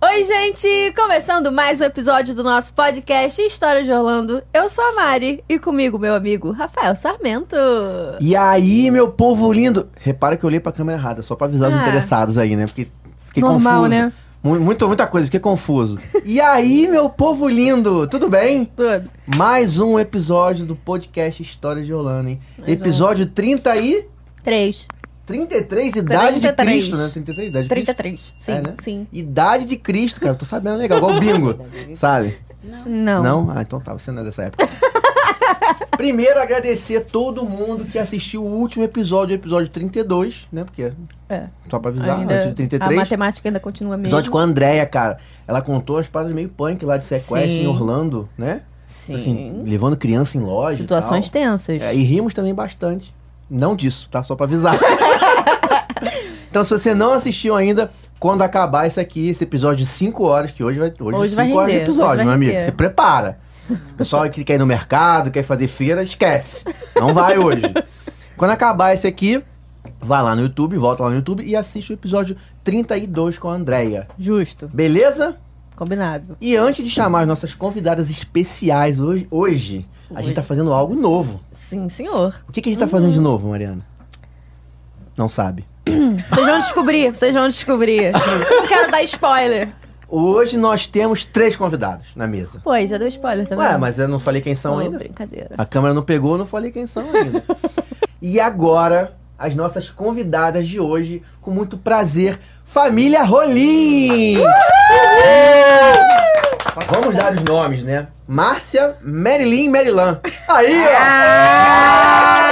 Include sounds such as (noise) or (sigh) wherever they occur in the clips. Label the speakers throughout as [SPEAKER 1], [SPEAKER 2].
[SPEAKER 1] Oi, gente! Começando mais um episódio do nosso podcast História de Orlando. Eu sou a Mari e comigo meu amigo Rafael Sarmento.
[SPEAKER 2] E
[SPEAKER 1] Hum.
[SPEAKER 2] aí, meu povo lindo! Repara que eu olhei pra câmera errada, só pra avisar os
[SPEAKER 1] Ah.
[SPEAKER 2] interessados aí, né? Porque fiquei
[SPEAKER 1] Normal,
[SPEAKER 2] confuso.
[SPEAKER 1] né?
[SPEAKER 2] Mu- Muito, muita coisa,
[SPEAKER 1] (laughs)
[SPEAKER 2] fiquei confuso. E aí, meu povo lindo, tudo bem?
[SPEAKER 1] Tudo.
[SPEAKER 2] Mais um episódio do podcast História de Holanda, hein?
[SPEAKER 1] Mais um.
[SPEAKER 2] episódio 30 e...
[SPEAKER 1] Três.
[SPEAKER 2] 33, Idade de
[SPEAKER 1] 33.
[SPEAKER 2] Cristo, né? 33, Idade de Cristo.
[SPEAKER 1] 33. Sim,
[SPEAKER 2] É, né?
[SPEAKER 1] sim.
[SPEAKER 2] Idade de Cristo, cara, tô sabendo legal, igual bingo,
[SPEAKER 1] (laughs)
[SPEAKER 2] sabe?
[SPEAKER 1] Não.
[SPEAKER 2] Não? Ah, então tá, você não é dessa época. (laughs) Primeiro, agradecer a todo mundo que assistiu o último episódio, o episódio 32, né? Porque,
[SPEAKER 1] É.
[SPEAKER 2] só pra avisar,
[SPEAKER 1] Ainda-
[SPEAKER 2] antes do
[SPEAKER 1] A
[SPEAKER 2] 33.
[SPEAKER 1] matemática ainda continua mesmo.
[SPEAKER 2] Episódio com a Andrea, cara. Ela contou as paradas meio punk lá de sequestro
[SPEAKER 1] Sim.
[SPEAKER 2] em Orlando, né?
[SPEAKER 1] Sim.
[SPEAKER 2] Assim, levando criança em loja. e
[SPEAKER 1] Situações
[SPEAKER 2] tal.
[SPEAKER 1] tensas.
[SPEAKER 2] É, e rimos também bastante. Não disso, tá? Só
[SPEAKER 1] (laughs)
[SPEAKER 2] pra avisar. então, se você não assistiu ainda, quando acabar isso aqui, esse episódio de 5 horas, que hoje vai hoje
[SPEAKER 1] Hoje
[SPEAKER 2] é
[SPEAKER 1] vai
[SPEAKER 2] 5 horas de
[SPEAKER 1] render, hoje vai
[SPEAKER 2] episódio, meu amigo.
[SPEAKER 1] render.
[SPEAKER 2] Se prepara. O pessoal que quer ir no mercado, quer fazer feira, esquece. Não vai hoje. Quando acabar esse aqui, vai lá no YouTube, volta lá no YouTube e assiste o episódio 32 com a Andrea.
[SPEAKER 1] Justo.
[SPEAKER 2] Beleza?
[SPEAKER 1] Combinado.
[SPEAKER 2] E antes de chamar as nossas convidadas especiais hoje, hoje a gente tá fazendo algo novo.
[SPEAKER 1] Sim, senhor.
[SPEAKER 2] O que, que a gente tá fazendo de novo, Mariana? Não sabe.
[SPEAKER 1] Vocês vão descobrir, vocês vão
[SPEAKER 2] (laughs)
[SPEAKER 1] descobrir. Não quero dar spoiler.
[SPEAKER 2] Hoje nós temos três convidados na mesa.
[SPEAKER 1] Pô, aí já deu spoiler também.
[SPEAKER 2] Ué, mas eu não falei quem são ainda.
[SPEAKER 1] brincadeira.
[SPEAKER 2] A câmera não pegou, eu não falei quem são ainda. e agora, as nossas convidadas de hoje, com muito prazer, família Rolim! Vamos dar os nomes, né? Márcia, Marilyn, Marilyn. Aí, ó!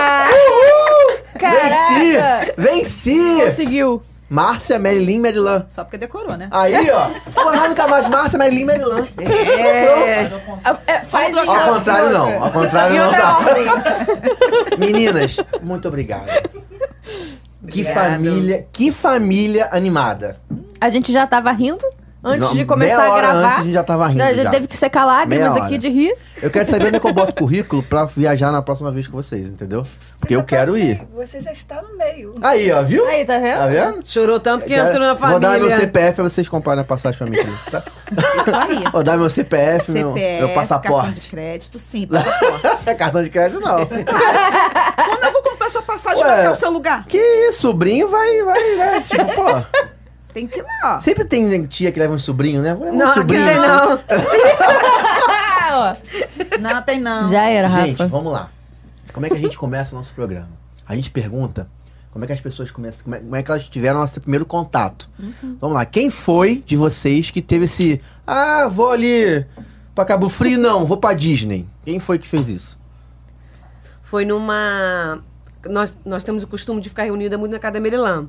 [SPEAKER 2] Uhul!
[SPEAKER 1] Caraca!
[SPEAKER 2] Venci! Venci!
[SPEAKER 1] Conseguiu.
[SPEAKER 2] Márcia, Marilyn, Marilyn.
[SPEAKER 3] Só porque decorou, (laughs) né?
[SPEAKER 2] Aí, ó. Porra, nunca mais. Márcia, Marilyn, Marilyn. Pronto.
[SPEAKER 1] É, faz
[SPEAKER 3] Ao
[SPEAKER 1] outra-
[SPEAKER 2] Ao contrário, não. Ao contrário,
[SPEAKER 1] Em
[SPEAKER 2] não
[SPEAKER 1] outra
[SPEAKER 2] tá.
[SPEAKER 1] ordem.
[SPEAKER 2] Meninas, muito obrigado. Que
[SPEAKER 3] Obrigado.
[SPEAKER 2] família, que família animada.
[SPEAKER 1] A gente já tava rindo antes
[SPEAKER 2] Não,
[SPEAKER 1] de começar
[SPEAKER 2] meia
[SPEAKER 1] a
[SPEAKER 2] hora
[SPEAKER 1] gravar.
[SPEAKER 2] Antes a gente já tava rindo.
[SPEAKER 1] já, já
[SPEAKER 2] já.
[SPEAKER 1] teve que secar lágrimas
[SPEAKER 2] Meia
[SPEAKER 1] aqui
[SPEAKER 2] hora.
[SPEAKER 1] de rir.
[SPEAKER 2] Eu quero saber onde é que eu boto currículo pra viajar na próxima vez com vocês, entendeu? Porque eu quero ir.
[SPEAKER 4] Você já está no meio.
[SPEAKER 2] Aí, ó, viu?
[SPEAKER 1] Aí, tá vendo?
[SPEAKER 2] Tá vendo?
[SPEAKER 3] Chorou tanto que
[SPEAKER 2] Cara,
[SPEAKER 3] entrou na
[SPEAKER 2] Vou dar meu
[SPEAKER 3] família.
[SPEAKER 2] CPF pra vocês comprarem a passagem pra mim. Tá?
[SPEAKER 3] Isso aí.
[SPEAKER 2] Vou dar meu CPF, (laughs) meu,
[SPEAKER 3] CPF,
[SPEAKER 2] meu
[SPEAKER 3] cartão de
[SPEAKER 2] passaporte.
[SPEAKER 3] crédito, sim, passaporte.
[SPEAKER 2] Não é (laughs) cartão de crédito, não.
[SPEAKER 3] Como eu vou comprar sua passagem
[SPEAKER 2] Ué.
[SPEAKER 3] pra ter o seu lugar?
[SPEAKER 2] Que isso, sobrinho vai, vai, vai. Tipo, pô.
[SPEAKER 3] Tem que ir lá, ó.
[SPEAKER 2] Sempre tem tia que leva um sobrinho, né? Vou levar um
[SPEAKER 3] Não,
[SPEAKER 2] sobrinho.
[SPEAKER 3] que tem não.
[SPEAKER 1] (laughs) Ah,
[SPEAKER 3] Não, tem
[SPEAKER 1] ó.
[SPEAKER 3] não.
[SPEAKER 1] Já era,
[SPEAKER 2] Tá Gente,
[SPEAKER 1] Rafa.
[SPEAKER 2] vamos lá. Como é que a gente começa o nosso programa? A gente pergunta como é que as pessoas começam, como é, como é que elas tiveram esse primeiro contato. Vamos lá, quem foi de vocês que teve esse, ah, vou ali pra Cabo Frio? Não, vou pra Disney. Quem foi que fez isso?
[SPEAKER 5] foi numa. Nós, nós temos o costume de ficar reunida muito na casa da Merilã.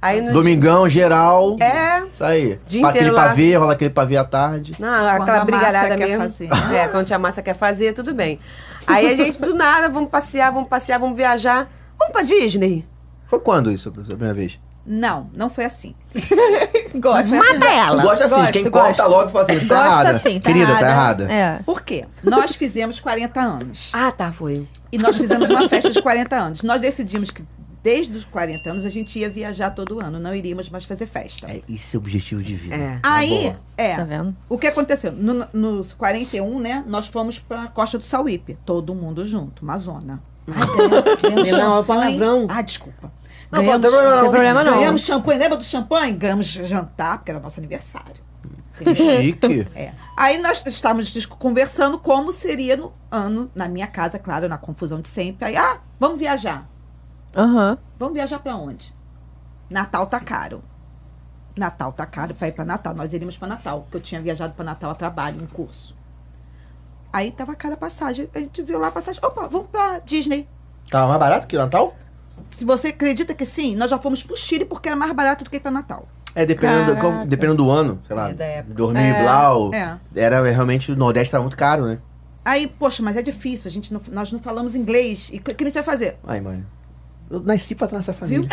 [SPEAKER 5] Aí no
[SPEAKER 2] Domingão, geral.
[SPEAKER 5] É.
[SPEAKER 2] Isso aí.
[SPEAKER 5] Dia
[SPEAKER 2] Pra aquele
[SPEAKER 5] inteiro lá.
[SPEAKER 2] pavê, rola aquele pavê à tarde.
[SPEAKER 5] Não,
[SPEAKER 3] Quando a
[SPEAKER 5] aquela
[SPEAKER 3] massa
[SPEAKER 5] brigalhada
[SPEAKER 3] quer
[SPEAKER 5] mesmo.
[SPEAKER 3] fazer,
[SPEAKER 5] (laughs) É, quando a massa quer fazer, tudo bem. Aí a gente, do nada, vamos passear, vamos passear, vamos viajar. Vamos pra Disney.
[SPEAKER 2] Foi quando isso, a primeira vez?
[SPEAKER 3] Não, não foi assim.
[SPEAKER 1] Gosta.
[SPEAKER 5] Mata
[SPEAKER 2] Eu
[SPEAKER 5] ela!
[SPEAKER 2] gosto assim,
[SPEAKER 1] Gosto,
[SPEAKER 2] quem
[SPEAKER 1] gosto.
[SPEAKER 2] corta logo fala assim, tá
[SPEAKER 1] Gosta
[SPEAKER 2] errada.
[SPEAKER 1] assim, tá
[SPEAKER 2] Querida, tá
[SPEAKER 1] errada.
[SPEAKER 2] errada.
[SPEAKER 1] É.
[SPEAKER 3] Por quê? Nós fizemos 40 anos.
[SPEAKER 5] Ah, tá, foi.
[SPEAKER 3] E nós fizemos uma festa de 40 anos. Nós decidimos que desde os 40 anos a gente ia viajar todo ano, não iríamos mais fazer festa.
[SPEAKER 2] É, esse é o objetivo de vida.
[SPEAKER 5] É.
[SPEAKER 2] Na
[SPEAKER 3] Aí,
[SPEAKER 2] Tá boa.
[SPEAKER 3] é.
[SPEAKER 1] Tá vendo?
[SPEAKER 3] O que aconteceu? No- nos 41, né? Nós fomos pra Costa do Sauípe. Todo mundo junto, uma zona. Ganhamos
[SPEAKER 5] Não, é
[SPEAKER 3] champanhe.
[SPEAKER 5] palavrão.
[SPEAKER 3] Ah, desculpa.
[SPEAKER 2] Não,
[SPEAKER 3] Ganhamos
[SPEAKER 2] não tem problema, não.
[SPEAKER 3] champanhe.
[SPEAKER 2] Tem problema, não.
[SPEAKER 3] Ganhamos champanhe. Lembra do champanhe? Ganhamos jantar, porque era nosso aniversário.
[SPEAKER 2] Que chique.
[SPEAKER 3] É. Aí nós estávamos dis- conversando como seria no ano, na minha casa, claro, na confusão de sempre. Aí, ah, vamos viajar.
[SPEAKER 1] Aham.
[SPEAKER 3] Vamos viajar pra onde? Natal tá caro. Natal tá caro pra ir pra Natal. Nós iríamos pra Natal, porque eu tinha viajado pra Natal a trabalho, um curso. Aí tava cara a passagem. A gente viu lá a passagem. Opa, vamos pra Disney.
[SPEAKER 2] Tava mais barato que o Natal?
[SPEAKER 3] Se você acredita que sim, nós já fomos pro Chile porque era mais barato do que ir pra Natal.
[SPEAKER 2] É, dependendo, do, qual- dependendo do ano, sei lá,
[SPEAKER 4] É, da época.
[SPEAKER 2] dormir é. blau,
[SPEAKER 3] É.
[SPEAKER 2] era realmente, o Nordeste tava muito caro, né?
[SPEAKER 3] Aí, poxa, mas é difícil. A gente não- nós não falamos inglês. E o que que a gente vai fazer?
[SPEAKER 2] Ai, mano, eu nasci pra estar nessa família.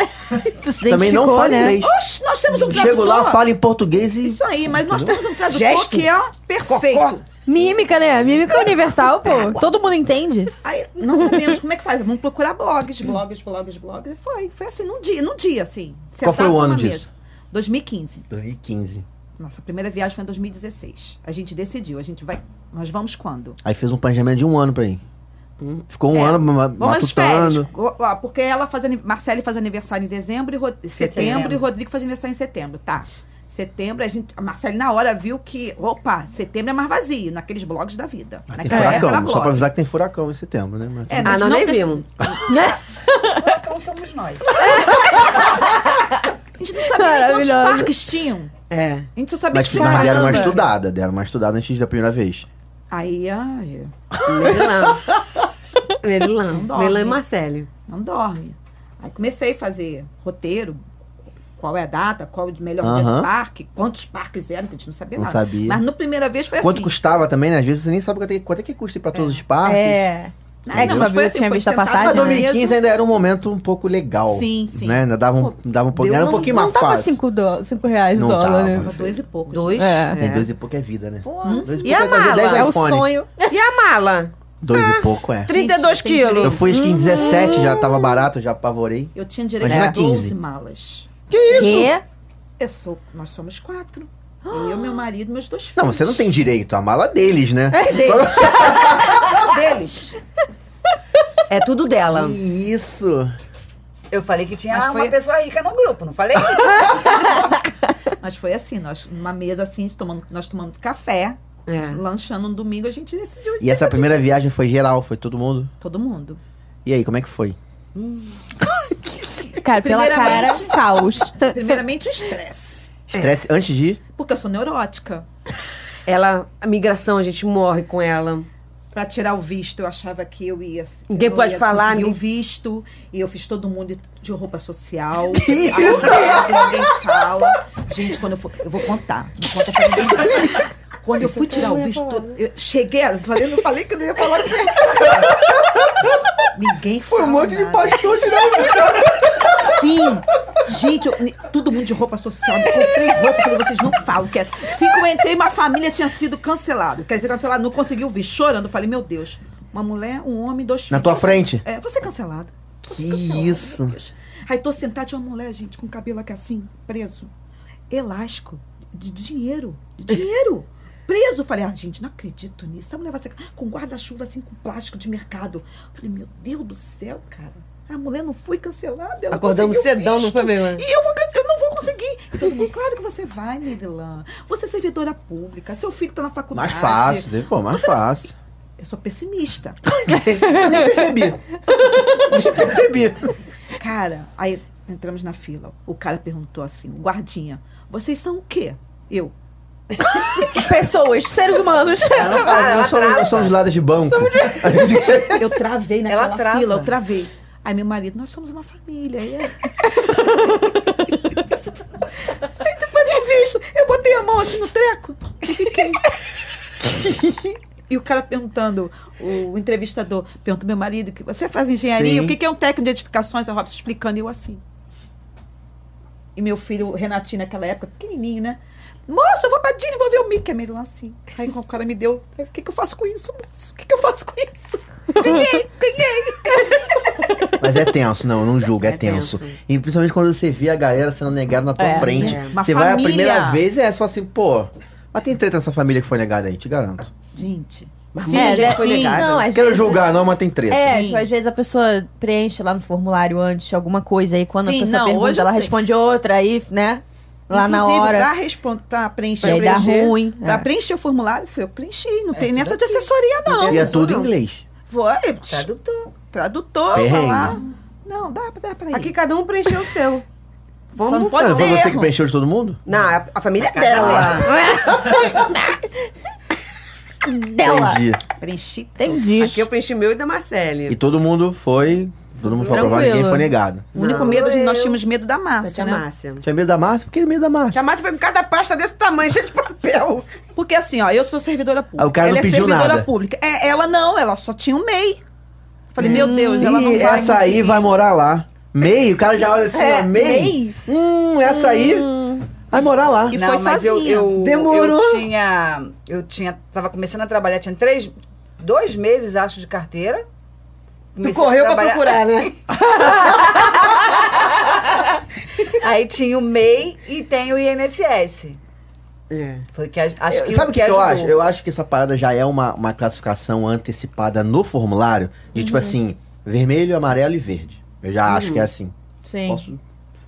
[SPEAKER 1] Tu se
[SPEAKER 2] Também não
[SPEAKER 1] identificou,
[SPEAKER 2] falo
[SPEAKER 1] né?
[SPEAKER 2] inglês.
[SPEAKER 3] Oxe, nós temos um tradutor.
[SPEAKER 2] Chego lá, falo em português e...
[SPEAKER 3] Isso aí, mas nós temos um tradutor
[SPEAKER 4] Gesto.
[SPEAKER 3] que é perfeito.
[SPEAKER 1] Mímica, né? Mímica é universal, pô. Todo mundo entende.
[SPEAKER 3] Aí não sabemos como é que faz. Vamos procurar blogs, blogs, blogs, blogs. E foi, foi assim, num dia, num dia, assim.
[SPEAKER 2] Qual foi
[SPEAKER 3] sentado
[SPEAKER 2] o ano
[SPEAKER 3] numa
[SPEAKER 2] disso?
[SPEAKER 3] mesa. 2015.
[SPEAKER 2] 2015.
[SPEAKER 3] Nossa primeira viagem foi em 2016. A gente decidiu, a gente vai. Nós vamos quando?
[SPEAKER 2] Aí fez um planejamento de um ano pra ir. Ficou um
[SPEAKER 3] É,
[SPEAKER 2] ano ma-
[SPEAKER 3] Vamos às férias.
[SPEAKER 2] matutando.
[SPEAKER 3] Ó, ó, Porque ela faz anive- Marcele faz aniversário em dezembro e Rod- setembro
[SPEAKER 5] Setembro.
[SPEAKER 3] e Rodrigo faz aniversário em setembro, tá? Setembro, a gente, a Marcele na hora viu que, opa, setembro é mais vazio, naqueles blogs da vida.
[SPEAKER 2] Mas Ah, tem
[SPEAKER 3] Naquela época era
[SPEAKER 2] furacão. Só
[SPEAKER 3] blog.
[SPEAKER 2] pra avisar que tem furacão em setembro, né? Mas-
[SPEAKER 3] É,
[SPEAKER 5] Ah,
[SPEAKER 3] mas
[SPEAKER 5] nós
[SPEAKER 3] não
[SPEAKER 5] nem
[SPEAKER 3] pres-
[SPEAKER 5] vimos.
[SPEAKER 1] né?
[SPEAKER 3] Furacão somos nós. (laughs) a gente não sabia nem quantos
[SPEAKER 1] Maravilhosa.
[SPEAKER 3] parques tinham.
[SPEAKER 5] É.
[SPEAKER 3] A gente só sabia
[SPEAKER 2] Mas,
[SPEAKER 3] que
[SPEAKER 2] mas deram uma
[SPEAKER 1] Caramba.
[SPEAKER 2] estudada, deram uma estudada antes da primeira vez.
[SPEAKER 3] Aí, ai, (laughs)
[SPEAKER 5] Merilã. Merilã.
[SPEAKER 3] dorme.
[SPEAKER 5] Merilã e Marcele.
[SPEAKER 3] não dorme. Aí comecei a fazer roteiro, qual é a data, qual o melhor dia
[SPEAKER 2] Aham.
[SPEAKER 3] do parque, quantos parques eram, que a gente não sabia
[SPEAKER 2] Não
[SPEAKER 3] nada.
[SPEAKER 2] sabia.
[SPEAKER 3] Mas na primeira vez foi
[SPEAKER 2] Quanto
[SPEAKER 3] assim.
[SPEAKER 2] custava também, né? Às vezes você nem sabe quanto é, quanto é que custa ir pra todos os parques.
[SPEAKER 1] É.
[SPEAKER 3] Não,
[SPEAKER 1] é que
[SPEAKER 3] não,
[SPEAKER 1] sua
[SPEAKER 3] mas foi
[SPEAKER 1] vida
[SPEAKER 3] assim,
[SPEAKER 1] tinha
[SPEAKER 3] foi
[SPEAKER 1] visto a
[SPEAKER 3] sentada
[SPEAKER 2] Mas
[SPEAKER 1] passagem.
[SPEAKER 3] na
[SPEAKER 1] Né?
[SPEAKER 3] mesa.
[SPEAKER 2] 2015 ainda era um momento um pouco legal.
[SPEAKER 3] Sim, sim.
[SPEAKER 2] Né? Ainda dava um, dava um pouquinho,
[SPEAKER 3] deu
[SPEAKER 2] era um
[SPEAKER 3] um-
[SPEAKER 2] pouquinho
[SPEAKER 1] Não
[SPEAKER 2] mais
[SPEAKER 1] tava
[SPEAKER 2] fácil.
[SPEAKER 1] 5 do... cinco reais o
[SPEAKER 2] Não
[SPEAKER 1] dólar,
[SPEAKER 2] tava.
[SPEAKER 1] né?
[SPEAKER 3] Tava dois e poucos.
[SPEAKER 5] Dois.
[SPEAKER 1] É.
[SPEAKER 2] Tem dois e pouco é vida, né?
[SPEAKER 1] Pô.
[SPEAKER 2] Dois e
[SPEAKER 5] E
[SPEAKER 2] pouco
[SPEAKER 5] a
[SPEAKER 2] é dez
[SPEAKER 5] mala?
[SPEAKER 1] É o
[SPEAKER 2] iPhone.
[SPEAKER 1] sonho.
[SPEAKER 5] E a mala?
[SPEAKER 2] Dois e pouco é.
[SPEAKER 5] 32
[SPEAKER 3] tem direito.
[SPEAKER 5] quilos.
[SPEAKER 2] Eu fui acho que em 17, já tava barato, já apavorei.
[SPEAKER 3] Eu tinha direito
[SPEAKER 2] Imagina
[SPEAKER 3] a 12
[SPEAKER 2] 15.
[SPEAKER 3] malas.
[SPEAKER 1] Que?
[SPEAKER 3] Eu sou, nós somos quatro. Eu, meu marido, meus dois filhos.
[SPEAKER 2] Não, você não tem direito, a mala deles, né?
[SPEAKER 3] É deles. deles.
[SPEAKER 5] É tudo dela.
[SPEAKER 2] Que isso!
[SPEAKER 4] Eu falei que tinha
[SPEAKER 3] Mas
[SPEAKER 4] É uma
[SPEAKER 3] foi-
[SPEAKER 4] pessoa rica no grupo, não falei?
[SPEAKER 3] (laughs) Mas foi assim, nós, numa mesa assim, tomando, nós tomando café,
[SPEAKER 5] É.
[SPEAKER 3] lanchando um domingo, a gente decidiu.
[SPEAKER 2] E essa primeira viagem foi geral, foi todo mundo?
[SPEAKER 3] Todo mundo.
[SPEAKER 2] E aí, como é que foi?
[SPEAKER 1] Cara, pela cara,
[SPEAKER 3] Primeiramente-
[SPEAKER 2] (laughs)
[SPEAKER 1] caos.
[SPEAKER 3] Primeiramente, o estresse.
[SPEAKER 2] Estresse antes de ir?
[SPEAKER 3] Porque eu sou neurótica.
[SPEAKER 5] Ela, a migração, a gente morre com ela.
[SPEAKER 3] Pra tirar o visto, eu achava que eu ia.
[SPEAKER 5] Ninguém
[SPEAKER 3] eu não
[SPEAKER 5] pode
[SPEAKER 3] ia
[SPEAKER 5] falar,
[SPEAKER 3] conseguir o
[SPEAKER 5] ninguém-
[SPEAKER 3] visto. E eu fiz todo mundo de roupa
[SPEAKER 5] (laughs)
[SPEAKER 3] social. arrumado, ninguém fala. Gente, quando eu for. Eu vou contar. Não conta pra ninguém. Quando eu fui tirar o
[SPEAKER 5] é
[SPEAKER 3] visto, eu cheguei. Eu falei, não falei que eu não ia falar. que eu ia falar. ninguém fala. nada.
[SPEAKER 2] pastor tirando
[SPEAKER 3] Sim! Gente, eu- ni- todo mundo de roupa social, eu comprei roupa, falei, vocês não falam. Que é. Se que eu entrei, uma família tinha sido cancelado. Quer dizer, cancelado, não conseguiu vir. Chorando, eu falei, meu Deus, uma mulher, um homem, dois filhos.
[SPEAKER 2] Na tua frente?
[SPEAKER 3] É, você cancelado. Você
[SPEAKER 2] Que
[SPEAKER 3] cancelado, meu
[SPEAKER 2] isso.
[SPEAKER 3] Deus. Aí tô sentada, tinha uma mulher, gente, com o cabelo aqui assim, preso. Elástico, de dinheiro, de dinheiro. Preso, falei, ah, gente, não acredito nisso. Essa mulher vai ser com guarda-chuva, assim, com plástico de mercado. Falei, meu Deus do céu, cara. Essa mulher não foi cancelada. Ela
[SPEAKER 5] Acordamos
[SPEAKER 3] conseguiu
[SPEAKER 5] cedão, não
[SPEAKER 3] visto.
[SPEAKER 5] foi mesmo, né?
[SPEAKER 3] E eu, vou, can- eu não vou conseguir. E todo mundo, claro que você vai, Mirilan. Você é servidora pública, seu filho tá na faculdade.
[SPEAKER 2] Mais fácil, né, pô, mais fácil.
[SPEAKER 3] Eu sou pessimista.
[SPEAKER 2] Eu nem (laughs) percebi. Eu percebi.
[SPEAKER 3] Cara, aí entramos na fila. O cara perguntou assim, o guardinha, vocês são o quê? Eu.
[SPEAKER 1] Pessoas, seres
[SPEAKER 2] (laughs)
[SPEAKER 1] humanos.
[SPEAKER 2] Nós somos, nós somos lados de banco. A gente-
[SPEAKER 3] Eu travei naquela
[SPEAKER 5] Ela trava.
[SPEAKER 3] fila, eu travei. Aí meu marido, nós somos uma família. E (laughs) é. foi meu visto. Eu botei a mão assim no treco e fiquei. E o cara perguntando, o entrevistador pergunta meu marido, que você faz engenharia,
[SPEAKER 2] Sim.
[SPEAKER 3] o que que é um técnico de edificações? A Robson explicando, e eu assim. E meu filho, o Renatinho, naquela época, pequenininho, né? Moço, eu vou pra Disney, vou ver o Mickey. A Miriam assim. Aí o cara me deu, o que que eu faço com isso, moço? O que que eu faço com
[SPEAKER 1] (laughs)
[SPEAKER 3] isso? Ganhei, ganhei.
[SPEAKER 2] Mas é tenso, não, não julgo, é,
[SPEAKER 5] É
[SPEAKER 2] tenso.
[SPEAKER 5] tenso.
[SPEAKER 2] E principalmente quando você vê a galera sendo negada na tua
[SPEAKER 1] É,
[SPEAKER 2] frente.
[SPEAKER 5] é.
[SPEAKER 3] Uma
[SPEAKER 2] Você vai a
[SPEAKER 3] família.
[SPEAKER 2] primeira vez e é só assim, pô. Mas tem treta nessa família que foi negada aí, te garanto.
[SPEAKER 3] Gente,
[SPEAKER 5] Mas
[SPEAKER 1] Sim,
[SPEAKER 5] muita gente
[SPEAKER 1] é,
[SPEAKER 5] foi
[SPEAKER 1] sim.
[SPEAKER 5] negada.
[SPEAKER 1] Não, às
[SPEAKER 2] Não quero
[SPEAKER 1] vezes-
[SPEAKER 2] julgar, não, mas tem treta.
[SPEAKER 1] É,
[SPEAKER 3] Sim.
[SPEAKER 1] tipo, às vezes a pessoa preenche lá no formulário antes alguma coisa aí quando
[SPEAKER 3] Sim,
[SPEAKER 1] a pessoa
[SPEAKER 3] não, hoje
[SPEAKER 1] pergunta,
[SPEAKER 3] eu
[SPEAKER 1] ela
[SPEAKER 3] sei.
[SPEAKER 1] responde outra aí, né? Lá na
[SPEAKER 3] Inclusive,
[SPEAKER 1] hora.
[SPEAKER 3] Pra, respon- pra preencher.
[SPEAKER 1] E aí dá
[SPEAKER 3] preencher-
[SPEAKER 1] ruim,
[SPEAKER 3] Pra
[SPEAKER 1] é.
[SPEAKER 3] preencher o formulário, foi eu preenchi. Não tem nessa de assessoria, É, não.
[SPEAKER 2] e é tudo em inglês.
[SPEAKER 3] Foi.
[SPEAKER 4] Tradutor.
[SPEAKER 3] Tradutor,
[SPEAKER 2] Perrengue.
[SPEAKER 3] falar. Não, dá, dá pra ir.
[SPEAKER 5] Aqui cada um preencheu o seu. Vamos
[SPEAKER 3] Só não
[SPEAKER 2] Mas
[SPEAKER 3] pode
[SPEAKER 2] foi
[SPEAKER 3] ter
[SPEAKER 2] você
[SPEAKER 3] erro.
[SPEAKER 2] que preencheu de todo mundo?
[SPEAKER 5] Não, a, a família é dela.
[SPEAKER 1] (laughs) Dela.
[SPEAKER 2] Entendi.
[SPEAKER 3] um. Preenchi.
[SPEAKER 1] Entendi.
[SPEAKER 5] Aqui eu preenchi o meu e da
[SPEAKER 2] E
[SPEAKER 5] Marcele.
[SPEAKER 2] todo mundo foi. Todo mundo foi
[SPEAKER 1] Tranquilo.
[SPEAKER 2] aprovado, ninguém foi negado.
[SPEAKER 3] O único
[SPEAKER 5] Não,
[SPEAKER 3] medo, gente, nós
[SPEAKER 5] eu-
[SPEAKER 3] tínhamos medo da
[SPEAKER 5] Da
[SPEAKER 3] Márcia,
[SPEAKER 5] tia
[SPEAKER 3] né?
[SPEAKER 5] Márcia.
[SPEAKER 2] Tinha medo da Márcia? Por que medo da
[SPEAKER 5] Tia
[SPEAKER 2] Márcia?
[SPEAKER 5] Márcia foi com cada pasta desse tamanho, cheia de papel.
[SPEAKER 3] Porque assim, ó, eu sou servidora pública.
[SPEAKER 2] Ah, o cara
[SPEAKER 3] ela
[SPEAKER 2] não
[SPEAKER 3] é
[SPEAKER 2] pediu
[SPEAKER 3] servidora
[SPEAKER 2] nada.
[SPEAKER 3] pública. É, ela não, ela só tinha um MEI. Falei,
[SPEAKER 4] Hum.
[SPEAKER 3] meu Deus, ela não
[SPEAKER 2] Ih,
[SPEAKER 3] vai.
[SPEAKER 2] essa aí
[SPEAKER 3] conseguir.
[SPEAKER 2] vai morar lá. Meio? O cara já olha assim,
[SPEAKER 1] É,
[SPEAKER 2] ó, meio?
[SPEAKER 1] MEI?
[SPEAKER 2] Hum, essa aí vai morar lá.
[SPEAKER 3] E
[SPEAKER 4] não,
[SPEAKER 3] foi
[SPEAKER 4] mas eu,
[SPEAKER 3] sozinha.
[SPEAKER 4] eu,
[SPEAKER 3] Demorou.
[SPEAKER 4] eu tinha. Eu tinha. Tava começando a trabalhar, tinha três. Dois meses, acho, de carteira.
[SPEAKER 5] Tu
[SPEAKER 4] Comecei a
[SPEAKER 5] correu pra
[SPEAKER 4] trabalhar- (laughs) É,
[SPEAKER 5] procurar, né?
[SPEAKER 4] Aí tinha o MEI e tem o INSS.
[SPEAKER 5] É.
[SPEAKER 4] Foi que a- acho
[SPEAKER 2] Eu-
[SPEAKER 4] que
[SPEAKER 2] Sabe o que, eu
[SPEAKER 4] ajudou.
[SPEAKER 2] acho? Eu acho que essa parada já é uma, uma classificação antecipada no formulário de tipo assim, vermelho, amarelo e verde. Eu já acho que é assim.
[SPEAKER 1] Sim.
[SPEAKER 2] Posso-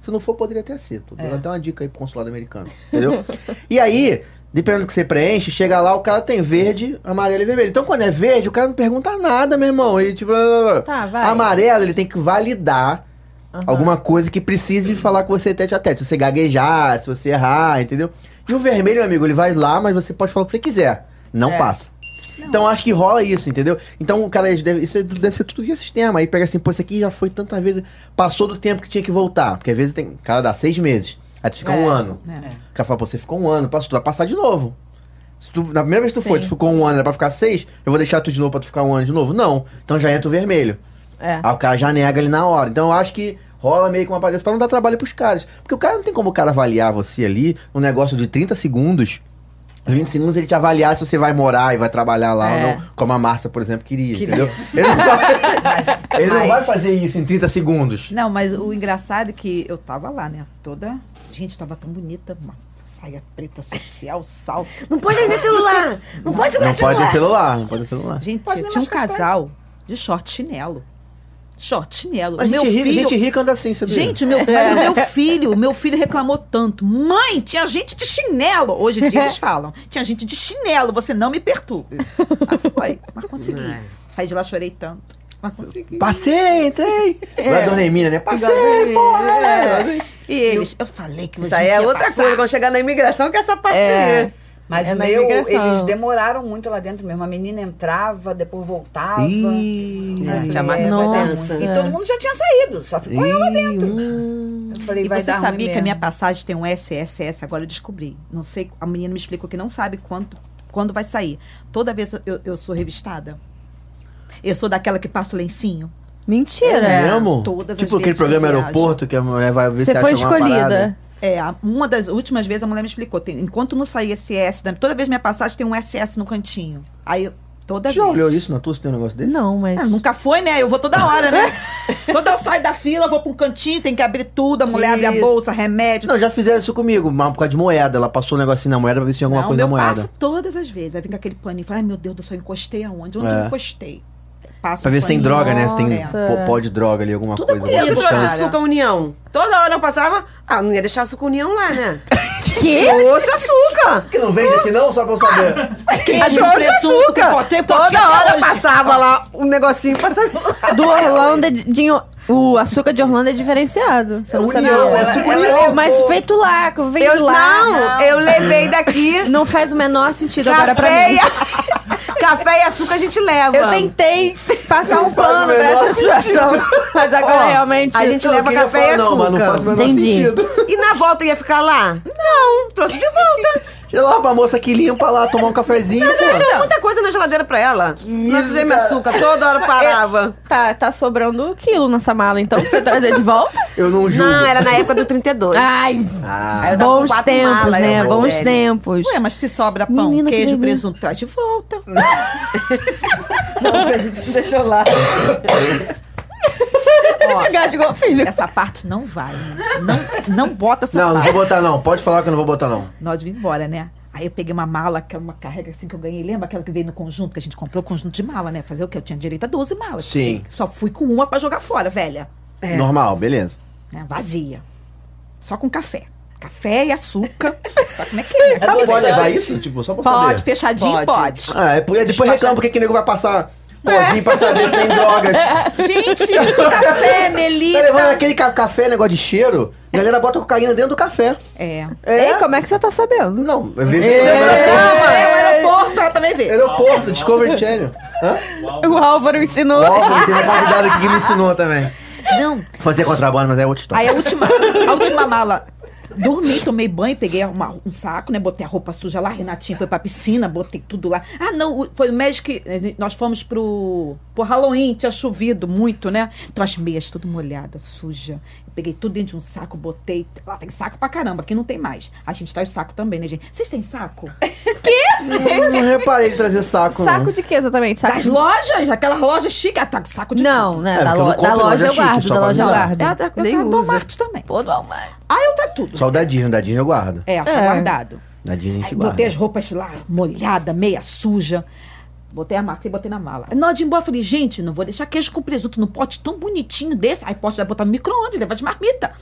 [SPEAKER 2] Se não for, poderia até ser. Tô dando até uma dica aí pro consulado americano. Entendeu? (laughs) e aí, dependendo do que você preenche, chega lá, o cara tem verde, amarelo e vermelho. Então, quando é verde, o cara não pergunta nada, meu irmão. E tipo, blá, blá, blá.
[SPEAKER 1] Tá, vai.
[SPEAKER 2] amarelo, ele tem que validar
[SPEAKER 1] Aham.
[SPEAKER 2] alguma coisa que precise falar com você tete a tete. Se você gaguejar, se você errar, entendeu? E o vermelho, meu amigo, ele vai lá, mas você pode falar o que você quiser. Não
[SPEAKER 1] É.
[SPEAKER 2] passa. Então acho que rola isso, entendeu? Então, cara, isso deve, isso deve ser tudo via sistema. Aí pega assim, pô, isso aqui já foi tantas vezes. Passou do tempo que tinha que voltar. Porque às vezes tem. Cara, dá seis meses. Aí tu fica um
[SPEAKER 1] É,
[SPEAKER 2] ano.
[SPEAKER 3] é.
[SPEAKER 2] O cara fala, pô, você ficou um ano, passou, tu vai passar de novo. Se tu, na primeira vez que tu foi,
[SPEAKER 1] Sim.
[SPEAKER 2] tu ficou um ano, era pra ficar seis, eu vou deixar tu de novo pra tu ficar um ano de novo? Não. Então já entra o vermelho.
[SPEAKER 1] É.
[SPEAKER 2] Aí o cara já nega ali na hora. Então eu acho que rola meio que uma palhaça pra não dar trabalho pros caras. Porque o cara não tem como o cara avaliar você ali um negócio de 30 segundos. 20 segundos ele te avaliar se você vai morar e vai trabalhar lá
[SPEAKER 1] É.
[SPEAKER 2] ou não, como a Márcia, por exemplo, queria,
[SPEAKER 3] (laughs)
[SPEAKER 2] entendeu? Ele, não vai, ele não vai fazer isso em 30 segundos.
[SPEAKER 3] Não, mas o engraçado é que eu tava lá, né? Toda. Gente, tava tão bonita. Uma saia preta social, salto.
[SPEAKER 5] Não pode vender celular! Não pode jogar
[SPEAKER 2] Não
[SPEAKER 5] celular!
[SPEAKER 2] pode ter celular, não pode ter celular.
[SPEAKER 3] Gente,
[SPEAKER 4] Pode nem
[SPEAKER 3] tinha um
[SPEAKER 4] machucar as
[SPEAKER 3] casal de short chinelo. Short chinelo.
[SPEAKER 2] Mas
[SPEAKER 3] meu
[SPEAKER 2] gente, rica,
[SPEAKER 3] filho,
[SPEAKER 2] gente rica anda assim, sabia?
[SPEAKER 3] Gente, o meu, mas o meu filho, meu filho reclamou tanto. Mãe, tinha gente de chinelo. Hoje em dia eles falam. Tinha gente de chinelo, você não me perturbe. Ah, foi, mas consegui.
[SPEAKER 5] Vai.
[SPEAKER 3] Saí de lá, chorei tanto. Mas consegui.
[SPEAKER 2] passei, entrei. É. a dona Emília, né?
[SPEAKER 1] Dona
[SPEAKER 2] Passei,
[SPEAKER 1] Emília,
[SPEAKER 2] porra,
[SPEAKER 1] é.
[SPEAKER 2] né?
[SPEAKER 3] E eles, eu falei que você
[SPEAKER 5] Isso aí é outra
[SPEAKER 3] passar.
[SPEAKER 5] coisa, quando chegar na imigração que essa parte
[SPEAKER 1] É.
[SPEAKER 5] é.
[SPEAKER 4] Mas
[SPEAKER 1] É
[SPEAKER 4] o
[SPEAKER 1] na
[SPEAKER 4] meu,
[SPEAKER 1] imigração.
[SPEAKER 4] eles demoraram muito lá dentro mesmo. A menina entrava, depois voltava.
[SPEAKER 2] Ih,
[SPEAKER 5] É, tinha
[SPEAKER 4] É.
[SPEAKER 5] mais segurança.
[SPEAKER 1] Nossa.
[SPEAKER 4] E todo mundo já tinha saído, só ficou eu lá dentro.
[SPEAKER 2] hum.
[SPEAKER 4] Eu falei,
[SPEAKER 3] E
[SPEAKER 4] vai
[SPEAKER 3] você
[SPEAKER 4] dar ruim
[SPEAKER 3] sabia que a
[SPEAKER 4] mesmo.
[SPEAKER 3] minha passagem tem um SSS? Agora eu descobri. Não sei, a menina me explicou que não sabe quanto, quando vai sair. Toda vez eu, eu, eu sou revistada. Eu sou daquela que passa o lencinho.
[SPEAKER 1] Mentira.
[SPEAKER 2] É mesmo?
[SPEAKER 3] todas as
[SPEAKER 2] tipo aquele
[SPEAKER 3] vezes que eu
[SPEAKER 2] programa
[SPEAKER 3] viajo.
[SPEAKER 2] aeroporto que a mulher vai ver
[SPEAKER 1] Você
[SPEAKER 2] se
[SPEAKER 1] foi
[SPEAKER 2] acha alguma
[SPEAKER 1] escolhida.
[SPEAKER 2] parada.
[SPEAKER 3] É, a- uma das últimas vezes a mulher me explicou. tem- enquanto não sair SS, da- toda vez minha passagem tem um SS no cantinho. Aí, eu- toda
[SPEAKER 2] Já
[SPEAKER 3] vez.
[SPEAKER 2] olhou isso na tua? Você tem um negócio desse?
[SPEAKER 1] Não, mas.
[SPEAKER 3] Ah, nunca foi, né? Eu vou toda
[SPEAKER 2] (laughs)
[SPEAKER 3] hora, né? Quando eu saio da fila, eu vou pra um cantinho, tem que abrir tudo. A mulher abre a
[SPEAKER 2] Que-
[SPEAKER 3] bolsa, remédio.
[SPEAKER 2] Não, já fizeram isso comigo, mas por causa de moeda. Ela passou um negocinho na moeda pra ver se tinha alguma
[SPEAKER 3] não,
[SPEAKER 2] coisa
[SPEAKER 3] meu
[SPEAKER 2] na moeda.
[SPEAKER 3] passa todas as vezes. Aí vem com aquele paninho. Fala, ai meu Deus do céu, encostei aonde? Onde
[SPEAKER 2] É.
[SPEAKER 3] eu encostei? Passa
[SPEAKER 2] Pra
[SPEAKER 3] um
[SPEAKER 2] ver se tem
[SPEAKER 3] paninho.
[SPEAKER 2] droga, né? Se tem
[SPEAKER 3] Nossa.
[SPEAKER 2] pó, pó de droga ali, alguma
[SPEAKER 3] Tudo é
[SPEAKER 2] coisa.
[SPEAKER 3] comigo,
[SPEAKER 5] Eu
[SPEAKER 2] alguma
[SPEAKER 5] que
[SPEAKER 3] Cara.
[SPEAKER 5] trouxe
[SPEAKER 2] substância.
[SPEAKER 5] açúcar união. Toda hora eu passava. Ah, não ia deixar açúcar união lá, né?
[SPEAKER 1] Que?
[SPEAKER 3] (laughs)
[SPEAKER 5] Trouxe açúcar!
[SPEAKER 2] Que não vende aqui não, só pra eu saber.
[SPEAKER 3] Quem
[SPEAKER 5] Mas
[SPEAKER 3] trouxe
[SPEAKER 5] trouxe
[SPEAKER 3] presunto,
[SPEAKER 5] açúcar!
[SPEAKER 3] potei, potei
[SPEAKER 5] Toda
[SPEAKER 3] até
[SPEAKER 5] hora
[SPEAKER 3] hoje.
[SPEAKER 5] passava lá um negocinho passava.
[SPEAKER 1] Do Orlando é de, de- O açúcar de Orlando é diferenciado. Você não
[SPEAKER 2] União,
[SPEAKER 1] sabia.
[SPEAKER 2] é açúcar União,
[SPEAKER 1] mas
[SPEAKER 2] pô.
[SPEAKER 1] feito lá, que vem de
[SPEAKER 5] Eu,
[SPEAKER 1] lá.
[SPEAKER 5] não, eu levei daqui.
[SPEAKER 1] Não faz o menor sentido Então agora é pra
[SPEAKER 5] Café
[SPEAKER 1] mim.
[SPEAKER 5] e, a- café e açúcar a gente leva.
[SPEAKER 1] Eu tentei passar (laughs) um
[SPEAKER 2] faz o
[SPEAKER 1] pano pra
[SPEAKER 2] menor
[SPEAKER 1] essa situação. Mas agora
[SPEAKER 5] Ó,
[SPEAKER 1] realmente.
[SPEAKER 5] a gente
[SPEAKER 2] Eu não
[SPEAKER 5] leva
[SPEAKER 2] queria
[SPEAKER 5] café e
[SPEAKER 2] falar não, mas não
[SPEAKER 5] açúcar.
[SPEAKER 2] faz o menor
[SPEAKER 1] Entendi.
[SPEAKER 2] sentido.
[SPEAKER 5] E na volta ia ficar lá? Não, trouxe de volta.
[SPEAKER 2] Sei lá, pra moça que limpa lá, tomar um cafezinho,
[SPEAKER 5] Eu
[SPEAKER 2] pô.
[SPEAKER 5] deixava muita coisa na geladeira pra ela.
[SPEAKER 2] isso,
[SPEAKER 5] Não precisei meu
[SPEAKER 2] cara.
[SPEAKER 5] açúcar, toda hora parava.
[SPEAKER 1] Tá, tá sobrando um quilo nessa mala, então, pra você trazer de volta?
[SPEAKER 2] Eu não julgo.
[SPEAKER 5] Não, era na época do
[SPEAKER 1] (laughs)
[SPEAKER 5] 32.
[SPEAKER 1] Ai,
[SPEAKER 2] Ah,
[SPEAKER 5] eu tava com
[SPEAKER 1] bons
[SPEAKER 5] quatro
[SPEAKER 1] tempos,
[SPEAKER 5] malas,
[SPEAKER 1] né?
[SPEAKER 5] era uma
[SPEAKER 1] Bons
[SPEAKER 5] série.
[SPEAKER 1] tempos.
[SPEAKER 3] Ué, mas se sobra pão,
[SPEAKER 1] Menina, que
[SPEAKER 3] queijo,
[SPEAKER 1] delícia.
[SPEAKER 3] presunto, traz de volta.
[SPEAKER 5] Deixa lá.
[SPEAKER 1] é Engasgou, filho.
[SPEAKER 3] Essa parte não vai. né? Não, não bota essa
[SPEAKER 2] não, não
[SPEAKER 3] parte.
[SPEAKER 2] vou botar não. Pode falar que eu não vou botar não.
[SPEAKER 3] Nós vimos embora, né? Aí eu peguei uma mala, aquela uma carrega assim que eu ganhei. Lembra aquela que veio no conjunto? Que a gente comprou o conjunto de mala, né? Fazer o quê? Eu tinha direito a 12 malas.
[SPEAKER 2] Sim.
[SPEAKER 3] Só fui com uma pra jogar fora, velha.
[SPEAKER 2] Normal, beleza.
[SPEAKER 3] né? Vazia. Só com café. Café
[SPEAKER 2] (laughs)
[SPEAKER 3] e açúcar. Sabe como é que é? né?
[SPEAKER 2] Mas pode levar isso? Tipo, só pra
[SPEAKER 3] Pode,
[SPEAKER 2] saber.
[SPEAKER 3] fechadinho, pode.
[SPEAKER 5] Pode.
[SPEAKER 2] Ah, é, porque depois reclama porque que nego vai
[SPEAKER 3] É.
[SPEAKER 2] passar pozinho pra saber se tem
[SPEAKER 3] (laughs)
[SPEAKER 2] drogas.
[SPEAKER 3] Gente, café,
[SPEAKER 2] Tá levando
[SPEAKER 3] melita.
[SPEAKER 2] aquele ca- café, negócio de cheiro, a galera bota cocaína dentro do café. É.
[SPEAKER 3] É.
[SPEAKER 1] Ei, como é que você tá sabendo?
[SPEAKER 2] Não, eu vi. assim,
[SPEAKER 3] Não, mas é o aeroporto, ela também vê.
[SPEAKER 2] Aeroporto, Discovery (laughs) Channel. Hã?
[SPEAKER 1] O Álvaro ensinou.
[SPEAKER 2] Ó, tem uma convidada aqui que me ensinou também.
[SPEAKER 3] Não.
[SPEAKER 2] Fazer contrabando, mas é outra história.
[SPEAKER 3] Aí a última, a última mala. Dormi, tomei banho, peguei uma- um saco, né? Botei a roupa suja lá, Renatinho foi pra piscina, botei tudo lá. Ah, não, o- foi o médico que. eh, Nós fomos pro, pro Halloween, tinha chovido muito, né? Então as meias tudo molhada, suja. Eu peguei tudo dentro de um saco, botei. Lá tem saco pra caramba, aqui não tem mais. A gente traz saco também, né, gente? Vocês têm (laughs) saco?
[SPEAKER 2] Eu (laughs) não reparei de trazer saco, não.
[SPEAKER 1] Saco de que exatamente? Saco
[SPEAKER 3] Das
[SPEAKER 1] de...
[SPEAKER 3] lojas, aquelas lojas chiques. Ah, tá, saco de.
[SPEAKER 1] Não, né?
[SPEAKER 2] É,
[SPEAKER 1] da,
[SPEAKER 2] porque eu
[SPEAKER 1] lo-
[SPEAKER 2] não
[SPEAKER 1] da
[SPEAKER 2] compro em
[SPEAKER 1] loja
[SPEAKER 2] loja
[SPEAKER 1] eu
[SPEAKER 2] chique,
[SPEAKER 1] guardo,
[SPEAKER 2] só
[SPEAKER 1] da
[SPEAKER 2] pra
[SPEAKER 1] loja eu
[SPEAKER 2] guardar.
[SPEAKER 1] guardo.
[SPEAKER 3] É, a, eu
[SPEAKER 5] Nem
[SPEAKER 3] nem do
[SPEAKER 5] usa.
[SPEAKER 3] Walmart também.
[SPEAKER 1] tá Pô, do Walmart.
[SPEAKER 3] Ah, eu tá tudo.
[SPEAKER 2] Só o da Disney, o da Disney eu guardo.
[SPEAKER 3] É, tá
[SPEAKER 1] É.
[SPEAKER 3] guardado.
[SPEAKER 2] Da Disney a gente
[SPEAKER 3] Aí
[SPEAKER 2] guarda.
[SPEAKER 3] botei as roupas lá, molhada, meia suja. Botei a marca e botei na mala. Na hora de ir embora, eu falei, gente, não vou deixar queijo com presunto num pote tão bonitinho desse. Aí pote vai botar no micro-ondas, levar de marmita.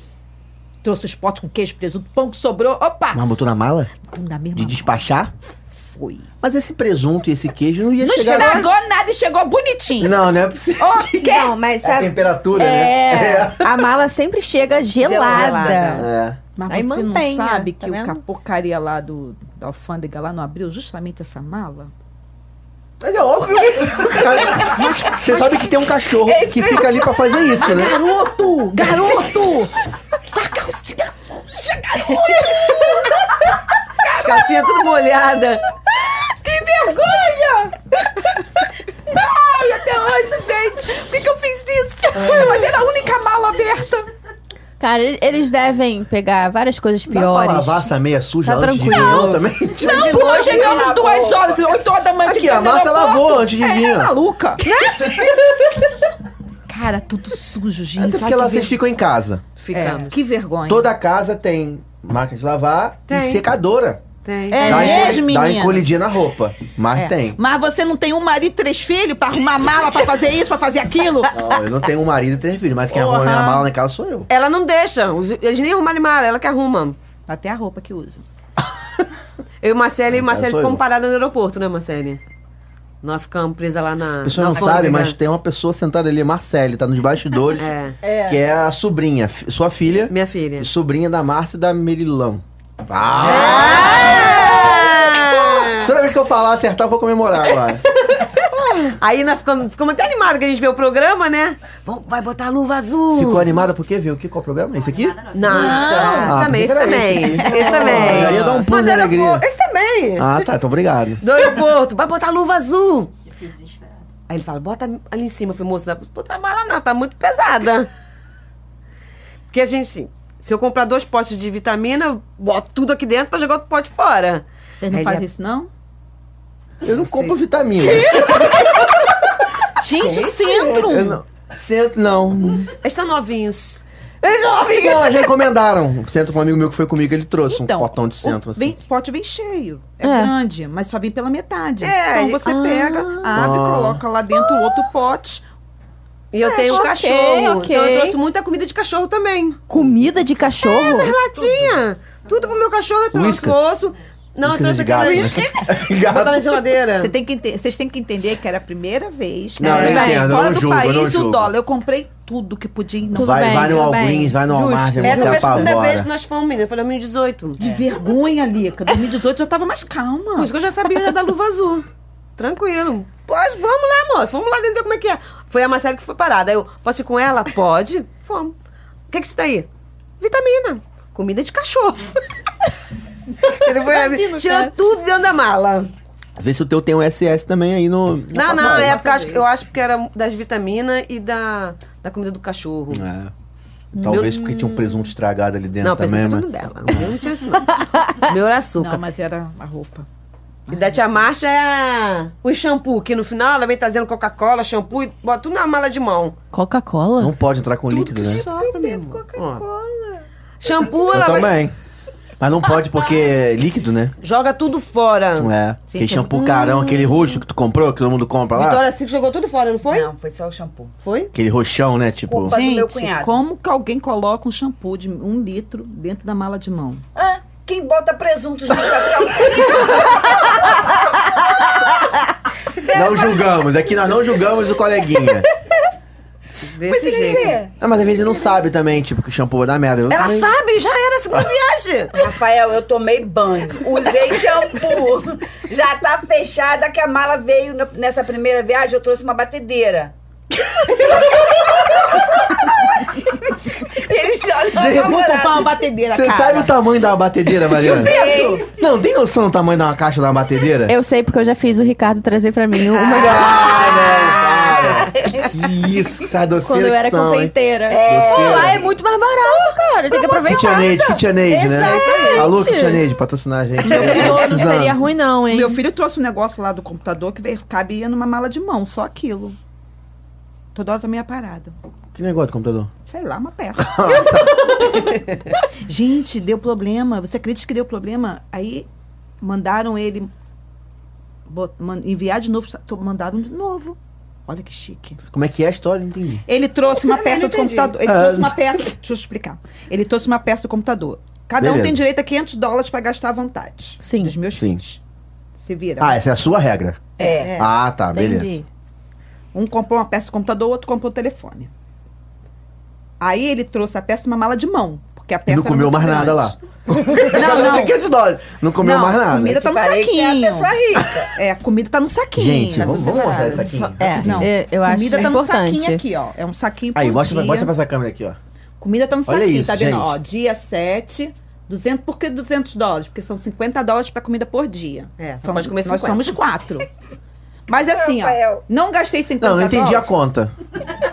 [SPEAKER 3] Trouxe os potes com queijo, presunto, pão que sobrou. Opa!
[SPEAKER 2] Mas botou na mala?
[SPEAKER 3] Tudo na mesma
[SPEAKER 2] De despachar?
[SPEAKER 3] mala. Foi.
[SPEAKER 2] Mas esse presunto e esse queijo não ia
[SPEAKER 3] Não
[SPEAKER 2] chegar... lá.
[SPEAKER 3] estragou nada e chegou bonitinho.
[SPEAKER 2] Não, não é possível.
[SPEAKER 3] (laughs)
[SPEAKER 1] (laughs)
[SPEAKER 3] Ok.
[SPEAKER 1] Não, mas
[SPEAKER 2] É a
[SPEAKER 1] sabe-
[SPEAKER 2] temperatura,
[SPEAKER 1] é,
[SPEAKER 2] né?
[SPEAKER 1] (laughs) A mala sempre chega gelada.
[SPEAKER 5] Gelada.
[SPEAKER 2] É.
[SPEAKER 3] Mas
[SPEAKER 1] Aí
[SPEAKER 3] você
[SPEAKER 1] mantenha,
[SPEAKER 3] não sabe
[SPEAKER 1] tá
[SPEAKER 3] que o
[SPEAKER 1] vendo?
[SPEAKER 3] capocaria lá do, da alfândega lá não abriu justamente essa mala?
[SPEAKER 2] Mas é (laughs) óbvio. Você sabe que tem um cachorro que fica ali pra fazer isso, (laughs) né?
[SPEAKER 3] Garoto! Garoto! Tá
[SPEAKER 5] Calcinha tudo molhada.
[SPEAKER 3] Ai, até hoje, gente! Por que, que eu fiz isso? Mas era a única mala aberta.
[SPEAKER 1] Cara, e- eles devem pegar várias coisas
[SPEAKER 2] Dá pra
[SPEAKER 1] piores.
[SPEAKER 2] lavar assim? essa meia suja
[SPEAKER 1] Tá
[SPEAKER 2] antes de vir
[SPEAKER 1] tranquilo.
[SPEAKER 2] não, também? (laughs)
[SPEAKER 3] Não, pô, nós chegamos duas horas, oito horas da manhã.
[SPEAKER 2] Aqui,
[SPEAKER 3] de
[SPEAKER 2] a massa
[SPEAKER 3] no aeroporto.
[SPEAKER 2] lavou antes de vir,
[SPEAKER 3] É,
[SPEAKER 2] ó.
[SPEAKER 3] maluca. Cara, tudo sujo, gente.
[SPEAKER 2] Até
[SPEAKER 3] Ai,
[SPEAKER 2] porque
[SPEAKER 3] que
[SPEAKER 2] lá
[SPEAKER 3] ver-
[SPEAKER 2] vocês ficam em casa.
[SPEAKER 5] Ficamos.
[SPEAKER 3] É, que vergonha.
[SPEAKER 2] Toda casa tem máquina de lavar
[SPEAKER 5] Tem.
[SPEAKER 2] e secadora.
[SPEAKER 5] Tem.
[SPEAKER 3] É
[SPEAKER 2] dá uma encoli-
[SPEAKER 3] mesmo,
[SPEAKER 2] Dá uma
[SPEAKER 3] menina?
[SPEAKER 2] encolhidinha na roupa. Mas
[SPEAKER 3] É.
[SPEAKER 2] tem.
[SPEAKER 3] Mas você não tem um marido e três filhos pra arrumar mala, pra fazer isso, pra fazer aquilo? (laughs)
[SPEAKER 2] Não, eu não tenho um marido e três filhos, mas quem arruma minha mala na casa sou eu.
[SPEAKER 5] Ela não deixa. os- Eles nem arrumaram mala, ela que arruma.
[SPEAKER 3] Até a roupa que usa.
[SPEAKER 5] Eu e Marcele,
[SPEAKER 2] Então,
[SPEAKER 5] Marcele
[SPEAKER 2] sou
[SPEAKER 5] ficamos
[SPEAKER 2] eu.
[SPEAKER 5] paradas no aeroporto, né, Marcele? Nós ficamos presas lá na.
[SPEAKER 2] A pessoa não,
[SPEAKER 5] na
[SPEAKER 2] sabe,
[SPEAKER 5] alfândega.
[SPEAKER 2] mas tem uma pessoa sentada ali, Marcele, tá nos bastidores.
[SPEAKER 5] É.
[SPEAKER 2] Que é a sobrinha, fi- sua filha.
[SPEAKER 5] Minha filha.
[SPEAKER 2] E sobrinha da Márcia e da Merilão. Ah! Toda vez que eu falar acertar, eu vou comemorar agora.
[SPEAKER 5] Aí nós ficamos, ficamos até animados que a gente vê o programa, né? Vão- Vai botar a luva azul.
[SPEAKER 2] Ficou animada porque viu que qual é o programa? Esse aqui?
[SPEAKER 5] Nada.
[SPEAKER 2] Ah, pensei
[SPEAKER 5] também, tá. esse
[SPEAKER 2] que era
[SPEAKER 5] também.
[SPEAKER 2] esse.
[SPEAKER 5] Esse também.
[SPEAKER 2] Ah, eu ia dar um pulo
[SPEAKER 5] Mas
[SPEAKER 2] de
[SPEAKER 5] do aeroporto-
[SPEAKER 2] alegria.
[SPEAKER 5] Esse também.
[SPEAKER 2] Ah, tá, então obrigado.
[SPEAKER 5] Do aeroporto. Vai botar a luva azul. Aí ele fala, bota ali em cima. Eu falei, moço, não dá pra botar a mala não, tá muito pesada. (laughs) Porque a gente, assim, se eu comprar dois potes de vitamina, eu boto tudo aqui dentro pra jogar outro pote fora.
[SPEAKER 3] Vocês não
[SPEAKER 5] Aí
[SPEAKER 3] fazem
[SPEAKER 5] ele-
[SPEAKER 3] isso, não?
[SPEAKER 2] Eu não compro vitamina.
[SPEAKER 3] Gente, centro!
[SPEAKER 2] Eu não. Centro, não.
[SPEAKER 5] Eles são novinhos.
[SPEAKER 2] Não, já encomendaram. Centro com um amigo meu que foi comigo, ele trouxe um potão de
[SPEAKER 3] Então, o
[SPEAKER 2] centro. Assim.
[SPEAKER 3] Vem, pote vem cheio. É,
[SPEAKER 1] É.
[SPEAKER 3] grande, mas só vem pela metade.
[SPEAKER 5] É,
[SPEAKER 3] então você pega, abre,
[SPEAKER 2] Ah.
[SPEAKER 3] coloca lá dentro o outro pote.
[SPEAKER 5] E eu tenho um
[SPEAKER 1] É, ok,
[SPEAKER 5] cachorro.
[SPEAKER 1] ok.
[SPEAKER 5] Então eu trouxe muita comida de cachorro também.
[SPEAKER 1] Comida de cachorro?
[SPEAKER 5] É, né? Latinha. Tudo pro meu cachorro, eu trouxe
[SPEAKER 2] Whiskas.
[SPEAKER 5] osso. Não, eu
[SPEAKER 2] Whiskas
[SPEAKER 5] trouxe
[SPEAKER 2] de
[SPEAKER 5] aquela...
[SPEAKER 2] gato, né? (laughs) Gato.
[SPEAKER 5] Botar na geladeira.
[SPEAKER 3] Você tem que ente- Vocês têm que entender que era a primeira vez.
[SPEAKER 2] Não,
[SPEAKER 3] que
[SPEAKER 2] eu
[SPEAKER 3] vai
[SPEAKER 2] entendo, eu
[SPEAKER 3] fora
[SPEAKER 2] não
[SPEAKER 3] do
[SPEAKER 2] julgo, eu não
[SPEAKER 3] país e
[SPEAKER 2] julgo.
[SPEAKER 3] o dólar. Eu comprei tudo que podia e não.
[SPEAKER 1] Tudo
[SPEAKER 2] vai,
[SPEAKER 1] bem,
[SPEAKER 2] vai no
[SPEAKER 1] tudo bem.
[SPEAKER 2] Walgreens, vai no
[SPEAKER 1] Justo.
[SPEAKER 2] Walmart, irmão,
[SPEAKER 5] Essa
[SPEAKER 2] você
[SPEAKER 5] foi a segunda vez que
[SPEAKER 2] apavora.
[SPEAKER 5] nós fomos, menina. Foi 2018.
[SPEAKER 3] Que vergonha, Lica. 2018 eu tava mais calma.
[SPEAKER 5] Por isso que eu já sabia já da luva azul. Tranquilo. Pois, vamos lá, moço. Vamos lá dentro ver como é que é. Foi a Marcela que foi parada. Aí eu, posso ir com ela? Pode. Fomos. O que é que isso daí? Vitamina. Comida de cachorro. (laughs) Ele foi
[SPEAKER 1] Imagino,
[SPEAKER 5] tirou
[SPEAKER 1] cara.
[SPEAKER 5] tudo dentro da mala.
[SPEAKER 2] Vê se o teu tem um SS também aí no.
[SPEAKER 5] Não, não,
[SPEAKER 2] passagem.
[SPEAKER 5] é porque eu acho, eu acho porque era das vitaminas e da, da comida do cachorro.
[SPEAKER 2] É. Talvez porque tinha um presunto estragado ali dentro
[SPEAKER 5] Não, pensei
[SPEAKER 2] também,
[SPEAKER 5] que foi
[SPEAKER 2] mas.
[SPEAKER 5] tudo dela. O meu não tinha
[SPEAKER 2] (laughs)
[SPEAKER 5] isso, não. Meu era açúcar.
[SPEAKER 3] Não, mas era a roupa.
[SPEAKER 5] E da tia Márcia é a- o shampoo, que no final ela vem trazendo Coca-Cola, shampoo e bota tudo na mala de mão.
[SPEAKER 1] Coca-Cola?
[SPEAKER 2] Não pode entrar com líquido, né?
[SPEAKER 5] Sopra, meu amor. Ó. Shampoo,
[SPEAKER 2] Eu
[SPEAKER 5] ela vai-
[SPEAKER 2] também. Mas não pode porque é líquido, né?
[SPEAKER 5] joga tudo fora.
[SPEAKER 2] É. Aquele shampoo carão,
[SPEAKER 1] Hum.
[SPEAKER 2] aquele roxo que tu comprou, que todo mundo compra lá.
[SPEAKER 5] Vitória Cinco jogou tudo fora, não foi?
[SPEAKER 4] Não, foi só o shampoo.
[SPEAKER 5] Foi?
[SPEAKER 2] Aquele roxão, né? Tipo.
[SPEAKER 4] Culpa- Mas o meu
[SPEAKER 3] Gente,
[SPEAKER 4] cunhado.
[SPEAKER 3] como que alguém coloca um shampoo de um litro dentro da mala de mão?
[SPEAKER 4] Ah, quem bota presunto junto com
[SPEAKER 2] (laughs)
[SPEAKER 4] as calcinhas?
[SPEAKER 2] Não julgamos. Aqui nós não julgamos o coleguinha. (laughs)
[SPEAKER 5] Desse jeito.
[SPEAKER 2] Ah, mas às vezes não sabe também, tipo, que shampoo vai dar merda. Eu-
[SPEAKER 5] Ela sabe, já era a segunda
[SPEAKER 2] Ah.
[SPEAKER 5] viagem.
[SPEAKER 4] Rafael, eu tomei banho, usei shampoo. Já tá fechada que a mala veio na- nessa primeira viagem, eu trouxe
[SPEAKER 3] (laughs)
[SPEAKER 4] uma batedeira. Eles
[SPEAKER 2] Gente,
[SPEAKER 4] olham
[SPEAKER 2] eu vou
[SPEAKER 4] pra
[SPEAKER 2] poupar
[SPEAKER 3] uma batedeira,
[SPEAKER 2] Você sabe o tamanho da batedeira, Mariana?
[SPEAKER 4] isso.
[SPEAKER 2] Não, tem noção do tamanho da uma caixa da batedeira?
[SPEAKER 1] Eu sei porque eu já fiz o Ricardo trazer pra mim uma
[SPEAKER 2] Ah, velho, cara. Que isso, essas doceiras
[SPEAKER 1] quando eu
[SPEAKER 2] que
[SPEAKER 1] era
[SPEAKER 2] são, hein?
[SPEAKER 1] confeiteira.
[SPEAKER 2] É.
[SPEAKER 1] Pô, lá é muito mais barato, cara. Tem que aproveitar.
[SPEAKER 2] KitchenAid, KitchenAid, né?
[SPEAKER 1] Exatamente.
[SPEAKER 2] Alô, KitchenAid, patrocinar a gente.
[SPEAKER 1] Meu filho não
[SPEAKER 2] Precisamos.
[SPEAKER 1] seria ruim, não, hein?
[SPEAKER 3] Meu filho trouxe um negócio lá do computador que veio- cabia numa mala de mão, só aquilo. Toda hora também é parada.
[SPEAKER 2] Que negócio do computador?
[SPEAKER 3] Sei lá, uma (laughs) peça. Gente, deu problema. Você acredita que deu problema? Aí Mandaram ele bot- man- enviar de novo, to- mandaram de novo. Olha que chique.
[SPEAKER 2] Como é que é a história? Não entendi.
[SPEAKER 3] Ele trouxe uma
[SPEAKER 5] Eu
[SPEAKER 3] peça
[SPEAKER 5] não
[SPEAKER 3] do
[SPEAKER 5] entendi.
[SPEAKER 3] computador. Ele
[SPEAKER 2] Ah.
[SPEAKER 3] trouxe uma peça. Deixa eu explicar. Ele trouxe uma peça do computador. Cada um
[SPEAKER 2] Beleza.
[SPEAKER 3] tem direito a 500 dólares para gastar à vontade.
[SPEAKER 1] Sim.
[SPEAKER 3] Dos meus
[SPEAKER 2] Sim.
[SPEAKER 3] filhos. Se vira.
[SPEAKER 2] Ah, essa é a sua regra.
[SPEAKER 4] É.
[SPEAKER 2] Ah, tá, beleza.
[SPEAKER 1] Entendi.
[SPEAKER 3] Um comprou uma peça do computador, o outro comprou o telefone. Aí ele trouxe a peça numa mala de mão. Porque a peça
[SPEAKER 2] não
[SPEAKER 3] era
[SPEAKER 2] comeu
[SPEAKER 3] muito
[SPEAKER 2] mais
[SPEAKER 3] grande.
[SPEAKER 2] nada lá.
[SPEAKER 3] (laughs)
[SPEAKER 2] (laughs)
[SPEAKER 3] Não, não.
[SPEAKER 2] Tem 500 dólares. Não comeu
[SPEAKER 3] Não,
[SPEAKER 2] mais nada. Tipo,
[SPEAKER 3] comida tá no
[SPEAKER 4] Falei que é a
[SPEAKER 3] saquinho.
[SPEAKER 4] pessoa rica.
[SPEAKER 3] (laughs) É, a comida tá no saquinho.
[SPEAKER 2] Gente,
[SPEAKER 3] tá
[SPEAKER 2] vamos,
[SPEAKER 3] tudo
[SPEAKER 2] vamos mostrar
[SPEAKER 3] separado.
[SPEAKER 2] isso aqui.
[SPEAKER 1] É,
[SPEAKER 3] Não,
[SPEAKER 1] é, eu acho
[SPEAKER 3] comida tá no saquinho
[SPEAKER 1] importante.
[SPEAKER 3] aqui, ó. É um saquinho
[SPEAKER 2] Aí,
[SPEAKER 3] por
[SPEAKER 2] mostra, pra-
[SPEAKER 3] dia.
[SPEAKER 2] mostra pra essa câmera aqui, ó.
[SPEAKER 3] Comida tá no
[SPEAKER 2] Olha
[SPEAKER 3] saquinho,
[SPEAKER 2] isso,
[SPEAKER 3] tá vendo?
[SPEAKER 2] gente.
[SPEAKER 3] Ó, dia 7, 200, por que 200 dólares? Porque são 50 dólares pra comida por dia.
[SPEAKER 5] É, só
[SPEAKER 3] Então,
[SPEAKER 5] pode comer
[SPEAKER 3] Nós
[SPEAKER 5] 50.
[SPEAKER 3] somos quatro. Mas assim, ó,
[SPEAKER 4] Rafael.
[SPEAKER 3] não tá gastei 50
[SPEAKER 2] Não, eu não entendi a
[SPEAKER 3] dólares.
[SPEAKER 2] conta.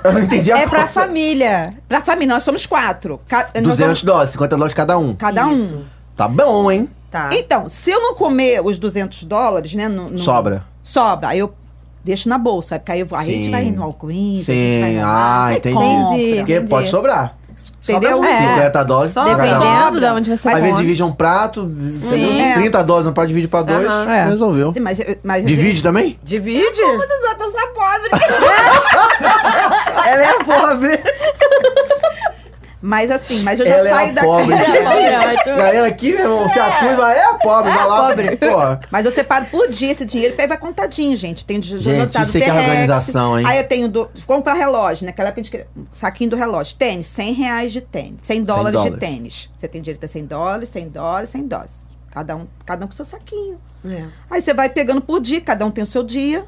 [SPEAKER 2] Eu não entendi a
[SPEAKER 1] É
[SPEAKER 2] conta.
[SPEAKER 1] pra família.
[SPEAKER 3] Pra família, nós somos quatro. Ca- nós
[SPEAKER 2] 200
[SPEAKER 3] vamos-
[SPEAKER 2] dólares, 50 dólares cada um.
[SPEAKER 3] Cada um.
[SPEAKER 2] Tá bom, hein?
[SPEAKER 5] Tá.
[SPEAKER 3] Então, se eu não comer os 200 dólares, né? no- no-
[SPEAKER 2] Sobra.
[SPEAKER 3] Sobra. Aí eu deixo na bolsa. Aí, porque aí eu- aí a gente
[SPEAKER 2] Sim.
[SPEAKER 3] vai no Alcruz, a gente vai
[SPEAKER 2] Sim,
[SPEAKER 3] no
[SPEAKER 2] ah,
[SPEAKER 3] Aí
[SPEAKER 2] entendi.
[SPEAKER 3] compra.
[SPEAKER 1] Entendi.
[SPEAKER 2] Porque pode sobrar.
[SPEAKER 3] Entendeu?
[SPEAKER 2] Sobra
[SPEAKER 1] É.
[SPEAKER 2] 50 dólares. pra cada um.
[SPEAKER 1] Dependendo de onde você
[SPEAKER 2] Às vezes
[SPEAKER 1] come.
[SPEAKER 2] divide um prato, entendeu?
[SPEAKER 3] É.
[SPEAKER 2] 30 dólares no prato, divide pra dois,
[SPEAKER 5] Aham.
[SPEAKER 1] É.
[SPEAKER 2] resolveu.
[SPEAKER 3] Sim, mas, mas
[SPEAKER 2] Divide também?
[SPEAKER 5] Divide?
[SPEAKER 4] Todos os outros são pobres.
[SPEAKER 5] (laughs) Ela é pobre.
[SPEAKER 3] Mas assim, mas eu já
[SPEAKER 2] Ela é
[SPEAKER 3] saio
[SPEAKER 2] a
[SPEAKER 3] daqui. (laughs) é
[SPEAKER 2] pobre.
[SPEAKER 1] Ótimo.
[SPEAKER 2] Galera aqui, meu irmão, se atua, vai, é a pobre, vai lá.
[SPEAKER 1] pobre.
[SPEAKER 2] Porra.
[SPEAKER 3] Mas eu separo por dia esse dinheiro, porque aí vai contadinho, gente. Tem de
[SPEAKER 2] Gente,
[SPEAKER 3] anotado
[SPEAKER 2] isso é que é
[SPEAKER 3] Terrex,
[SPEAKER 2] organização, hein?
[SPEAKER 3] Aí eu tenho do, comprar relógio, né? naquela época a gente queria- saquinho do relógio. Tênis, 100 reais de tênis. 100 dólares, de
[SPEAKER 2] dólares.
[SPEAKER 3] tênis. Você tem direito a 100 dólares, 100 dólares, 100 dólares. Cada um, cada um com seu saquinho.
[SPEAKER 5] É.
[SPEAKER 3] Aí você vai pegando por dia, cada um tem o seu dia.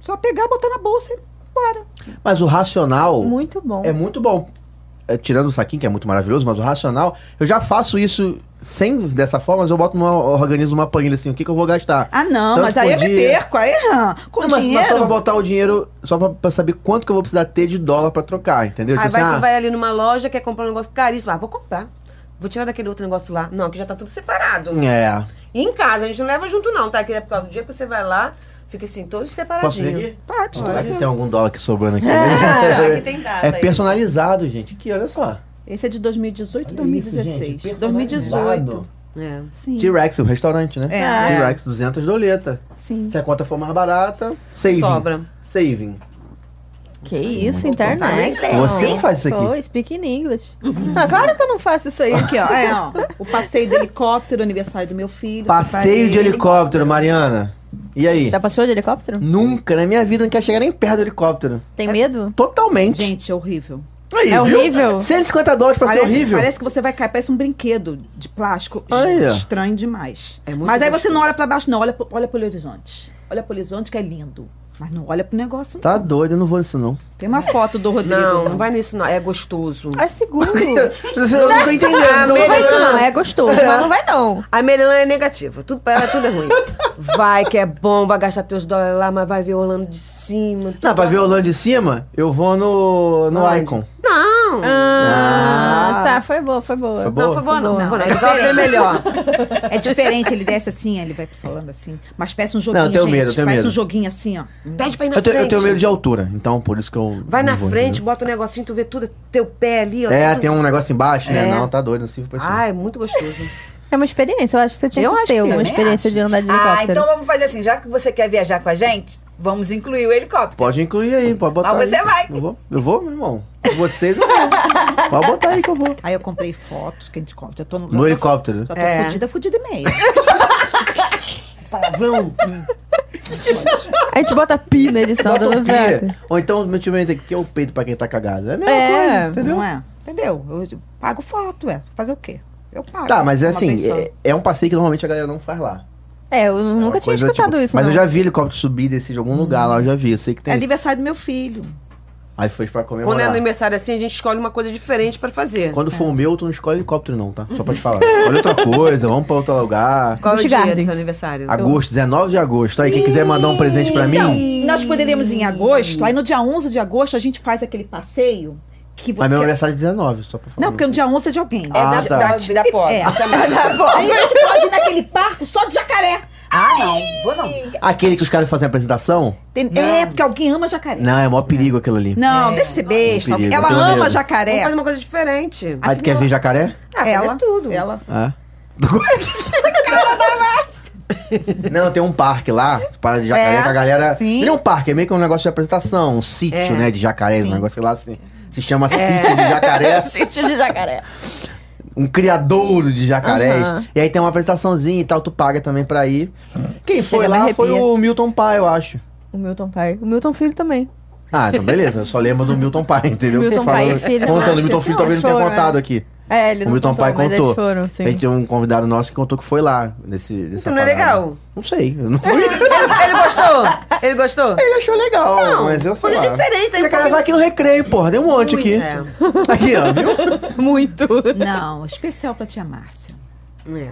[SPEAKER 3] Só pegar, botar na bolsa e bora.
[SPEAKER 2] Mas o racional
[SPEAKER 1] Muito bom.
[SPEAKER 2] é muito bom. É, tirando o saquinho, que é muito maravilhoso, mas o racional, eu já faço isso sem dessa forma, mas eu boto numa, organizo uma planilha assim, o que, que eu vou gastar.
[SPEAKER 3] Ah, não,
[SPEAKER 2] Tanto
[SPEAKER 3] mas aí eu
[SPEAKER 2] por
[SPEAKER 3] me
[SPEAKER 2] dia.
[SPEAKER 3] perco. Aí, hã, com
[SPEAKER 2] Não, mas, mas só
[SPEAKER 3] dinheiro.
[SPEAKER 2] pra botar o dinheiro, só pra, pra saber quanto que eu vou precisar ter de dólar pra trocar, entendeu?
[SPEAKER 5] Aí
[SPEAKER 2] Tipo
[SPEAKER 5] vai,
[SPEAKER 2] assim,
[SPEAKER 5] tu
[SPEAKER 2] ah,
[SPEAKER 5] vai ali numa loja, quer comprar um negócio caríssimo. Ah, vou comprar. Vou tirar daquele outro negócio lá. Não, aqui já tá tudo separado.
[SPEAKER 2] É.
[SPEAKER 5] E em casa, a gente não leva junto, não, tá? Que é por causa do dia que você vai lá, fica assim, todos
[SPEAKER 2] Posso ver
[SPEAKER 5] separadinhos.
[SPEAKER 2] aqui?
[SPEAKER 3] Pode,
[SPEAKER 2] Vai então.
[SPEAKER 3] pode.
[SPEAKER 2] ver se tem algum dólar aqui sobrando aqui.
[SPEAKER 5] aqui tem data
[SPEAKER 2] é
[SPEAKER 5] aí.
[SPEAKER 2] personalizado, gente. Aqui, olha só.
[SPEAKER 3] Esse é de 2018 e
[SPEAKER 2] Olha isso,
[SPEAKER 3] 2016.
[SPEAKER 2] gente, personalizado.
[SPEAKER 3] 2018.
[SPEAKER 5] É.
[SPEAKER 3] Sim.
[SPEAKER 2] T-Rex, o restaurante, né?
[SPEAKER 3] É.
[SPEAKER 2] T-Rex, 200 doleta.
[SPEAKER 3] Sim.
[SPEAKER 2] Se a conta for mais barata, saving.
[SPEAKER 5] Sobra.
[SPEAKER 2] Saving.
[SPEAKER 1] Que isso, internet.
[SPEAKER 2] Você não faz isso aqui.
[SPEAKER 1] Foi, speak in English. (laughs) Não, claro que eu não faço isso
[SPEAKER 2] (laughs)
[SPEAKER 1] aí.
[SPEAKER 3] Aqui, ó. É, ó. O passeio de helicóptero, aniversário do meu filho. separei.
[SPEAKER 2] Passeio de helicóptero, Mariana. E aí?
[SPEAKER 1] Já passou de helicóptero?
[SPEAKER 2] Nunca na minha vida não quer chegar nem perto do helicóptero.
[SPEAKER 1] Tem medo?
[SPEAKER 2] Totalmente.
[SPEAKER 3] Gente, é horrível.
[SPEAKER 2] Aí,
[SPEAKER 1] É
[SPEAKER 2] viu?
[SPEAKER 1] horrível?
[SPEAKER 2] 150 dólares pra
[SPEAKER 3] Parece,
[SPEAKER 2] ser horrível.
[SPEAKER 3] parece que você vai cair, parece um brinquedo de plástico.
[SPEAKER 2] Olha.
[SPEAKER 3] Gente, estranho demais.
[SPEAKER 5] É muito
[SPEAKER 3] Mas aí
[SPEAKER 5] gostoso.
[SPEAKER 3] você não olha pra baixo, não. Olha, pro- olha pro horizonte. Olha pro horizonte que é lindo. Mas não olha pro negócio. não.
[SPEAKER 2] Tá doido, eu não vou nisso não.
[SPEAKER 3] Tem uma foto do Rodrigo.
[SPEAKER 5] Não, não vai nisso, não. É gostoso.
[SPEAKER 1] É
[SPEAKER 2] (laughs)
[SPEAKER 1] seguro.
[SPEAKER 2] eu não tô entendendo.
[SPEAKER 5] Ah,
[SPEAKER 2] então-
[SPEAKER 1] Não vai isso
[SPEAKER 5] Melhorando.
[SPEAKER 1] não, é gostoso, mas não vai não.
[SPEAKER 5] A Merilan é negativa. Tudo pra ela tudo é ruim. Vai que é bom, vai gastar teus dólares lá, mas vai ver Orlando de cima.
[SPEAKER 2] Não, pra ver o Orlando de cima, eu vou no, no Icon.
[SPEAKER 5] Não!
[SPEAKER 1] Ah, tá, foi boa, foi boa.
[SPEAKER 2] Foi boa?
[SPEAKER 5] não, foi boa, não.
[SPEAKER 1] boa.
[SPEAKER 5] Foi boa, não.
[SPEAKER 3] Não, é
[SPEAKER 5] Exalta é melhor.
[SPEAKER 3] É diferente, ele desce assim, ele vai falando assim. Mas parece um joguinho,
[SPEAKER 2] Não, eu tenho
[SPEAKER 3] gente.
[SPEAKER 2] medo, eu tenho
[SPEAKER 3] parece
[SPEAKER 2] medo.
[SPEAKER 3] um joguinho assim, ó.
[SPEAKER 5] Pede pra ir na
[SPEAKER 2] Eu, tenho- eu
[SPEAKER 5] frente.
[SPEAKER 2] tenho medo de altura, então por isso que eu.
[SPEAKER 5] Vai
[SPEAKER 2] não
[SPEAKER 5] na
[SPEAKER 2] vou,
[SPEAKER 5] frente, bota um negocinho, tu vê tudo, teu pé ali, ó.
[SPEAKER 2] entendeu? É,
[SPEAKER 5] tudo.
[SPEAKER 2] tem um negócio embaixo, né?
[SPEAKER 5] É.
[SPEAKER 2] Não, tá doido, não sirvo pra isso.
[SPEAKER 5] Ah, é muito gostoso.
[SPEAKER 1] É uma experiência, eu acho que você tinha
[SPEAKER 3] Eu
[SPEAKER 1] que
[SPEAKER 3] acho que
[SPEAKER 1] ter uma
[SPEAKER 3] também
[SPEAKER 1] experiência
[SPEAKER 3] acho.
[SPEAKER 1] de andar de
[SPEAKER 4] Ah,
[SPEAKER 1] helicóptero.
[SPEAKER 4] então vamos fazer assim. Já que você quer viajar com a gente, vamos incluir o helicóptero.
[SPEAKER 2] Pode incluir aí, pode botar.
[SPEAKER 4] Mas você
[SPEAKER 2] aí.
[SPEAKER 4] vai.
[SPEAKER 2] Eu vou, eu vou, meu irmão. Com Vocês eu vou. Pode botar aí que eu vou.
[SPEAKER 3] Aí eu comprei fotos, que a gente compra. Eu tô
[SPEAKER 2] No helicóptero.
[SPEAKER 3] Já tô
[SPEAKER 5] É.
[SPEAKER 3] fudida, fudida e meia.
[SPEAKER 2] Palavrão.
[SPEAKER 1] A gente bota pi na edição
[SPEAKER 2] Bota
[SPEAKER 1] do
[SPEAKER 2] um
[SPEAKER 1] Zé.
[SPEAKER 2] pia. Ou então, meu tio aqui que é o peito pra quem tá cagado. É a mesma coisa,
[SPEAKER 3] É,
[SPEAKER 2] entendeu?
[SPEAKER 3] não é? Entendeu? Eu, eu pago foto, é. Fazer o quê? Eu pago.
[SPEAKER 2] Tá, mas é
[SPEAKER 3] Uma
[SPEAKER 2] assim,
[SPEAKER 3] pessoa.
[SPEAKER 2] é, é um passeio que normalmente a galera não faz lá.
[SPEAKER 1] É, eu
[SPEAKER 2] É
[SPEAKER 1] nunca
[SPEAKER 2] uma
[SPEAKER 1] tinha
[SPEAKER 2] coisa,
[SPEAKER 1] escutado
[SPEAKER 2] tipo,
[SPEAKER 1] isso,
[SPEAKER 2] Mas
[SPEAKER 1] não.
[SPEAKER 2] eu já vi helicóptero subir desse de algum lugar lá, eu já vi, eu sei que
[SPEAKER 3] É
[SPEAKER 2] tem. isso.
[SPEAKER 3] aniversário do meu filho.
[SPEAKER 2] Aí foi pra comemorar.
[SPEAKER 5] Quando é aniversário assim, a gente escolhe uma coisa diferente pra fazer.
[SPEAKER 2] Quando for o meu, tu não escolhe helicóptero, não, tá? Só pra te falar. Escolhe outra coisa, vamos pra outro lugar.
[SPEAKER 5] Qual é o
[SPEAKER 1] Busch
[SPEAKER 5] dia do
[SPEAKER 1] Gardens.
[SPEAKER 5] seu
[SPEAKER 4] é
[SPEAKER 5] aniversário?
[SPEAKER 2] Agosto, 19 de agosto. Aí, quem quiser mandar um presente pra mim.
[SPEAKER 3] Nós poderíamos ir em agosto, aí no dia 11 de agosto a gente faz aquele passeio que...
[SPEAKER 2] Mas meu
[SPEAKER 3] que-
[SPEAKER 2] aniversário é 19, só pra falar.
[SPEAKER 3] Não, porque no dia 11 é de alguém.
[SPEAKER 2] Ah,
[SPEAKER 3] é
[SPEAKER 2] tá.
[SPEAKER 3] da pobre. É. Aí a gente pode ir naquele parque só de jacaré.
[SPEAKER 4] Ah, não. Vou não.
[SPEAKER 2] Aquele que os caras fazem a apresentação?
[SPEAKER 3] Tem- É, porque alguém ama jacaré. Não,
[SPEAKER 2] Não, é maior perigo aquilo ali.
[SPEAKER 3] deixa de ser besta.
[SPEAKER 2] Não, perigo,
[SPEAKER 3] Ela
[SPEAKER 2] eu tenho
[SPEAKER 3] ama
[SPEAKER 2] medo.
[SPEAKER 5] Vamos
[SPEAKER 3] jacaré.
[SPEAKER 5] fazer uma coisa diferente.
[SPEAKER 2] um Aí tu quer ver jacaré?
[SPEAKER 3] (laughs)
[SPEAKER 5] Ah, fazer
[SPEAKER 3] ela,
[SPEAKER 5] tudo.
[SPEAKER 3] Ela.
[SPEAKER 2] É. Não, tem um parque lá, para de jacaré,
[SPEAKER 3] É,
[SPEAKER 2] que a galera.
[SPEAKER 3] sim.
[SPEAKER 2] Não é um parque, é meio que um negócio de apresentação, um sítio,
[SPEAKER 5] É.
[SPEAKER 2] né, de jacarés,
[SPEAKER 3] Sim. É.
[SPEAKER 2] um negócio sei lá assim. Se chama sítio de
[SPEAKER 3] (laughs)
[SPEAKER 1] (laughs)
[SPEAKER 2] jacaré,
[SPEAKER 1] Sítio de jacaré.
[SPEAKER 2] um criadouro de jacarés.
[SPEAKER 1] Aham.
[SPEAKER 2] E aí tem uma apresentaçãozinha e tal, tu paga também pra ir. Quem
[SPEAKER 1] Chega,
[SPEAKER 2] foi
[SPEAKER 1] me
[SPEAKER 2] lá
[SPEAKER 1] arrepia.
[SPEAKER 2] foi o Milton Pai, eu acho.
[SPEAKER 1] O Milton pai. O Milton filho também.
[SPEAKER 2] Ah, então beleza, eu só lembro do Milton Pai, entendeu?
[SPEAKER 1] Milton Pai e filho,
[SPEAKER 2] Contando,
[SPEAKER 1] nossa,
[SPEAKER 2] o Milton Filho
[SPEAKER 1] não,
[SPEAKER 2] talvez não tenha
[SPEAKER 1] choro,
[SPEAKER 2] contado
[SPEAKER 1] né?
[SPEAKER 2] aqui.
[SPEAKER 1] É, ele
[SPEAKER 2] o
[SPEAKER 1] não
[SPEAKER 2] Milton
[SPEAKER 1] contou,
[SPEAKER 2] Pai
[SPEAKER 1] mas
[SPEAKER 2] contou.
[SPEAKER 1] eles foram, sim.
[SPEAKER 2] A gente tem um convidado nosso que contou que foi lá nesse. nessa
[SPEAKER 5] Então não é
[SPEAKER 2] parada.
[SPEAKER 5] legal?
[SPEAKER 2] Não sei, eu não fui.
[SPEAKER 5] Ele, ele gostou? Ele gostou?
[SPEAKER 2] Ele achou legal, mas eu sei
[SPEAKER 5] Coisa
[SPEAKER 2] lá.
[SPEAKER 5] diferente,
[SPEAKER 1] é
[SPEAKER 5] aí
[SPEAKER 2] Você
[SPEAKER 5] um
[SPEAKER 2] quer gravar aqui no recreio, porra. Deu um monte aqui.
[SPEAKER 5] É.
[SPEAKER 2] (laughs) Aqui, ó,
[SPEAKER 1] (laughs)
[SPEAKER 2] viu?
[SPEAKER 1] Muito.
[SPEAKER 3] Não, especial pra tia Márcia.
[SPEAKER 5] É.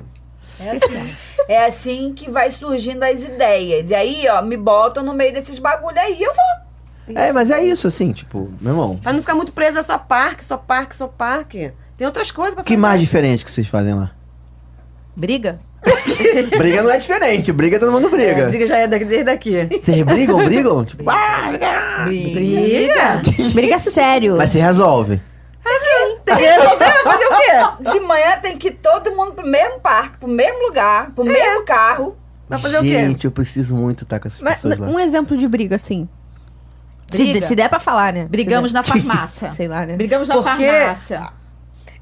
[SPEAKER 4] É assim. É assim que vai surgindo as ideias. E aí, ó, me botam no meio desses bagulho aí, eu vou.
[SPEAKER 2] É, mas é isso, assim, tipo, meu irmão.
[SPEAKER 5] Pra não ficar muito presa a só parque, só parque, só parque. Tem outras coisas pra
[SPEAKER 2] O que
[SPEAKER 5] fazer.
[SPEAKER 2] mais diferente que vocês fazem lá?
[SPEAKER 3] Briga?
[SPEAKER 2] (laughs) briga não é diferente, briga todo mundo
[SPEAKER 5] É,
[SPEAKER 2] briga.
[SPEAKER 5] briga já é daqui, desde aqui.
[SPEAKER 2] Vocês brigam, brigam? Tipo, ah,
[SPEAKER 5] Briga?
[SPEAKER 1] Briga sério.
[SPEAKER 2] mas se resolve.
[SPEAKER 5] Tem que resolver, fazer o quê?
[SPEAKER 4] De manhã tem que ir todo mundo pro mesmo parque, pro mesmo lugar, pro mesmo carro.
[SPEAKER 5] Vai fazer o quê?
[SPEAKER 2] Gente, eu preciso muito estar com essas
[SPEAKER 1] Mas,
[SPEAKER 2] pessoas lá.
[SPEAKER 1] um exemplo de briga, assim.
[SPEAKER 3] Briga?
[SPEAKER 1] Se, se der pra falar, né?
[SPEAKER 3] Brigamos
[SPEAKER 1] Se
[SPEAKER 3] na farmácia.
[SPEAKER 1] der- Sei lá, né?
[SPEAKER 3] Brigamos na
[SPEAKER 5] Por quê?
[SPEAKER 3] farmácia.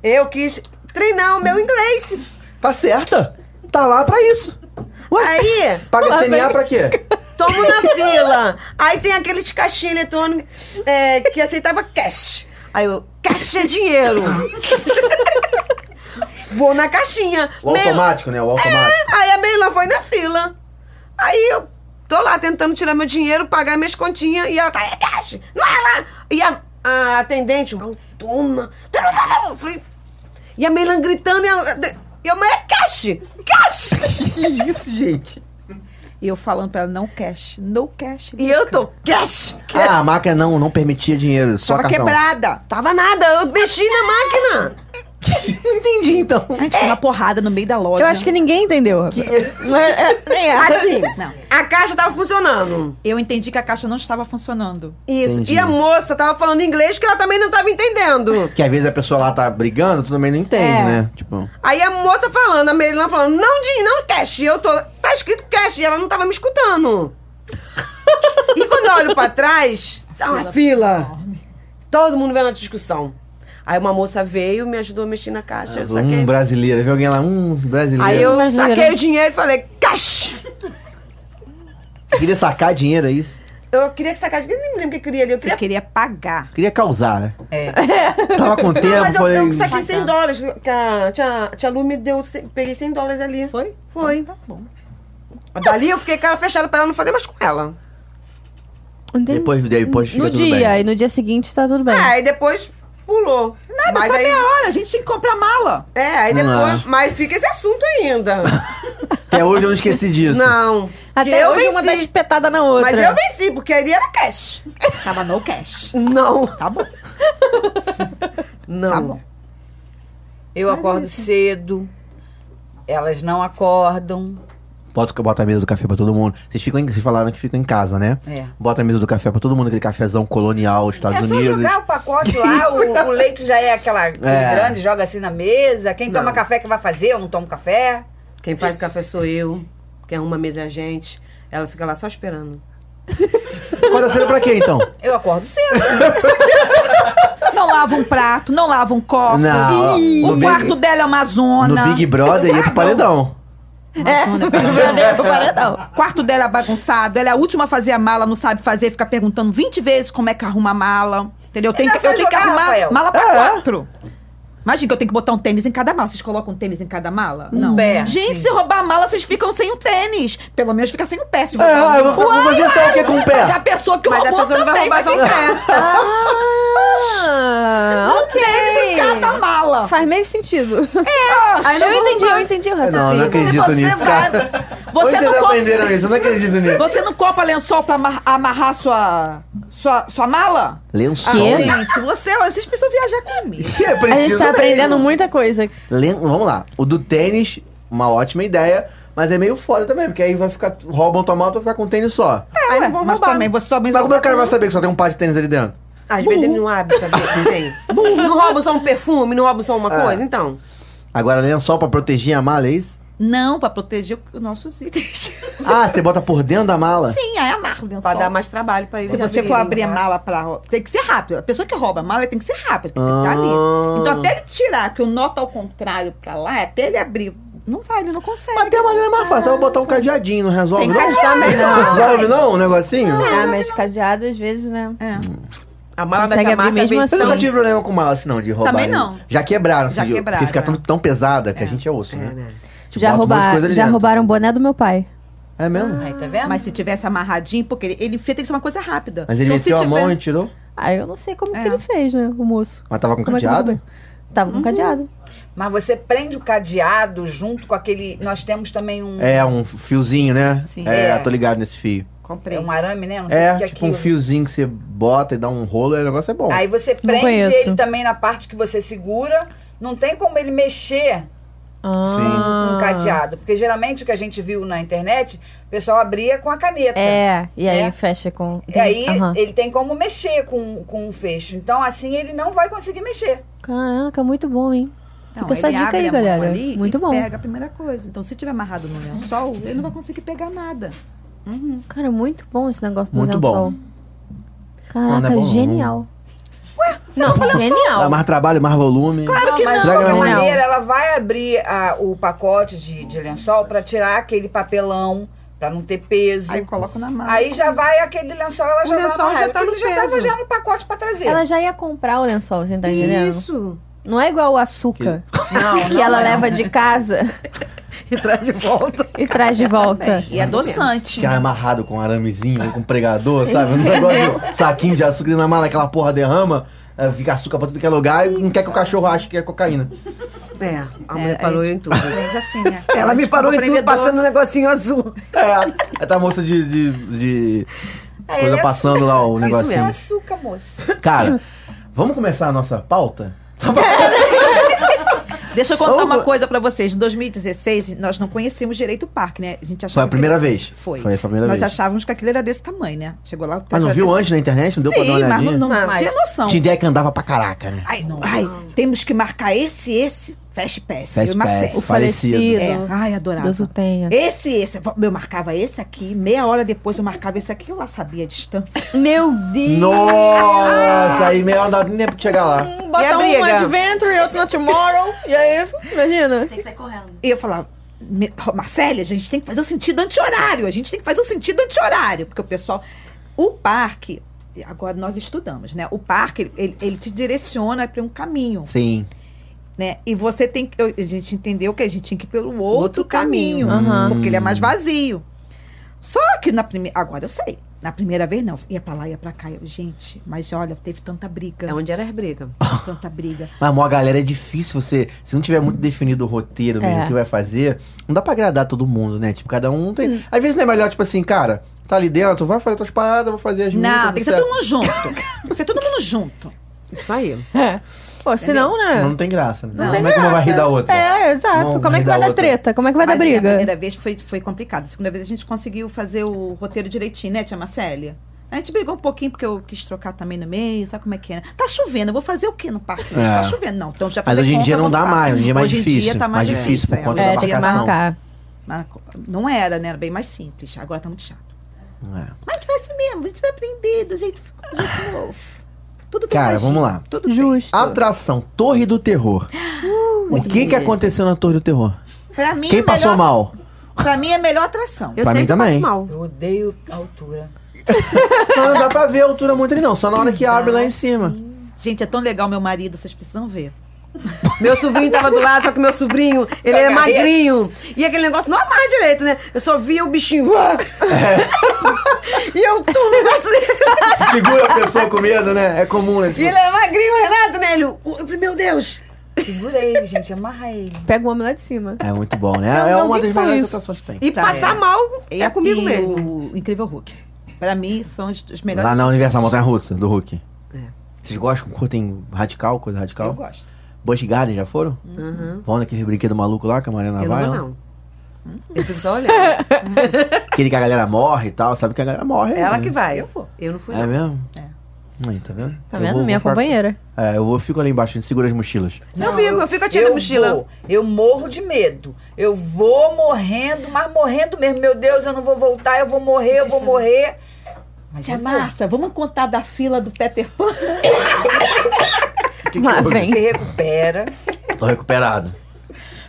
[SPEAKER 5] Eu quis treinar o meu inglês.
[SPEAKER 2] Tá certa? Tá lá pra isso.
[SPEAKER 5] Aí,
[SPEAKER 2] Paga CNA pra quê? (laughs)
[SPEAKER 5] tomo na fila. Aí tem aqueles caixinha eletrônicos é, que aceitava cash. Aí eu, cash é
[SPEAKER 2] (laughs)
[SPEAKER 5] dinheiro. Vou na caixinha.
[SPEAKER 2] O
[SPEAKER 5] Meio-
[SPEAKER 2] automático, né? O automático.
[SPEAKER 5] É, aí a Meila foi na fila. Aí eu tô lá tentando tirar meu dinheiro, pagar minhas continhas, e ela tá, é cash, não é lá. E a, a atendente, autônoma, eu falei, e a Meila gritando, e ela, e eu, mas é cash, cash.
[SPEAKER 2] Que isso, gente?
[SPEAKER 3] E eu falando pra ela, não cash, no cash.
[SPEAKER 5] E eu tô, cash, cash.
[SPEAKER 2] Ah, a máquina não, não permitia dinheiro, só
[SPEAKER 3] Tava
[SPEAKER 2] cartão.
[SPEAKER 3] quebrada.
[SPEAKER 5] Tava nada, eu mexi na máquina.
[SPEAKER 2] (laughs) Não entendi, então.
[SPEAKER 3] A gente caiu na porrada no meio da loja.
[SPEAKER 1] Eu acho que ninguém entendeu. (laughs) Não é- é- nem é.
[SPEAKER 5] Assim,
[SPEAKER 3] Não.
[SPEAKER 5] a caixa tava funcionando.
[SPEAKER 3] Eu entendi que a caixa não estava funcionando.
[SPEAKER 5] Isso.
[SPEAKER 2] Entendi.
[SPEAKER 5] E a moça tava falando inglês que ela também não tava entendendo.
[SPEAKER 2] Que às vezes a pessoa lá tá brigando, tu também não entende,
[SPEAKER 1] É.
[SPEAKER 2] né? Tipo.
[SPEAKER 5] Aí a moça falando, a Merilã falando, não, Dinho, não cash. E eu tô. Tá escrito cash e ela não tava me escutando. e quando eu olho pra trás, tá uma fila. Todo mundo vendo essa discussão. Aí uma moça veio, me ajudou a mexer na caixa. eu saquei.
[SPEAKER 2] Um brasileiro. Viu alguém lá? Um brasileiro.
[SPEAKER 5] Aí eu
[SPEAKER 1] Brasileiro.
[SPEAKER 5] saquei o dinheiro e falei, cash!
[SPEAKER 2] Queria sacar dinheiro, é isso?
[SPEAKER 5] Eu queria que sacasse. Eu nem me lembro o que eu queria ali. Eu
[SPEAKER 3] Você
[SPEAKER 5] queria.
[SPEAKER 3] queria pagar.
[SPEAKER 2] Queria causar, né? É. Tava com tempo,
[SPEAKER 5] Não, mas eu,
[SPEAKER 2] falei...
[SPEAKER 5] eu saquei 100
[SPEAKER 3] Bacana.
[SPEAKER 5] dólares. Que a tia, tia Lu me deu. ce- Peguei 100 dólares ali.
[SPEAKER 3] Foi?
[SPEAKER 5] Foi.
[SPEAKER 3] Então, tá bom.
[SPEAKER 5] Dali eu fiquei cara fechada pra ela, não falei mais com ela.
[SPEAKER 1] Entendi.
[SPEAKER 2] Depois, depois fica
[SPEAKER 1] no
[SPEAKER 2] tudo
[SPEAKER 1] dia,
[SPEAKER 2] bem.
[SPEAKER 1] e no dia seguinte tá tudo bem.
[SPEAKER 5] É, aí depois pulou.
[SPEAKER 3] Nada,
[SPEAKER 5] mas
[SPEAKER 3] só
[SPEAKER 5] aí,
[SPEAKER 3] meia hora. A gente tinha que comprar mala.
[SPEAKER 5] É, aí depois.
[SPEAKER 2] Não.
[SPEAKER 5] Mas fica esse assunto ainda.
[SPEAKER 2] Até hoje eu não esqueci disso.
[SPEAKER 5] Não. que
[SPEAKER 1] Até
[SPEAKER 5] eu
[SPEAKER 1] hoje
[SPEAKER 5] venci.
[SPEAKER 1] uma tá espetada na outra.
[SPEAKER 5] mas
[SPEAKER 1] (laughs)
[SPEAKER 5] eu venci, porque ali era cash.
[SPEAKER 3] Tava no cash.
[SPEAKER 5] Não.
[SPEAKER 3] Tá bom.
[SPEAKER 5] (laughs) Não.
[SPEAKER 3] Tá bom.
[SPEAKER 4] Eu acordo cedo. Elas não acordam.
[SPEAKER 2] Bota, bota a mesa do café pra todo mundo. Vocês, ficam em- vocês falaram que ficam em casa, né?
[SPEAKER 4] É.
[SPEAKER 2] Bota a mesa do café pra todo mundo, aquele cafezão colonial, Estados
[SPEAKER 4] É só
[SPEAKER 2] Unidos.
[SPEAKER 4] jogar o pacote lá, (laughs) o, o leite já é aquela aquele
[SPEAKER 2] É.
[SPEAKER 4] grande, joga assim na mesa. Quem toma café que vai fazer, eu não tomo café.
[SPEAKER 5] Quem faz o café sou eu. Quem arruma a mesa é a gente. Ela fica lá só esperando.
[SPEAKER 2] (laughs) Acorda cedo pra quê, então?
[SPEAKER 4] Eu acordo cedo.
[SPEAKER 3] Não lava um prato, não lava um copo.
[SPEAKER 2] Não,
[SPEAKER 3] Ih,
[SPEAKER 2] no
[SPEAKER 3] o
[SPEAKER 2] Big-
[SPEAKER 3] quarto dela é uma
[SPEAKER 2] No
[SPEAKER 3] zona.
[SPEAKER 2] Big Brother ia pro paredão.
[SPEAKER 1] Brincadeira com o paredão.
[SPEAKER 3] O quarto dela é bagunçado. Ela é a última a fazer a mala, não sabe fazer, fica perguntando 20 vezes como é que arruma a mala. Entendeu? Eu tenho,
[SPEAKER 4] Não é
[SPEAKER 3] que-
[SPEAKER 4] só
[SPEAKER 3] eu tenho que
[SPEAKER 4] jogar,
[SPEAKER 3] arrumar
[SPEAKER 4] Rafael.
[SPEAKER 3] mala
[SPEAKER 2] É.
[SPEAKER 3] pra quatro. Imagina que eu tenho que botar um tênis em cada mala. Vocês colocam um tênis em cada mala? Não.
[SPEAKER 4] pé,
[SPEAKER 3] Gente,
[SPEAKER 4] sim.
[SPEAKER 3] se roubar a mala, vocês ficam sem um tênis. Pelo menos fica sem um pé. Se
[SPEAKER 2] É,
[SPEAKER 3] botar um-
[SPEAKER 2] eu vou, vou fazer só o quê com o pé?
[SPEAKER 3] Mas a pessoa que
[SPEAKER 5] Mas a
[SPEAKER 3] roubou
[SPEAKER 5] pessoa não vai
[SPEAKER 3] também
[SPEAKER 5] roubar só um
[SPEAKER 3] ficar.
[SPEAKER 1] Ah,
[SPEAKER 3] Um
[SPEAKER 1] ok.
[SPEAKER 3] tênis em cada mala.
[SPEAKER 1] Faz meio sentido.
[SPEAKER 3] É,
[SPEAKER 1] Aí tá eu entendi, eu entendi o
[SPEAKER 2] Não, eu não
[SPEAKER 1] raciocínio.
[SPEAKER 2] acredito
[SPEAKER 3] você
[SPEAKER 2] nisso,
[SPEAKER 3] vai-
[SPEAKER 2] cara.
[SPEAKER 3] você
[SPEAKER 2] Onde
[SPEAKER 3] não
[SPEAKER 2] vocês
[SPEAKER 3] compra-
[SPEAKER 2] aprenderam isso? Eu não acredito nisso.
[SPEAKER 3] Você não compra lençol pra amar- amarrar sua, sua, sua mala?
[SPEAKER 2] Lençol?
[SPEAKER 3] Ah, gente, você, vocês precisam viajar comigo.
[SPEAKER 2] (laughs) Que é
[SPEAKER 1] A gente
[SPEAKER 2] preciso
[SPEAKER 1] tá
[SPEAKER 2] mesmo.
[SPEAKER 1] aprendendo muita coisa.
[SPEAKER 2] Len- Vamos lá. O do tênis, uma ótima ideia, mas é meio foda também, porque aí vai ficar. roubam tua moto, vai ficar com um tênis só.
[SPEAKER 3] Aí
[SPEAKER 5] ué,
[SPEAKER 3] não vão
[SPEAKER 5] mas
[SPEAKER 3] mas também, você só
[SPEAKER 2] Mas como é que o cara vai saber que só tem um par de tênis ali dentro?
[SPEAKER 5] Às vezes ele não abre, sabe? Não tem. Não rouba só um perfume, não rouba só uma
[SPEAKER 2] É.
[SPEAKER 5] coisa, então.
[SPEAKER 2] Agora lençol pra proteger a mala, é isso?
[SPEAKER 3] Não, pra proteger os
[SPEAKER 2] (laughs)
[SPEAKER 3] nossos itens.
[SPEAKER 2] Ah, você bota por dentro da mala?
[SPEAKER 3] Sim, aí amarro dentro
[SPEAKER 5] Pra
[SPEAKER 3] só.
[SPEAKER 5] dar mais trabalho pra eles.
[SPEAKER 3] Se você for abrir
[SPEAKER 5] abrirem,
[SPEAKER 3] a
[SPEAKER 5] né?
[SPEAKER 3] mala pra. rou- Tem que ser rápido. A pessoa que rouba a mala tem que ser rápida, porque tem que estar
[SPEAKER 2] Ah.
[SPEAKER 3] ali. Então, até ele tirar, que o nota ao contrário pra lá, até ele abrir. Não vai, ele não consegue.
[SPEAKER 2] Mas tem uma maneira mais fácil, dá pra botar um cadeadinho, não resolve
[SPEAKER 5] Tem
[SPEAKER 2] não?
[SPEAKER 5] cadeado também, não.
[SPEAKER 2] Resolve não um negocinho?
[SPEAKER 1] Ah, mas cadeado às vezes, né?
[SPEAKER 3] É.
[SPEAKER 5] A mala da
[SPEAKER 1] Consegue abrir
[SPEAKER 5] Camargo
[SPEAKER 1] mesmo
[SPEAKER 5] mesmo
[SPEAKER 1] assim.
[SPEAKER 2] Eu nunca
[SPEAKER 1] Sim.
[SPEAKER 2] tive problema com mala assim, não, de roubar.
[SPEAKER 3] Também
[SPEAKER 2] né?
[SPEAKER 3] não.
[SPEAKER 2] Já quebraram, assim,
[SPEAKER 3] Já
[SPEAKER 2] de- porque
[SPEAKER 3] quebraram,
[SPEAKER 2] fica tão,
[SPEAKER 3] é.
[SPEAKER 2] tão pesada que a gente é osso,
[SPEAKER 5] É,
[SPEAKER 2] né?
[SPEAKER 5] né?
[SPEAKER 2] Tipo,
[SPEAKER 1] já
[SPEAKER 2] bota um monte de
[SPEAKER 1] roubar,
[SPEAKER 2] coisa ali
[SPEAKER 1] já
[SPEAKER 2] dentro.
[SPEAKER 1] roubaram o boné do meu pai.
[SPEAKER 2] É mesmo?
[SPEAKER 4] Aí, tá vendo?
[SPEAKER 3] Mas se tivesse amarradinho, porque ele, ele fez, tem que ser uma coisa rápida.
[SPEAKER 2] Mas ele
[SPEAKER 3] Então, se
[SPEAKER 2] meteu a
[SPEAKER 3] tiver-
[SPEAKER 2] mão e tirou?
[SPEAKER 1] Ah, eu não sei como
[SPEAKER 3] É.
[SPEAKER 1] que ele fez, né? O moço.
[SPEAKER 2] Mas tava com
[SPEAKER 1] Como é que eu
[SPEAKER 2] Um cadeado?
[SPEAKER 1] sabia? Tava com cadeado.
[SPEAKER 4] Mas você prende o cadeado junto com aquele. Nós temos também um,
[SPEAKER 2] É, um fiozinho, né?
[SPEAKER 3] Sim.
[SPEAKER 2] É,
[SPEAKER 4] É.
[SPEAKER 2] tô ligado nesse fio.
[SPEAKER 4] é
[SPEAKER 3] Comprei.
[SPEAKER 4] um arame, né? Não sei o que
[SPEAKER 2] É,
[SPEAKER 4] é
[SPEAKER 2] tipo
[SPEAKER 4] aquilo.
[SPEAKER 2] um fiozinho que você bota e dá um rolo, aí o negócio é bom.
[SPEAKER 4] Aí você prende
[SPEAKER 1] conheço.
[SPEAKER 4] ele também na parte que você segura. Não tem como ele mexer
[SPEAKER 1] Ah.
[SPEAKER 4] com o cadeado. Porque geralmente o que a gente viu na internet, o pessoal abria com a caneta.
[SPEAKER 1] É, e aí
[SPEAKER 4] É.
[SPEAKER 1] fecha com.
[SPEAKER 4] E aí
[SPEAKER 1] Aham.
[SPEAKER 4] ele tem como mexer com, com o fecho. Então, assim, ele não vai conseguir mexer.
[SPEAKER 1] Caraca, muito bom, hein?
[SPEAKER 3] Não,
[SPEAKER 1] Fica essa
[SPEAKER 3] ele
[SPEAKER 1] dica
[SPEAKER 3] abre
[SPEAKER 1] aí,
[SPEAKER 3] a mão
[SPEAKER 1] galera.
[SPEAKER 3] ali
[SPEAKER 1] Muito
[SPEAKER 3] e
[SPEAKER 1] bom.
[SPEAKER 3] Pega a primeira coisa. Então, se tiver amarrado no lençol, ele não vai conseguir pegar nada.
[SPEAKER 1] Cara, muito bom esse negócio do
[SPEAKER 2] Muito
[SPEAKER 1] lençol.
[SPEAKER 2] bom. Não, não
[SPEAKER 1] Caraca,
[SPEAKER 2] é bom, não.
[SPEAKER 1] genial. não,
[SPEAKER 2] Dá
[SPEAKER 1] genial.
[SPEAKER 2] mais trabalho, mais volume. um
[SPEAKER 4] Claro que é
[SPEAKER 2] não.
[SPEAKER 4] mas de
[SPEAKER 2] Será que
[SPEAKER 4] qualquer
[SPEAKER 2] não?
[SPEAKER 4] maneira, ela vai abrir a- o pacote de, de lençol pra tirar aquele papelão, pra não ter peso.
[SPEAKER 3] Aí eu
[SPEAKER 4] Aí,
[SPEAKER 3] coloco na mala.
[SPEAKER 4] já vai aquele lençol, ela
[SPEAKER 5] O
[SPEAKER 4] já
[SPEAKER 5] lençol
[SPEAKER 4] vai amarrar,
[SPEAKER 5] já tá
[SPEAKER 4] porque
[SPEAKER 5] no
[SPEAKER 4] ele já tava
[SPEAKER 5] peso.
[SPEAKER 4] já no pacote pra trazer.
[SPEAKER 1] Ela já ia comprar o lençol, você tá entendendo?
[SPEAKER 5] Isso.
[SPEAKER 1] Não é igual o açúcar
[SPEAKER 4] Não,
[SPEAKER 1] (laughs) que ela leva de casa
[SPEAKER 5] E traz de
[SPEAKER 1] (laughs)
[SPEAKER 5] volta.
[SPEAKER 1] e traz de volta.
[SPEAKER 3] E é doçante.
[SPEAKER 2] Ficar amarrado com um aramezinho, com um pregador, sabe? Um negócio, um saquinho de açúcar na mala, aquela porra derrama, é, fica açúcar pra tudo que é lugar e não quer que o cachorro ache que é cocaína.
[SPEAKER 5] É, a mulher
[SPEAKER 3] É,
[SPEAKER 5] parou
[SPEAKER 3] é,
[SPEAKER 5] em tudo.
[SPEAKER 3] (laughs) Mas assim, né?
[SPEAKER 5] Ela me
[SPEAKER 3] Tipo,
[SPEAKER 5] parou em tudo
[SPEAKER 3] empreendedor.
[SPEAKER 5] passando um negocinho azul.
[SPEAKER 2] É, aí tá a moça de. de, de
[SPEAKER 4] É,
[SPEAKER 2] coisa
[SPEAKER 4] é
[SPEAKER 2] passando lá o
[SPEAKER 4] É
[SPEAKER 2] negocinho.
[SPEAKER 4] açúcar, moça.
[SPEAKER 2] Cara, vamos começar a nossa pauta?
[SPEAKER 3] Deixa eu contar
[SPEAKER 2] Ou-
[SPEAKER 3] uma coisa pra vocês. Em 2016, nós não conhecíamos direito o parque, né? A gente achava
[SPEAKER 2] Foi a
[SPEAKER 3] que-
[SPEAKER 2] primeira vez.
[SPEAKER 3] Foi.
[SPEAKER 2] Foi essa a primeira
[SPEAKER 3] nós
[SPEAKER 2] vez.
[SPEAKER 3] achávamos que aquilo era desse tamanho, né? Chegou lá... o
[SPEAKER 2] Mas Ah, não
[SPEAKER 3] era
[SPEAKER 2] viu
[SPEAKER 3] desse-
[SPEAKER 2] antes na internet? Não deu pra dar
[SPEAKER 3] Sim,
[SPEAKER 2] uma
[SPEAKER 3] mas
[SPEAKER 2] olhadinha?
[SPEAKER 3] não, não,
[SPEAKER 5] Mas-
[SPEAKER 3] tinha noção.
[SPEAKER 2] Tinha ideia que andava pra caraca, né?
[SPEAKER 3] Ai, não. Ai, temos que marcar esse, esse, Fast Pass.
[SPEAKER 2] Fast
[SPEAKER 3] eu e Marcelo.
[SPEAKER 2] pass.
[SPEAKER 1] O falecido.
[SPEAKER 3] É. Ai, adorava.
[SPEAKER 1] Deus o tenha.
[SPEAKER 3] Esse, esse. Eu marcava esse aqui, meia hora depois eu marcava esse aqui, eu lá sabia a distância.
[SPEAKER 1] Meu Deus!
[SPEAKER 2] Nossa, aí melhor não dá nem tempo de chegar lá.
[SPEAKER 1] Um
[SPEAKER 5] E a
[SPEAKER 1] Bota um
[SPEAKER 5] briga?
[SPEAKER 1] Adventure e outro no Tomorrow. E aí, imagina.
[SPEAKER 6] Tem que sair correndo.
[SPEAKER 3] E eu falava, "Me- Ro- Marcele, a gente tem que fazer o sentido anti-horário, a gente tem que fazer o sentido anti-horário, porque o pessoal. O parque, agora nós estudamos, né? O parque, ele- ele, ele te direciona para um caminho,
[SPEAKER 2] Sim.
[SPEAKER 3] né? E você tem que. eu- A gente entendeu que a gente tinha que ir pelo outro,
[SPEAKER 5] Outro
[SPEAKER 3] caminho,
[SPEAKER 5] caminho.
[SPEAKER 1] Aham.
[SPEAKER 3] porque ele é mais vazio. Só que na primeira. Agora eu sei. Na primeira vez, não. Ia pra lá, ia pra cá. Eu, gente, mas olha, teve tanta briga.
[SPEAKER 5] É onde era as brigas.
[SPEAKER 3] Tanta briga.
[SPEAKER 2] Mas, mó, galera, é difícil você. Se não tiver muito definido o roteiro mesmo
[SPEAKER 1] É.
[SPEAKER 2] que vai fazer, não dá pra agradar todo mundo, né? Tipo, cada um
[SPEAKER 1] Hum.
[SPEAKER 2] tem. Às vezes não é melhor, tipo assim, cara, tá ali dentro, vai fazer tuas paradas, vou fazer as minhas.
[SPEAKER 3] Não,
[SPEAKER 2] tudo
[SPEAKER 3] tem que ser
[SPEAKER 2] certo.
[SPEAKER 3] todo mundo junto. Tem que ser todo mundo junto.
[SPEAKER 5] Isso aí.
[SPEAKER 1] É. Pô, senão, né?
[SPEAKER 2] Não tem graça, né?
[SPEAKER 1] Não tem
[SPEAKER 2] Como é que uma vai
[SPEAKER 1] graça.
[SPEAKER 2] rir da outra?
[SPEAKER 1] É,
[SPEAKER 2] Uma
[SPEAKER 1] exato.
[SPEAKER 2] vai
[SPEAKER 1] Como é
[SPEAKER 2] rir
[SPEAKER 1] que
[SPEAKER 2] da
[SPEAKER 1] vai dar
[SPEAKER 2] outra.
[SPEAKER 1] treta? Como é que (laughs) vai dar
[SPEAKER 3] Mas assim, A
[SPEAKER 1] briga?
[SPEAKER 3] primeira vez foi, foi complicado. A segunda vez a gente conseguiu fazer o roteiro direitinho, né, tia Marcélia? A gente brigou um pouquinho porque eu quis trocar também no meio, sabe como é que é? né? Tá chovendo, eu vou fazer o quê no parque?
[SPEAKER 2] É.
[SPEAKER 3] Tá chovendo, não. Então já
[SPEAKER 2] Mas
[SPEAKER 3] fazer
[SPEAKER 2] hoje em
[SPEAKER 3] compra,
[SPEAKER 2] dia não
[SPEAKER 3] vamos
[SPEAKER 2] dá
[SPEAKER 3] pra-
[SPEAKER 2] mais, hoje em dia é mais
[SPEAKER 3] hoje Em
[SPEAKER 2] difícil,
[SPEAKER 3] dia tá mais,
[SPEAKER 2] mais difícil por conta
[SPEAKER 3] hoje
[SPEAKER 2] da
[SPEAKER 1] É,
[SPEAKER 3] em
[SPEAKER 1] tinha
[SPEAKER 3] dia
[SPEAKER 1] que
[SPEAKER 2] vacação.
[SPEAKER 3] não-
[SPEAKER 1] marcar.
[SPEAKER 3] mas Não era, né? Era bem mais simples. Agora tá muito chato.
[SPEAKER 2] É.
[SPEAKER 3] Mas vai assim mesmo, a gente vai aprender do jeito, do jeito novo. Tudo tem
[SPEAKER 2] Cara,
[SPEAKER 3] magia,
[SPEAKER 2] vamos lá.
[SPEAKER 3] Tudo tem.
[SPEAKER 1] Justo.
[SPEAKER 2] Atração, Torre do Terror.
[SPEAKER 1] Uh,
[SPEAKER 2] o que que aconteceu na Torre do Terror?
[SPEAKER 3] Pra mim,
[SPEAKER 2] Quem
[SPEAKER 3] é
[SPEAKER 2] passou
[SPEAKER 3] melhor-
[SPEAKER 2] mal?
[SPEAKER 3] Pra mim é a melhor atração.
[SPEAKER 5] Eu
[SPEAKER 2] Pra
[SPEAKER 5] sempre
[SPEAKER 2] mim também.
[SPEAKER 5] passo mal.
[SPEAKER 4] Eu odeio a altura.
[SPEAKER 2] Não, não dá pra ver a altura muito ali, não. Só na hora que abre lá em cima.
[SPEAKER 3] Gente, é tão legal meu marido, vocês precisam ver.
[SPEAKER 5] (laughs) Meu sobrinho tava do lado, só que meu sobrinho, ele era
[SPEAKER 4] Cagareta.
[SPEAKER 5] magrinho. E aquele negócio não amarra direito, né? Eu só via o bichinho.
[SPEAKER 2] É.
[SPEAKER 5] (laughs) e eu tudo assim.
[SPEAKER 2] Segura a pessoa com medo, né? É comum, né?
[SPEAKER 5] E ele é magrinho, o Renato, né? Ele, eu falei, meu Deus.
[SPEAKER 4] Segura ele, gente, amarra ele.
[SPEAKER 1] Ah, Pega o homem lá de cima.
[SPEAKER 2] É muito bom, né?
[SPEAKER 1] Não,
[SPEAKER 2] é
[SPEAKER 1] não,
[SPEAKER 2] uma
[SPEAKER 1] quem
[SPEAKER 2] das
[SPEAKER 1] foi
[SPEAKER 2] melhores
[SPEAKER 1] isso?
[SPEAKER 2] atrações que tem.
[SPEAKER 5] E
[SPEAKER 3] Pra
[SPEAKER 5] passar
[SPEAKER 3] ela.
[SPEAKER 5] mal é comigo
[SPEAKER 3] e
[SPEAKER 5] mesmo.
[SPEAKER 3] O Incrível Hulk. Pra mim, são os, os melhores.
[SPEAKER 2] Lá na Universal Montanha Russa, do Hulk.
[SPEAKER 5] É.
[SPEAKER 2] Vocês gostam? Curtem radical, coisa radical?
[SPEAKER 3] Eu gosto.
[SPEAKER 2] Busch Garden já foram? Vão naquele brinquedo maluco lá que a Mariana
[SPEAKER 5] Eu não
[SPEAKER 2] Tá, vai?
[SPEAKER 5] vou,
[SPEAKER 2] lá?
[SPEAKER 5] não. Eu fico só olhando.
[SPEAKER 2] Aquele que a galera morre e tal, sabe que a galera morre.
[SPEAKER 5] É Ela
[SPEAKER 2] né?
[SPEAKER 5] que vai.
[SPEAKER 3] Eu vou.
[SPEAKER 5] Eu não fui.
[SPEAKER 2] É
[SPEAKER 5] não.
[SPEAKER 2] mesmo?
[SPEAKER 3] É.
[SPEAKER 2] Aí, tá vendo?
[SPEAKER 1] Tá
[SPEAKER 2] Eu
[SPEAKER 1] vendo?
[SPEAKER 2] vou-
[SPEAKER 1] Minha
[SPEAKER 2] vou falar-
[SPEAKER 1] companheira.
[SPEAKER 2] É, eu vou, fico ali embaixo, a gente segura as mochilas.
[SPEAKER 5] Eu fico, eu fico atirando mochila.
[SPEAKER 4] vou. eu morro de medo. Eu vou morrendo, mas morrendo mesmo. Meu Deus, eu não vou voltar, eu vou morrer, eu vou morrer. Mas
[SPEAKER 3] Tia
[SPEAKER 4] eu vou.
[SPEAKER 3] Márcia, vamos contar da fila do Peter Pan? (laughs)
[SPEAKER 1] Lá vem.
[SPEAKER 4] Se recupera.
[SPEAKER 2] Tô recuperado.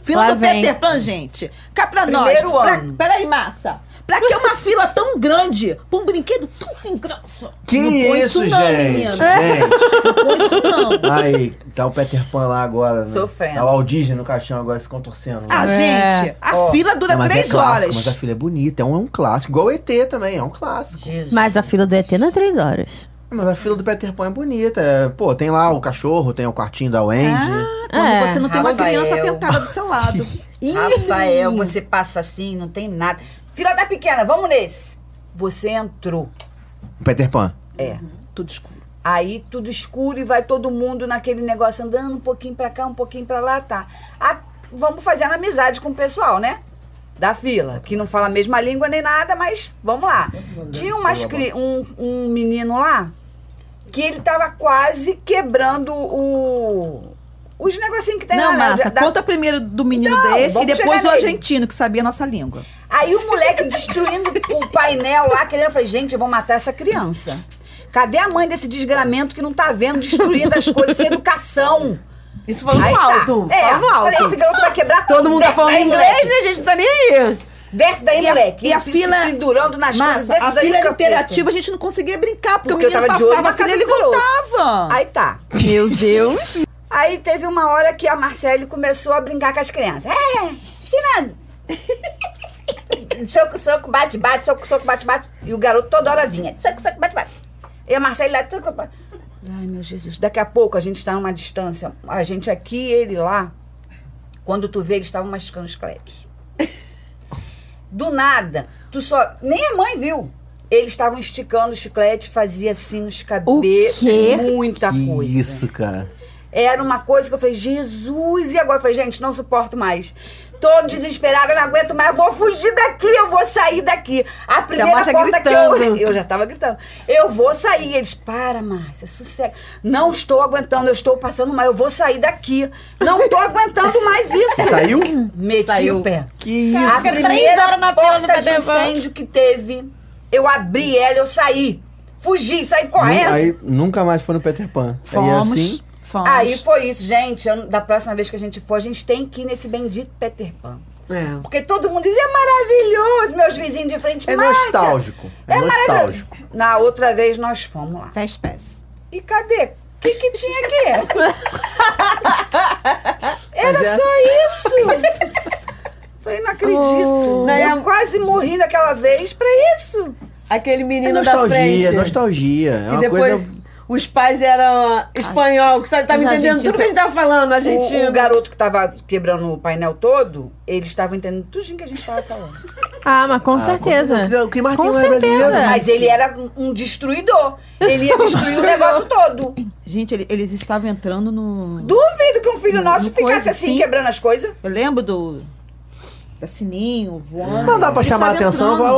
[SPEAKER 3] Fila
[SPEAKER 1] Lá
[SPEAKER 3] do
[SPEAKER 1] vem.
[SPEAKER 3] Peter Pan, gente. Cá pra
[SPEAKER 4] Primeiro
[SPEAKER 3] nós.
[SPEAKER 4] ano.
[SPEAKER 3] Pra, peraí, Márcia. Pra que uma fila tão grande? Pra um brinquedo tão sem graça?
[SPEAKER 2] Que
[SPEAKER 3] Não põe
[SPEAKER 2] isso,
[SPEAKER 3] não,
[SPEAKER 2] gente?
[SPEAKER 3] menina.
[SPEAKER 2] Gente.
[SPEAKER 3] Não põe isso, (laughs) não.
[SPEAKER 2] Aí, tá o Peter Pan lá agora. Né?
[SPEAKER 4] Sofrendo.
[SPEAKER 2] Tá o Aldigen no caixão agora se contorcendo.
[SPEAKER 3] Ah,
[SPEAKER 2] Né?
[SPEAKER 3] gente, a
[SPEAKER 4] Ó,
[SPEAKER 3] fila dura
[SPEAKER 2] Não, mas
[SPEAKER 3] três
[SPEAKER 2] é clássico,
[SPEAKER 3] horas.
[SPEAKER 2] Mas a filha é bonita, é um, é um clássico. Igual o ET também, é um clássico.
[SPEAKER 4] Jesus.
[SPEAKER 1] Mas a fila do ET não é três horas.
[SPEAKER 2] Mas a fila do Peter Pan é bonita. é- pô, tem lá o cachorro, tem o quartinho da Wendy.
[SPEAKER 3] Quando
[SPEAKER 1] É,
[SPEAKER 3] você não tem uma
[SPEAKER 4] Rafael.
[SPEAKER 3] criança tentada do seu lado.
[SPEAKER 4] Rafael, você passa assim, não tem nada. Fila da pequena, vamos nesse. Você entrou.
[SPEAKER 2] O Peter Pan.
[SPEAKER 4] É.
[SPEAKER 3] Tudo escuro.
[SPEAKER 4] Aí tudo escuro e vai todo mundo naquele negócio andando um pouquinho pra cá, um pouquinho pra lá, tá. Ah, vamos fazendo amizade com o pessoal, né? Da fila, que não fala a mesma língua nem nada, mas vamos lá. Tinha umas cri- um, um menino lá que ele tava quase quebrando o. Os negocinhos que tem
[SPEAKER 3] Não,
[SPEAKER 4] lá. né?
[SPEAKER 3] Márcia,
[SPEAKER 4] Da-
[SPEAKER 3] conta primeiro do menino
[SPEAKER 4] Não,
[SPEAKER 3] desse e
[SPEAKER 4] vamos
[SPEAKER 3] depois o
[SPEAKER 4] chegar nele.
[SPEAKER 3] argentino, que sabia a nossa língua.
[SPEAKER 4] Aí o moleque destruindo o painel lá, querendo, eu falei, gente, eu vou matar essa criança. Cadê a mãe desse desgramento que não tá vendo, destruindo as coisas, sem educação?
[SPEAKER 5] Isso falando
[SPEAKER 4] Aí tá.
[SPEAKER 5] alto.
[SPEAKER 4] É,
[SPEAKER 5] falando alto.
[SPEAKER 4] falei, esse garoto vai quebrar tudo.
[SPEAKER 5] Todo mundo tá
[SPEAKER 4] Desce
[SPEAKER 5] falando
[SPEAKER 4] daí,
[SPEAKER 5] inglês,
[SPEAKER 4] moleque.
[SPEAKER 5] né, gente? Não tá nem aí.
[SPEAKER 4] Desce daí,
[SPEAKER 3] E a-
[SPEAKER 4] moleque.
[SPEAKER 3] e a
[SPEAKER 4] se
[SPEAKER 3] fila-
[SPEAKER 4] Pendurando nas coisas.
[SPEAKER 3] Márcia,
[SPEAKER 4] Desce
[SPEAKER 3] a
[SPEAKER 4] daí,
[SPEAKER 3] fila era
[SPEAKER 4] capeta.
[SPEAKER 3] interativa, a gente não conseguia brincar, porque,
[SPEAKER 4] Porque
[SPEAKER 3] o
[SPEAKER 4] eu
[SPEAKER 3] menino
[SPEAKER 4] tava de olho
[SPEAKER 3] passava,
[SPEAKER 4] na
[SPEAKER 3] a filha
[SPEAKER 4] casa
[SPEAKER 3] ele
[SPEAKER 4] do garoto.
[SPEAKER 3] voltava.
[SPEAKER 4] Aí tá.
[SPEAKER 1] Meu
[SPEAKER 3] (laughs)
[SPEAKER 1] Deus. assim?
[SPEAKER 4] Aí teve uma hora que a Marcele começou a brincar com as crianças. É, ensina. soco, soco, bate, bate, soco, soco, bate, bate. E o garoto toda hora vinha. Soco, soco, bate, bate. E a Marcele lá. Soco, soco, bate. Ai, meu Jesus. Daqui a pouco a gente tá numa distância. A gente aqui e ele lá. Quando tu vê, eles estavam mascando chiclete. Do nada, tu só. Nem a mãe viu. Eles estavam esticando o chiclete, fazia assim os cabelos.
[SPEAKER 1] quê?
[SPEAKER 4] Muita
[SPEAKER 2] que
[SPEAKER 4] coisa.
[SPEAKER 2] isso, cara.
[SPEAKER 4] Era uma coisa que eu falei, Jesus, e agora? Eu falei, gente, não suporto mais. Tô desesperada, não aguento mais, eu vou fugir daqui, eu vou sair daqui. A primeira
[SPEAKER 5] Márcia
[SPEAKER 4] porta que eu.
[SPEAKER 5] gritando.
[SPEAKER 4] (laughs) Eu já tava gritando. Eu vou sair. Eles, para, Márcia, sossega. Não estou aguentando, eu estou passando mal, eu vou sair daqui. Não estou aguentando mais isso.
[SPEAKER 2] Saiu?
[SPEAKER 4] Meti
[SPEAKER 5] Saiu.
[SPEAKER 4] o pé.
[SPEAKER 2] Que isso.
[SPEAKER 4] A
[SPEAKER 1] Fica três
[SPEAKER 4] primeira
[SPEAKER 1] horas na fila do
[SPEAKER 4] porta de
[SPEAKER 1] Peter Pan.
[SPEAKER 4] incêndio que teve, eu abri ela, eu saí. Fugi, saí
[SPEAKER 2] Nu-
[SPEAKER 4] correndo.
[SPEAKER 2] Aí nunca mais foi no Peter Pan.
[SPEAKER 3] Fomos,
[SPEAKER 2] Aí, assim,
[SPEAKER 3] fomos.
[SPEAKER 4] Aí Ah, foi isso, gente. eu- da próxima vez que a gente for, a gente tem que ir nesse bendito Peter Pan.
[SPEAKER 5] É.
[SPEAKER 4] Porque todo mundo diz, é maravilhoso, meus vizinhos de frente.
[SPEAKER 2] É
[SPEAKER 4] Márcia,
[SPEAKER 2] nostálgico, é
[SPEAKER 4] maravilhoso."
[SPEAKER 2] nostálgico.
[SPEAKER 4] Na outra vez nós fomos lá.
[SPEAKER 3] Fast pass.
[SPEAKER 4] E cadê? O que, que
[SPEAKER 2] (laughs)
[SPEAKER 4] tinha aqui?
[SPEAKER 2] é.
[SPEAKER 4] Era só isso. Falei, não acredito.
[SPEAKER 5] Não,
[SPEAKER 4] eu
[SPEAKER 5] é-
[SPEAKER 4] quase morri naquela vez pra isso.
[SPEAKER 5] Aquele
[SPEAKER 2] é
[SPEAKER 5] menino da frente.
[SPEAKER 2] nostalgia, nostalgia. É
[SPEAKER 5] E
[SPEAKER 2] uma
[SPEAKER 5] depois
[SPEAKER 2] coisa...
[SPEAKER 5] os pais eram espanhol, que sabe, tava
[SPEAKER 1] Os
[SPEAKER 5] entendendo tudo que a gente tava falando,
[SPEAKER 4] O,
[SPEAKER 5] argentino.
[SPEAKER 4] o garoto que tava quebrando o painel todo, ele estava entendendo tudo que a gente tava falando.
[SPEAKER 1] Ah, mas com certeza.
[SPEAKER 2] com- o que mais
[SPEAKER 1] com
[SPEAKER 2] tem lá é brasileiro,
[SPEAKER 1] certeza.
[SPEAKER 2] né?
[SPEAKER 4] Mas ele era um- um destruidor. Ele ia destruir o negócio todo.
[SPEAKER 3] Gente, ele- eles estavam entrando no...
[SPEAKER 4] Duvido que um filho nosso
[SPEAKER 3] Uma
[SPEAKER 4] ficasse
[SPEAKER 3] coisa
[SPEAKER 4] assim,
[SPEAKER 3] assim.
[SPEAKER 4] quebrando as coisas.
[SPEAKER 3] Eu lembro do... Da Sininho, voando.
[SPEAKER 2] Não dá pra
[SPEAKER 3] Eles
[SPEAKER 2] chamar a
[SPEAKER 3] estavam
[SPEAKER 2] atenção,
[SPEAKER 3] entrando.
[SPEAKER 2] vai,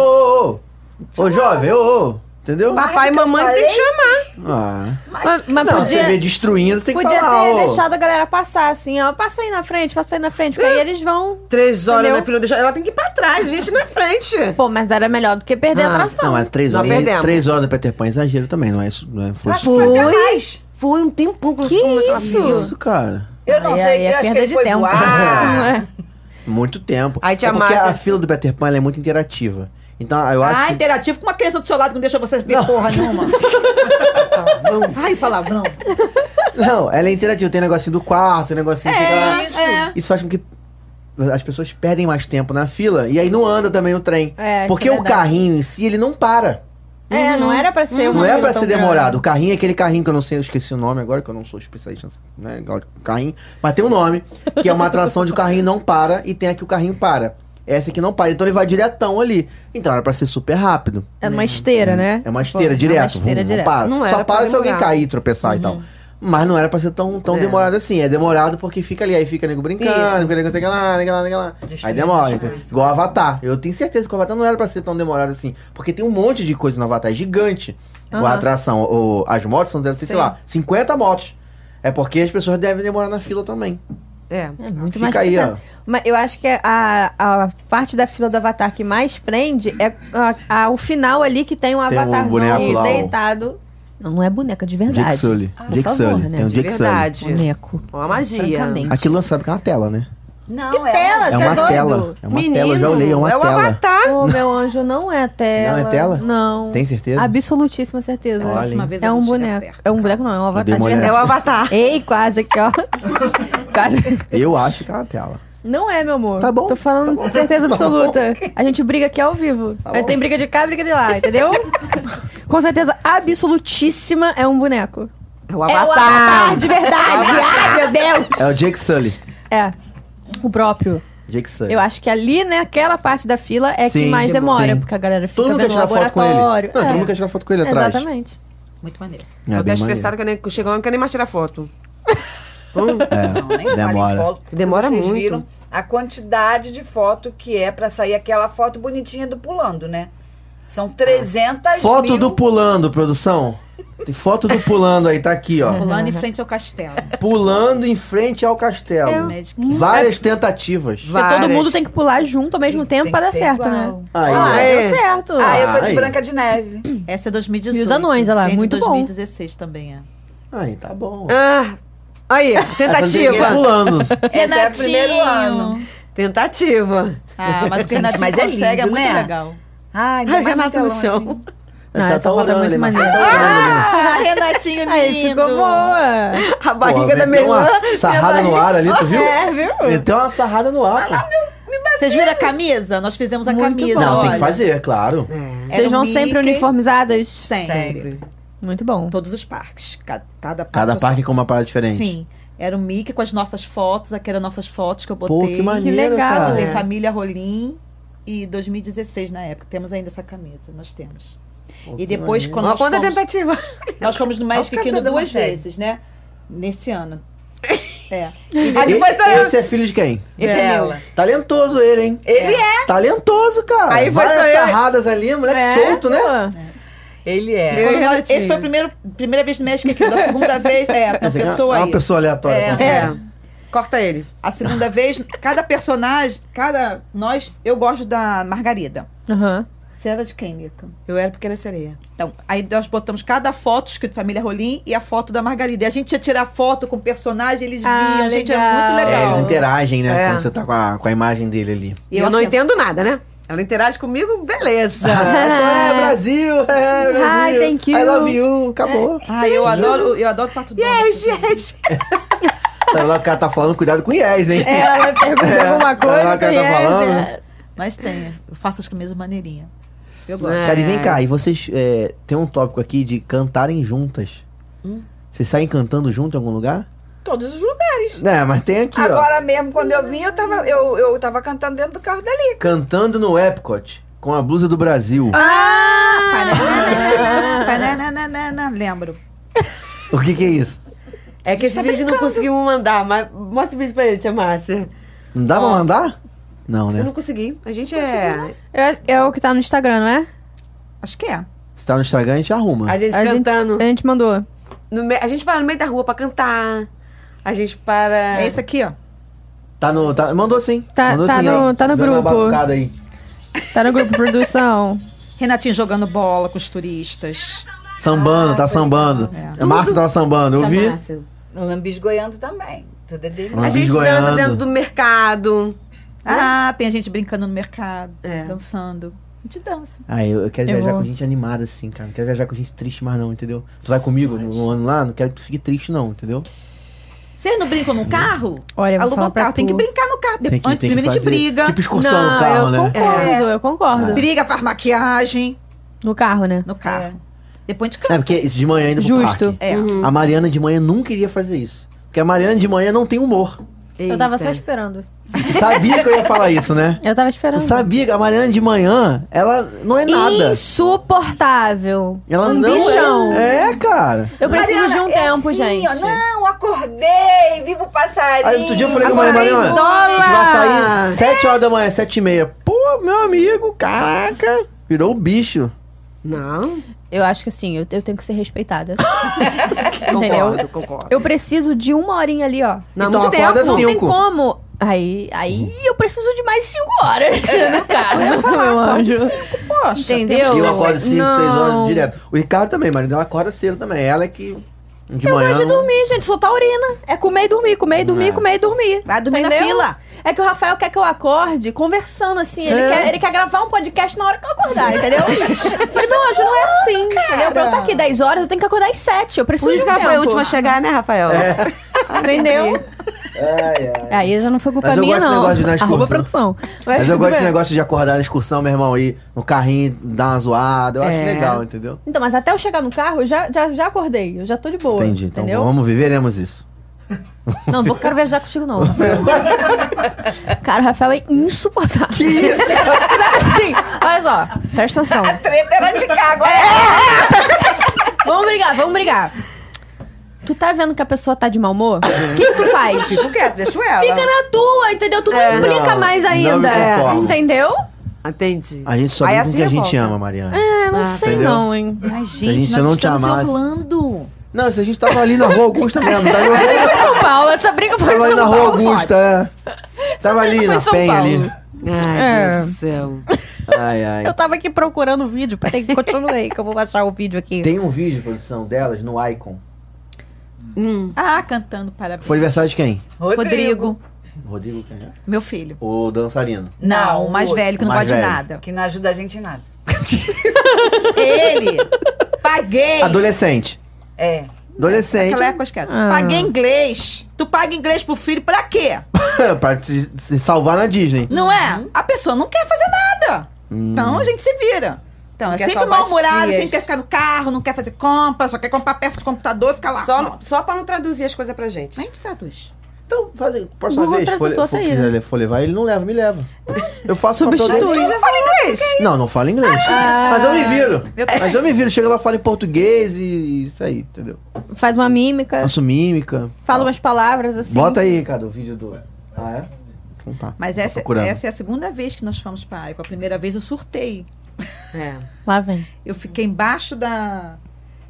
[SPEAKER 2] ô, ô, ô. Ô, jovem, ô, ô. Entendeu?
[SPEAKER 5] Papai e
[SPEAKER 4] que eu
[SPEAKER 5] mamãe que tem que
[SPEAKER 4] falei.
[SPEAKER 5] chamar.
[SPEAKER 2] Ah.
[SPEAKER 1] Mas, mas
[SPEAKER 2] Não, você
[SPEAKER 1] podia,
[SPEAKER 2] vê destruindo, você tem que
[SPEAKER 1] podia
[SPEAKER 2] falar,
[SPEAKER 1] ter
[SPEAKER 2] ô.
[SPEAKER 1] deixado a galera passar assim, ó. Passa aí na frente, passa aí na frente. Porque aí eles vão.
[SPEAKER 5] Três horas
[SPEAKER 2] né,
[SPEAKER 1] Entendeu?
[SPEAKER 5] na fila deixa. Ela tem que ir pra trás, gente na frente.
[SPEAKER 1] Pô, mas era melhor do que perder a
[SPEAKER 5] Ah,
[SPEAKER 1] atração.
[SPEAKER 2] Não, mas três
[SPEAKER 5] Nós
[SPEAKER 2] horas,
[SPEAKER 5] perdemos.
[SPEAKER 2] três horas do Peter Pan é exagero também, não é isso? Não é, foi
[SPEAKER 4] Acho que foi até mais.
[SPEAKER 5] Foi um tempão que,
[SPEAKER 1] Que isso?
[SPEAKER 2] isso, cara.
[SPEAKER 4] Eu não
[SPEAKER 1] Aí-
[SPEAKER 4] sei,
[SPEAKER 1] aí é
[SPEAKER 4] eu acho que
[SPEAKER 1] perda
[SPEAKER 4] ele
[SPEAKER 1] de
[SPEAKER 4] foi
[SPEAKER 1] tempo.
[SPEAKER 4] voar.
[SPEAKER 1] Não é?
[SPEAKER 2] Muito tempo.
[SPEAKER 5] Aí tinha
[SPEAKER 2] é porque
[SPEAKER 5] Márcia.
[SPEAKER 2] a fila do Peter Pan ela é muito interativa. Então, eu acho
[SPEAKER 3] Ah,
[SPEAKER 2] que
[SPEAKER 3] interativo com uma criança do seu lado que não deixa você
[SPEAKER 1] (laughs)
[SPEAKER 3] ver porra nenhuma. Ai, palavrão.
[SPEAKER 2] Não, ela é interativa. Tem negocinho do quarto, tem negocinho... de lá.
[SPEAKER 4] isso.
[SPEAKER 3] É.
[SPEAKER 2] Isso faz com que as pessoas perdem mais tempo na fila e aí não anda também o trem.
[SPEAKER 1] É, isso
[SPEAKER 2] porque
[SPEAKER 1] é
[SPEAKER 2] o
[SPEAKER 1] verdade.
[SPEAKER 2] carrinho em si, ele não para.
[SPEAKER 1] (laughs) É, não era pra ser uma
[SPEAKER 2] Não é
[SPEAKER 1] fila
[SPEAKER 2] pra
[SPEAKER 1] tão
[SPEAKER 2] ser
[SPEAKER 1] grande.
[SPEAKER 2] demorado. O carrinho é aquele carrinho que eu não sei, eu esqueci o nome agora, que eu não sou especialista, né? igual de Carrinho. Mas tem um nome, que é uma atração de o carrinho não para e tem aqui o carrinho para. Essa aqui não para, então ele vai diretão ali. Então era pra ser super rápido.
[SPEAKER 1] É uma esteira, né?
[SPEAKER 2] É uma esteira
[SPEAKER 1] Pô,
[SPEAKER 2] direto.
[SPEAKER 1] É uma esteira
[SPEAKER 2] vum, não
[SPEAKER 1] direto. Uhum.
[SPEAKER 2] para.
[SPEAKER 5] Não
[SPEAKER 2] Só
[SPEAKER 5] era pra
[SPEAKER 2] para se alguém
[SPEAKER 5] demorar.
[SPEAKER 2] cair, tropeçar e tal. Mas não era pra ser tão, tão
[SPEAKER 5] É.
[SPEAKER 2] demorado assim. É demorado porque fica ali, aí fica nego brincando,
[SPEAKER 5] Isso.
[SPEAKER 2] fica nego não sei o que lá, não sei o que lá, não sei o que lá. Aí demora. entendeu? Igual Avatar. Eu tenho certeza que o Avatar não era pra ser tão demorado assim. Porque tem um monte de coisa no Avatar, é gigante.
[SPEAKER 1] Aham.
[SPEAKER 2] A atração, o, as motos são, deve ter, sei
[SPEAKER 1] Sim.
[SPEAKER 2] lá, 50 motos. É porque as pessoas devem demorar na fila também.
[SPEAKER 5] É.
[SPEAKER 1] É muito
[SPEAKER 2] Fica
[SPEAKER 1] mais que
[SPEAKER 2] aí,
[SPEAKER 1] cinquenta.
[SPEAKER 2] ó.
[SPEAKER 1] Mas eu acho que é a, a parte da fila do Avatar que mais prende é a- a- o final ali que tem um
[SPEAKER 2] Tem um
[SPEAKER 1] avatarzão
[SPEAKER 2] boneco lá, o-
[SPEAKER 1] deitado. Não, não é boneca de verdade.
[SPEAKER 2] Dick Sully.
[SPEAKER 1] Por
[SPEAKER 2] Dick
[SPEAKER 1] favor,
[SPEAKER 2] Sully.
[SPEAKER 1] né?
[SPEAKER 2] Tem um
[SPEAKER 5] De
[SPEAKER 2] Dick Sully.
[SPEAKER 5] verdade.
[SPEAKER 1] Boneco.
[SPEAKER 5] é Uma magia.
[SPEAKER 1] Francamente.
[SPEAKER 2] Aquilo não sabe que é uma tela, né?
[SPEAKER 4] Não,
[SPEAKER 1] Que tela,
[SPEAKER 2] É
[SPEAKER 1] Você
[SPEAKER 2] uma
[SPEAKER 1] doido?
[SPEAKER 2] tela. É uma
[SPEAKER 5] Menino,
[SPEAKER 2] tela, eu já olhei, é uma
[SPEAKER 5] é o
[SPEAKER 2] tela.
[SPEAKER 5] Avatar.
[SPEAKER 1] Ô, meu anjo, não é tela.
[SPEAKER 2] Não é tela?
[SPEAKER 1] Não.
[SPEAKER 2] Tem certeza?
[SPEAKER 1] Absolutíssima certeza.
[SPEAKER 2] Olha,
[SPEAKER 3] Próxima
[SPEAKER 2] hein?
[SPEAKER 3] vez
[SPEAKER 1] É
[SPEAKER 3] eu
[SPEAKER 1] um
[SPEAKER 3] vou chegar
[SPEAKER 1] boneco.
[SPEAKER 3] perto.
[SPEAKER 1] É um boneco, não. É um
[SPEAKER 2] dei
[SPEAKER 1] avatar de
[SPEAKER 2] uma
[SPEAKER 1] verdade.
[SPEAKER 5] É o (laughs) Avatar.
[SPEAKER 1] Ei, quase aqui,
[SPEAKER 2] (laughs)
[SPEAKER 1] ó. quase.
[SPEAKER 2] Eu acho que é uma tela.
[SPEAKER 1] Não é, meu amor.
[SPEAKER 2] Tá bom.
[SPEAKER 1] Tô falando
[SPEAKER 2] Tá bom.
[SPEAKER 1] de certeza
[SPEAKER 2] Tá bom.
[SPEAKER 1] absoluta. A gente briga aqui ao vivo.
[SPEAKER 2] Tá
[SPEAKER 1] Aí
[SPEAKER 2] bom.
[SPEAKER 1] Tem briga de cá, briga de lá,
[SPEAKER 2] (laughs)
[SPEAKER 1] entendeu? Com certeza absolutíssima é um boneco.
[SPEAKER 5] É
[SPEAKER 2] Ah,
[SPEAKER 1] É
[SPEAKER 2] tá.
[SPEAKER 5] o
[SPEAKER 1] o
[SPEAKER 5] Avatar.
[SPEAKER 1] avatar de verdade. Ai, meu Deus.
[SPEAKER 2] É Ah, o Jake Sully.
[SPEAKER 1] É. O próprio.
[SPEAKER 2] Jake Sully.
[SPEAKER 1] Eu acho que ali, né, aquela parte da fila é que
[SPEAKER 2] Sim,
[SPEAKER 1] mais demora,
[SPEAKER 2] sim.
[SPEAKER 1] porque a galera fica
[SPEAKER 2] Todo mundo quer
[SPEAKER 1] vendo
[SPEAKER 2] tirar foto com ele.
[SPEAKER 1] laboratório.
[SPEAKER 2] Não,
[SPEAKER 1] É.
[SPEAKER 2] todo mundo quer tirar foto com ele atrás.
[SPEAKER 1] Exatamente.
[SPEAKER 4] Muito maneiro.
[SPEAKER 2] É,
[SPEAKER 5] Tô até
[SPEAKER 2] bem maneiro.
[SPEAKER 5] estressada que eu nem que chega lá, eu não quero nem mais tirar foto.
[SPEAKER 2] É,
[SPEAKER 4] Não,
[SPEAKER 1] é,
[SPEAKER 4] nem fale em
[SPEAKER 2] demora.
[SPEAKER 4] foto. porque
[SPEAKER 5] Demora
[SPEAKER 4] vocês
[SPEAKER 5] muito.
[SPEAKER 4] viram a quantidade de foto que é pra sair aquela foto bonitinha do pulando, né? São 300
[SPEAKER 2] Foto
[SPEAKER 4] mil...
[SPEAKER 2] do pulando, produção. Tem foto do pulando aí, tá aqui,
[SPEAKER 1] (laughs)
[SPEAKER 2] ó.
[SPEAKER 3] Pulando
[SPEAKER 1] Uhum.
[SPEAKER 3] em frente ao castelo.
[SPEAKER 2] Pulando em frente ao
[SPEAKER 1] É.
[SPEAKER 2] castelo.
[SPEAKER 3] Eu-
[SPEAKER 2] Várias tentativas.
[SPEAKER 5] Va-
[SPEAKER 1] Porque todo
[SPEAKER 5] Várias.
[SPEAKER 1] mundo tem que pular junto ao mesmo tempo
[SPEAKER 4] Tem
[SPEAKER 1] pra
[SPEAKER 4] que
[SPEAKER 1] dar
[SPEAKER 4] ser
[SPEAKER 1] certo,
[SPEAKER 4] igual.
[SPEAKER 1] né?
[SPEAKER 2] Aí,
[SPEAKER 1] ah,
[SPEAKER 2] ó.
[SPEAKER 5] é.
[SPEAKER 1] deu certo.
[SPEAKER 4] Ah, eu tô de
[SPEAKER 2] Aí.
[SPEAKER 4] Branca de (laughs) Neve.
[SPEAKER 3] Essa é 2018.
[SPEAKER 1] E os anões, olha lá,
[SPEAKER 3] Tem de
[SPEAKER 1] muito bom.
[SPEAKER 3] 2016 também, é.
[SPEAKER 2] Aí, tá bom.
[SPEAKER 5] Ah,
[SPEAKER 2] (laughs)
[SPEAKER 5] aí,
[SPEAKER 2] Essa ninguém
[SPEAKER 5] tentativa.
[SPEAKER 1] (laughs)
[SPEAKER 2] pulando.
[SPEAKER 4] Esse é o primeiro
[SPEAKER 3] Renatinho.
[SPEAKER 4] ano.
[SPEAKER 5] tentativa.
[SPEAKER 3] Ah, mas o que o
[SPEAKER 4] Gente,
[SPEAKER 3] Renatinho
[SPEAKER 4] mas é
[SPEAKER 3] consegue é
[SPEAKER 4] lindo,
[SPEAKER 3] muito
[SPEAKER 4] né?
[SPEAKER 3] legal.
[SPEAKER 4] Ai, ainda
[SPEAKER 5] Ai,
[SPEAKER 4] mais
[SPEAKER 5] Renata no
[SPEAKER 4] naquelão,
[SPEAKER 5] chão.
[SPEAKER 4] assim.
[SPEAKER 1] Não,
[SPEAKER 2] Ele
[SPEAKER 1] essa foto é
[SPEAKER 2] tá olhando,
[SPEAKER 1] muito
[SPEAKER 2] ele-
[SPEAKER 1] maneira.
[SPEAKER 2] Tá olhando,
[SPEAKER 3] (laughs)
[SPEAKER 2] ele-
[SPEAKER 3] Ah, Renatinho lindo.
[SPEAKER 1] (laughs) Aí ficou boa.
[SPEAKER 5] A barriga
[SPEAKER 2] Pô,
[SPEAKER 5] da
[SPEAKER 2] meteu
[SPEAKER 5] Melã.
[SPEAKER 2] uma sarrada no ar ali, tu viu?
[SPEAKER 1] É, viu?
[SPEAKER 2] Meteu uma sarrada no ar. pô.
[SPEAKER 3] Vocês viram a camisa? Nós fizemos a
[SPEAKER 1] Muito
[SPEAKER 3] camisa,
[SPEAKER 1] bom.
[SPEAKER 2] Não, tem que
[SPEAKER 3] olha.
[SPEAKER 2] fazer, é claro.
[SPEAKER 1] Vocês
[SPEAKER 3] Era um
[SPEAKER 1] vão sempre
[SPEAKER 3] Mickey.
[SPEAKER 1] uniformizadas?
[SPEAKER 3] Sempre.
[SPEAKER 1] Muito bom.
[SPEAKER 3] Todos os parques. Ca- Cada parque.
[SPEAKER 2] Cada
[SPEAKER 3] eu-
[SPEAKER 2] parque com uma parada diferente.
[SPEAKER 3] Sim. Era o Mickey com as nossas fotos. Aqui eram nossas fotos que eu botei.
[SPEAKER 2] Pô, que maneiro,
[SPEAKER 1] legal.
[SPEAKER 2] cara.
[SPEAKER 3] Botei
[SPEAKER 5] É.
[SPEAKER 3] Família Rolim e 2016 na época. Temos ainda essa camisa. Nós temos. e depois, quando
[SPEAKER 5] Uma
[SPEAKER 3] nós
[SPEAKER 5] conta
[SPEAKER 3] fomos,
[SPEAKER 5] tentativa.
[SPEAKER 3] nós fomos no Magic
[SPEAKER 4] Olha o
[SPEAKER 3] Kingdom
[SPEAKER 4] cabelo da
[SPEAKER 3] duas
[SPEAKER 4] Marcele.
[SPEAKER 3] vezes, né? Nesse ano. É.
[SPEAKER 5] Aí
[SPEAKER 2] E-
[SPEAKER 5] depois sou eu.
[SPEAKER 2] esse é filho de quem?
[SPEAKER 3] Esse é
[SPEAKER 4] Dela.
[SPEAKER 3] meu.
[SPEAKER 2] Talentoso ele, hein?
[SPEAKER 4] Ele é.
[SPEAKER 2] Talentoso, cara.
[SPEAKER 5] Aí foi
[SPEAKER 2] Várias
[SPEAKER 5] só eu.
[SPEAKER 2] sarradas ali, moleque
[SPEAKER 1] É,
[SPEAKER 2] solto, né?
[SPEAKER 1] pô.
[SPEAKER 4] Ele é.
[SPEAKER 3] Quando
[SPEAKER 5] e
[SPEAKER 3] nós-
[SPEAKER 5] Renatinho.
[SPEAKER 3] esse foi a primeira, primeira vez no Magic Kingdom. A segunda vez, é, uma
[SPEAKER 2] Essa aqui é
[SPEAKER 3] pessoa
[SPEAKER 2] uma
[SPEAKER 3] aí.
[SPEAKER 2] pessoa aleatória.
[SPEAKER 3] É.
[SPEAKER 2] confere.
[SPEAKER 5] É. Corta ele.
[SPEAKER 3] A segunda vez, cada personagem, cada. Nós, eu gosto da Margarida.
[SPEAKER 1] Aham.
[SPEAKER 3] Você era de quem, Nica?
[SPEAKER 5] Eu era pequena sereia.
[SPEAKER 3] Então, aí nós botamos cada foto escrito Família Rolim e a foto da Margarida. E a gente ia tirar foto com o personagem, eles
[SPEAKER 1] Ah,
[SPEAKER 3] viam. Gente, era
[SPEAKER 1] legal.
[SPEAKER 3] muito
[SPEAKER 2] É, eles
[SPEAKER 3] legal.
[SPEAKER 2] interagem, né?
[SPEAKER 5] É.
[SPEAKER 2] Quando você tá com a, com a imagem dele ali.
[SPEAKER 5] E eu, não
[SPEAKER 3] assim,
[SPEAKER 5] entendo nada, né? Ela interage comigo, beleza. (laughs)
[SPEAKER 2] é, Brasil! É,
[SPEAKER 1] Ai,
[SPEAKER 2] Brasil!
[SPEAKER 1] thank you.
[SPEAKER 2] I love you! Acabou.
[SPEAKER 3] Ah, eu adoro, eu adoro pato doce.
[SPEAKER 5] yes, yes.
[SPEAKER 2] Tá lá, o cara tá falando, cuidado com o Yes, hein?
[SPEAKER 1] É, Ela pergunta
[SPEAKER 2] (laughs) É.
[SPEAKER 1] alguma coisa.
[SPEAKER 2] Ela
[SPEAKER 1] tu
[SPEAKER 2] tá
[SPEAKER 1] yes,
[SPEAKER 2] falando.
[SPEAKER 1] yes.
[SPEAKER 3] Mas tem, eu faço as camisas maneirinhas. Eu gosto.
[SPEAKER 5] É.
[SPEAKER 2] Cara, e vem cá, e vocês é, tem um tópico aqui de cantarem juntas.
[SPEAKER 5] Hum.
[SPEAKER 2] Vocês saem cantando junto em algum lugar?
[SPEAKER 4] Todos os lugares.
[SPEAKER 2] É, mas tem aqui, ó.
[SPEAKER 4] Agora mesmo, quando eu vim, eu tava, eu, eu tava cantando dentro do carro dali.
[SPEAKER 2] Cantando no Epcot com a blusa do Brasil.
[SPEAKER 5] Ah.
[SPEAKER 3] Pananana,
[SPEAKER 4] né,
[SPEAKER 3] pananana, Lembro.
[SPEAKER 2] O que que é isso?
[SPEAKER 5] É que esse vídeo não conseguimos mandar, mas mostra o vídeo pra ele, tia Márcia.
[SPEAKER 2] Não dá pra mandar? Não,
[SPEAKER 5] Eu
[SPEAKER 2] né?
[SPEAKER 5] não consegui. A gente é.
[SPEAKER 1] Eu acho- É o que tá no Instagram, não é?
[SPEAKER 3] Acho que é.
[SPEAKER 2] Se tá no Instagram, a gente arruma.
[SPEAKER 5] A gente
[SPEAKER 1] A gente-
[SPEAKER 5] cantando.
[SPEAKER 1] A gente mandou.
[SPEAKER 5] no me- A gente para no meio da rua pra cantar. A gente para.
[SPEAKER 3] É esse aqui, ó.
[SPEAKER 2] Tá no. Tá, mandou sim.
[SPEAKER 1] Tá-
[SPEAKER 2] mandou
[SPEAKER 1] tá
[SPEAKER 2] sim,
[SPEAKER 1] no-
[SPEAKER 2] ó.
[SPEAKER 1] tá no
[SPEAKER 2] Deu uma
[SPEAKER 1] grupo.
[SPEAKER 2] batucada aí.
[SPEAKER 1] Tá no grupo
[SPEAKER 2] (laughs)
[SPEAKER 1] produção.
[SPEAKER 3] Renatinho jogando bola com os turistas.
[SPEAKER 2] Sambando,
[SPEAKER 5] Ah,
[SPEAKER 2] tá sambando. A Márcia tava sambando, eu
[SPEAKER 1] Tá
[SPEAKER 5] Tia
[SPEAKER 2] vi.
[SPEAKER 5] Márcia.
[SPEAKER 4] Lambisgoiando também. Tudo é delícia.
[SPEAKER 2] Ah.
[SPEAKER 5] A gente
[SPEAKER 2] Bisgoiando.
[SPEAKER 5] dança dentro do mercado.
[SPEAKER 3] Ah, tem a gente brincando no mercado,
[SPEAKER 5] É.
[SPEAKER 3] dançando. A gente dança.
[SPEAKER 2] Ah, eu, eu quero
[SPEAKER 1] Eu
[SPEAKER 2] viajar
[SPEAKER 1] vou.
[SPEAKER 2] com gente animada, assim, cara. Não quero viajar com gente triste mais, não, entendeu? Tu vai comigo no, no ano lá, não quero que tu fique triste, não, entendeu?
[SPEAKER 3] Vocês não brincam no carro?
[SPEAKER 1] Olha, eu vou
[SPEAKER 3] Aluga
[SPEAKER 1] falar
[SPEAKER 3] um
[SPEAKER 1] pra
[SPEAKER 3] carro. Tem
[SPEAKER 1] tu.
[SPEAKER 3] que brincar no carro.
[SPEAKER 2] Tem
[SPEAKER 3] Depois,
[SPEAKER 2] que, tem que
[SPEAKER 3] primeiro a gente
[SPEAKER 2] fazer.
[SPEAKER 3] briga.
[SPEAKER 2] Tipo excursão
[SPEAKER 1] não,
[SPEAKER 2] no carro,
[SPEAKER 1] eu
[SPEAKER 2] né? É.
[SPEAKER 1] concordo, eu concordo.
[SPEAKER 3] Briga, faz maquiagem
[SPEAKER 1] No carro, né?
[SPEAKER 3] no carro. Depois a gente
[SPEAKER 2] É
[SPEAKER 3] canta.
[SPEAKER 2] porque isso de manhã ainda pro
[SPEAKER 1] Justo.
[SPEAKER 2] parque.
[SPEAKER 3] É.
[SPEAKER 2] A Mariana de manhã nunca iria fazer isso. Porque a Mariana de manhã não tem humor.
[SPEAKER 1] Eu tava
[SPEAKER 5] Eita.
[SPEAKER 1] só esperando.
[SPEAKER 2] Sabia que eu ia falar isso, né?
[SPEAKER 1] Eu tava
[SPEAKER 2] Tu
[SPEAKER 1] esperando.
[SPEAKER 2] sabia que a Mariana de manhã, ela não é nada.
[SPEAKER 1] Insuportável.
[SPEAKER 2] Ela
[SPEAKER 1] um
[SPEAKER 2] não
[SPEAKER 1] bichão.
[SPEAKER 2] é. É, cara.
[SPEAKER 1] Eu preciso
[SPEAKER 4] Mariana,
[SPEAKER 1] de um
[SPEAKER 4] é
[SPEAKER 1] tempo,
[SPEAKER 4] assim,
[SPEAKER 1] gente.
[SPEAKER 4] ó,
[SPEAKER 3] né?
[SPEAKER 4] não, acordei, vivo o passarinho.
[SPEAKER 2] Aí outro dia eu falei com a Mariana,
[SPEAKER 4] acordei,
[SPEAKER 2] Mariana,
[SPEAKER 5] dólar!
[SPEAKER 2] tu vai sair 7 horas da manhã, 7 e meia. Pô, meu amigo, caraca. Virou o bicho.
[SPEAKER 5] Não,
[SPEAKER 1] Eu acho que assim, eu, eu tenho que ser
[SPEAKER 2] (laughs)
[SPEAKER 1] respeitada.
[SPEAKER 5] concordo,
[SPEAKER 1] Entendeu?
[SPEAKER 5] concordo.
[SPEAKER 1] Eu preciso de uma horinha ali, ó.
[SPEAKER 5] Não,
[SPEAKER 2] Então
[SPEAKER 5] muito
[SPEAKER 2] acorda
[SPEAKER 5] tempo.
[SPEAKER 1] Não tem
[SPEAKER 2] Cinco.
[SPEAKER 1] como. Aí, aí
[SPEAKER 2] Hum.
[SPEAKER 1] eu preciso de mais cinco horas, no caso, meu anjo.
[SPEAKER 3] Poxa,
[SPEAKER 1] Entendeu?
[SPEAKER 2] E eu
[SPEAKER 1] não sei-
[SPEAKER 2] acordo 5, 6 horas
[SPEAKER 1] não.
[SPEAKER 2] direto. O Ricardo também, Mariana, ela acorda cedo também. Ela é que. De
[SPEAKER 1] Eu
[SPEAKER 2] manhã.
[SPEAKER 1] gosto de dormir, gente. Sou taurina. É comer e dormir, comer e dormir,
[SPEAKER 2] É.
[SPEAKER 1] comer e dormir.
[SPEAKER 3] Vai dormir na fila.
[SPEAKER 1] É que o Rafael quer que eu acorde conversando, assim. Ele,
[SPEAKER 2] É.
[SPEAKER 1] quer, ele quer gravar um podcast na hora que eu acordar, entendeu? Mas, meu anjo, não é assim, entendeu? Pra eu estar aqui 10 horas, eu tenho que acordar às 7. Eu preciso
[SPEAKER 5] Por isso
[SPEAKER 1] de
[SPEAKER 5] que
[SPEAKER 1] um
[SPEAKER 5] ela
[SPEAKER 1] tempo.
[SPEAKER 5] foi a última a chegar, né, Rafael?
[SPEAKER 2] É.
[SPEAKER 1] Entendeu?
[SPEAKER 2] Ai, ai.
[SPEAKER 1] Aí já não foi culpa
[SPEAKER 2] Mas eu
[SPEAKER 1] minha,
[SPEAKER 2] gosto desse
[SPEAKER 1] não.
[SPEAKER 2] negócio de ir na excursão.
[SPEAKER 1] Arroba produção.
[SPEAKER 2] Mas eu
[SPEAKER 1] tudo
[SPEAKER 2] gosto desse
[SPEAKER 1] bem.
[SPEAKER 2] negócio de acordar na excursão, meu irmão, ir no carrinho, dar uma zoada. Eu
[SPEAKER 1] É.
[SPEAKER 2] acho legal, entendeu?
[SPEAKER 1] Então, mas até eu chegar no carro, eu já, já, já acordei. Eu já tô de boa.
[SPEAKER 2] Entendi. Então
[SPEAKER 1] entendeu?
[SPEAKER 2] vamos viveremos isso.
[SPEAKER 1] Não, vou quero viajar contigo,
[SPEAKER 2] (laughs)
[SPEAKER 1] não. Rafael. Cara, o Rafael é insuportável.
[SPEAKER 2] Que isso?
[SPEAKER 1] (laughs) Sabe assim? Olha só, presta atenção.
[SPEAKER 4] A treta
[SPEAKER 3] é
[SPEAKER 4] era de cá, agora
[SPEAKER 1] Vamos brigar, vamos brigar. Tu tá vendo que a pessoa tá de mau humor? O que, que tu faz?
[SPEAKER 5] Fico quieto, deixo ela.
[SPEAKER 1] Fica na tua, entendeu? Tu não implica
[SPEAKER 2] É. Não,
[SPEAKER 1] mais
[SPEAKER 2] não me
[SPEAKER 1] ainda. é.
[SPEAKER 2] conformo.
[SPEAKER 1] entendeu?
[SPEAKER 5] Entendi.
[SPEAKER 2] A gente só
[SPEAKER 5] Aí
[SPEAKER 2] vive
[SPEAKER 5] assim
[SPEAKER 2] com o que a gente
[SPEAKER 5] revolta.
[SPEAKER 2] ama, Mariana.
[SPEAKER 1] É, não sei
[SPEAKER 2] Ah, entendeu?
[SPEAKER 1] não, hein.
[SPEAKER 3] Ai,
[SPEAKER 2] gente
[SPEAKER 3] gente, nós
[SPEAKER 2] não te
[SPEAKER 3] estamos
[SPEAKER 2] amasse.
[SPEAKER 3] em Orlando.
[SPEAKER 2] Não, se a gente tava ali na Rua Augusta mesmo. Tava,
[SPEAKER 1] Foi em São Paulo, essa briga (laughs) foi
[SPEAKER 2] tava
[SPEAKER 1] em
[SPEAKER 2] ali
[SPEAKER 1] São
[SPEAKER 2] na Rua
[SPEAKER 1] Paulo.
[SPEAKER 2] Augusta, é. Tava ali
[SPEAKER 1] foi
[SPEAKER 2] na
[SPEAKER 1] em São
[SPEAKER 2] Penha ali.
[SPEAKER 1] Paulo.
[SPEAKER 5] Ai,
[SPEAKER 1] É.
[SPEAKER 5] Deus do céu.
[SPEAKER 2] Ai, ai.
[SPEAKER 1] Eu tava aqui procurando o vídeo. Peraí, continuei que eu vou baixar o vídeo aqui.
[SPEAKER 2] Tem um vídeo, produção, delas no Icon.
[SPEAKER 3] Ah, cantando parabéns.
[SPEAKER 2] Foi aniversário de quem?
[SPEAKER 3] Rodrigo.
[SPEAKER 2] Rodrigo quem é?
[SPEAKER 3] meu filho.
[SPEAKER 2] O dançarino.
[SPEAKER 5] Ah,
[SPEAKER 3] Não, o mais
[SPEAKER 4] outro.
[SPEAKER 3] velho que não
[SPEAKER 2] Mais
[SPEAKER 3] gosta de
[SPEAKER 2] velho.
[SPEAKER 3] nada.
[SPEAKER 4] Então, Que não ajuda a gente em nada.
[SPEAKER 2] (laughs)
[SPEAKER 3] Ele, paguei.
[SPEAKER 2] Adolescente.
[SPEAKER 4] É.
[SPEAKER 2] Adolescente.
[SPEAKER 3] Naquela época, acho que era.
[SPEAKER 5] Ah.
[SPEAKER 3] Paguei inglês. Tu paga inglês pro filho pra quê?
[SPEAKER 2] (laughs) pra se se salvar na Disney.
[SPEAKER 3] Não é?
[SPEAKER 5] Uhum.
[SPEAKER 3] A pessoa não quer fazer nada.
[SPEAKER 2] Hum.
[SPEAKER 3] Então a gente se vira. Então, é
[SPEAKER 5] quer
[SPEAKER 3] sempre
[SPEAKER 5] salvar as
[SPEAKER 3] mal-humorado,
[SPEAKER 5] tias.
[SPEAKER 3] sempre quer ficar no carro, não quer fazer compra, só quer comprar peça do computador e ficar lá.
[SPEAKER 5] Só,
[SPEAKER 3] Não.
[SPEAKER 5] só pra não traduzir as coisas pra gente.
[SPEAKER 3] A gente traduz.
[SPEAKER 2] Então, fazem. Próxima
[SPEAKER 1] Google
[SPEAKER 2] vez, for,
[SPEAKER 1] Tradutor
[SPEAKER 2] for,
[SPEAKER 1] tá aí,
[SPEAKER 2] quiser
[SPEAKER 1] né?
[SPEAKER 2] le- for levar, ele não leva, me leva. Eu faço pra
[SPEAKER 1] Substitui.
[SPEAKER 2] todos.
[SPEAKER 3] já fala inglês.
[SPEAKER 2] Não, não fala inglês.
[SPEAKER 3] Ah,
[SPEAKER 2] Mas eu me viro. Mas eu me viro. Chega lá, fala em português e isso aí, entendeu?
[SPEAKER 1] Faz uma
[SPEAKER 3] É.
[SPEAKER 1] mímica,
[SPEAKER 2] Faço mímica.
[SPEAKER 1] fala umas palavras assim.
[SPEAKER 2] Bota aí, Ricardo, o vídeo do. Ah, é? Então tá.
[SPEAKER 3] Mas
[SPEAKER 2] Tô
[SPEAKER 3] essa,
[SPEAKER 2] procurando.
[SPEAKER 3] essa é a segunda vez que nós fomos pra Aico. A primeira vez eu surtei.
[SPEAKER 5] É.
[SPEAKER 1] Lá vem.
[SPEAKER 3] Eu fiquei embaixo da,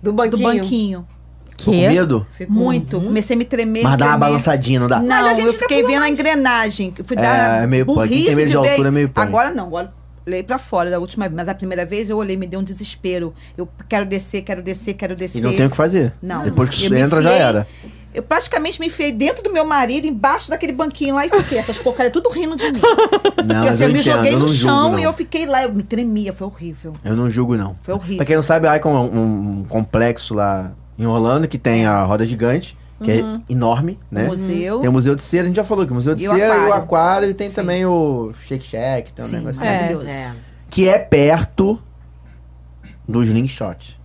[SPEAKER 5] Do banquinho.
[SPEAKER 3] do banquinho.
[SPEAKER 2] Tô com medo?
[SPEAKER 5] Ficou. Uhum.
[SPEAKER 3] Muito. Comecei a me tremer.
[SPEAKER 2] Mas dá uma
[SPEAKER 3] tremer.
[SPEAKER 2] balançadinha, não dá?
[SPEAKER 3] é Não, eu fiquei vendo a engrenagem. Eu Fui
[SPEAKER 2] É,
[SPEAKER 3] dar
[SPEAKER 2] é meio punk. Quem
[SPEAKER 3] burrice
[SPEAKER 2] tem medo de
[SPEAKER 3] ver.
[SPEAKER 2] altura é meio punk.
[SPEAKER 3] Agora não, agora olhei pra fora da última vez. Mas a primeira vez eu olhei, me deu um desespero. Eu quero descer, quero descer, quero descer.
[SPEAKER 2] E não tem o que fazer.
[SPEAKER 3] Não.
[SPEAKER 2] Depois que
[SPEAKER 3] Eu
[SPEAKER 2] você
[SPEAKER 3] me
[SPEAKER 2] entra, já
[SPEAKER 3] enfiei- (laughs)
[SPEAKER 2] era.
[SPEAKER 3] Eu praticamente me enfiei dentro do meu marido, embaixo daquele banquinho lá e fiquei. Essas porcarias tudo rindo de mim.
[SPEAKER 2] Não,
[SPEAKER 3] eu,
[SPEAKER 2] mas
[SPEAKER 3] assim,
[SPEAKER 2] eu
[SPEAKER 3] eu me
[SPEAKER 2] entendo,
[SPEAKER 3] joguei
[SPEAKER 2] eu
[SPEAKER 3] no
[SPEAKER 2] não julgo,
[SPEAKER 3] chão
[SPEAKER 2] não.
[SPEAKER 3] e eu fiquei lá. Eu me tremia, foi horrível.
[SPEAKER 2] Eu não julgo, não.
[SPEAKER 3] Foi horrível.
[SPEAKER 2] Pra quem não sabe, a Icon é um, um complexo lá em Orlando que tem a roda gigante, que
[SPEAKER 1] Uhum.
[SPEAKER 2] é enorme, né?
[SPEAKER 3] museu.
[SPEAKER 2] Tem o Museu de Cera, a gente já falou que o Museu de
[SPEAKER 3] E o
[SPEAKER 2] Cera e o
[SPEAKER 3] aquário.
[SPEAKER 2] aquário, e tem também o Shake Shack, tem um
[SPEAKER 3] Sim,
[SPEAKER 2] negócio assim.
[SPEAKER 3] maravilhoso.
[SPEAKER 5] É.
[SPEAKER 2] Que é perto dos Linkshot.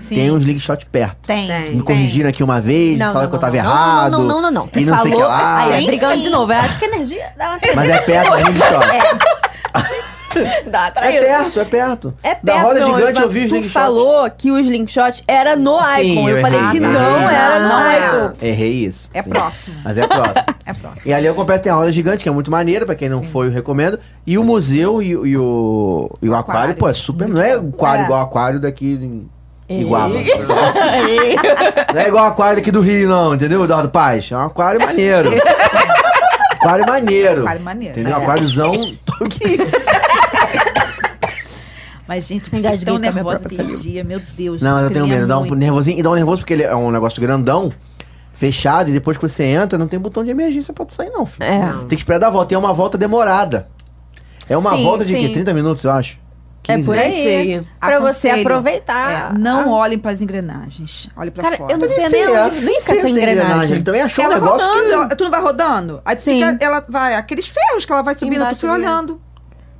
[SPEAKER 3] Sim.
[SPEAKER 2] Tem uns Linkshot perto.
[SPEAKER 3] É. Tem.
[SPEAKER 5] Tem.
[SPEAKER 2] Me corrigiram aqui uma vez,
[SPEAKER 1] Não,
[SPEAKER 2] falaram
[SPEAKER 1] não,
[SPEAKER 2] que eu tava
[SPEAKER 1] não, não,
[SPEAKER 2] errado.
[SPEAKER 1] Não, não, não, não, não. Tu
[SPEAKER 2] e não sei
[SPEAKER 1] falou.
[SPEAKER 2] que lá.
[SPEAKER 1] Aí, é
[SPEAKER 3] Sim,
[SPEAKER 1] brigando de
[SPEAKER 3] sim.
[SPEAKER 1] novo. Eu acho que a energia dá uma
[SPEAKER 2] Mas é perto
[SPEAKER 1] (laughs)
[SPEAKER 2] do Linkshot.
[SPEAKER 1] É, Dá
[SPEAKER 2] É,
[SPEAKER 1] atraído.
[SPEAKER 2] perto, é perto.
[SPEAKER 1] É perto.
[SPEAKER 2] Da roda
[SPEAKER 1] meu
[SPEAKER 2] gigante
[SPEAKER 1] amigo,
[SPEAKER 2] eu vi os
[SPEAKER 1] Tu
[SPEAKER 2] Linkshot.
[SPEAKER 1] falou que os linkshots era no Icon.
[SPEAKER 2] Sim,
[SPEAKER 1] eu
[SPEAKER 2] eu
[SPEAKER 1] falei
[SPEAKER 2] errei, Ah,
[SPEAKER 1] que
[SPEAKER 2] eu
[SPEAKER 1] não
[SPEAKER 2] errei.
[SPEAKER 1] era no
[SPEAKER 3] Não era.
[SPEAKER 1] Icon.
[SPEAKER 2] Errei isso.
[SPEAKER 3] É próximo.
[SPEAKER 2] Mas é próximo.
[SPEAKER 3] (laughs) É próximo.
[SPEAKER 2] E ali eu completo tem a roda gigante, que é muito maneira, pra quem não foi, eu recomendo. E o museu e, o- e o, e o aquário,
[SPEAKER 3] Aquário.
[SPEAKER 2] pô, é super. Não é aquário
[SPEAKER 1] É.
[SPEAKER 2] igual aquário daqui em
[SPEAKER 3] É.
[SPEAKER 1] Ei.
[SPEAKER 3] (laughs)
[SPEAKER 2] Iguaba. não é igual aquário daqui do Rio, não, entendeu, Eduardo Paz? É um aquário
[SPEAKER 3] (laughs)
[SPEAKER 2] maneiro. aquário maneiro.
[SPEAKER 3] Aquário maneiro.
[SPEAKER 2] Entendeu?
[SPEAKER 3] É.
[SPEAKER 2] Aquáriozão. (laughs)
[SPEAKER 3] Mas, gente, eu
[SPEAKER 1] Engasguei
[SPEAKER 3] fiquei tão
[SPEAKER 1] com a minha
[SPEAKER 3] nervosa
[SPEAKER 1] própria
[SPEAKER 3] aquele
[SPEAKER 1] saliva.
[SPEAKER 3] dia, meu Deus.
[SPEAKER 2] não, mas eu tenho
[SPEAKER 3] tremia
[SPEAKER 2] medo. Dá um
[SPEAKER 3] muito.
[SPEAKER 2] nervosinho. E dá um nervoso porque ele é um negócio grandão, fechado, e depois que você entra, não tem botão de emergência pra tu sair, não, filho.
[SPEAKER 1] É.
[SPEAKER 2] Tem que esperar dar a volta. E é uma volta demorada. É uma
[SPEAKER 1] Sim,
[SPEAKER 2] volta de
[SPEAKER 1] sim.
[SPEAKER 2] quê? 30 minutos, eu acho.
[SPEAKER 1] É por
[SPEAKER 2] 15?
[SPEAKER 1] aí.
[SPEAKER 5] sei.
[SPEAKER 1] Pra você
[SPEAKER 3] Aconselho.
[SPEAKER 1] aproveitar. Ah,
[SPEAKER 3] É, não olhem para as engrenagens. Olhe pra
[SPEAKER 1] Cara,
[SPEAKER 3] fora.
[SPEAKER 1] eu não sei,
[SPEAKER 2] sei,
[SPEAKER 1] nem
[SPEAKER 2] é,
[SPEAKER 1] onde
[SPEAKER 2] nem
[SPEAKER 1] fica
[SPEAKER 2] sei
[SPEAKER 1] essa
[SPEAKER 2] onde tem
[SPEAKER 1] engrenagem.
[SPEAKER 2] Ele também achou um
[SPEAKER 3] ela tá
[SPEAKER 2] negócio
[SPEAKER 3] rodando,
[SPEAKER 2] que...
[SPEAKER 3] ela- tu não vai rodando? Aí tu
[SPEAKER 1] Sim.
[SPEAKER 3] fica, ela vai, aqueles ferros que ela vai subindo,
[SPEAKER 5] Embaixo
[SPEAKER 3] tu fui
[SPEAKER 5] do-
[SPEAKER 3] olhando.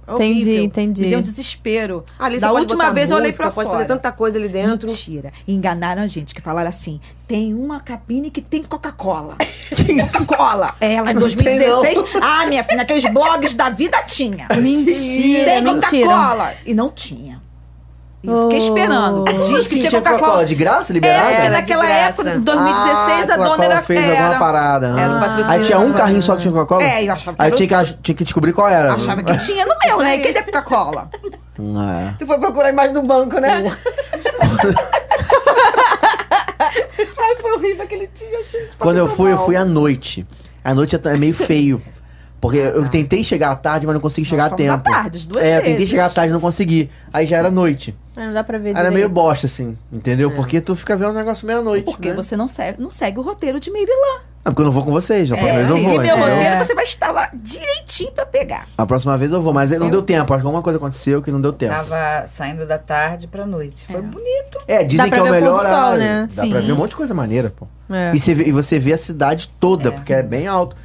[SPEAKER 3] Horrível.
[SPEAKER 1] Entendi, entendi.
[SPEAKER 3] Me deu um desespero.
[SPEAKER 5] Ali você
[SPEAKER 3] da
[SPEAKER 5] Ah, pode
[SPEAKER 3] última
[SPEAKER 5] botar
[SPEAKER 3] vez eu olhei
[SPEAKER 5] música,
[SPEAKER 3] pra
[SPEAKER 5] pode
[SPEAKER 3] fora.
[SPEAKER 5] fazer tanta coisa ali dentro.
[SPEAKER 3] Mentira. Enganaram a gente, que falaram assim: tem uma cabine que tem
[SPEAKER 5] (laughs)
[SPEAKER 3] Coca-Cola. Coca-Cola. É, lá em 2016. ah, minha filha, aqueles blogs da vida tinha.
[SPEAKER 1] Mentira,
[SPEAKER 3] Tem
[SPEAKER 1] mentira.
[SPEAKER 3] Coca-Cola. E não tinha. E eu fiquei
[SPEAKER 1] Oh.
[SPEAKER 3] esperando.
[SPEAKER 2] Como
[SPEAKER 3] Diz
[SPEAKER 2] assim?
[SPEAKER 3] que tinha
[SPEAKER 2] Tinha Coca-Cola
[SPEAKER 3] Coca-Cola.
[SPEAKER 2] de graça
[SPEAKER 3] É,
[SPEAKER 2] liberada? Ah,
[SPEAKER 3] porque
[SPEAKER 5] Era de
[SPEAKER 3] naquela
[SPEAKER 5] graça.
[SPEAKER 3] época, em 2016, a dona era.
[SPEAKER 2] fez
[SPEAKER 3] era
[SPEAKER 2] alguma parada.
[SPEAKER 5] Era um
[SPEAKER 2] ah.
[SPEAKER 5] patrocínio.
[SPEAKER 2] Aí tinha um carrinho só que tinha Coca-Cola?
[SPEAKER 3] É, eu achava que
[SPEAKER 2] Aí
[SPEAKER 3] era
[SPEAKER 2] tinha que, ach- tinha que descobrir qual era.
[SPEAKER 3] Achava que tinha no meu, né? E Quem deu Coca-Cola?
[SPEAKER 2] Não é.
[SPEAKER 5] Tu foi procurar a imagem do banco, né? Ai, foi horrível aquele dia. achei que
[SPEAKER 2] Quando eu
[SPEAKER 5] passei
[SPEAKER 2] fui, eu
[SPEAKER 5] mal.
[SPEAKER 2] fui à noite. À noite é é meio feio. Porque eu tentei chegar à tarde, mas não consegui chegar a
[SPEAKER 3] fomos
[SPEAKER 2] tempo.
[SPEAKER 3] à tarde, as duas
[SPEAKER 2] É, eu tentei
[SPEAKER 3] vezes.
[SPEAKER 2] chegar à tarde e não consegui. Aí já era noite.
[SPEAKER 1] Ah, não dá pra ver
[SPEAKER 2] Era meio
[SPEAKER 1] direito.
[SPEAKER 2] bosta, assim, entendeu? Porque tu fica vendo o negócio meia-noite.
[SPEAKER 3] Porque
[SPEAKER 2] né?
[SPEAKER 3] você não segue, não segue o roteiro de Meirilã.
[SPEAKER 2] Ah, porque eu não vou com vocês, a próxima
[SPEAKER 3] É,
[SPEAKER 2] vez eu
[SPEAKER 3] seguir
[SPEAKER 2] vou. então.
[SPEAKER 3] meu
[SPEAKER 2] entendeu?
[SPEAKER 3] roteiro,
[SPEAKER 1] É.
[SPEAKER 3] você vai estar lá direitinho pra pegar.
[SPEAKER 2] A próxima vez eu vou, mas aí não deu tempo. Acho que alguma coisa aconteceu que não deu tempo.
[SPEAKER 4] Tava saindo da tarde pra noite. Foi bonito.
[SPEAKER 2] É, dizem
[SPEAKER 1] pra
[SPEAKER 2] que é o
[SPEAKER 1] ver o pôr
[SPEAKER 2] melhor
[SPEAKER 1] do sol,
[SPEAKER 2] horário.
[SPEAKER 1] né?
[SPEAKER 2] Dá
[SPEAKER 3] Sim.
[SPEAKER 2] pra ver um monte de coisa maneira, pô.
[SPEAKER 1] É.
[SPEAKER 2] E, você vê, e você vê a cidade toda, porque é bem alto.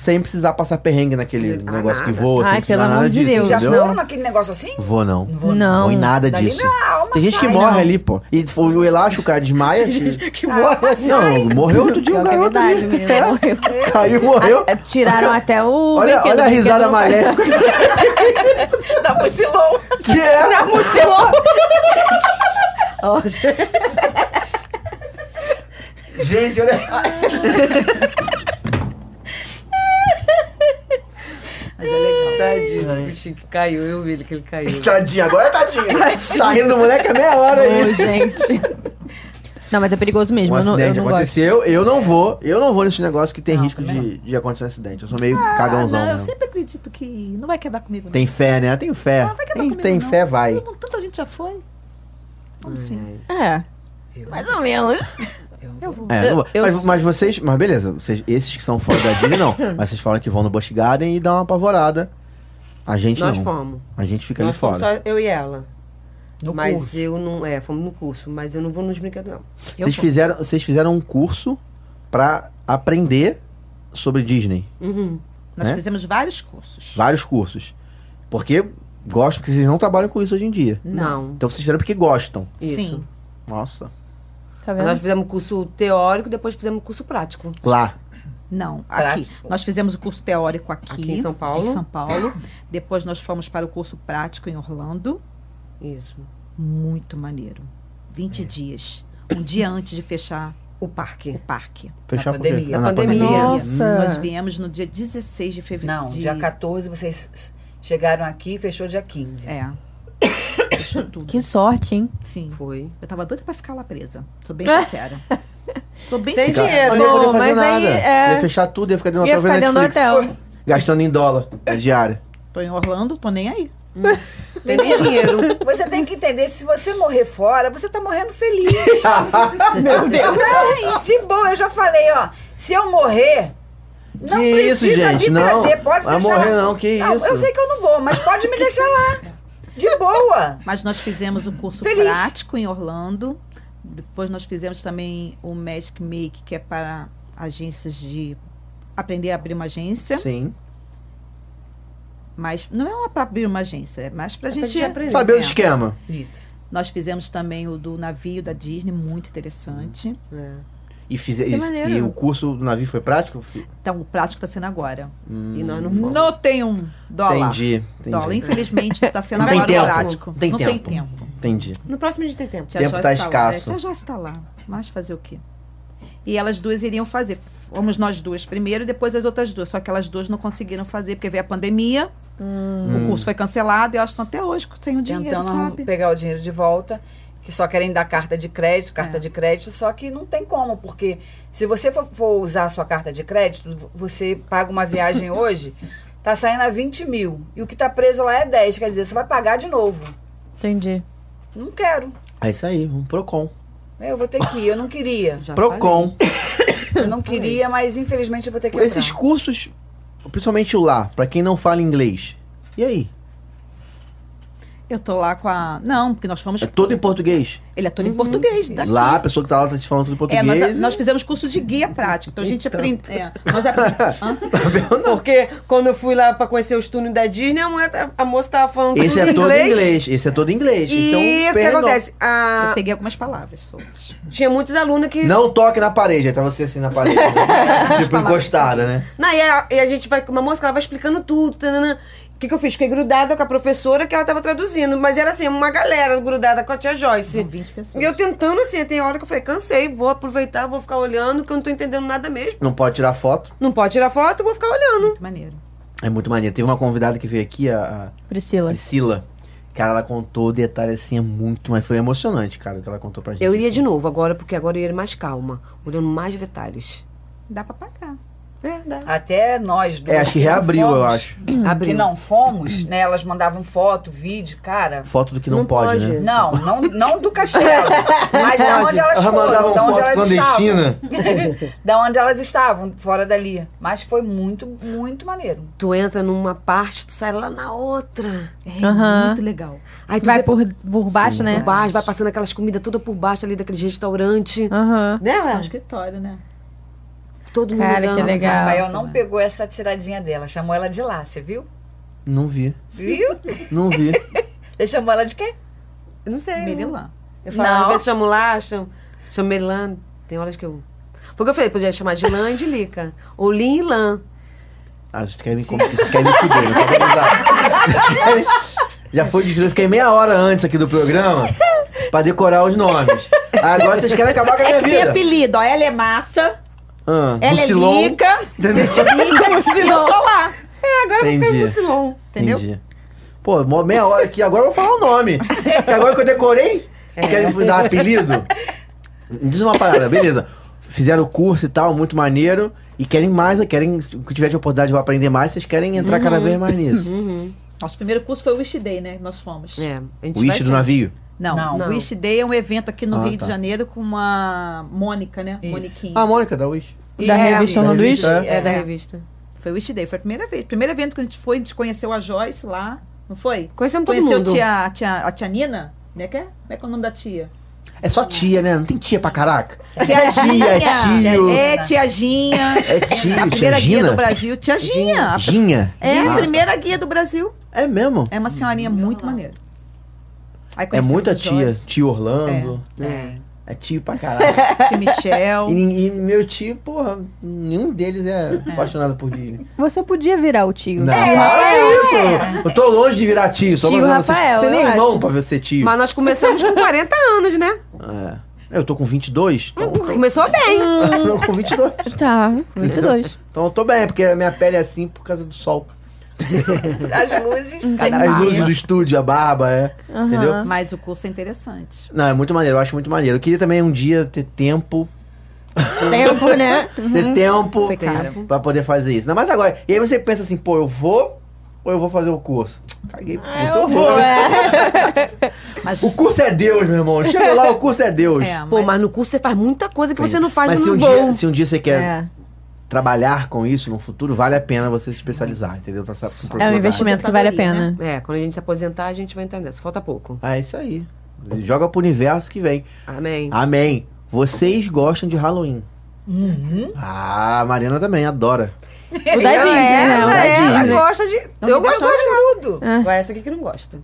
[SPEAKER 2] Sem precisar passar perrengue naquele
[SPEAKER 5] Ah,
[SPEAKER 2] negócio que
[SPEAKER 5] nada.
[SPEAKER 2] voa, sem
[SPEAKER 1] Ai,
[SPEAKER 2] precisar
[SPEAKER 1] pelo
[SPEAKER 2] nada
[SPEAKER 1] amor de
[SPEAKER 2] disso,
[SPEAKER 1] Deus,
[SPEAKER 4] Já
[SPEAKER 2] entendeu?
[SPEAKER 4] foram naquele negócio assim?
[SPEAKER 2] Vou não.
[SPEAKER 1] vou não.
[SPEAKER 2] Vou em nada
[SPEAKER 4] Dali
[SPEAKER 2] disso.
[SPEAKER 4] minha alma
[SPEAKER 2] Tem gente que
[SPEAKER 4] sai,
[SPEAKER 2] morre
[SPEAKER 4] não.
[SPEAKER 2] ali, pô. E foi o elástico, o
[SPEAKER 1] (laughs)
[SPEAKER 2] cara desmaia. assim.
[SPEAKER 5] Que boa.
[SPEAKER 4] Ah,
[SPEAKER 2] Não, morreu outro dia um
[SPEAKER 1] Pior que é
[SPEAKER 2] garoto né?
[SPEAKER 1] verdade,
[SPEAKER 2] ali. É.
[SPEAKER 1] o menino (laughs) morreu.
[SPEAKER 2] Caiu, morreu.
[SPEAKER 1] Ah, Tiraram até o.
[SPEAKER 2] Olha,
[SPEAKER 1] brinquedo,
[SPEAKER 2] olha
[SPEAKER 1] o
[SPEAKER 2] a
[SPEAKER 1] brinquedo
[SPEAKER 2] risada
[SPEAKER 1] não- (laughs) Tá
[SPEAKER 2] maléfica
[SPEAKER 4] Dá pra esse louco.
[SPEAKER 2] que é.
[SPEAKER 1] Já mucilou.
[SPEAKER 2] (laughs) Gente, olha.
[SPEAKER 5] Mas é legal. Tadinho, o bichinho que caiu. Eu vi ele que ele caiu.
[SPEAKER 2] Tadinho, agora é tadinho. Saindo do moleque é meia hora
[SPEAKER 1] Ô,
[SPEAKER 2] aí.
[SPEAKER 1] gente. Não, mas é perigoso mesmo.
[SPEAKER 2] Um
[SPEAKER 1] eu não, eu
[SPEAKER 2] acidente
[SPEAKER 1] não gosto.
[SPEAKER 2] aconteceu, eu não vou, eu não vou nesse negócio que tem risco de, de acontecer um acidente. Eu sou meio
[SPEAKER 1] Ah,
[SPEAKER 2] cagãozão.
[SPEAKER 3] Ah, não, eu
[SPEAKER 2] mesmo.
[SPEAKER 3] sempre acredito que não vai quebrar comigo. não.
[SPEAKER 2] Tem fé, né? Tem fé.
[SPEAKER 3] Não vai quebrar
[SPEAKER 2] Quem
[SPEAKER 3] comigo,
[SPEAKER 2] tem
[SPEAKER 3] não.
[SPEAKER 2] fé, vai.
[SPEAKER 3] Todo mundo- Tanta gente já foi. assim? Vamos sim.
[SPEAKER 1] É. Mais ou menos.
[SPEAKER 2] É, não vou.
[SPEAKER 1] Eu-
[SPEAKER 2] mas, mas vocês. Mas beleza, vocês, esses que são fora da Disney,
[SPEAKER 1] (laughs)
[SPEAKER 2] não. Mas vocês falam que vão no Busch Garden e dá uma apavorada. A gente
[SPEAKER 5] Nós
[SPEAKER 2] não.
[SPEAKER 5] fomos.
[SPEAKER 2] A gente fica
[SPEAKER 5] Nós
[SPEAKER 2] ali
[SPEAKER 5] fomos
[SPEAKER 2] fora.
[SPEAKER 5] só eu e ela.
[SPEAKER 4] No
[SPEAKER 5] mas
[SPEAKER 4] curso.
[SPEAKER 5] eu não. É, fomos no curso, mas eu não vou nos brinquedos, não.
[SPEAKER 2] Vocês fizeram, vocês fizeram um curso pra aprender sobre Disney.
[SPEAKER 5] Uhum.
[SPEAKER 3] Nós
[SPEAKER 2] É?
[SPEAKER 3] fizemos vários cursos.
[SPEAKER 2] Vários cursos. Porque gosto, porque vocês não trabalham com isso hoje em dia.
[SPEAKER 5] Não.
[SPEAKER 2] Então vocês fizeram porque gostam.
[SPEAKER 5] Isso.
[SPEAKER 3] Sim.
[SPEAKER 2] Nossa.
[SPEAKER 1] Tá
[SPEAKER 5] Mas Nós
[SPEAKER 1] vendo?
[SPEAKER 5] fizemos curso teórico, depois fizemos curso prático.
[SPEAKER 2] Lá.
[SPEAKER 3] Não, aqui.
[SPEAKER 4] Prático.
[SPEAKER 3] Nós fizemos o curso teórico aqui.
[SPEAKER 5] Aqui em São Paulo.
[SPEAKER 3] Em São Paulo. Depois nós fomos para o curso prático em Orlando.
[SPEAKER 5] Isso.
[SPEAKER 3] Muito maneiro. 20 dias. Um dia antes de fechar
[SPEAKER 5] O
[SPEAKER 3] o
[SPEAKER 5] parque.
[SPEAKER 3] parque.
[SPEAKER 2] Fechar
[SPEAKER 4] Na
[SPEAKER 2] por quê?
[SPEAKER 4] pandemia.
[SPEAKER 2] Ah,
[SPEAKER 5] Na pandemia.
[SPEAKER 1] Nossa.
[SPEAKER 3] Nós viemos no dia 16 de fevereiro.
[SPEAKER 4] Não,
[SPEAKER 3] de...
[SPEAKER 4] dia 14 vocês s- chegaram aqui e fechou dia 15.
[SPEAKER 3] É. Fechou tudo.
[SPEAKER 1] Que sorte, hein?
[SPEAKER 3] Sim.
[SPEAKER 5] Foi.
[SPEAKER 3] Eu tava doida pra ficar lá presa.
[SPEAKER 1] (laughs)
[SPEAKER 3] Sou bem sincera. Sou bem
[SPEAKER 5] Sem
[SPEAKER 3] sincera.
[SPEAKER 5] dinheiro.
[SPEAKER 2] Eu não ia poder
[SPEAKER 1] Bom,
[SPEAKER 2] fazer
[SPEAKER 1] mas
[SPEAKER 2] nada.
[SPEAKER 1] aí, é-
[SPEAKER 2] Ia fechar tudo, ia ficar dentro do
[SPEAKER 1] Ia
[SPEAKER 2] hotel
[SPEAKER 1] ficar dentro
[SPEAKER 2] vendo
[SPEAKER 1] do
[SPEAKER 2] Netflix.
[SPEAKER 1] hotel.
[SPEAKER 2] Gastando em dólar, É na diária.
[SPEAKER 3] Tô em Orlando, tô nem aí.
[SPEAKER 5] Tem nem dinheiro.
[SPEAKER 4] (laughs) Você tem que entender, se você morrer fora, você tá morrendo
[SPEAKER 2] (laughs)
[SPEAKER 4] feliz.
[SPEAKER 1] Meu Deus.
[SPEAKER 4] Não, de boa, eu já falei, ó. Se eu morrer, não
[SPEAKER 2] Que
[SPEAKER 4] precisa
[SPEAKER 2] isso, gente,
[SPEAKER 4] me
[SPEAKER 2] não.
[SPEAKER 4] trazer, pode
[SPEAKER 2] Vai
[SPEAKER 4] deixar.
[SPEAKER 2] morrer
[SPEAKER 4] lá.
[SPEAKER 2] não, que isso.
[SPEAKER 4] Eu sei que eu não vou, mas pode me deixar lá. De boa.
[SPEAKER 3] Mas nós fizemos o curso
[SPEAKER 4] Feliz.
[SPEAKER 3] prático em Orlando. Depois nós fizemos também o Magic Make, que é para agências de aprender a abrir uma agência.
[SPEAKER 2] Sim.
[SPEAKER 3] Mas não é uma para abrir uma agência, é mais para a gente
[SPEAKER 5] gente aprender.
[SPEAKER 2] Saber
[SPEAKER 3] É.
[SPEAKER 2] o esquema.
[SPEAKER 4] Isso.
[SPEAKER 3] Nós fizemos também o do navio da Disney, muito interessante.
[SPEAKER 5] É.
[SPEAKER 2] E, fize-
[SPEAKER 1] Que
[SPEAKER 2] e-
[SPEAKER 1] maneiro.
[SPEAKER 2] e o curso do navio foi prático? Fi-
[SPEAKER 3] Então, o prático está sendo agora.
[SPEAKER 5] E nós não fomos.
[SPEAKER 3] Não tem um dólar.
[SPEAKER 2] Entendi, entendi.
[SPEAKER 3] Dólar, infelizmente, está sendo
[SPEAKER 2] Não tem
[SPEAKER 3] agora
[SPEAKER 2] tempo.
[SPEAKER 3] o prático.
[SPEAKER 2] Não tem
[SPEAKER 3] não
[SPEAKER 2] tempo.
[SPEAKER 3] tem tempo.
[SPEAKER 2] Entendi.
[SPEAKER 5] No próximo a gente tem tempo.
[SPEAKER 3] Tia
[SPEAKER 2] Tempo
[SPEAKER 3] Joyce
[SPEAKER 2] tá
[SPEAKER 3] lá,
[SPEAKER 2] escasso.
[SPEAKER 3] né? Tia Joyce tá lá. Mas fazer o quê? E elas duas iriam fazer. Fomos nós duas primeiro e depois as outras duas. Só que elas duas não conseguiram fazer, porque veio a pandemia,
[SPEAKER 2] Hum.
[SPEAKER 3] o curso foi cancelado e elas estão até hoje sem o dinheiro,
[SPEAKER 4] Tentando
[SPEAKER 3] sabe?
[SPEAKER 4] então, pegar o dinheiro de volta, que só querem dar carta de crédito, carta de crédito, só que não tem como, porque se você for, for usar a sua carta de crédito, vo- você paga uma (laughs) viagem hoje, tá saindo a 20 mil. E o que tá preso lá é 10. Quer dizer, você vai pagar de novo.
[SPEAKER 1] Entendi.
[SPEAKER 4] Não quero.
[SPEAKER 2] É isso aí, um Procon.
[SPEAKER 4] Eu vou ter que ir, eu não queria.
[SPEAKER 5] Já
[SPEAKER 2] Procon.
[SPEAKER 4] Eu não queria, mas infelizmente eu vou ter que
[SPEAKER 2] Esses cursos, principalmente o lá, pra quem não fala inglês. E aí?
[SPEAKER 3] Eu tô lá com a. Não, porque nós fomos.
[SPEAKER 2] É todo em português.
[SPEAKER 3] Ele é todo em português. Daqui.
[SPEAKER 2] Lá, a pessoa que tá lá tá te falando tudo em
[SPEAKER 3] É,
[SPEAKER 2] português.
[SPEAKER 3] nós, nós fizemos curso de guia prático. Então a gente aprende. É, nós aprende...
[SPEAKER 5] Porque quando eu fui lá pra conhecer os túneis da Disney, a, mulher tá- a moça tava falando
[SPEAKER 2] Esse
[SPEAKER 5] tudo
[SPEAKER 2] é
[SPEAKER 5] em
[SPEAKER 2] todo
[SPEAKER 5] inglês.
[SPEAKER 2] em inglês. Esse é todo em inglês. Esse é um
[SPEAKER 5] E o que
[SPEAKER 2] pernó.
[SPEAKER 5] acontece? A-
[SPEAKER 3] Eu peguei algumas palavras soltas.
[SPEAKER 5] Tinha muitos alunos que.
[SPEAKER 2] Não toque na parede, aí tá você assim na parede. né? tipo, encostada, né?
[SPEAKER 5] Não, e, a, e a gente vai com uma moça que ela vai explicando tudo. tananã. O que, que eu fiz? Fiquei grudada com a professora que ela tava traduzindo. Mas era assim, uma galera grudada com a tia Joyce.
[SPEAKER 3] São 20 pessoas.
[SPEAKER 5] E eu tentando assim, tem hora que eu falei, cansei, vou aproveitar, vou ficar olhando, que eu não tô entendendo nada mesmo.
[SPEAKER 2] Não pode tirar foto.
[SPEAKER 5] Não pode tirar foto, eu vou ficar olhando.
[SPEAKER 3] Muito maneiro.
[SPEAKER 2] É muito maneiro. Teve uma convidada que veio aqui, a, a
[SPEAKER 1] Priscila.
[SPEAKER 2] Priscila. Cara, ela contou o detalhe assim, é muito, mas foi emocionante, cara, o que ela contou pra gente.
[SPEAKER 5] Eu iria
[SPEAKER 2] assim.
[SPEAKER 5] de novo agora, porque agora eu iria mais calma, olhando mais detalhes.
[SPEAKER 3] Dá pra pagar.
[SPEAKER 5] Verdade.
[SPEAKER 4] Até nós do
[SPEAKER 2] É, acho que reabriu, eu acho.
[SPEAKER 4] Que
[SPEAKER 5] Abriu.
[SPEAKER 4] não fomos, né? Elas mandavam foto, vídeo, cara.
[SPEAKER 2] Foto do que não,
[SPEAKER 5] Não
[SPEAKER 2] pode,
[SPEAKER 5] pode.
[SPEAKER 2] né?
[SPEAKER 4] Não, não, não do castelo, mas da onde elas
[SPEAKER 2] Ela mandava
[SPEAKER 4] foram, da
[SPEAKER 2] uma
[SPEAKER 4] onde
[SPEAKER 2] foto
[SPEAKER 4] elas
[SPEAKER 2] clandestina.
[SPEAKER 4] estavam. (laughs) da onde elas estavam, fora dali. Mas foi muito, muito maneiro.
[SPEAKER 5] Tu entra numa parte, tu sai lá na outra.
[SPEAKER 3] É
[SPEAKER 1] Aham.
[SPEAKER 3] muito legal.
[SPEAKER 5] Aí tu
[SPEAKER 1] Vai
[SPEAKER 5] vê
[SPEAKER 1] por, por baixo, né?
[SPEAKER 5] por baixo, vai passando aquelas comidas toda por baixo ali daquele restaurante.
[SPEAKER 1] Aham.
[SPEAKER 5] Né, Léo?
[SPEAKER 3] É um escritório, né?
[SPEAKER 5] Todo mundo
[SPEAKER 1] Cara, que
[SPEAKER 5] olhando.
[SPEAKER 1] legal.
[SPEAKER 4] Rafael
[SPEAKER 3] Nossa,
[SPEAKER 4] não
[SPEAKER 3] né?
[SPEAKER 4] pegou essa tiradinha dela, chamou ela de lá, você viu?
[SPEAKER 2] Não vi.
[SPEAKER 4] Viu?
[SPEAKER 2] Não
[SPEAKER 3] (laughs)
[SPEAKER 2] vi.
[SPEAKER 4] Ele chamou ela de quê?
[SPEAKER 5] Eu não sei.
[SPEAKER 3] Merilã.
[SPEAKER 5] Eu falo, às
[SPEAKER 4] Não.
[SPEAKER 5] vezes chamo lá, chamo, chamo Merilã. Tem horas que eu. Foi o que eu falei, podia chamar de Lã e de Lica. Ou Lin e Lã.
[SPEAKER 2] Ah, vocês querem me, com- vocês querem me fuder, né? Só pra avisar. (laughs) Já foi desfile, eu fiquei meia hora antes aqui do programa pra decorar os nomes. Agora vocês querem acabar com a minha
[SPEAKER 3] É que tem
[SPEAKER 2] vida.
[SPEAKER 3] apelido, ó. Ela é massa,
[SPEAKER 2] Ah,
[SPEAKER 3] ela
[SPEAKER 2] Lucilon.
[SPEAKER 3] é lica.
[SPEAKER 2] Entendeu?
[SPEAKER 3] e eu sou lá.
[SPEAKER 5] É, agora vai ficar
[SPEAKER 2] Entendi.
[SPEAKER 5] Lucilon.
[SPEAKER 3] Entendeu?
[SPEAKER 2] Entendi. Pô, mó meia hora aqui, agora eu vou falar o nome. Porque agora que eu decorei, querem me dar apelido? Me Diz uma parada, beleza. Fizeram o curso e tal, muito maneiro. E querem mais, querem, que tiver de oportunidade de aprender mais, vocês querem entrar cada vez mais nisso.
[SPEAKER 3] Nosso primeiro curso foi o Wish Day, né? Nós fomos.
[SPEAKER 5] É, a gente
[SPEAKER 2] O
[SPEAKER 5] vai
[SPEAKER 2] ish do
[SPEAKER 5] ser.
[SPEAKER 2] navio.
[SPEAKER 3] Não,
[SPEAKER 4] Não.
[SPEAKER 3] o Wish Day é um evento aqui no
[SPEAKER 2] Ah,
[SPEAKER 3] Rio
[SPEAKER 2] tá.
[SPEAKER 3] de Janeiro com uma Mônica, né?
[SPEAKER 4] Isso.
[SPEAKER 3] Moniquinha.
[SPEAKER 2] Ah, a Mônica da Wish.
[SPEAKER 1] Da revista
[SPEAKER 2] Orlando Wish?
[SPEAKER 5] É, da
[SPEAKER 3] É.
[SPEAKER 5] revista.
[SPEAKER 3] Foi o Wish Day, foi a primeira vez. Primeiro evento que a gente foi, a gente conheceu a Joyce lá, não foi?
[SPEAKER 5] Conhecemos todo
[SPEAKER 3] Conheceu
[SPEAKER 5] mundo.
[SPEAKER 3] tia- a tia, a tia Nina? Como é que é? Como é que é o nome da tia?
[SPEAKER 2] É só tia, né? Não tem tia pra caraca.
[SPEAKER 3] Tia
[SPEAKER 2] tia, é tio.
[SPEAKER 3] É, tiaginha.
[SPEAKER 2] É tio,
[SPEAKER 3] A
[SPEAKER 2] tia
[SPEAKER 3] primeira guia
[SPEAKER 2] Gina?
[SPEAKER 3] do Brasil. Tiaginha.
[SPEAKER 2] Ginha.
[SPEAKER 3] É a
[SPEAKER 2] Ah,
[SPEAKER 3] primeira guia do Brasil.
[SPEAKER 2] É mesmo?
[SPEAKER 3] É uma senhorinha muito maneira. Aí
[SPEAKER 2] É
[SPEAKER 3] conhecemos
[SPEAKER 2] muita
[SPEAKER 3] a
[SPEAKER 2] tia.
[SPEAKER 3] Joyce,
[SPEAKER 2] Tio Orlando.
[SPEAKER 5] É.
[SPEAKER 2] É, tio pra caraca.
[SPEAKER 3] Tia Michel.
[SPEAKER 1] Então-
[SPEAKER 2] e, (laughs) nin- e meu tio, porra, nenhum deles
[SPEAKER 1] (laughs)
[SPEAKER 2] é, apaixonado por Disney.
[SPEAKER 1] Você podia virar o tio.
[SPEAKER 2] Não,
[SPEAKER 1] O
[SPEAKER 2] é
[SPEAKER 1] Rafael.
[SPEAKER 2] isso. Eu tô longe de virar tio. Só
[SPEAKER 1] Tio
[SPEAKER 2] pra vocês-
[SPEAKER 1] Rafael,
[SPEAKER 2] Não tem
[SPEAKER 1] eu
[SPEAKER 2] nem irmão
[SPEAKER 1] acho.
[SPEAKER 2] pra ser tio.
[SPEAKER 5] Mas nós começamos com 40 anos, né?
[SPEAKER 2] É. Eu tô com 22. Então,
[SPEAKER 1] Uhum.
[SPEAKER 5] Começou bem.
[SPEAKER 2] (laughs) eu tô com 22.
[SPEAKER 1] Tá, 22.
[SPEAKER 2] Então eu tô bem, porque a minha pele é assim por causa do sol.
[SPEAKER 4] As luzes.
[SPEAKER 3] Cada
[SPEAKER 2] As
[SPEAKER 3] barba.
[SPEAKER 2] luzes do estúdio, a barba, é. Entendeu?
[SPEAKER 3] Mas o curso é interessante.
[SPEAKER 2] Não, é muito maneiro, eu acho muito maneiro. Eu queria também um dia ter tempo.
[SPEAKER 1] Tempo, né?
[SPEAKER 2] Ter tempo
[SPEAKER 3] Foi caro.
[SPEAKER 2] pra poder fazer isso. Não, mas agora, e aí você pensa assim, pô, eu vou ou eu vou fazer o curso? Caguei pro curso.
[SPEAKER 1] Ah, Eu vou, é.
[SPEAKER 3] Mas
[SPEAKER 2] O curso é Deus, meu irmão. Chega lá, o curso é Deus.
[SPEAKER 3] É,
[SPEAKER 5] Pô, mas no curso você faz muita coisa que você não faz
[SPEAKER 2] mas se
[SPEAKER 5] no
[SPEAKER 2] um,
[SPEAKER 5] voo.
[SPEAKER 2] dia, se um dia você quer
[SPEAKER 1] É,
[SPEAKER 2] trabalhar com isso no futuro, vale a pena você se especializar, entendeu? Pra, essa- pra,
[SPEAKER 1] é um
[SPEAKER 2] pra-
[SPEAKER 1] investimento que vale a
[SPEAKER 3] Aposentadoria,
[SPEAKER 1] pena.
[SPEAKER 5] É, quando a gente se aposentar, a gente vai entrar nessa. Falta pouco.
[SPEAKER 2] Ah, é isso aí. Joga pro universo que vem.
[SPEAKER 5] Amém.
[SPEAKER 2] Amém. Vocês gostam de Halloween? Ah, a Mariana também adora.
[SPEAKER 1] O da Disney, né? O
[SPEAKER 2] (laughs)
[SPEAKER 5] ela,
[SPEAKER 1] da
[SPEAKER 5] é, ela
[SPEAKER 1] Disney.
[SPEAKER 5] gosta de. eu gosto de tudo.
[SPEAKER 1] É.
[SPEAKER 5] Vai essa aqui que não gosta.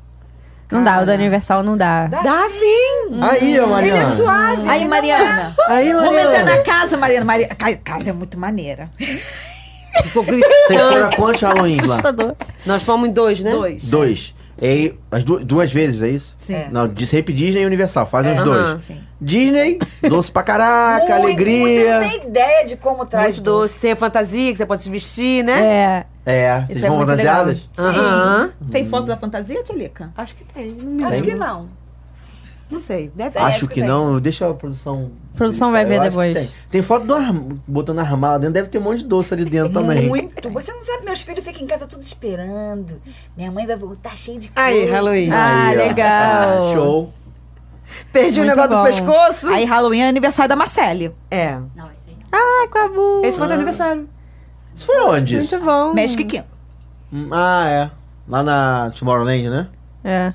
[SPEAKER 1] Não dá, o da Universal não dá.
[SPEAKER 5] Dá sim!
[SPEAKER 2] Aí, ó, Mariana.
[SPEAKER 3] é suave.
[SPEAKER 2] né? (laughs)
[SPEAKER 3] Aí, Mariana.
[SPEAKER 2] Aí,
[SPEAKER 3] Vamos entrar
[SPEAKER 2] Mariana.
[SPEAKER 3] na casa, Mariana. Mari- Ca- Casa é muito maneira.
[SPEAKER 5] Ficou
[SPEAKER 2] Vocês foram
[SPEAKER 5] gritando.
[SPEAKER 2] a quantos Halloween lá?
[SPEAKER 1] Assustador.
[SPEAKER 5] Nós fomos em dois, né?
[SPEAKER 3] Dois.
[SPEAKER 2] Dois. E aí, as du- duas vezes, é isso?
[SPEAKER 3] Sim.
[SPEAKER 4] É.
[SPEAKER 2] Não, de- sempre Disney e Universal, fazem os
[SPEAKER 5] Aham.
[SPEAKER 2] dois.
[SPEAKER 3] Sim.
[SPEAKER 2] Disney, doce pra caraca,
[SPEAKER 4] Muito,
[SPEAKER 2] alegria.
[SPEAKER 4] Você não tem ideia de como traz
[SPEAKER 5] Muito doce. Tem a fantasia que você pode se vestir, né?
[SPEAKER 1] É.
[SPEAKER 2] É, vocês
[SPEAKER 1] é
[SPEAKER 2] vão
[SPEAKER 1] muito
[SPEAKER 2] fantasiadas?
[SPEAKER 5] Aham.
[SPEAKER 3] Tem foto da fantasia, Tilica?
[SPEAKER 5] Acho que tem. Não, me
[SPEAKER 4] Acho
[SPEAKER 5] lembro.
[SPEAKER 4] que não.
[SPEAKER 5] não sei. Deve
[SPEAKER 4] Ah,
[SPEAKER 2] Acho
[SPEAKER 4] acho
[SPEAKER 2] que
[SPEAKER 4] que tem.
[SPEAKER 2] não, deixa a produção.
[SPEAKER 1] Produção vai
[SPEAKER 2] Eu
[SPEAKER 1] ver
[SPEAKER 2] acho que
[SPEAKER 1] depois.
[SPEAKER 2] Tem. Tem foto do arm... botando armário lá dentro, deve ter um monte de doce ali
[SPEAKER 4] (laughs)
[SPEAKER 2] dentro também.
[SPEAKER 4] Muito. Você não sabe, meus filhos ficam em casa tudo esperando. Minha mãe vai voltar cheia de coisa.
[SPEAKER 5] Aí, Halloween.
[SPEAKER 1] Ah,
[SPEAKER 2] ó.
[SPEAKER 1] legal.
[SPEAKER 2] Ah, show.
[SPEAKER 5] Perdi o
[SPEAKER 1] muito
[SPEAKER 5] negócio
[SPEAKER 1] bom.
[SPEAKER 5] do pescoço.
[SPEAKER 3] Aí, Halloween é aniversário da Marcele.
[SPEAKER 5] É.
[SPEAKER 1] Ah, com a Bu.
[SPEAKER 5] Esse foi teu aniversário.
[SPEAKER 2] Isso foi onde? isso?
[SPEAKER 5] Hum.
[SPEAKER 1] Muito bom.
[SPEAKER 3] México e Quinto.
[SPEAKER 2] Hum, Ah, é. Lá na Tomorrowland, né?
[SPEAKER 1] É.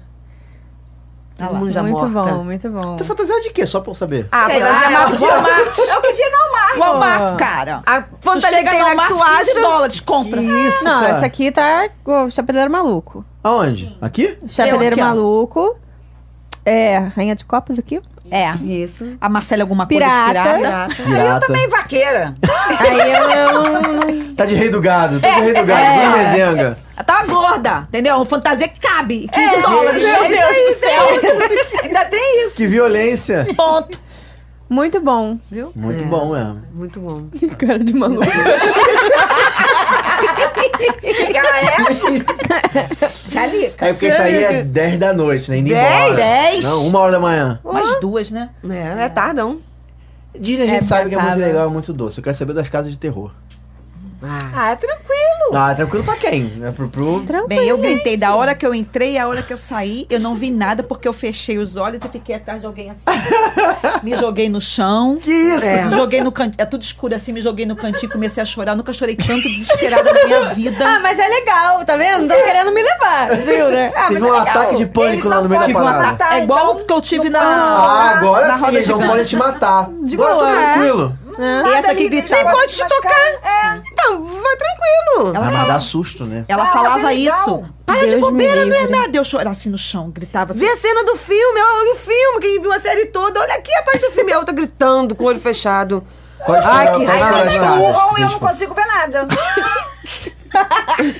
[SPEAKER 5] Tá Todo mundo já
[SPEAKER 1] Tá muito
[SPEAKER 5] morta.
[SPEAKER 1] bom, muito bom.
[SPEAKER 2] Tu fantasiado de quê? Só pra eu saber.
[SPEAKER 4] Ah,
[SPEAKER 5] Sei lá, é o que tinha-
[SPEAKER 4] Walmart. É o que tinha no Walmart.
[SPEAKER 1] Pô.
[SPEAKER 3] Walmart, cara.
[SPEAKER 5] A fantasia
[SPEAKER 3] tu chega
[SPEAKER 5] que
[SPEAKER 3] no
[SPEAKER 5] tem na
[SPEAKER 3] Walmart,
[SPEAKER 5] actuagem-
[SPEAKER 3] 15 dólares, compra.
[SPEAKER 2] Que isso,
[SPEAKER 1] Não,
[SPEAKER 2] cara?
[SPEAKER 1] essa aqui tá o Chapeleiro Maluco.
[SPEAKER 2] Aonde? Aqui?
[SPEAKER 1] Chapeleiro
[SPEAKER 3] aqui, ó.
[SPEAKER 1] Maluco. É, Rainha de Copas aqui.
[SPEAKER 3] É.
[SPEAKER 5] Isso.
[SPEAKER 3] A Marcela é alguma
[SPEAKER 1] Pirata.
[SPEAKER 3] coisa pirata.
[SPEAKER 5] Pirata.
[SPEAKER 4] Eu
[SPEAKER 2] Pirata.
[SPEAKER 4] também vaqueira.
[SPEAKER 1] Aí eu, eu
[SPEAKER 2] Tá de rei do gado. Tá de rei do gado.
[SPEAKER 1] É.
[SPEAKER 2] Dona Mezenga.
[SPEAKER 3] Ela
[SPEAKER 5] Tá
[SPEAKER 3] tava gorda, entendeu? Uma fantasia que cabe. 15 dólares.
[SPEAKER 1] É. Meu Deus do céu.
[SPEAKER 3] Ainda tem isso.
[SPEAKER 2] Que violência.
[SPEAKER 3] Ponto.
[SPEAKER 1] Muito bom.
[SPEAKER 2] Muito bom mesmo.
[SPEAKER 5] Muito bom.
[SPEAKER 1] (laughs) Cara de maluco.
[SPEAKER 4] Ela é.
[SPEAKER 2] É porque isso aí é 10 da noite, né? Indo embora.
[SPEAKER 3] 10?
[SPEAKER 2] Não, uma hora da manhã.
[SPEAKER 3] Umas duas, né?
[SPEAKER 5] É, é tardão.
[SPEAKER 2] Disney a
[SPEAKER 1] É
[SPEAKER 2] gente sabe que é muito
[SPEAKER 1] bacana.
[SPEAKER 2] legal, é muito doce. Eu quero saber das casas de terror.
[SPEAKER 5] Ah,
[SPEAKER 4] Ah, é tranquilo.
[SPEAKER 2] Ah, tranquilo pra quem? É pro, pro...
[SPEAKER 1] Tranquilo.
[SPEAKER 3] Bem, eu gritei da hora que eu entrei, a hora que eu saí, eu não vi nada porque eu fechei os olhos e fiquei atrás de alguém assim. me joguei no chão.
[SPEAKER 2] Que isso?
[SPEAKER 5] É.
[SPEAKER 3] Me joguei no cantinho. É tudo escuro assim, me joguei no cantinho, comecei a chorar. Eu nunca chorei tanto desesperada na minha vida.
[SPEAKER 1] Ah, mas é legal, tá vendo? Tão querendo me levar, viu, né? Ah,
[SPEAKER 2] Teve
[SPEAKER 1] mas
[SPEAKER 2] um
[SPEAKER 1] é legal.
[SPEAKER 2] ataque de pânico lá no meio da
[SPEAKER 3] Tive um
[SPEAKER 2] parada.
[SPEAKER 3] ataque- É igual que eu tive na-
[SPEAKER 2] Ah, agora
[SPEAKER 3] Na
[SPEAKER 2] sim,
[SPEAKER 3] roda
[SPEAKER 2] eles não
[SPEAKER 3] gigante.
[SPEAKER 2] podem te matar. agora
[SPEAKER 1] boa,
[SPEAKER 2] tá
[SPEAKER 1] é.
[SPEAKER 2] tranquilo.
[SPEAKER 3] E essa aqui
[SPEAKER 4] gritar
[SPEAKER 3] gritava. É,
[SPEAKER 5] pode te tocar. Então, vai tranquilo.
[SPEAKER 2] Ah, mas dá susto, né?
[SPEAKER 3] Ela
[SPEAKER 4] Ah,
[SPEAKER 3] falava
[SPEAKER 4] mas é legal.
[SPEAKER 3] isso. Para de
[SPEAKER 1] Deus
[SPEAKER 3] bobeira,
[SPEAKER 1] me
[SPEAKER 3] não é
[SPEAKER 1] livre.
[SPEAKER 3] nada. Eu chorava assim no chão, gritava assim.
[SPEAKER 5] Vê a cena do filme, olha o filme, que viu a série toda. Olha aqui a parte do filme. A outra gritando, com o olho fechado.
[SPEAKER 2] Quais
[SPEAKER 5] Ai,
[SPEAKER 2] foram,
[SPEAKER 5] que
[SPEAKER 2] quais foram
[SPEAKER 5] raiva.
[SPEAKER 2] as
[SPEAKER 4] Eles empurram
[SPEAKER 2] casas? que
[SPEAKER 4] e eu não
[SPEAKER 2] vocês foram?
[SPEAKER 4] consigo ver nada.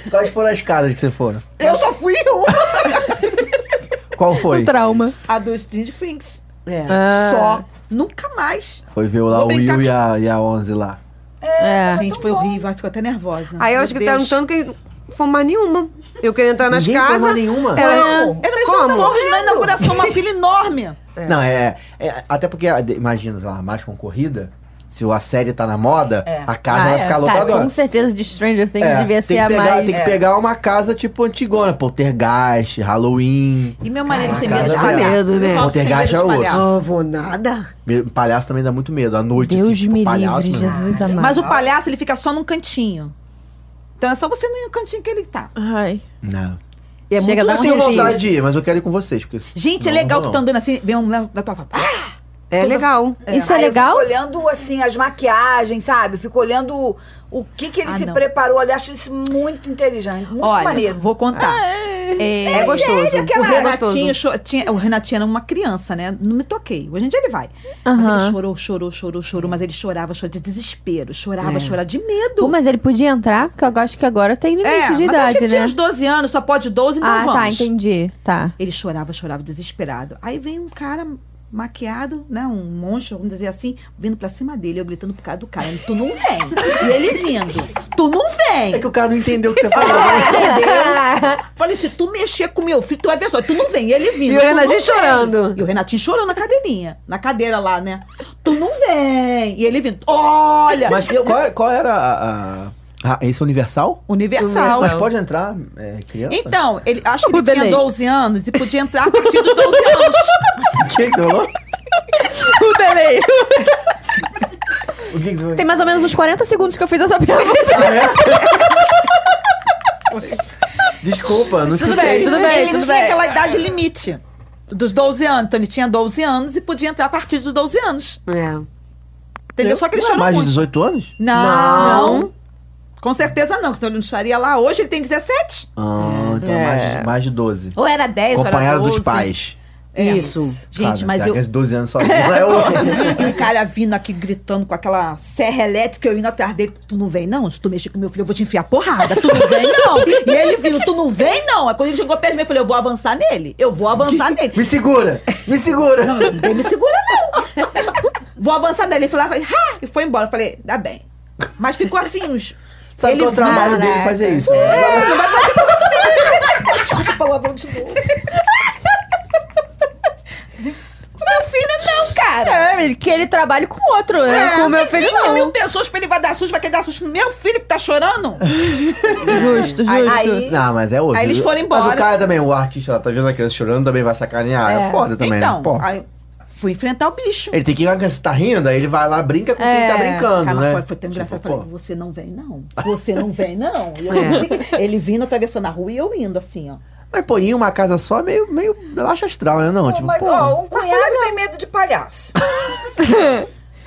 [SPEAKER 2] Quais foram as casas que vocês foram?
[SPEAKER 3] Eu só fui uma.
[SPEAKER 2] Qual
[SPEAKER 1] (laughs)
[SPEAKER 2] foi?
[SPEAKER 1] Um Trauma.
[SPEAKER 3] A do Steve Finks.
[SPEAKER 5] É.
[SPEAKER 1] Ah,
[SPEAKER 3] Só. Nunca mais.
[SPEAKER 2] Foi ver lá
[SPEAKER 3] Vou
[SPEAKER 2] o
[SPEAKER 3] brincar
[SPEAKER 2] Will
[SPEAKER 3] de-
[SPEAKER 2] e a, e a Onze lá.
[SPEAKER 1] É.
[SPEAKER 3] Gente, foi horrível. Ai, Ficou até nervosa.
[SPEAKER 5] Aí elas
[SPEAKER 3] Meu
[SPEAKER 5] gritaram
[SPEAKER 3] Deus.
[SPEAKER 5] tanto que não foi mais nenhuma. Eu queria entrar nas
[SPEAKER 2] Ninguém foi
[SPEAKER 5] casas.
[SPEAKER 2] mais nenhuma?
[SPEAKER 5] Era,
[SPEAKER 3] Não, tá um era
[SPEAKER 5] como?
[SPEAKER 3] Forros na inauguração, (laughs) uma fila enorme.
[SPEAKER 2] Não, é, é- Até porque, a- imagina, lá, mais concorrida, se a série tá na moda, a casa
[SPEAKER 1] Ah,
[SPEAKER 2] vai
[SPEAKER 1] é.
[SPEAKER 2] ficar
[SPEAKER 1] Cara,
[SPEAKER 2] lotadora.
[SPEAKER 1] com certeza de Stranger Things
[SPEAKER 2] É,
[SPEAKER 1] devia
[SPEAKER 2] tem
[SPEAKER 1] ser
[SPEAKER 2] que
[SPEAKER 1] a
[SPEAKER 2] pegar,
[SPEAKER 1] mais.
[SPEAKER 2] Tem que pegar uma casa tipo antigona, Poltergeist, Halloween.
[SPEAKER 3] E meu marido tem
[SPEAKER 2] Cara,
[SPEAKER 3] medo de
[SPEAKER 2] cara,
[SPEAKER 3] palhaço.
[SPEAKER 5] medo, né?
[SPEAKER 3] Nossa, tem medo
[SPEAKER 2] Poltergeist
[SPEAKER 3] de
[SPEAKER 2] é osso.
[SPEAKER 3] palhaço.
[SPEAKER 5] Não vou nada.
[SPEAKER 2] Me- Palhaço também dá muito medo, à noite.
[SPEAKER 1] Deus
[SPEAKER 2] assim, tipo,
[SPEAKER 1] me
[SPEAKER 2] palhaço,
[SPEAKER 1] livre,
[SPEAKER 2] meu irmão.
[SPEAKER 1] Jesus amado.
[SPEAKER 3] Mas o palhaço, ele fica só num cantinho. Então é só você ir no cantinho que ele tá.
[SPEAKER 1] Ai.
[SPEAKER 2] Não.
[SPEAKER 5] E é
[SPEAKER 1] Chega
[SPEAKER 5] muito
[SPEAKER 1] a
[SPEAKER 2] Eu
[SPEAKER 1] dar um
[SPEAKER 2] tenho
[SPEAKER 1] arrepio.
[SPEAKER 2] vontade de ir, mas eu quero ir com vocês. Porque
[SPEAKER 3] Gente,
[SPEAKER 2] senão
[SPEAKER 3] é legal
[SPEAKER 2] não
[SPEAKER 3] tu
[SPEAKER 2] vou,
[SPEAKER 3] tá
[SPEAKER 2] não.
[SPEAKER 3] andando assim, vem um lá da tua fala. Ah!
[SPEAKER 5] É legal.
[SPEAKER 1] Isso é
[SPEAKER 4] Aí eu fico
[SPEAKER 1] legal?
[SPEAKER 4] olhando, assim, as maquiagens, sabe? Eu Fico olhando o, o que que ele
[SPEAKER 3] Ah,
[SPEAKER 4] se
[SPEAKER 3] não.
[SPEAKER 4] preparou ali. Acho isso muito inteligente, muito
[SPEAKER 3] Olha,
[SPEAKER 4] maneiro.
[SPEAKER 3] vou contar. É,
[SPEAKER 5] É gostoso.
[SPEAKER 4] sério,
[SPEAKER 3] O
[SPEAKER 4] aquela-
[SPEAKER 5] é gostoso.
[SPEAKER 3] Renatinho, cho- tinha, o Renatinho era uma criança, né? Não me toquei. Hoje em dia ele vai. Mas ele chorou, chorou, chorou, chorou. Mas ele chorava, chorava de desespero. Chorava, chorava de medo.
[SPEAKER 1] Pô, mas ele podia entrar, porque eu acho que agora tem limite
[SPEAKER 3] é,
[SPEAKER 1] de
[SPEAKER 3] mas acho
[SPEAKER 1] idade,
[SPEAKER 3] que
[SPEAKER 1] né?
[SPEAKER 3] tinha uns 12 anos, só pode 12, então
[SPEAKER 1] ah,
[SPEAKER 3] vamos.
[SPEAKER 1] tá, entendi. Tá.
[SPEAKER 3] Ele chorava, chorava desesperado. Aí vem um cara maquiado, né? Um monstro, vamos dizer assim, vindo pra cima dele, eu gritando pro cara do cara, tu não vem. e ele vindo, tu não
[SPEAKER 2] É
[SPEAKER 3] vem.
[SPEAKER 2] que o cara não entendeu
[SPEAKER 3] (laughs)
[SPEAKER 2] o que você falou.
[SPEAKER 3] Entendeu? (laughs) Falei, se tu mexer com meu filho, tu vai ver só, tu não vem. E ele vindo.
[SPEAKER 5] E o
[SPEAKER 3] "Tu não
[SPEAKER 5] Renatinho
[SPEAKER 3] vem."
[SPEAKER 5] chorando.
[SPEAKER 3] E o Renatinho chorando na cadeirinha, na cadeira lá, né? Tu não vem. E ele vindo, olha.
[SPEAKER 2] Mas
[SPEAKER 3] eu,
[SPEAKER 2] qual, qual era a. a- a- esse é universal?
[SPEAKER 3] Universal.
[SPEAKER 2] Mas pode entrar é, criança?
[SPEAKER 3] Então, ele, acho que
[SPEAKER 1] O
[SPEAKER 3] ele tinha
[SPEAKER 1] delay.
[SPEAKER 3] 12 anos e podia entrar a partir dos 12 anos.
[SPEAKER 2] O que que você falou?
[SPEAKER 1] O delay.
[SPEAKER 2] O que que você
[SPEAKER 1] Tem mais ou menos uns 40 segundos que eu fiz essa (laughs) pergunta.
[SPEAKER 2] Desculpa, não
[SPEAKER 1] Tudo
[SPEAKER 2] escutei.
[SPEAKER 1] bem, tudo bem,
[SPEAKER 3] ele
[SPEAKER 1] tudo
[SPEAKER 3] tinha
[SPEAKER 1] bem.
[SPEAKER 3] aquela idade limite. Dos 12 anos. Então ele tinha 12 anos e podia entrar a partir dos 12 anos.
[SPEAKER 5] É.
[SPEAKER 3] Entendeu? Só que ele
[SPEAKER 2] Não era
[SPEAKER 3] chorou
[SPEAKER 2] mais de
[SPEAKER 3] muito.
[SPEAKER 2] 18 anos?
[SPEAKER 3] Não.
[SPEAKER 1] Não.
[SPEAKER 3] Com certeza não, que senão ele não estaria lá hoje. Ele tem 17.
[SPEAKER 2] Ah, então é. mais, de- mais de 12.
[SPEAKER 3] Ou era 10, ou era
[SPEAKER 2] Acompanhado
[SPEAKER 3] 12.
[SPEAKER 2] dos pais.
[SPEAKER 3] É.
[SPEAKER 5] Isso.
[SPEAKER 3] Gente,
[SPEAKER 2] sabe?
[SPEAKER 3] mas eu...
[SPEAKER 2] Criança de 12 anos só. Não é outro.
[SPEAKER 3] (laughs) E o cara vindo aqui gritando com aquela serra elétrica, eu indo atrás dele. Tu não vem, não? Se tu mexer com meu filho, eu vou te enfiar porrada. Tu não vem, não? E ele vindo, tu não vem, não? Aí quando ele chegou perto de mim, eu falei, eu vou avançar nele. Eu vou avançar nele.
[SPEAKER 2] Me segura! Me segura!
[SPEAKER 3] Ninguém me segura, não. (laughs) Vou avançar dele. Ele falou, falei, ha! E foi embora. Eu Falei, dá bem. Mas ficou assim uns.
[SPEAKER 2] Sabe
[SPEAKER 3] ele
[SPEAKER 2] que é o trabalho dele fazer isso? né?
[SPEAKER 3] Desculpa o palavrão de novo. Meu filho, não, cara.
[SPEAKER 1] É, ele- que ele trabalhe com outro, né? com o meu filho,
[SPEAKER 3] 20 mil
[SPEAKER 1] não.
[SPEAKER 3] pessoas pra ele vai dar susto, vai querer dar susto no meu filho que tá chorando?
[SPEAKER 1] Justo, justo.
[SPEAKER 3] Aí-
[SPEAKER 2] Não, mas é outro.
[SPEAKER 3] Aí eles foram
[SPEAKER 2] Mas
[SPEAKER 3] embora.
[SPEAKER 2] o cara também, o artista, ela tá vendo a criança chorando, também vai sacanear. É,
[SPEAKER 1] É.
[SPEAKER 2] foda também, né?
[SPEAKER 3] então,
[SPEAKER 2] Pô.
[SPEAKER 3] aí fui enfrentar o bicho.
[SPEAKER 2] Ele tem que ir a criança tá rindo, aí ele vai lá, brinca com quem
[SPEAKER 1] É,
[SPEAKER 2] tá brincando,
[SPEAKER 3] Cara,
[SPEAKER 2] né?
[SPEAKER 3] foi, foi tão engraçado.
[SPEAKER 2] Tipo,
[SPEAKER 3] eu
[SPEAKER 2] pô, É.
[SPEAKER 3] falei, você não vem, não. Você não vem, não. E eu- ele vindo atravessando a rua e eu indo assim, ó.
[SPEAKER 2] Mas, pô, ir em uma casa só é meio, meio baixo astral, né? Não,
[SPEAKER 4] Pô,
[SPEAKER 2] tipo,
[SPEAKER 4] mas,
[SPEAKER 2] pô,
[SPEAKER 4] ó, um cunhado tem medo de palhaço.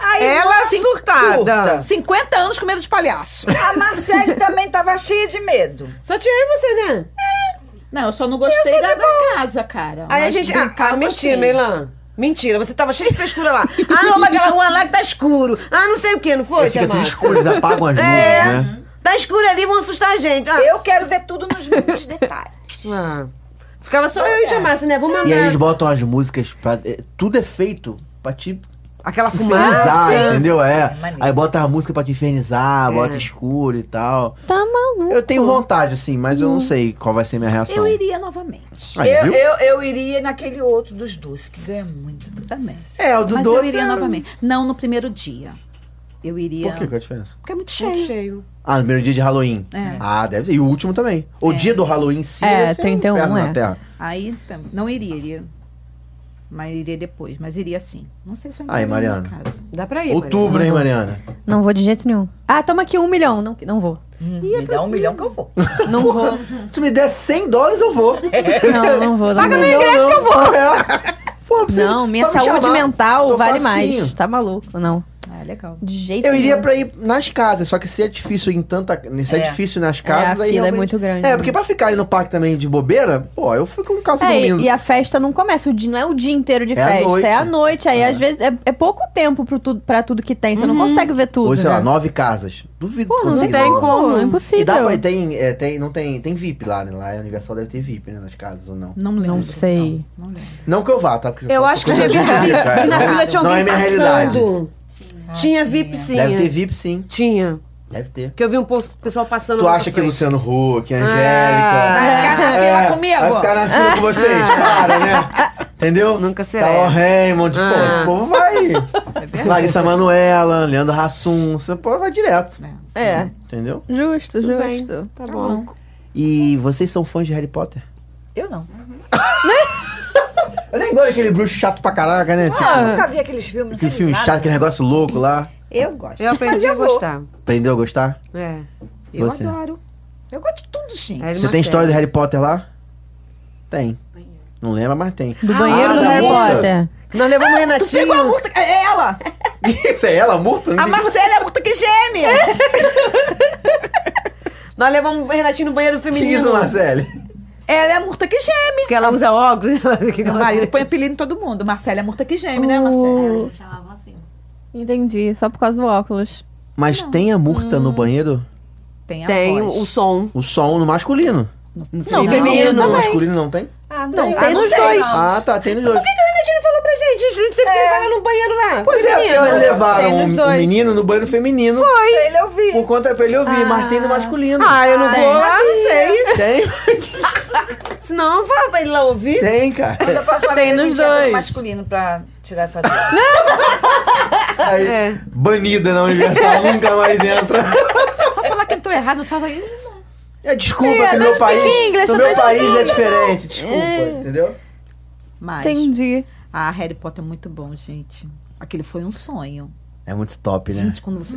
[SPEAKER 4] Aí,
[SPEAKER 5] Ela é
[SPEAKER 4] nossa,
[SPEAKER 2] Ah,
[SPEAKER 5] surtada.
[SPEAKER 3] 50 anos com medo de palhaço.
[SPEAKER 4] A Marcele também tava cheia de medo.
[SPEAKER 5] Só tinha eu e você, né?
[SPEAKER 3] Não, eu só não gostei da, da casa, cara.
[SPEAKER 5] Aí a
[SPEAKER 3] Mas
[SPEAKER 5] gente. Ah,
[SPEAKER 3] brincar
[SPEAKER 5] ah,
[SPEAKER 3] eu
[SPEAKER 5] mentira,
[SPEAKER 3] gostei.
[SPEAKER 5] Meilan. Mentira, você tava cheio de frescura lá. (laughs) Ah, vamos aquela rua lá que tá escuro. Ah, não sei o que, não foi,
[SPEAKER 2] fica
[SPEAKER 5] Tia
[SPEAKER 2] tudo
[SPEAKER 5] Márcia?
[SPEAKER 2] escuro, eles apagam as luzes,
[SPEAKER 5] (laughs) É.
[SPEAKER 2] né?
[SPEAKER 5] Tá escuro ali, vão assustar a gente. Ah,
[SPEAKER 4] Eu quero ver tudo nos mínimos detalhes.
[SPEAKER 5] Ah. Ficava só eu e Tia Márcia, né? Vamos
[SPEAKER 2] E aí
[SPEAKER 5] mandar.
[SPEAKER 2] eles botam as músicas pra. é, Tudo é feito pra te
[SPEAKER 5] Aquela
[SPEAKER 2] infernizar,
[SPEAKER 5] fumaça.
[SPEAKER 2] entendeu? É.
[SPEAKER 4] maneiro.
[SPEAKER 2] aí bota a música pra te infernizar, bota escuro e tal.
[SPEAKER 1] Tá maluco.
[SPEAKER 2] Eu tenho vontade, assim, mas eu não sei qual vai ser minha reação.
[SPEAKER 3] Eu iria novamente.
[SPEAKER 2] Aí,
[SPEAKER 4] eu,
[SPEAKER 2] viu?
[SPEAKER 4] eu, eu iria naquele outro dos doces, que ganha muito também.
[SPEAKER 2] É, o do
[SPEAKER 3] Mas
[SPEAKER 2] doce.
[SPEAKER 3] eu iria
[SPEAKER 2] é-
[SPEAKER 3] novamente. Não no primeiro dia. Eu iria.
[SPEAKER 2] Por que? Qual é a diferença?
[SPEAKER 3] Porque é muito cheio.
[SPEAKER 5] Cheio. Cheio.
[SPEAKER 2] Ah, no primeiro dia de Halloween.
[SPEAKER 3] É.
[SPEAKER 2] Ah, deve ser. E o último também. O dia do Halloween em si.
[SPEAKER 1] É,
[SPEAKER 2] deve ser um
[SPEAKER 1] 31,
[SPEAKER 2] inferno
[SPEAKER 1] é.
[SPEAKER 2] Na terra.
[SPEAKER 3] Aí tam- não iria, iria. Mas iria depois. Mas iria sim. Não sei se eu
[SPEAKER 2] Aí,
[SPEAKER 3] entrei na minha
[SPEAKER 2] Mariana.
[SPEAKER 3] casa.
[SPEAKER 5] Dá pra ir.
[SPEAKER 2] Outubro, hein, Mariana?
[SPEAKER 1] Não vou de jeito nenhum. Ah, toma aqui um milhão. Não, não vou.
[SPEAKER 4] Me dá um milhão que eu vou.
[SPEAKER 1] Não vou.
[SPEAKER 2] Se tu me der 100 dólares, eu vou.
[SPEAKER 1] Não, não vou. Não,
[SPEAKER 2] Paga
[SPEAKER 1] vou.
[SPEAKER 2] meu ingresso que eu vou. (laughs) Pô, precisa-
[SPEAKER 1] não minha
[SPEAKER 2] só me
[SPEAKER 1] saúde
[SPEAKER 2] chamar.
[SPEAKER 1] mental
[SPEAKER 2] Tô
[SPEAKER 1] vale
[SPEAKER 2] facinho.
[SPEAKER 1] mais. Tá maluco, não.
[SPEAKER 3] Ah, legal.
[SPEAKER 1] De jeito
[SPEAKER 2] Eu iria
[SPEAKER 1] nenhum.
[SPEAKER 2] pra ir nas casas, só que se é difícil em tanta. Se é,
[SPEAKER 4] É.
[SPEAKER 2] difícil nas casas.
[SPEAKER 1] a fila
[SPEAKER 2] aí
[SPEAKER 1] é
[SPEAKER 2] realmente-
[SPEAKER 1] muito grande,
[SPEAKER 2] É,
[SPEAKER 1] né?
[SPEAKER 2] porque pra ficar ali no parque também de bobeira, pô, eu fico em casa
[SPEAKER 1] É,
[SPEAKER 2] dormindo.
[SPEAKER 1] e, e a festa não começa, o dia, não é o dia inteiro de
[SPEAKER 2] à
[SPEAKER 1] festa,
[SPEAKER 2] noite.
[SPEAKER 1] é à noite. Aí, às vezes, é, é pouco tempo pro tudo, pra tudo que tem. Você não consegue ver tudo.
[SPEAKER 2] Hoje, sei lá,
[SPEAKER 1] né?
[SPEAKER 2] nove casas. Duvido
[SPEAKER 1] Pô,
[SPEAKER 2] que
[SPEAKER 1] Uhum. não
[SPEAKER 2] consiga.
[SPEAKER 1] tem
[SPEAKER 5] Não.
[SPEAKER 1] como, é
[SPEAKER 2] é, E dá pra,
[SPEAKER 1] impossível.
[SPEAKER 2] e tem, é, tem, não tem, tem VIP lá, né? Lá é Universal deve ter VIP, né? Nas casas ou não.
[SPEAKER 3] Não lembro.
[SPEAKER 1] Não sei.
[SPEAKER 3] Não, não lembro.
[SPEAKER 2] Não que eu vá, tá? Porque
[SPEAKER 5] Eu
[SPEAKER 2] só-
[SPEAKER 5] acho que
[SPEAKER 2] porque
[SPEAKER 5] tinha
[SPEAKER 2] eu
[SPEAKER 5] VIP.
[SPEAKER 2] já tive, cara.
[SPEAKER 5] E na
[SPEAKER 2] Não-
[SPEAKER 5] fila tinha
[SPEAKER 2] Não
[SPEAKER 5] alguém
[SPEAKER 2] é minha realidade.
[SPEAKER 5] passando. Tinha VIP sim.
[SPEAKER 2] Deve ter VIP, sim.
[SPEAKER 5] Tinha.
[SPEAKER 2] Deve ter.
[SPEAKER 5] Porque eu vi um post- pessoal passando.
[SPEAKER 2] Tu
[SPEAKER 5] na
[SPEAKER 2] acha que é
[SPEAKER 5] frente.
[SPEAKER 2] Luciano Huck, Angélica...
[SPEAKER 5] Ah,
[SPEAKER 3] Vai ficar na
[SPEAKER 2] É,
[SPEAKER 3] vila comigo?
[SPEAKER 2] Vai ficar na fila com vocês, para, né? Entendeu?
[SPEAKER 5] Nunca será.
[SPEAKER 2] Tá o Raymond, pô,
[SPEAKER 5] Ah.
[SPEAKER 2] esse povo vai. Larissa Manuela, Leandro Hassum, esse povo vai direto.
[SPEAKER 1] É,
[SPEAKER 2] Entendeu?
[SPEAKER 1] justo,
[SPEAKER 5] Tudo bem.
[SPEAKER 1] justo.
[SPEAKER 5] Tá bom.
[SPEAKER 2] E vocês são fãs de Harry Potter?
[SPEAKER 4] Eu não.
[SPEAKER 2] Eu nem gosto daquele bruxo chato pra caraca, né?
[SPEAKER 4] Eu
[SPEAKER 1] Ah.
[SPEAKER 2] Tipo,
[SPEAKER 4] nunca vi aqueles filmes, não sei
[SPEAKER 2] aquele
[SPEAKER 4] de
[SPEAKER 2] filme
[SPEAKER 4] nada.
[SPEAKER 2] chato, aquele negócio louco lá.
[SPEAKER 4] Eu gosto.
[SPEAKER 5] Eu
[SPEAKER 4] Mas
[SPEAKER 5] aprendi
[SPEAKER 4] eu
[SPEAKER 5] a
[SPEAKER 4] vou.
[SPEAKER 5] gostar.
[SPEAKER 2] Aprendeu a gostar?
[SPEAKER 5] É.
[SPEAKER 3] Eu
[SPEAKER 2] Você?
[SPEAKER 3] adoro.
[SPEAKER 4] Eu gosto de tudo, gente.
[SPEAKER 5] É de
[SPEAKER 2] Você
[SPEAKER 5] uma
[SPEAKER 2] tem história
[SPEAKER 5] série.
[SPEAKER 2] de Harry Potter lá? Tem. Não lembra, mas tem. (laughs)
[SPEAKER 1] Do banheiro
[SPEAKER 2] Ah,
[SPEAKER 1] do
[SPEAKER 2] da
[SPEAKER 1] Harry
[SPEAKER 2] multa.
[SPEAKER 1] Potter.
[SPEAKER 5] Nós levamos o
[SPEAKER 3] Tu pegou a
[SPEAKER 5] Renatinho.
[SPEAKER 3] multa. É ela!
[SPEAKER 2] Isso é ela, morta? Não
[SPEAKER 3] A
[SPEAKER 2] tem-
[SPEAKER 3] Marcela é a multa que geme!
[SPEAKER 5] (laughs) Nós levamos o Renatinho no banheiro
[SPEAKER 2] Que
[SPEAKER 5] feminino.
[SPEAKER 2] isso, Marcele?
[SPEAKER 3] Ela é a murta que geme.
[SPEAKER 5] Porque ela usa óculos. (laughs)
[SPEAKER 3] O marido põe apelido em todo mundo. Marcela é a murta que geme, né, Marcela?
[SPEAKER 1] Uh, entendi, só por causa do óculos.
[SPEAKER 2] Mas tem a murta
[SPEAKER 5] Hum.
[SPEAKER 2] no banheiro?
[SPEAKER 3] Tem a
[SPEAKER 5] Tem
[SPEAKER 3] voz.
[SPEAKER 5] o som.
[SPEAKER 2] O som no masculino.
[SPEAKER 1] Não,
[SPEAKER 5] Não,
[SPEAKER 1] feminino
[SPEAKER 2] No
[SPEAKER 1] também.
[SPEAKER 2] masculino não tem?
[SPEAKER 4] Ah, não,
[SPEAKER 1] Não,
[SPEAKER 4] sei.
[SPEAKER 1] tem
[SPEAKER 4] Ah, não
[SPEAKER 1] nos
[SPEAKER 4] sei,
[SPEAKER 1] dois.
[SPEAKER 4] não.
[SPEAKER 2] Ah, tá, tem nos dois.
[SPEAKER 5] que o Renatinho não falou pra gente? A gente
[SPEAKER 3] É.
[SPEAKER 5] teve que levar no banheiro lá.
[SPEAKER 2] Pois é, se elas levaram
[SPEAKER 1] Tem
[SPEAKER 2] um,
[SPEAKER 1] nos
[SPEAKER 2] um
[SPEAKER 1] dois.
[SPEAKER 2] menino no banheiro feminino
[SPEAKER 4] Pra ele eu vi.
[SPEAKER 2] por conta pra ele ouvir, mas tem no masculino.
[SPEAKER 5] Ah, eu não
[SPEAKER 1] é.
[SPEAKER 5] vou lá, não sei.
[SPEAKER 2] Tem?
[SPEAKER 5] Senão eu falava pra ele lá ouvir.
[SPEAKER 2] Tem, cara.
[SPEAKER 1] (laughs)
[SPEAKER 4] Da próxima
[SPEAKER 1] É, Tem
[SPEAKER 4] vez a
[SPEAKER 1] nos
[SPEAKER 4] gente entra
[SPEAKER 1] dois.
[SPEAKER 4] no masculino pra tirar essa dúvida.
[SPEAKER 2] Aí,
[SPEAKER 5] É.
[SPEAKER 2] Banida na
[SPEAKER 1] (laughs)
[SPEAKER 2] Universal, nunca mais entra.
[SPEAKER 3] Só falar que entrou errado, não fala aí.
[SPEAKER 2] É, desculpa,
[SPEAKER 1] É,
[SPEAKER 2] que no
[SPEAKER 1] não
[SPEAKER 2] meu
[SPEAKER 1] speak
[SPEAKER 2] país.
[SPEAKER 1] English,
[SPEAKER 2] no
[SPEAKER 1] não
[SPEAKER 2] meu
[SPEAKER 1] speak
[SPEAKER 2] país é diferente. Desculpa, entendeu?
[SPEAKER 3] Mas
[SPEAKER 1] Entendi.
[SPEAKER 3] a Harry Potter é muito bom, gente. Aquele foi um sonho.
[SPEAKER 2] É muito top, né?
[SPEAKER 3] Gente, quando você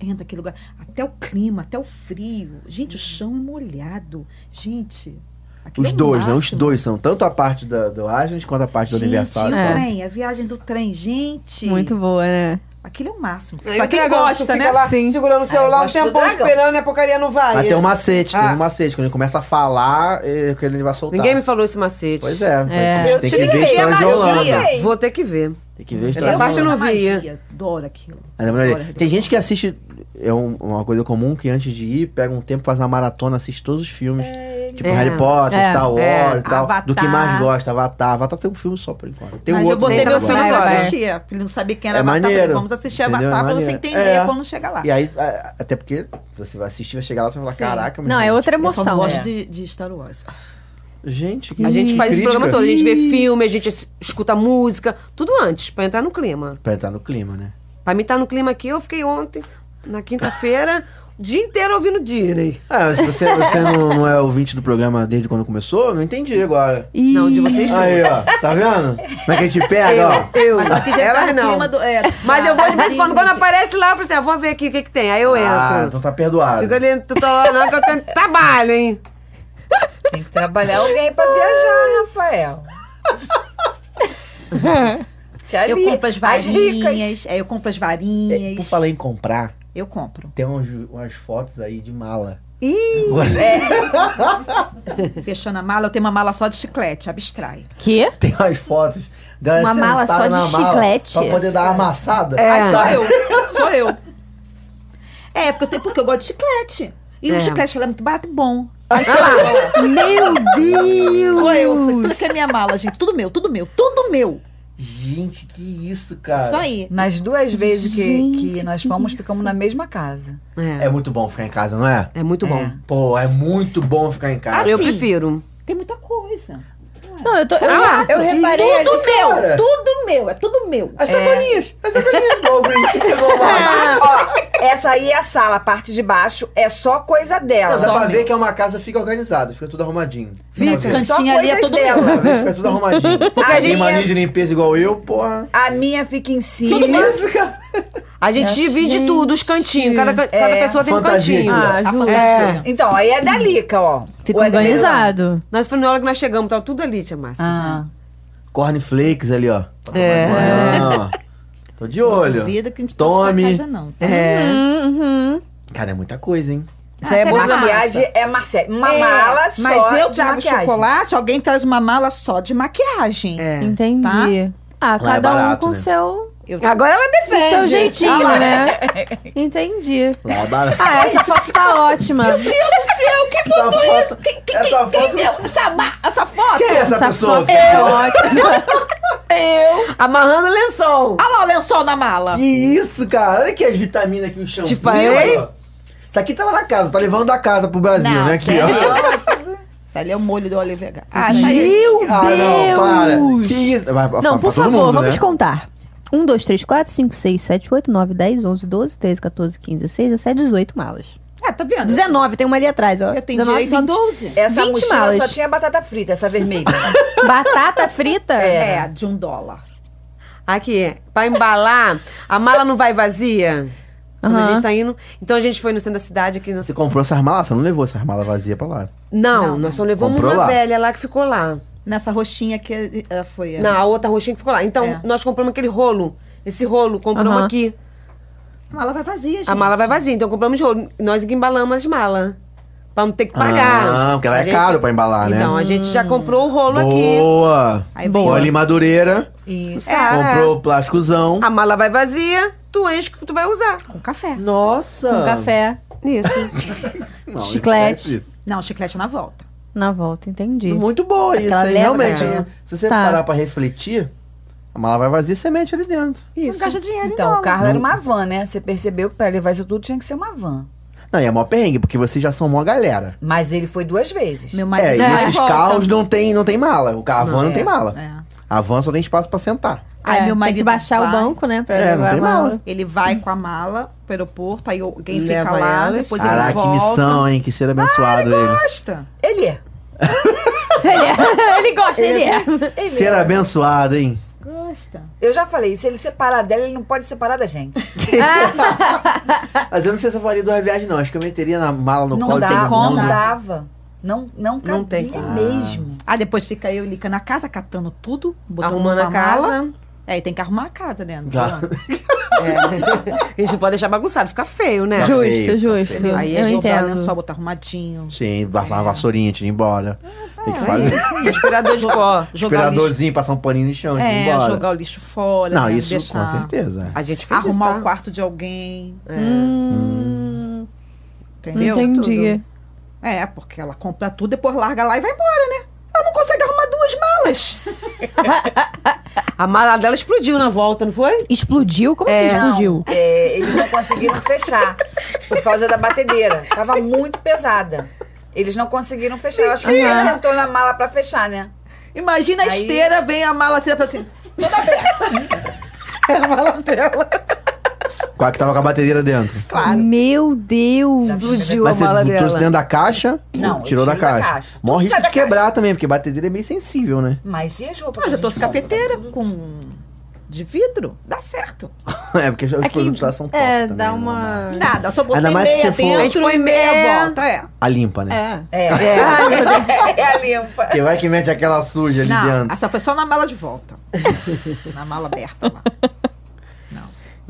[SPEAKER 3] entra naquele lugar, até o clima, até o frio. Gente, o chão é molhado. Gente, aquilo
[SPEAKER 2] Os
[SPEAKER 3] é o
[SPEAKER 2] dois, né? Os
[SPEAKER 3] máximo.
[SPEAKER 2] dois são. Tanto a parte da- do Agent quanto a parte do né?
[SPEAKER 3] Gente,
[SPEAKER 2] aniversário.
[SPEAKER 3] o
[SPEAKER 1] É.
[SPEAKER 3] trem, a viagem do trem, gente.
[SPEAKER 1] Muito boa, né?
[SPEAKER 3] Aquilo é o máximo.
[SPEAKER 5] Aí
[SPEAKER 3] pra
[SPEAKER 5] o
[SPEAKER 3] quem
[SPEAKER 5] dragão,
[SPEAKER 3] gosta,
[SPEAKER 5] tu
[SPEAKER 3] né?
[SPEAKER 5] fica Lá,
[SPEAKER 1] Sim.
[SPEAKER 5] Segurando o celular um
[SPEAKER 4] Ah, eu gosto do
[SPEAKER 5] tempão
[SPEAKER 4] dragão.
[SPEAKER 5] esperando e a porcaria não vai.
[SPEAKER 2] Mas tem um macete, tem
[SPEAKER 5] Ah.
[SPEAKER 2] um macete. Quando ele começa a falar, é, que ele vai soltar.
[SPEAKER 5] Ninguém me falou esse macete.
[SPEAKER 2] Pois é.
[SPEAKER 1] É.
[SPEAKER 2] Tem, tem que ver a
[SPEAKER 4] tirei a
[SPEAKER 2] história de
[SPEAKER 4] magia.
[SPEAKER 2] Holanda.
[SPEAKER 4] Ei.
[SPEAKER 5] Vou ter que ver.
[SPEAKER 2] Tem que ver a história
[SPEAKER 5] Essa
[SPEAKER 2] de
[SPEAKER 5] parte eu
[SPEAKER 2] Holanda.
[SPEAKER 5] não via.
[SPEAKER 3] Magia, Adoro aquilo.
[SPEAKER 2] Mas é maneiro.
[SPEAKER 3] Adoro
[SPEAKER 2] Tem
[SPEAKER 3] Harry
[SPEAKER 2] gente que assiste... É um- uma coisa comum que antes de ir, pega um tempo, faz uma maratona, assiste todos os filmes. tipo
[SPEAKER 5] É.
[SPEAKER 2] Harry Potter,
[SPEAKER 1] É.
[SPEAKER 2] Star Wars
[SPEAKER 5] É.
[SPEAKER 2] e tal. Do que
[SPEAKER 3] Avatar.
[SPEAKER 2] mais gosta, Avatar. Avatar tem um filme só por enquanto. Tem um
[SPEAKER 3] Mas
[SPEAKER 2] outro
[SPEAKER 3] eu botei
[SPEAKER 2] né,
[SPEAKER 5] então
[SPEAKER 3] meu
[SPEAKER 2] que
[SPEAKER 3] filho
[SPEAKER 1] vai,
[SPEAKER 3] pra
[SPEAKER 1] vai.
[SPEAKER 3] assistir. Pra ele não sabia quem era
[SPEAKER 2] é
[SPEAKER 3] Avatar.
[SPEAKER 2] maneiro.
[SPEAKER 3] Falei, vamos assistir
[SPEAKER 2] entendeu? É
[SPEAKER 3] Avatar pra você
[SPEAKER 2] maneiro.
[SPEAKER 3] entender
[SPEAKER 2] É.
[SPEAKER 3] quando chegar lá.
[SPEAKER 2] E aí, a- até porque você vai assistir, vai chegar lá e vai falar, caraca, meu
[SPEAKER 1] Não, é
[SPEAKER 2] Deus.
[SPEAKER 1] outra
[SPEAKER 3] Eu só não
[SPEAKER 1] emoção.
[SPEAKER 3] gosto
[SPEAKER 1] É.
[SPEAKER 3] de, de Star Wars.
[SPEAKER 2] Gente, que
[SPEAKER 5] A gente faz esse
[SPEAKER 2] crítica.
[SPEAKER 5] programa todo. A gente vê
[SPEAKER 2] Ih.
[SPEAKER 5] filme, a gente es- escuta música. Tudo antes, pra entrar no clima.
[SPEAKER 2] Pra entrar no clima, né?
[SPEAKER 5] Pra mim tá no clima aqui, eu fiquei ontem, na quinta-feira, o dia inteiro ouvindo Disney.
[SPEAKER 2] Ah, se você, você não, não é ouvinte do programa desde quando começou, não entendi agora.
[SPEAKER 5] Não, de vocês não.
[SPEAKER 2] Aí, ó, tá vendo? Como é que a gente pega, ó?
[SPEAKER 5] Eu,
[SPEAKER 3] Mas aqui já
[SPEAKER 5] ela
[SPEAKER 3] tá no
[SPEAKER 5] não.
[SPEAKER 3] clima
[SPEAKER 2] (laughs)
[SPEAKER 3] do- é,
[SPEAKER 5] Mas eu vou de
[SPEAKER 3] da
[SPEAKER 5] vez em quando,
[SPEAKER 3] Disney,
[SPEAKER 5] quando
[SPEAKER 3] gente.
[SPEAKER 5] aparece lá, eu falo assim, ah, vou ver aqui o que que tem. Aí eu entro.
[SPEAKER 2] Ah, então tá Ah, perdoado.
[SPEAKER 5] Fico ali, tu tá lá, não, que eu tenho trabalho, hein?
[SPEAKER 4] Tem que trabalhar alguém pra
[SPEAKER 1] (laughs)
[SPEAKER 4] viajar, Rafael. Tia
[SPEAKER 3] Eu
[SPEAKER 4] Li-
[SPEAKER 3] compro as
[SPEAKER 4] ricas.
[SPEAKER 3] varinhas. É, eu compro as varinhas.
[SPEAKER 2] Por falar em comprar,
[SPEAKER 3] Eu compro.
[SPEAKER 2] tem uns- umas fotos aí de mala.
[SPEAKER 5] Ih,
[SPEAKER 3] Fechando a mala, eu tenho uma mala só de chiclete, abstrai.
[SPEAKER 1] Que?
[SPEAKER 2] Tem umas fotos dela
[SPEAKER 1] Uma mala
[SPEAKER 2] sentada
[SPEAKER 1] só de
[SPEAKER 2] na mala
[SPEAKER 1] chiclete.
[SPEAKER 2] Pra poder dar uma amassada.
[SPEAKER 5] É.
[SPEAKER 3] Ai, só
[SPEAKER 2] (laughs) Sabe?
[SPEAKER 3] eu. Só eu. É, porque eu, tenho, porque eu gosto de chiclete. E
[SPEAKER 5] É.
[SPEAKER 3] o chiclete ela é muito barato e bom.
[SPEAKER 1] Meu Deus!
[SPEAKER 3] Sou eu. Tudo que é minha mala, gente. Tudo meu, tudo meu, tudo meu.
[SPEAKER 2] Gente, que isso, cara.
[SPEAKER 3] Isso aí.
[SPEAKER 4] Nas duas vezes que, que
[SPEAKER 1] Gente,
[SPEAKER 4] nós
[SPEAKER 1] que
[SPEAKER 4] fomos,
[SPEAKER 1] isso.
[SPEAKER 4] ficamos na mesma casa.
[SPEAKER 2] É
[SPEAKER 5] é,
[SPEAKER 2] muito bom ficar em casa, não é?
[SPEAKER 5] é muito bom.
[SPEAKER 2] Pô, é muito bom ficar em casa.
[SPEAKER 3] Assim,
[SPEAKER 5] Eu prefiro.
[SPEAKER 3] Tem muita coisa.
[SPEAKER 1] Não, eu tô. Eu, eu reparei. ali-
[SPEAKER 3] Tudo meu,
[SPEAKER 2] cara.
[SPEAKER 3] tudo meu, é tudo meu.
[SPEAKER 2] As sacolinhas, as sacolinhas. Ó, o Grinch chegou lá.
[SPEAKER 4] Ó, essa aí é a sala, a parte de baixo é só coisa dela.
[SPEAKER 2] Dá
[SPEAKER 4] Só
[SPEAKER 2] pra ver
[SPEAKER 4] meu.
[SPEAKER 2] que é uma casa fica organizada, fica tudo arrumadinho.
[SPEAKER 3] Fica.
[SPEAKER 2] Dá pra ver.
[SPEAKER 3] Cantinho ali é
[SPEAKER 4] coisas
[SPEAKER 3] tudo meu.
[SPEAKER 2] Dá pra ver que fica tudo arrumadinho.
[SPEAKER 4] Porque a
[SPEAKER 2] Tem
[SPEAKER 4] gente-
[SPEAKER 2] mania de limpeza igual eu, porra.
[SPEAKER 4] A minha fica em
[SPEAKER 2] Que
[SPEAKER 4] cima.
[SPEAKER 2] isso, cara?
[SPEAKER 5] A gente divide tudo, os cantinhos. Cada, ca- cada pessoa tem um
[SPEAKER 2] Fantasia.
[SPEAKER 5] cantinho.
[SPEAKER 1] Ah, juro.
[SPEAKER 5] É.
[SPEAKER 4] Então, aí é da Lica, ó.
[SPEAKER 1] Fica
[SPEAKER 4] Ou é da Beleza?
[SPEAKER 1] organizado.
[SPEAKER 5] Nós fomos na hora que nós chegamos, tava tudo ali, tia Márcia.
[SPEAKER 3] Ah,
[SPEAKER 2] Cornflakes ali, ó.
[SPEAKER 5] É.
[SPEAKER 2] Ah, Tô de olho.
[SPEAKER 3] Duvida que a gente
[SPEAKER 2] Tome.
[SPEAKER 3] trouxe pra casa, não.
[SPEAKER 5] É,
[SPEAKER 3] Tá?
[SPEAKER 1] Uhum, uhum.
[SPEAKER 2] Cara, é muita coisa, hein?
[SPEAKER 4] Isso aí é
[SPEAKER 3] Ah,
[SPEAKER 4] boa
[SPEAKER 3] será?
[SPEAKER 4] maquiagem, é Marcelo. Uma
[SPEAKER 3] É,
[SPEAKER 4] mala só
[SPEAKER 3] Mas eu
[SPEAKER 4] de
[SPEAKER 3] trago
[SPEAKER 4] maquiagem.
[SPEAKER 3] chocolate, alguém traz uma mala só de maquiagem.
[SPEAKER 5] É.
[SPEAKER 1] Entendi. Ah,
[SPEAKER 2] Lá é
[SPEAKER 1] cada
[SPEAKER 2] barato,
[SPEAKER 1] um com o
[SPEAKER 2] né?
[SPEAKER 1] seu,
[SPEAKER 5] Agora é ela
[SPEAKER 1] com
[SPEAKER 5] defende.
[SPEAKER 1] seu jeitinho,
[SPEAKER 5] Ah, lá.
[SPEAKER 1] né? Entendi.
[SPEAKER 2] Lá é barato.
[SPEAKER 1] Ah, essa foto tá ótima.
[SPEAKER 3] Seu, que
[SPEAKER 2] Essa
[SPEAKER 3] botou
[SPEAKER 2] foto-
[SPEAKER 3] isso? Quem, quem,
[SPEAKER 2] essa
[SPEAKER 3] quem, quem
[SPEAKER 2] foto-
[SPEAKER 3] deu essa, ma- essa foto?
[SPEAKER 2] Quem é essa,
[SPEAKER 1] Essa
[SPEAKER 2] pessoa?
[SPEAKER 1] foto é
[SPEAKER 2] ótima.
[SPEAKER 3] Eu.
[SPEAKER 5] Amarrando lençol.
[SPEAKER 3] Olha lá o lençol na mala.
[SPEAKER 2] Que isso, cara? Olha aqui as vitaminas aqui, o shampoo.
[SPEAKER 5] Te falei?
[SPEAKER 2] ó. Isso aqui tava na casa, tá levando da casa pro Brasil,
[SPEAKER 3] Não,
[SPEAKER 2] né? Aqui,
[SPEAKER 3] sério?
[SPEAKER 2] (laughs) ó.
[SPEAKER 3] Isso ali é o molho do óleo vegano. Ah, tá aí.
[SPEAKER 2] Meu ah, Não, para.
[SPEAKER 1] Deus!
[SPEAKER 2] Que isso? Vai, vai,
[SPEAKER 1] Não,
[SPEAKER 2] pra
[SPEAKER 1] por
[SPEAKER 2] todo
[SPEAKER 1] favor,
[SPEAKER 2] mundo,
[SPEAKER 1] vamos
[SPEAKER 2] né?
[SPEAKER 1] contar. 1, 2, 3, 4, 5, 6, 7, 8, 9, 10, 11, 12, 13, 14, 15, 16, 17, 18 malas.
[SPEAKER 3] Ah, tá vendo?
[SPEAKER 1] 19, tem uma ali atrás, ó.
[SPEAKER 3] Eu tenho
[SPEAKER 1] 19,
[SPEAKER 3] direito a
[SPEAKER 1] 20.
[SPEAKER 3] 12.
[SPEAKER 4] Essa
[SPEAKER 1] 20
[SPEAKER 4] mochila
[SPEAKER 1] malas.
[SPEAKER 4] só tinha batata frita,
[SPEAKER 3] (laughs)
[SPEAKER 4] essa vermelha.
[SPEAKER 1] (laughs) Batata frita?
[SPEAKER 3] É, de um dólar.
[SPEAKER 5] Aqui, pra embalar, a mala não vai vazia. Quando a
[SPEAKER 1] Aham.
[SPEAKER 5] gente tá indo. Então a gente foi no centro da cidade aqui. No...
[SPEAKER 2] Você comprou essas malas? Você não levou essas malas vazias pra lá.
[SPEAKER 5] Não, nós só levamos
[SPEAKER 2] Comprou
[SPEAKER 5] uma
[SPEAKER 2] lá.
[SPEAKER 5] velha lá que ficou lá.
[SPEAKER 3] Nessa roxinha que eh, foi. eh,
[SPEAKER 5] Não, a outra roxinha que ficou lá. Então
[SPEAKER 3] É.
[SPEAKER 5] nós compramos aquele rolo. Esse rolo, compramos
[SPEAKER 1] Aham.
[SPEAKER 5] aqui.
[SPEAKER 3] A mala vai vazia, gente.
[SPEAKER 5] A mala vai vazia, então compramos de rolo. Nós que embalamos as malas. Pra não ter que pagar.
[SPEAKER 2] Ah, porque ela
[SPEAKER 5] A
[SPEAKER 2] é caro pra embalar, né?
[SPEAKER 5] Então, a gente já comprou o rolo aqui.
[SPEAKER 2] Boa!
[SPEAKER 3] Aí
[SPEAKER 2] Boa.
[SPEAKER 3] vem-
[SPEAKER 2] Ali Madureira.
[SPEAKER 3] Isso.
[SPEAKER 5] Cara,
[SPEAKER 2] Comprou plásticozão.
[SPEAKER 5] A mala vai vazia, tu enche o que tu vai usar.
[SPEAKER 3] Com café.
[SPEAKER 2] Nossa!
[SPEAKER 1] Um café
[SPEAKER 5] Isso.
[SPEAKER 2] Não,
[SPEAKER 1] chiclete.
[SPEAKER 2] esquece.
[SPEAKER 3] Não, chiclete é na volta.
[SPEAKER 1] na volta, entendi.
[SPEAKER 2] Muito boa isso,
[SPEAKER 1] Aquela
[SPEAKER 2] hein?
[SPEAKER 1] leva,
[SPEAKER 2] Realmente.
[SPEAKER 1] né?
[SPEAKER 2] Se você
[SPEAKER 1] Tá.
[SPEAKER 2] parar pra refletir, a mala vai vazia e você mete ali dentro.
[SPEAKER 3] Não gasta dinheiro,
[SPEAKER 4] Então,
[SPEAKER 3] não.
[SPEAKER 4] o carro era uma van, né? Você percebeu que pra levar isso tudo tinha que ser uma van.
[SPEAKER 2] Não, e é mó perrengue, porque vocês já são mó galera.
[SPEAKER 4] Mas ele foi duas vezes.
[SPEAKER 3] Meu
[SPEAKER 2] é,
[SPEAKER 3] marido
[SPEAKER 2] e
[SPEAKER 3] vai e
[SPEAKER 2] esses
[SPEAKER 3] volta.
[SPEAKER 2] carros não tem, não tem mala. O carro, a van não
[SPEAKER 4] é,
[SPEAKER 2] tem mala.
[SPEAKER 3] é.
[SPEAKER 2] A van só tem espaço pra sentar.
[SPEAKER 3] Aí
[SPEAKER 1] É,
[SPEAKER 3] meu
[SPEAKER 1] Tem que
[SPEAKER 3] marido
[SPEAKER 1] baixar
[SPEAKER 3] vai,
[SPEAKER 1] o banco, né? Pra
[SPEAKER 2] É, não
[SPEAKER 1] levar a
[SPEAKER 2] tem
[SPEAKER 1] mala.
[SPEAKER 3] (laughs)
[SPEAKER 2] mala.
[SPEAKER 3] Ele vai com a mala pro aeroporto, aí alguém
[SPEAKER 5] Leva
[SPEAKER 3] fica lá,
[SPEAKER 5] elas.
[SPEAKER 3] depois
[SPEAKER 2] Caraca,
[SPEAKER 3] ele
[SPEAKER 2] que
[SPEAKER 3] volta.
[SPEAKER 2] missão, hein? Que ser abençoado ele.
[SPEAKER 3] Gosta.
[SPEAKER 4] Ele é.
[SPEAKER 1] Ele, é- ele gosta, ele é.
[SPEAKER 4] Ele
[SPEAKER 2] Ser
[SPEAKER 4] é.
[SPEAKER 2] abençoado, hein?
[SPEAKER 3] Gosta.
[SPEAKER 4] Eu já falei, se ele separar dela, ele não pode separar da gente.
[SPEAKER 2] (laughs) Mas eu não sei se eu faria duas viagens, não. Acho que eu meteria na mala no
[SPEAKER 4] não
[SPEAKER 2] colo
[SPEAKER 4] dá,
[SPEAKER 2] todo
[SPEAKER 4] não
[SPEAKER 2] mundo.
[SPEAKER 4] dava. Não, não cabia
[SPEAKER 5] Não tem como.
[SPEAKER 4] mesmo.
[SPEAKER 3] Ah, depois fica eu e Lica na casa, catando tudo, botando
[SPEAKER 5] Arrumando
[SPEAKER 3] numa
[SPEAKER 5] a casa.
[SPEAKER 3] mala. É, e tem que arrumar a casa, né? Não
[SPEAKER 2] Já. (laughs)
[SPEAKER 3] tem como.
[SPEAKER 5] É. (laughs) A gente não pode deixar bagunçado, fica feio, né?
[SPEAKER 2] Ju-
[SPEAKER 1] Justo,
[SPEAKER 2] feio,
[SPEAKER 1] justo.
[SPEAKER 2] né?
[SPEAKER 3] Aí a
[SPEAKER 1] eu
[SPEAKER 3] gente olha
[SPEAKER 1] entendo.
[SPEAKER 3] só botar arrumadinho. (laughs)
[SPEAKER 2] Sim, passar uma vassourinha antes de ir embora. Tem que fazer.
[SPEAKER 5] Respirador de pó, jogar o lixo.
[SPEAKER 2] Aspiradorzinho, passar um paninho no chão antes de ir
[SPEAKER 3] É,
[SPEAKER 2] embora.
[SPEAKER 3] jogar o lixo fora.
[SPEAKER 2] Não,
[SPEAKER 3] né?
[SPEAKER 2] isso
[SPEAKER 3] deixar,
[SPEAKER 2] com certeza.
[SPEAKER 5] A gente fez
[SPEAKER 3] Arrumar o
[SPEAKER 5] isso, tá?
[SPEAKER 3] quarto de alguém.
[SPEAKER 1] Hum,
[SPEAKER 3] Entendeu?
[SPEAKER 1] entendi.
[SPEAKER 3] É, porque ela compra tudo, depois larga lá e vai embora, né? Ela não consegue arrumar duas malas.
[SPEAKER 5] A mala dela explodiu na volta, não foi?
[SPEAKER 1] Explodiu? Como assim explodiu?
[SPEAKER 3] Ah.
[SPEAKER 4] Não, é, eles não conseguiram fechar por causa da batedeira. Tava muito pesada. Eles não conseguiram fechar. Eu acho que ele sentou na mala pra fechar, né?
[SPEAKER 3] Imagina a
[SPEAKER 4] Aí-
[SPEAKER 3] esteira, vem a mala assim, assim.
[SPEAKER 2] Qual que tava com a bateria dentro?
[SPEAKER 1] Meu Deus!
[SPEAKER 5] Explodiu a
[SPEAKER 2] Mas você
[SPEAKER 5] mala
[SPEAKER 2] trouxe
[SPEAKER 5] dela.
[SPEAKER 1] É
[SPEAKER 2] dentro da caixa?
[SPEAKER 4] Não, eu
[SPEAKER 2] tirou da
[SPEAKER 4] tiro da
[SPEAKER 2] caixa.
[SPEAKER 4] caixa.
[SPEAKER 2] Morre risco de
[SPEAKER 4] Tudo sai da caixa.
[SPEAKER 2] quebrar também, porque batedeira é bem sensível, né? (laughs)
[SPEAKER 4] Mas e as roupas?
[SPEAKER 3] Ah,
[SPEAKER 4] que a
[SPEAKER 3] já
[SPEAKER 4] gente
[SPEAKER 3] trouxe
[SPEAKER 4] compra?
[SPEAKER 3] cafeteira com de vidro, dá certo.
[SPEAKER 2] É, porque os produtos lá são top.
[SPEAKER 1] É,
[SPEAKER 2] também,
[SPEAKER 1] dá
[SPEAKER 2] né?
[SPEAKER 1] uma.
[SPEAKER 3] Nada, só botei
[SPEAKER 2] Ainda mais se
[SPEAKER 3] meia
[SPEAKER 2] você for-
[SPEAKER 3] dentro e
[SPEAKER 5] Põe
[SPEAKER 3] meia,
[SPEAKER 5] meia.
[SPEAKER 3] volta. É.
[SPEAKER 2] A limpa, né?
[SPEAKER 1] É.
[SPEAKER 4] É,
[SPEAKER 3] (laughs)
[SPEAKER 4] é. é a limpa.
[SPEAKER 2] Porque vai que mete aquela suja ali
[SPEAKER 3] Não,
[SPEAKER 2] dentro.
[SPEAKER 3] essa foi só na mala de volta. na mala aberta lá.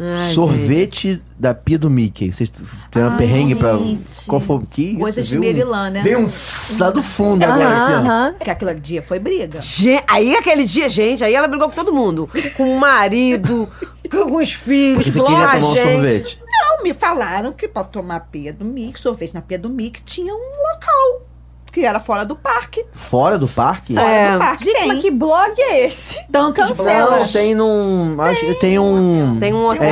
[SPEAKER 5] Ai, gente.
[SPEAKER 2] Sorvete da pia do Mickey. Vocês tiveram perrengue pra. Qual foi o que? isso?
[SPEAKER 3] Coisas de
[SPEAKER 2] Veio um-
[SPEAKER 3] Merilã, né?
[SPEAKER 2] Veio um tss lá do fundo agora aqui, ó.
[SPEAKER 1] Aham, aham.
[SPEAKER 3] Porque aquele dia foi briga.
[SPEAKER 5] Gen- Aí aquele dia, gente, aí ela brigou com todo mundo. Com o marido, com os filhos,
[SPEAKER 2] Porque você
[SPEAKER 5] com
[SPEAKER 2] queria
[SPEAKER 5] a
[SPEAKER 2] tomar um
[SPEAKER 5] gente.
[SPEAKER 2] sorvete.
[SPEAKER 3] Não, me falaram que pra tomar pia do Mick, sorvete na pia do Mick, tinha um local que era fora do parque.
[SPEAKER 2] Fora do parque?
[SPEAKER 3] Fora
[SPEAKER 5] É.
[SPEAKER 3] do parque.
[SPEAKER 1] Gente,
[SPEAKER 3] tem.
[SPEAKER 1] mas que blog é esse? Então cancela.
[SPEAKER 2] Não, tem num. Acho que tem um.
[SPEAKER 5] Tem um hotel.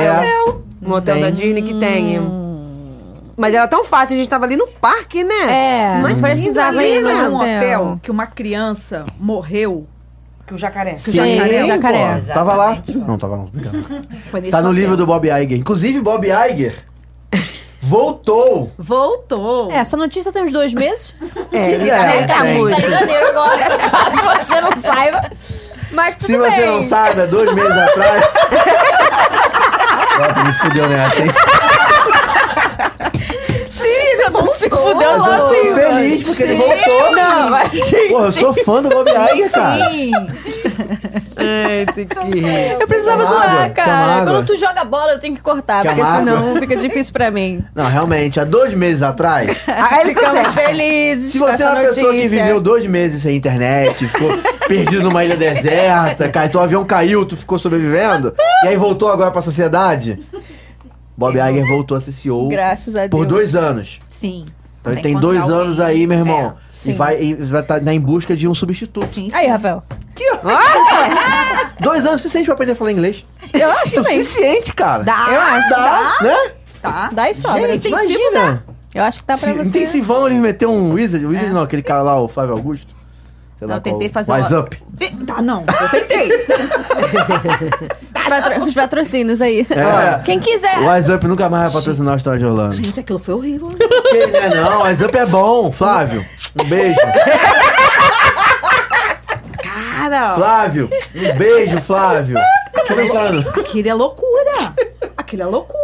[SPEAKER 2] É,
[SPEAKER 5] Um hotel
[SPEAKER 2] Tem.
[SPEAKER 5] da Disney que tem.
[SPEAKER 3] Hum.
[SPEAKER 5] Mas era tão fácil, a gente tava ali no parque, né?
[SPEAKER 1] É,
[SPEAKER 5] Mas
[SPEAKER 1] mas precisava
[SPEAKER 3] Ali
[SPEAKER 1] ir no
[SPEAKER 3] era um
[SPEAKER 1] hotel.
[SPEAKER 3] hotel que uma criança morreu.
[SPEAKER 4] Que o jacaré.
[SPEAKER 1] Sim,
[SPEAKER 3] jacaré,
[SPEAKER 1] o jacaré.
[SPEAKER 4] gosta.
[SPEAKER 2] Tava lá.
[SPEAKER 4] Exatamente.
[SPEAKER 2] Não, tava não. brincando.
[SPEAKER 3] Foi nesse
[SPEAKER 2] Tá no
[SPEAKER 3] hotel.
[SPEAKER 2] livro do Bob Iger. Inclusive, Bob Iger voltou.
[SPEAKER 3] Voltou.
[SPEAKER 1] É, essa notícia tem uns dois meses.
[SPEAKER 5] É, ele tá
[SPEAKER 2] É, tem.
[SPEAKER 5] ele tá
[SPEAKER 1] Tá em
[SPEAKER 5] muito.
[SPEAKER 1] janeiro agora, (laughs) caso você não saiba. Mas tudo
[SPEAKER 2] Se
[SPEAKER 1] bem.
[SPEAKER 2] você não sabe, há dois meses atrás. Ó, tu me fudeu né? nessa, hein?
[SPEAKER 1] Sim, eu não se fudeu
[SPEAKER 2] Mas eu tô
[SPEAKER 1] sozinho.
[SPEAKER 2] feliz porque ele voltou.
[SPEAKER 1] Não, mas gente,
[SPEAKER 2] Porra, eu sou fã do Bob Iger, cara.
[SPEAKER 3] Sim.
[SPEAKER 5] Ai, tem que rir.
[SPEAKER 1] eu precisava
[SPEAKER 2] Toma
[SPEAKER 1] zoar,
[SPEAKER 2] água, toma
[SPEAKER 1] cara.
[SPEAKER 2] água.
[SPEAKER 1] Quando tu joga bola, eu tenho que cortar,
[SPEAKER 2] Quer
[SPEAKER 1] porque
[SPEAKER 2] uma
[SPEAKER 1] senão fica difícil pra mim.
[SPEAKER 2] Não, realmente, há dois
[SPEAKER 1] (laughs)
[SPEAKER 2] meses atrás. (laughs)
[SPEAKER 5] Aí ele
[SPEAKER 1] Ficamos
[SPEAKER 5] consegue.
[SPEAKER 1] felizes
[SPEAKER 2] Se
[SPEAKER 1] com
[SPEAKER 2] você é
[SPEAKER 1] essa
[SPEAKER 2] uma pessoa que
[SPEAKER 1] notícia.
[SPEAKER 2] viveu dois meses sem internet, ficou perdido numa ilha deserta, cai, teu avião caiu, tu ficou sobrevivendo, e aí voltou agora pra sociedade. Bob Iger voltou a ser CEO
[SPEAKER 1] Graças a Deus. Tá
[SPEAKER 2] por dois anos.
[SPEAKER 3] Sim.
[SPEAKER 2] Então ele tem dois
[SPEAKER 3] encontrar
[SPEAKER 2] anos
[SPEAKER 3] alguém.
[SPEAKER 2] aí, meu irmão.
[SPEAKER 3] É.
[SPEAKER 2] e vai e vai estar em busca de um substituto.
[SPEAKER 3] Sim, sim.
[SPEAKER 1] Aí, Rafael.
[SPEAKER 2] Aqui, ó. Dois anos suficiente pra aprender a falar inglês.
[SPEAKER 1] Eu acho também.
[SPEAKER 2] Suficiente, cara.
[SPEAKER 3] Dá,
[SPEAKER 1] Eu acho.
[SPEAKER 3] dá,
[SPEAKER 2] Né?
[SPEAKER 3] tá.
[SPEAKER 1] Dá e sobra.
[SPEAKER 2] Gente,
[SPEAKER 3] intensivo
[SPEAKER 2] imagina.
[SPEAKER 1] Eu acho que tá pra
[SPEAKER 2] Se,
[SPEAKER 1] você.
[SPEAKER 2] intensivão ele meteu um Wizard. Wizard não, aquele cara lá, o Flávio Augusto. Sei
[SPEAKER 3] Não, eu tentei fazer
[SPEAKER 2] Wise
[SPEAKER 3] uma-
[SPEAKER 2] Up.
[SPEAKER 3] Be- Tá, não. Eu tentei.
[SPEAKER 1] Os, patro- os patrocínios aí.
[SPEAKER 2] É.
[SPEAKER 1] Quem quiser.
[SPEAKER 2] O Wise Up nunca mais vai patrocinar a história de Orlando.
[SPEAKER 3] Gente, aquilo foi horrível.
[SPEAKER 2] Que, né, não, o Wise Up é bom. Flávio, um beijo.
[SPEAKER 3] Cara,
[SPEAKER 2] Flávio, um beijo, Flávio. tá Tô brincando.
[SPEAKER 3] aquilo é loucura. Aquilo é loucura.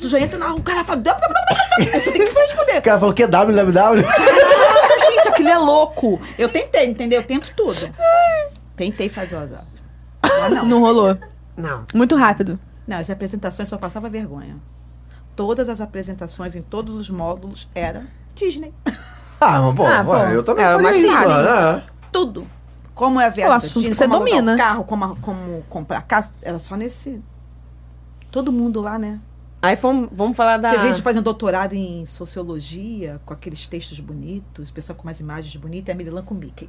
[SPEAKER 3] Tu já entra na rua, o cara fala... Eu tenho que responder.
[SPEAKER 2] O cara falou que é WWW.
[SPEAKER 3] Caraca, gente, aquilo é louco. Eu tentei, entendeu? O tempo todo. Tentei fazer o azar. Ah, não.
[SPEAKER 1] Não rolou.
[SPEAKER 5] Não.
[SPEAKER 1] Muito rápido.
[SPEAKER 3] Não, as apresentações só passava vergonha. Todas as apresentações em todos os módulos eram Disney.
[SPEAKER 2] Ah, mas pô,
[SPEAKER 1] Ah, pô.
[SPEAKER 2] ué, eu também
[SPEAKER 5] É,
[SPEAKER 2] faria
[SPEAKER 5] mas
[SPEAKER 2] isso,
[SPEAKER 5] fácil.
[SPEAKER 2] né?
[SPEAKER 3] Tudo. Como é a viagem
[SPEAKER 1] É o
[SPEAKER 3] da
[SPEAKER 1] assunto
[SPEAKER 3] Disney,
[SPEAKER 1] que você
[SPEAKER 3] como alugar
[SPEAKER 1] domina.
[SPEAKER 3] o carro, como, a- como comprar casa. Era só nesse... Todo mundo lá, né?
[SPEAKER 5] Aí fomos, vamos falar
[SPEAKER 1] Tá.
[SPEAKER 5] da.
[SPEAKER 3] Você vê gente fazendo doutorado em sociologia, com aqueles textos bonitos, pessoal com umas imagens bonitas, e a Mirilã com Mickey.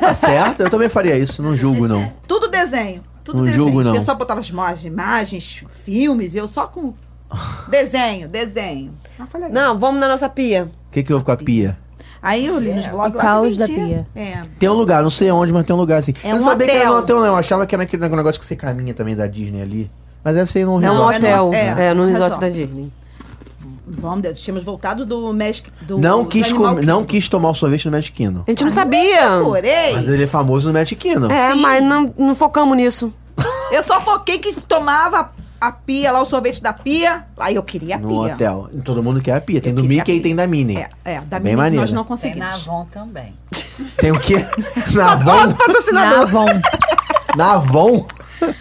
[SPEAKER 2] Tá certo, eu também faria isso. Não julgo, não.
[SPEAKER 3] Tudo desenho. Tudo
[SPEAKER 2] Não
[SPEAKER 3] desenho.
[SPEAKER 2] julgo, não.
[SPEAKER 3] O pessoal botava as imagens, imagens, filmes, e eu só com desenho, desenho. Mas foi legal.
[SPEAKER 5] Não, vamos na nossa pia.
[SPEAKER 2] O que, que houve com a pia?
[SPEAKER 3] Aí eu li nos blogs lá que
[SPEAKER 1] É, caos da
[SPEAKER 3] vendia.
[SPEAKER 1] pia.
[SPEAKER 3] É.
[SPEAKER 2] Tem um lugar, não sei onde, mas tem um lugar assim.
[SPEAKER 5] É
[SPEAKER 2] eu não
[SPEAKER 5] um
[SPEAKER 2] sabia que era
[SPEAKER 5] hotel.
[SPEAKER 2] um hotel, não. Eu achava que era aquele negócio que você caminha também da Disney ali. Mas deve ser num
[SPEAKER 5] É um
[SPEAKER 2] resort.
[SPEAKER 5] hotel.
[SPEAKER 3] É,
[SPEAKER 5] É, no resort
[SPEAKER 3] resort.
[SPEAKER 5] da Disney.
[SPEAKER 3] Vamos, Deus, tínhamos voltado do Magic. Do,
[SPEAKER 2] Não
[SPEAKER 3] do
[SPEAKER 2] quis,
[SPEAKER 3] Animal
[SPEAKER 2] comer- não quis tomar o sorvete no Magic Kingdom.
[SPEAKER 5] A gente não sabia.
[SPEAKER 3] Kingdom. Corei.
[SPEAKER 2] Mas ele é famoso no Magic Kingdom.
[SPEAKER 5] É,
[SPEAKER 3] Sim.
[SPEAKER 5] mas não, não focamos nisso.
[SPEAKER 3] Eu só foquei que tomava a pia lá, o sorvete da pia. Aí eu queria a
[SPEAKER 2] No
[SPEAKER 3] pia.
[SPEAKER 2] hotel. Todo mundo quer a pia. Tem
[SPEAKER 3] Eu
[SPEAKER 2] do
[SPEAKER 3] queria a
[SPEAKER 2] Mickey e
[SPEAKER 3] pia.
[SPEAKER 2] tem da Minnie.
[SPEAKER 3] É, é, da
[SPEAKER 2] Bem
[SPEAKER 3] menina que
[SPEAKER 2] maneiro.
[SPEAKER 3] nós não
[SPEAKER 4] Tem
[SPEAKER 1] É
[SPEAKER 4] na
[SPEAKER 3] conseguimos.
[SPEAKER 4] Avon também.
[SPEAKER 2] Tem o
[SPEAKER 3] (laughs)
[SPEAKER 2] quê? (laughs) Na Avon?
[SPEAKER 1] Na Avon.
[SPEAKER 2] Na Avon?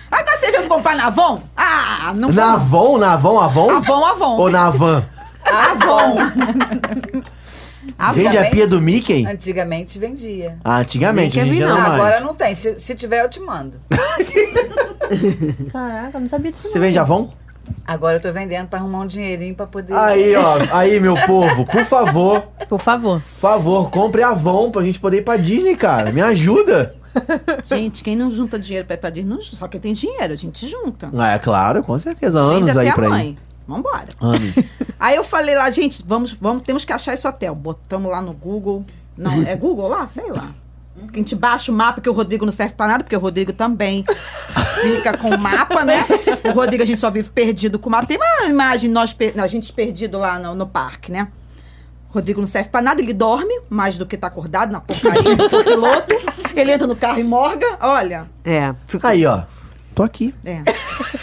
[SPEAKER 3] Agora você veio comprar na Avon? Ah, não
[SPEAKER 2] Na Avon? Na Avon? Avon?
[SPEAKER 3] Avon, Avon.
[SPEAKER 2] Ou na
[SPEAKER 3] (laughs)
[SPEAKER 2] Van?
[SPEAKER 3] Avon.
[SPEAKER 2] Vende a
[SPEAKER 4] também?
[SPEAKER 2] pia do Mickey?
[SPEAKER 4] Antigamente vendia.
[SPEAKER 2] Ah, antigamente,
[SPEAKER 5] Mickey
[SPEAKER 2] hoje em
[SPEAKER 3] é
[SPEAKER 2] dia
[SPEAKER 5] vi,
[SPEAKER 2] não
[SPEAKER 5] não.
[SPEAKER 2] mais.
[SPEAKER 4] Agora não tem. Se, se tiver, eu te mando.
[SPEAKER 1] Caraca, eu não sabia disso.
[SPEAKER 2] Você vende Avon?
[SPEAKER 4] Agora eu tô vendendo pra arrumar um dinheirinho pra poder.
[SPEAKER 2] Aí, ó. Aí, meu povo, por favor,
[SPEAKER 1] não. Por favor.
[SPEAKER 2] por favor, compre Avon pra gente poder ir pra Disney, cara. Me ajuda.
[SPEAKER 3] Gente, quem não junta dinheiro pra ir pra Disney, não junta. só quem tem dinheiro, a gente junta.
[SPEAKER 2] Ah, é claro, com certeza. Anos
[SPEAKER 3] Vende até
[SPEAKER 2] aí
[SPEAKER 3] a
[SPEAKER 2] pra
[SPEAKER 3] mãe.
[SPEAKER 2] ir.
[SPEAKER 3] Vambora.
[SPEAKER 2] Anos.
[SPEAKER 3] (laughs) Aí eu falei lá, gente, vamos, vamos, temos que achar esse hotel. Botamos lá no Google. Não, é Google lá? Sei lá. A gente baixa o mapa, que o Rodrigo não serve pra nada, porque o Rodrigo também fica com o mapa, né? O Rodrigo, a gente só vive perdido com o mapa. Tem uma imagem, nós, per- a gente perdido lá no, no parque, né? O Rodrigo não serve pra nada, ele dorme mais do que tá acordado (laughs) na porcaria do piloto. Ele entra no carro e morga. Olha,
[SPEAKER 5] É. Fica...
[SPEAKER 2] Aí, ó. Tô aqui. (laughs)
[SPEAKER 3] É.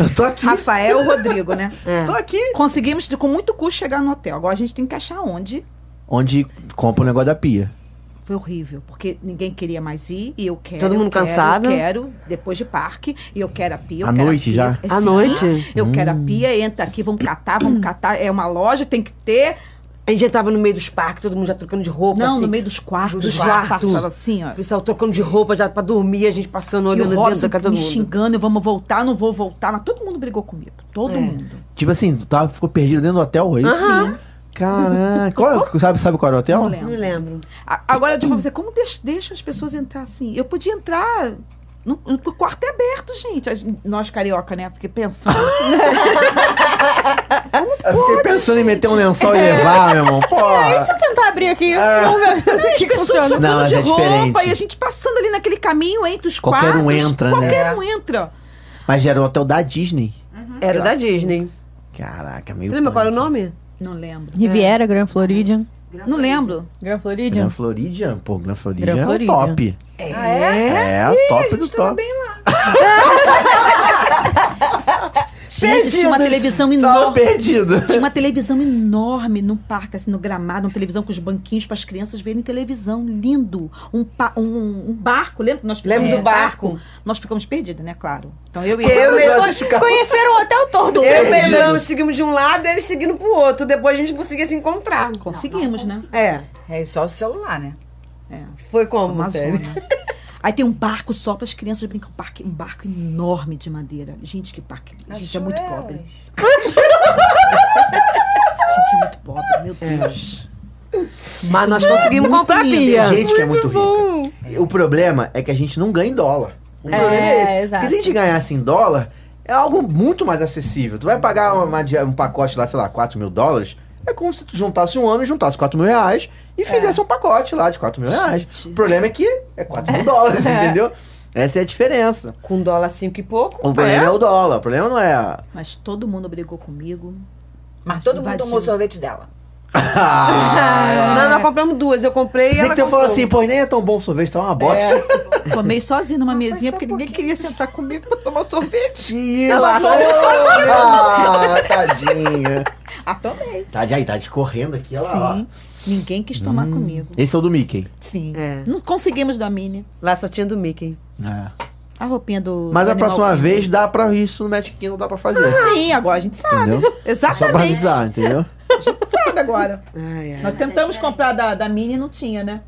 [SPEAKER 2] Eu tô aqui.
[SPEAKER 3] Rafael Rodrigo, né?
[SPEAKER 5] É.
[SPEAKER 2] Tô aqui.
[SPEAKER 3] Conseguimos com muito custo chegar no hotel. Agora a gente tem que achar onde.
[SPEAKER 2] Onde compra o negócio da pia.
[SPEAKER 3] Foi horrível, porque ninguém queria mais ir e eu quero.
[SPEAKER 5] Todo mundo
[SPEAKER 3] eu quero,
[SPEAKER 5] cansado.
[SPEAKER 3] Eu quero, depois de parque, e eu quero a pia. eu
[SPEAKER 2] À
[SPEAKER 3] quero a
[SPEAKER 2] noite
[SPEAKER 3] pia. É
[SPEAKER 2] já?
[SPEAKER 5] À noite?
[SPEAKER 3] Eu quero a pia, entra aqui, vamos catar, vamos catar. É uma loja, tem que ter.
[SPEAKER 5] A gente já tava no meio dos parques, todo mundo já trocando de roupa.
[SPEAKER 3] Não,
[SPEAKER 5] assim.
[SPEAKER 3] no meio dos quartos,
[SPEAKER 5] Dos
[SPEAKER 3] já
[SPEAKER 5] quartos.
[SPEAKER 3] passava assim, ó.
[SPEAKER 5] O pessoal trocando de roupa já pra dormir, a gente
[SPEAKER 3] E
[SPEAKER 5] passando, olhando
[SPEAKER 3] o
[SPEAKER 5] dentro
[SPEAKER 3] Robson
[SPEAKER 5] da casa todo
[SPEAKER 3] me
[SPEAKER 5] mundo.
[SPEAKER 3] xingando, eu vamos voltar, não vou voltar. Mas todo mundo brigou comigo.
[SPEAKER 5] É.
[SPEAKER 3] Todo mundo.
[SPEAKER 2] Tipo assim, tu tava, ficou perdido dentro do hotel, é isso? Caraca. Qual- sabe, sabe qual era o hotel?
[SPEAKER 3] Não lembro.
[SPEAKER 5] Não lembro.
[SPEAKER 3] A- Agora eu digo pra você, como deix- deixa as pessoas entrar assim? Eu podia entrar. No, no- o quarto é aberto, gente. A gen- nós carioca, né? Fiquei pensando.
[SPEAKER 2] Eu fiquei pensando em meter um lençol e levar, meu
[SPEAKER 1] É
[SPEAKER 2] irmão.
[SPEAKER 1] isso
[SPEAKER 2] Porra.
[SPEAKER 1] eu tentar abrir aqui. Vamos ver o que, que funciona.
[SPEAKER 2] Não,
[SPEAKER 3] Trocando
[SPEAKER 2] mas
[SPEAKER 3] de
[SPEAKER 2] é
[SPEAKER 3] roupa
[SPEAKER 2] diferente.
[SPEAKER 3] e a gente passando ali naquele caminho entre os
[SPEAKER 2] Qualquer um
[SPEAKER 3] quartos.
[SPEAKER 2] entra, né?
[SPEAKER 3] qualquer um entra.
[SPEAKER 2] Mas já era o hotel da Disney.
[SPEAKER 5] Era
[SPEAKER 3] Eu
[SPEAKER 5] da
[SPEAKER 3] assim.
[SPEAKER 5] Disney.
[SPEAKER 2] Caraca, meio.
[SPEAKER 5] Você lembra qual era o
[SPEAKER 2] punk.
[SPEAKER 5] nome?
[SPEAKER 3] Não lembro.
[SPEAKER 1] Riviera, Grand Floridian.
[SPEAKER 3] Não lembro.
[SPEAKER 1] Grand
[SPEAKER 2] Gran
[SPEAKER 1] Floridian?
[SPEAKER 2] Floridian? Pô, Gran Floridian
[SPEAKER 1] Gran
[SPEAKER 2] é o
[SPEAKER 1] Floridian.
[SPEAKER 2] top.
[SPEAKER 4] Ah, é?
[SPEAKER 2] É, o
[SPEAKER 3] Ih, a
[SPEAKER 2] top
[SPEAKER 3] gente
[SPEAKER 2] do
[SPEAKER 3] tava
[SPEAKER 2] top.
[SPEAKER 3] bem lá. gente, tinha uma televisão
[SPEAKER 2] Tava
[SPEAKER 3] enorme.
[SPEAKER 2] perdido.
[SPEAKER 3] Tinha uma televisão enorme num parque, assim, no gramado, uma televisão com os banquinhos para as crianças verem televisão, lindo. Um, pa- um- um barco, lembra? que Nós ficamos
[SPEAKER 5] Lembro
[SPEAKER 3] no
[SPEAKER 5] do barco.
[SPEAKER 3] Nós ficamos perdidos, né? Claro. Então eu e
[SPEAKER 2] Eu e-
[SPEAKER 3] ele.
[SPEAKER 2] Nós ficamos-
[SPEAKER 1] Conheceram o hotel todo.
[SPEAKER 3] É.
[SPEAKER 5] Eu
[SPEAKER 2] Perdidos.
[SPEAKER 5] pegamos, seguimos de um lado e eles seguindo pro outro. Depois a gente conseguia se encontrar.
[SPEAKER 3] Conseguimos, né?
[SPEAKER 5] É.
[SPEAKER 4] É só o celular, né?
[SPEAKER 5] Foi como,
[SPEAKER 3] Uma
[SPEAKER 5] sério? (laughs)
[SPEAKER 3] zona. Aí tem um barco só para as crianças brincar. Um, parque, um barco enorme de madeira. Gente, que parque. gente, é muito pobre.
[SPEAKER 4] Elas.
[SPEAKER 3] Gente, é muito pobre, meu Deus.
[SPEAKER 5] Mas nós conseguimos
[SPEAKER 3] Muito
[SPEAKER 5] comprar a
[SPEAKER 3] lindo.
[SPEAKER 5] pia.
[SPEAKER 2] Tem (laughs) gente que é muito rica. O problema é que a gente não ganha em dólar. O problema
[SPEAKER 1] É,
[SPEAKER 2] esse.
[SPEAKER 1] exato.
[SPEAKER 2] Porque se a gente ganhasse em dólar, é algo muito mais acessível. Tu vai pagar uma- uma di- um pacote lá, sei lá, 4 mil dólares. É como se tu juntasse um ano e juntasse 4 mil reais e fizesse um pacote lá de 4 mil reais.
[SPEAKER 3] Gente.
[SPEAKER 2] O problema é que (laughs) é 4 mil dólares, entendeu? Essa é a diferença.
[SPEAKER 5] Com dólar cinco e pouco.
[SPEAKER 2] O problema é? o dólar, o problema não é. a-
[SPEAKER 3] Mas todo mundo brigou comigo.
[SPEAKER 4] Mas todo mundo
[SPEAKER 3] Invadiu.
[SPEAKER 4] tomou o sorvete dela.
[SPEAKER 2] Ah,
[SPEAKER 5] É. Não, nós compramos duas. Eu comprei e
[SPEAKER 2] Pensei
[SPEAKER 5] ela
[SPEAKER 2] que tu ia
[SPEAKER 5] comprou.
[SPEAKER 2] falar assim, pô, nem é tão bom o sorvete, tá uma bosta.
[SPEAKER 3] Tomei sozinha
[SPEAKER 5] Ah,
[SPEAKER 3] numa mesinha
[SPEAKER 4] só
[SPEAKER 3] porque
[SPEAKER 4] um
[SPEAKER 3] ninguém queria sentar
[SPEAKER 5] (laughs)
[SPEAKER 3] comigo para tomar
[SPEAKER 2] Que
[SPEAKER 3] sorvete.
[SPEAKER 2] isso?
[SPEAKER 5] Ela falou
[SPEAKER 2] Ah, tadinha.
[SPEAKER 3] Ah, tomei.
[SPEAKER 2] Tá de, aí, tá escorrendo aqui, olha lá.
[SPEAKER 3] Sim. Ninguém quis tomar comigo.
[SPEAKER 2] Esse é o do Mickey.
[SPEAKER 3] Hum. Sim.
[SPEAKER 5] É.
[SPEAKER 3] Não conseguimos da Mini.
[SPEAKER 5] Lá só tinha do Mickey.
[SPEAKER 3] A roupinha do.
[SPEAKER 2] Mas
[SPEAKER 3] do
[SPEAKER 2] a
[SPEAKER 3] Animal
[SPEAKER 2] próxima
[SPEAKER 3] Kingdom.
[SPEAKER 2] vez dá pra isso no Magic Kingdom, dá pra fazer. assim,
[SPEAKER 3] Sim, agora a gente sabe.
[SPEAKER 2] Entendeu? Só pra
[SPEAKER 3] Ah, Exatamente.
[SPEAKER 2] avisar, entendeu?
[SPEAKER 3] sabe agora.
[SPEAKER 5] Ai, ai.
[SPEAKER 3] Nós tentamos comprar da, da Mini e não tinha, né?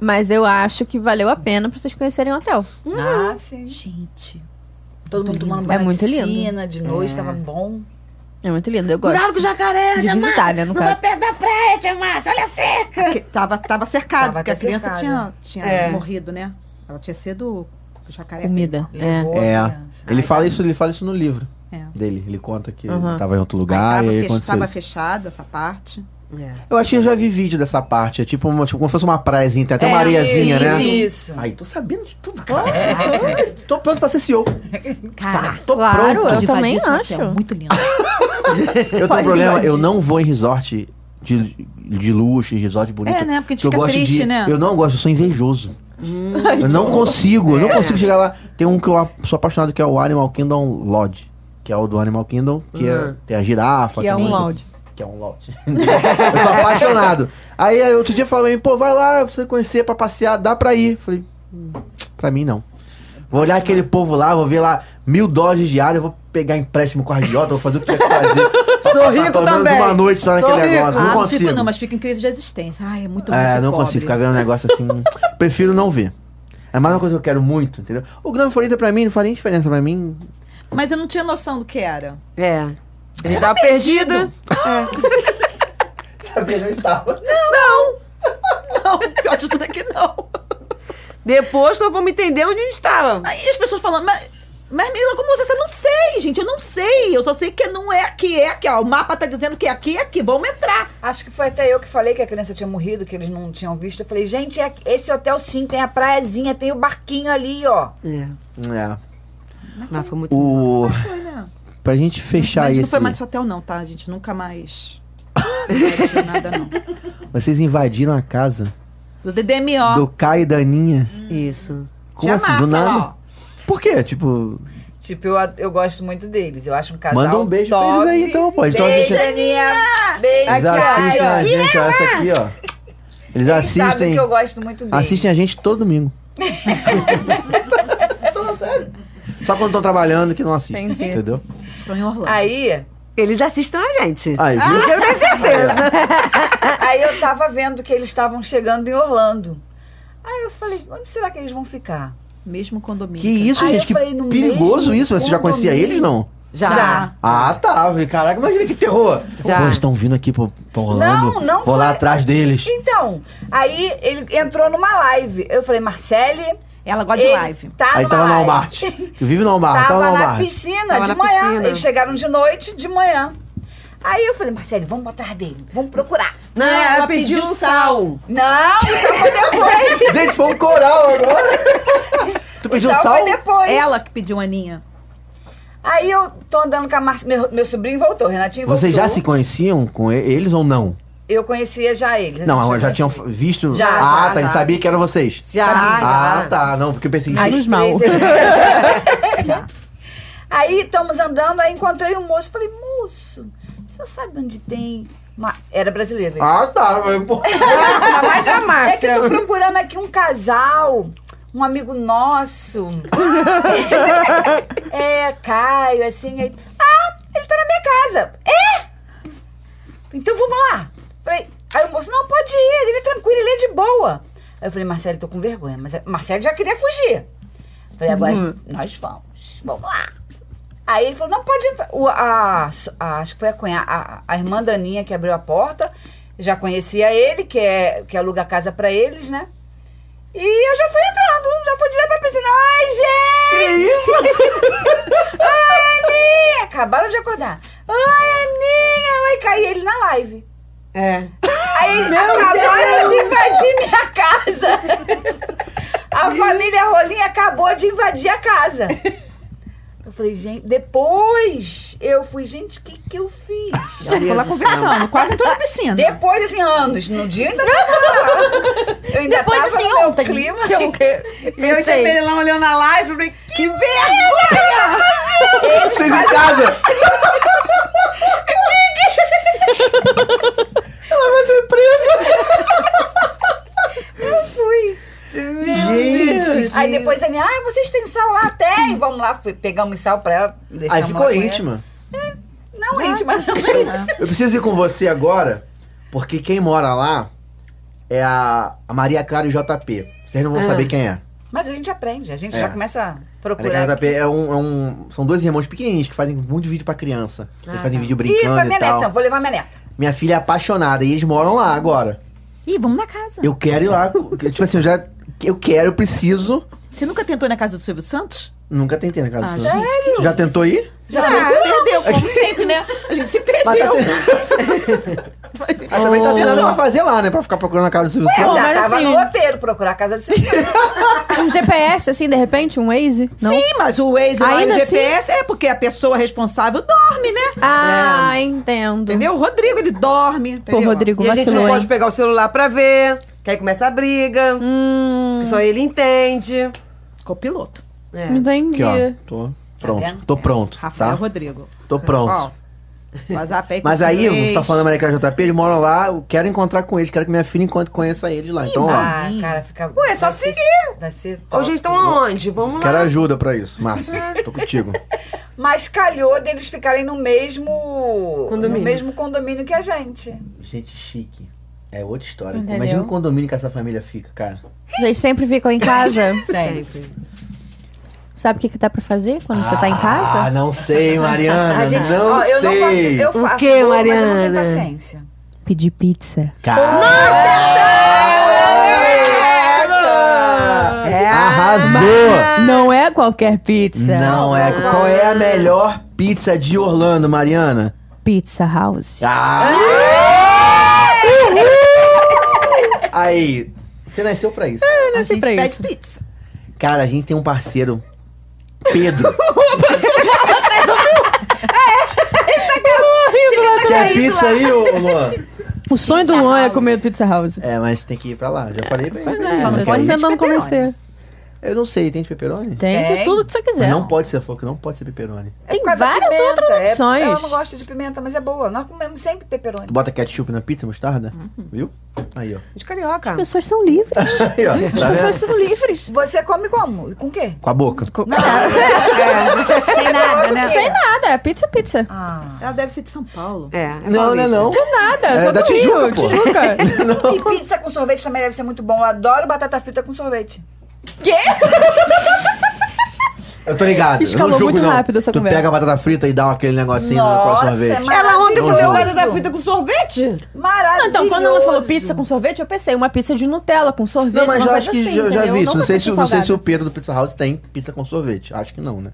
[SPEAKER 1] Mas eu acho que valeu a pena pra vocês conhecerem o hotel.
[SPEAKER 4] Ah, sim.
[SPEAKER 3] Gente.
[SPEAKER 4] Todo mundo tomando
[SPEAKER 1] É
[SPEAKER 4] banho na
[SPEAKER 1] muito lindo.
[SPEAKER 4] piscina, de noite, tava bom.
[SPEAKER 1] É muito lindo, eu gosto.
[SPEAKER 4] o jacaré,
[SPEAKER 1] De
[SPEAKER 4] Diamante.
[SPEAKER 1] visitar, né, no
[SPEAKER 4] Não
[SPEAKER 1] caso.
[SPEAKER 4] vai perto da praia, Diamante. Olha a seca.
[SPEAKER 3] Porque tava, tava cercado,
[SPEAKER 4] Tava
[SPEAKER 3] porque a
[SPEAKER 4] até
[SPEAKER 3] criança
[SPEAKER 4] cercado.
[SPEAKER 3] tinha, tinha
[SPEAKER 5] É.
[SPEAKER 3] morrido, né? Ela tinha sido jacaré.
[SPEAKER 1] Comida. É.
[SPEAKER 4] Levou a
[SPEAKER 2] É.
[SPEAKER 4] criança.
[SPEAKER 2] Ele fala isso, ele fala isso no livro
[SPEAKER 3] É.
[SPEAKER 2] dele. Ele conta que
[SPEAKER 1] Aham.
[SPEAKER 2] ele tava em outro
[SPEAKER 3] Aí
[SPEAKER 2] lugar
[SPEAKER 3] tava,
[SPEAKER 2] e aí
[SPEAKER 3] fech-
[SPEAKER 2] aconteceu.
[SPEAKER 3] tava
[SPEAKER 2] isso.
[SPEAKER 3] fechada essa parte.
[SPEAKER 5] É.
[SPEAKER 2] Eu acho que eu já vi vídeo dessa parte. É tipo, uma, tipo como se fosse uma praiazinha, tem até uma
[SPEAKER 4] É,
[SPEAKER 2] areiazinha,
[SPEAKER 4] isso,
[SPEAKER 2] né?
[SPEAKER 4] isso.
[SPEAKER 2] Aí, tô sabendo de tudo, cara. Ai, tô pronto pra ser CEO.
[SPEAKER 3] Cara,
[SPEAKER 2] Tô
[SPEAKER 1] Claro,
[SPEAKER 2] pronto.
[SPEAKER 1] eu
[SPEAKER 3] Tá. de
[SPEAKER 1] também
[SPEAKER 3] invadíssimo
[SPEAKER 1] acho.
[SPEAKER 3] (laughs) hotel, Muito lindo.
[SPEAKER 2] (laughs) Eu tenho
[SPEAKER 1] Pode
[SPEAKER 2] um problema,
[SPEAKER 1] invadir.
[SPEAKER 2] eu não vou em resort de, de luxo, resort bonito.
[SPEAKER 3] É, né? Porque a gente
[SPEAKER 2] eu
[SPEAKER 3] fica
[SPEAKER 2] gosto
[SPEAKER 3] triste,
[SPEAKER 2] de,
[SPEAKER 3] né? Hum.
[SPEAKER 2] Eu não gosto, eu sou invejoso. eu não consigo, eu não
[SPEAKER 3] É.
[SPEAKER 2] consigo chegar lá. Tem um que eu a- sou apaixonado que é o Animal Kingdom Lodge. Que é o do Animal Kingdom, que
[SPEAKER 3] Hum.
[SPEAKER 2] é, tem a girafa.
[SPEAKER 1] Que é
[SPEAKER 2] tem
[SPEAKER 1] um
[SPEAKER 2] uma-
[SPEAKER 1] lodge.
[SPEAKER 2] Que é um lodge. (laughs) eu sou apaixonado. Aí aí, outro dia falou pra mim, pô, vai lá, pra você conhecer, pra passear, dá pra ir. Falei, "Hum, pra mim não. Vou olhar aquele povo lá, vou ver lá mil dólares diário, eu vou pegar empréstimo com a agiota, vou fazer o que tiver que
[SPEAKER 3] (laughs)
[SPEAKER 2] fazer. Sou
[SPEAKER 5] rico
[SPEAKER 2] pelo menos
[SPEAKER 5] também.
[SPEAKER 2] uma noite lá
[SPEAKER 5] Sou
[SPEAKER 2] naquele
[SPEAKER 5] rico.
[SPEAKER 2] negócio. Não
[SPEAKER 3] Ah,
[SPEAKER 2] consigo.
[SPEAKER 3] fico não, mas fico em crise de existência. Ai, é muito bom
[SPEAKER 2] é,
[SPEAKER 3] ser
[SPEAKER 2] não
[SPEAKER 3] pobre.
[SPEAKER 2] consigo ficar vendo um negócio
[SPEAKER 3] (laughs)
[SPEAKER 2] assim. prefiro não ver. É mais uma coisa que eu quero muito, entendeu? O Gran Florida pra mim não faria nem diferença pra mim.
[SPEAKER 3] Mas eu não tinha noção do que era.
[SPEAKER 5] É. Ele tava perdido.
[SPEAKER 2] Sabia onde estava.
[SPEAKER 3] (laughs) Não, pior de tudo é que não.
[SPEAKER 5] Depois nós vamos entender onde a gente tava.
[SPEAKER 3] Aí as pessoas falando, mas, mas menina, como você? Eu não sei, gente, eu não sei. Eu só sei que não é aqui, é aqui. Ó, o mapa tá dizendo que é aqui, é aqui. Vamos entrar.
[SPEAKER 4] Acho que foi até eu que falei que a criança tinha morrido, que eles não tinham visto. Eu falei, gente, é- esse hotel sim, tem a praiazinha, tem o barquinho ali, ó.
[SPEAKER 5] É.
[SPEAKER 2] É.
[SPEAKER 5] Mas foi muito.
[SPEAKER 2] O.
[SPEAKER 3] Foi, né?
[SPEAKER 2] Pra gente fechar
[SPEAKER 3] Mas a gente
[SPEAKER 2] esse.
[SPEAKER 3] não foi mais esse hotel, não, tá? A gente nunca mais. Não foi nada, não.
[SPEAKER 2] Vocês invadiram a casa
[SPEAKER 3] Do DDMO.
[SPEAKER 2] do Caio e da Aninha.
[SPEAKER 5] Isso.
[SPEAKER 2] Como
[SPEAKER 3] Tinha
[SPEAKER 2] assim? Do
[SPEAKER 3] massa
[SPEAKER 2] nada?
[SPEAKER 3] lá, ó.
[SPEAKER 2] Por quê? Tipo.
[SPEAKER 4] Tipo, eu, a- eu gosto muito deles. Eu acho um casal
[SPEAKER 2] Manda um beijo
[SPEAKER 4] top.
[SPEAKER 2] pra eles aí, então, pô. Eles tão
[SPEAKER 4] Beijo,
[SPEAKER 2] assistindo-
[SPEAKER 4] Aninha. Beijo,
[SPEAKER 2] Eles assistem a
[SPEAKER 4] Caio.
[SPEAKER 2] gente, ó, essa aqui, ó. Eles
[SPEAKER 4] Eles sabem
[SPEAKER 2] assistem.
[SPEAKER 4] que eu gosto muito deles.
[SPEAKER 2] Assistem a gente todo domingo. Tô, sério. Só quando estão trabalhando que não assistem.
[SPEAKER 1] Entendi.
[SPEAKER 2] Entendeu?
[SPEAKER 3] Estou em Orlando.
[SPEAKER 4] Aí,
[SPEAKER 5] Eles assistam a gente.
[SPEAKER 2] Aí, viu?
[SPEAKER 5] Eu tenho certeza.
[SPEAKER 4] aí eu tava vendo que eles estavam chegando em Orlando. Aí eu falei, onde será que eles vão ficar?
[SPEAKER 3] Mesmo condomínio.
[SPEAKER 2] Que isso,
[SPEAKER 4] É. Aí eu
[SPEAKER 2] gente? Que
[SPEAKER 4] falei, no
[SPEAKER 2] perigoso
[SPEAKER 4] mesmo
[SPEAKER 2] isso. Você já conhecia
[SPEAKER 4] condomínio?
[SPEAKER 2] eles, não?
[SPEAKER 5] Já.
[SPEAKER 4] Já.
[SPEAKER 2] Ah, tá. Eu falei, Caraca, imagina que terror.
[SPEAKER 5] Já.
[SPEAKER 2] Pô, eles estão vindo aqui pra, pra Orlando.
[SPEAKER 4] Não, não
[SPEAKER 2] Vou lá
[SPEAKER 4] foi-
[SPEAKER 2] atrás deles.
[SPEAKER 4] Então, aí ele entrou numa live. Eu falei, Marcele.
[SPEAKER 3] Ela gosta de
[SPEAKER 4] ele
[SPEAKER 3] live.
[SPEAKER 4] Tá
[SPEAKER 2] Aí
[SPEAKER 4] numa
[SPEAKER 2] tava no
[SPEAKER 4] live.
[SPEAKER 2] Walmart. Eu vivo no Walmart, tava
[SPEAKER 4] Tava
[SPEAKER 2] no
[SPEAKER 4] na
[SPEAKER 2] Walmart.
[SPEAKER 4] piscina
[SPEAKER 5] Tava
[SPEAKER 4] de
[SPEAKER 5] na
[SPEAKER 4] manhã.
[SPEAKER 5] piscina.
[SPEAKER 4] Eles chegaram de noite, de manhã. Aí eu falei, Marcele, vamos atrás dele, vamos procurar.
[SPEAKER 5] Não, ela pediu um sal.
[SPEAKER 4] Não, isso foi depois. (laughs)
[SPEAKER 2] Gente, foi um coral agora. Tu pediu
[SPEAKER 4] Isso
[SPEAKER 2] sal?
[SPEAKER 4] foi depois.
[SPEAKER 3] Ela que pediu Aninha.
[SPEAKER 4] Aí eu tô andando com a Marcia. Meu, meu sobrinho voltou, o Renatinho voltou.
[SPEAKER 2] Vocês já se conheciam com e- eles ou não?
[SPEAKER 4] Eu conhecia já eles. a
[SPEAKER 2] Não,
[SPEAKER 4] gente
[SPEAKER 2] já tinham
[SPEAKER 4] conhecia.
[SPEAKER 2] visto.
[SPEAKER 4] Já,
[SPEAKER 2] ah,
[SPEAKER 5] já,
[SPEAKER 2] tá. Eles
[SPEAKER 5] já.
[SPEAKER 2] sabiam que eram vocês.
[SPEAKER 5] Já,
[SPEAKER 2] Ah,
[SPEAKER 5] já.
[SPEAKER 2] tá. Não, porque eu pensei.
[SPEAKER 1] Ai,
[SPEAKER 2] Gente,
[SPEAKER 1] Menos
[SPEAKER 4] As
[SPEAKER 1] mal.
[SPEAKER 4] (laughs) três- aí estamos andando, aí encontrei um moço. Falei, moço, o senhor sabe onde tem. uma- Era brasileiro. ele.
[SPEAKER 2] ah, tá. eu falei, pô.
[SPEAKER 5] Ainda mais de uma
[SPEAKER 4] é
[SPEAKER 5] Márcia.
[SPEAKER 4] que eu tô procurando aqui um casal, um amigo nosso. é, Caio, assim. Aí, ah, ele tá na minha casa. É? Então vamos lá. Falei, aí o moço, não, pode ir, ele é tranquilo, ele é de boa. Aí eu falei, Marcelo, tô com vergonha. Mas é, Marcelo já queria fugir. Falei, agora nós vamos, vamos lá. Aí ele falou, não, pode entrar. O- a, a- acho que foi a cunhada, a, a irmã da Aninha que abriu a porta. Já conhecia ele, que, é, que aluga a casa pra eles, né? E eu já fui entrando, já fui direto pra piscina. Ai, gente! (laughs) Ai, Aninha! Acabaram de acordar. Ai, Aninha! Aí caí ele na live.
[SPEAKER 5] É.
[SPEAKER 4] Aí eles acabaram de invadir minha casa. A família Rolim acabou de invadir a casa. Eu falei, gente, depois eu fui, gente, o que, que eu fiz?
[SPEAKER 3] Ela ficou lá Tá conversando. Quase entrou na piscina.
[SPEAKER 4] Depois, assim, anos, no dia eu ainda tava. Eu ainda
[SPEAKER 1] Depois,
[SPEAKER 4] tava
[SPEAKER 1] assim,
[SPEAKER 4] no meu
[SPEAKER 1] ontem.
[SPEAKER 4] clima.
[SPEAKER 1] Que eu, que,
[SPEAKER 5] E eu
[SPEAKER 1] pensei.
[SPEAKER 5] tinha ele lá olhando na live, eu falei, que
[SPEAKER 4] vergonha!
[SPEAKER 2] Vocês em casa. Ela vai ser presa.
[SPEAKER 4] Fui.
[SPEAKER 2] Gente.
[SPEAKER 4] Aí depois ele, ah, vocês têm sal lá? Tem, vamos lá. Fui, pegamos sal pra ela.
[SPEAKER 2] Aí
[SPEAKER 4] deixamos
[SPEAKER 2] ficou
[SPEAKER 4] lá com ela.
[SPEAKER 2] íntima.
[SPEAKER 4] Não, íntima. não.
[SPEAKER 2] Eu preciso ir com você agora, porque quem mora lá é a, a Maria Clara e o JP. Vocês não vão saber quem é.
[SPEAKER 4] Mas a gente aprende, a gente
[SPEAKER 2] É.
[SPEAKER 4] já começa a
[SPEAKER 2] Maria Clara e
[SPEAKER 4] procurar.
[SPEAKER 2] o JP é um, é um- São dois irmãos pequenininhos que fazem muito vídeo pra criança. Eles fazem vídeo
[SPEAKER 4] Ih, pra
[SPEAKER 2] brincando
[SPEAKER 4] minha
[SPEAKER 2] e
[SPEAKER 4] neta,
[SPEAKER 2] tal.
[SPEAKER 4] então, vou levar minha neta.
[SPEAKER 2] Minha filha é apaixonada e eles moram lá agora.
[SPEAKER 3] Ih, vamos na casa.
[SPEAKER 2] Eu quero ir lá. (laughs) eu- tipo assim, eu já. Eu quero, eu preciso.
[SPEAKER 3] Você nunca tentou ir na casa do Silvio Santos?
[SPEAKER 2] Nunca tentei na casa
[SPEAKER 3] Ah,
[SPEAKER 2] do Santos. Já tentou ir?
[SPEAKER 3] Já, se perdeu, (laughs) como sempre, né? A gente se perdeu.
[SPEAKER 2] Mas tá Mas também tá sem nada pra fazer lá, né? Pra ficar procurando a casa do Silvio
[SPEAKER 4] Eu
[SPEAKER 2] Santos.
[SPEAKER 1] Bom,
[SPEAKER 4] já
[SPEAKER 1] mas
[SPEAKER 4] tava
[SPEAKER 1] assim-
[SPEAKER 4] no roteiro, procurar a casa do seu filho.
[SPEAKER 1] Um GPS, assim, de repente? Um Waze? Não?
[SPEAKER 3] Sim, mas o Waze lá
[SPEAKER 1] Ainda assim?
[SPEAKER 3] no GPS é porque a pessoa responsável dorme, né?
[SPEAKER 1] Ah, entendo.
[SPEAKER 5] É
[SPEAKER 3] Entendeu? O Rodrigo, ele dorme.
[SPEAKER 1] Pô,
[SPEAKER 3] entendeu?
[SPEAKER 1] Rodrigo,
[SPEAKER 5] E a gente
[SPEAKER 1] vacilou,
[SPEAKER 5] não
[SPEAKER 1] hein? Hum.
[SPEAKER 5] pode pegar o celular pra ver, que aí começa a briga, que só ele entende.
[SPEAKER 3] Copiloto.
[SPEAKER 5] É.
[SPEAKER 1] Entendi.
[SPEAKER 2] Aqui, ó. Tô pronto.
[SPEAKER 4] vendo?
[SPEAKER 2] Tô pronto.
[SPEAKER 3] Rafael
[SPEAKER 2] Tá?
[SPEAKER 3] Rodrigo.
[SPEAKER 2] Tô pronto.
[SPEAKER 3] Ó, WhatsApp aí com
[SPEAKER 2] Mas
[SPEAKER 3] o
[SPEAKER 2] aí,
[SPEAKER 3] Silvio
[SPEAKER 2] eu tá
[SPEAKER 3] Reis.
[SPEAKER 2] falando da Maria Clara e JP, eles moram lá, eu quero encontrar com eles, quero que minha filha enquanto conheça eles lá. Então, ó,
[SPEAKER 4] Ah, cara, fica...
[SPEAKER 5] Ué, é só
[SPEAKER 4] vai ser-
[SPEAKER 5] seguir.
[SPEAKER 4] Vai ser
[SPEAKER 5] Hoje
[SPEAKER 4] top.
[SPEAKER 5] eles estão aonde? Vamos lá.
[SPEAKER 2] quero ajuda pra isso, Márcia. Tô contigo.
[SPEAKER 4] Mas calhou deles ficarem no mesmo...
[SPEAKER 5] Condomínio.
[SPEAKER 4] No mesmo condomínio que a gente.
[SPEAKER 2] Gente chique. É outra história.
[SPEAKER 1] Entendeu?
[SPEAKER 2] Imagina o condomínio que essa família fica, cara.
[SPEAKER 1] Vocês sempre ficam em casa?
[SPEAKER 5] Sempre.
[SPEAKER 1] Sabe o que, que dá pra fazer quando você tá em
[SPEAKER 2] Ah,
[SPEAKER 1] casa?
[SPEAKER 2] não sei, Mariana.
[SPEAKER 4] A gente...
[SPEAKER 2] não
[SPEAKER 4] ó, eu não gosto...
[SPEAKER 2] sei.
[SPEAKER 4] Eu faço,
[SPEAKER 5] quê,
[SPEAKER 4] mas eu não tenho
[SPEAKER 5] Mariana?
[SPEAKER 4] paciência.
[SPEAKER 2] Ah.
[SPEAKER 1] Pedir pizza.
[SPEAKER 2] Caraca! É. Arrasou!
[SPEAKER 1] Não é qualquer pizza.
[SPEAKER 2] Não é. Qual é a melhor pizza de Orlando, Mariana?
[SPEAKER 1] Pizza House.
[SPEAKER 2] Ah! Aí, você nasceu pra isso.
[SPEAKER 3] A
[SPEAKER 1] nasci
[SPEAKER 3] gente
[SPEAKER 1] pra
[SPEAKER 3] pede
[SPEAKER 1] isso.
[SPEAKER 3] pizza.
[SPEAKER 2] Cara, a gente tem um parceiro, Pedro,
[SPEAKER 1] tá
[SPEAKER 2] que é pizza aí, ô ô, Luan.
[SPEAKER 1] O sonho do Luan é comer Pizza House.
[SPEAKER 2] É, mas tem que ir pra lá. Já falei pra ele.
[SPEAKER 1] Pois é,
[SPEAKER 2] Não
[SPEAKER 1] não
[SPEAKER 2] quer
[SPEAKER 1] pode
[SPEAKER 2] ir.
[SPEAKER 1] ser não
[SPEAKER 2] né?
[SPEAKER 3] peperoni.
[SPEAKER 1] convencer.
[SPEAKER 2] Eu não sei, tem de pepperoni?
[SPEAKER 1] Tem é. de
[SPEAKER 6] Tem.
[SPEAKER 1] tudo que você
[SPEAKER 2] Mas
[SPEAKER 1] quiser.
[SPEAKER 2] não pode ser foco, não pode ser pepperoni.
[SPEAKER 6] É
[SPEAKER 1] Tem
[SPEAKER 6] por causa da
[SPEAKER 1] várias
[SPEAKER 6] pimenta,
[SPEAKER 1] outras
[SPEAKER 6] é-
[SPEAKER 1] opções.
[SPEAKER 6] Ela não gosta de pimenta, mas é boa. Nós comemos sempre peperoni.
[SPEAKER 2] Tu bota ketchup na pizza, mostarda?
[SPEAKER 1] Uhum.
[SPEAKER 2] Viu? Aí, ó.
[SPEAKER 5] De carioca.
[SPEAKER 1] As pessoas são livres.
[SPEAKER 2] Aí, ó.
[SPEAKER 1] As
[SPEAKER 2] Tá
[SPEAKER 1] pessoas
[SPEAKER 2] vendo?
[SPEAKER 1] são livres.
[SPEAKER 6] Você come como? Com o quê?
[SPEAKER 2] Com a boca.
[SPEAKER 3] Sem nada, né?
[SPEAKER 1] Sem nada, é pizza, pizza.
[SPEAKER 3] Ela deve ser de São Paulo.
[SPEAKER 5] É. é
[SPEAKER 2] Não, não,
[SPEAKER 5] paulista.
[SPEAKER 2] não.
[SPEAKER 1] Nada,
[SPEAKER 2] É
[SPEAKER 1] só
[SPEAKER 2] da
[SPEAKER 1] do
[SPEAKER 2] Tijuca,
[SPEAKER 1] Rio,
[SPEAKER 2] pô.
[SPEAKER 1] Tijuca.
[SPEAKER 2] (laughs)
[SPEAKER 6] E pizza com sorvete também deve ser muito bom. Eu adoro batata frita com sorvete.
[SPEAKER 2] Eu tô ligado.
[SPEAKER 1] Escalou
[SPEAKER 2] Eu não julgo,
[SPEAKER 1] muito
[SPEAKER 2] não.
[SPEAKER 1] rápico essa
[SPEAKER 2] Tu
[SPEAKER 1] conversa.
[SPEAKER 2] pega a batata frita e dá aquele negocinho
[SPEAKER 6] Nossa,
[SPEAKER 2] na vez.
[SPEAKER 6] é
[SPEAKER 5] Ela ontem
[SPEAKER 6] Maravilhoso.
[SPEAKER 5] comeu batata frita com sorvete?
[SPEAKER 1] Não,
[SPEAKER 6] Maravilhoso.
[SPEAKER 1] então, quando ela falou pizza com sorvete, eu pensei, uma pizza de Nutella com sorvete.
[SPEAKER 2] Não, mas
[SPEAKER 1] uma
[SPEAKER 2] eu
[SPEAKER 1] coisa
[SPEAKER 2] acho que
[SPEAKER 1] assim,
[SPEAKER 2] já, já
[SPEAKER 1] entendeu?
[SPEAKER 2] vi isso. Não
[SPEAKER 1] Nunca
[SPEAKER 2] sei, se,
[SPEAKER 1] pizza
[SPEAKER 2] não sei
[SPEAKER 1] salgada.
[SPEAKER 2] se o Pedro do Pizza House tem pizza com sorvete. Acho que não, né?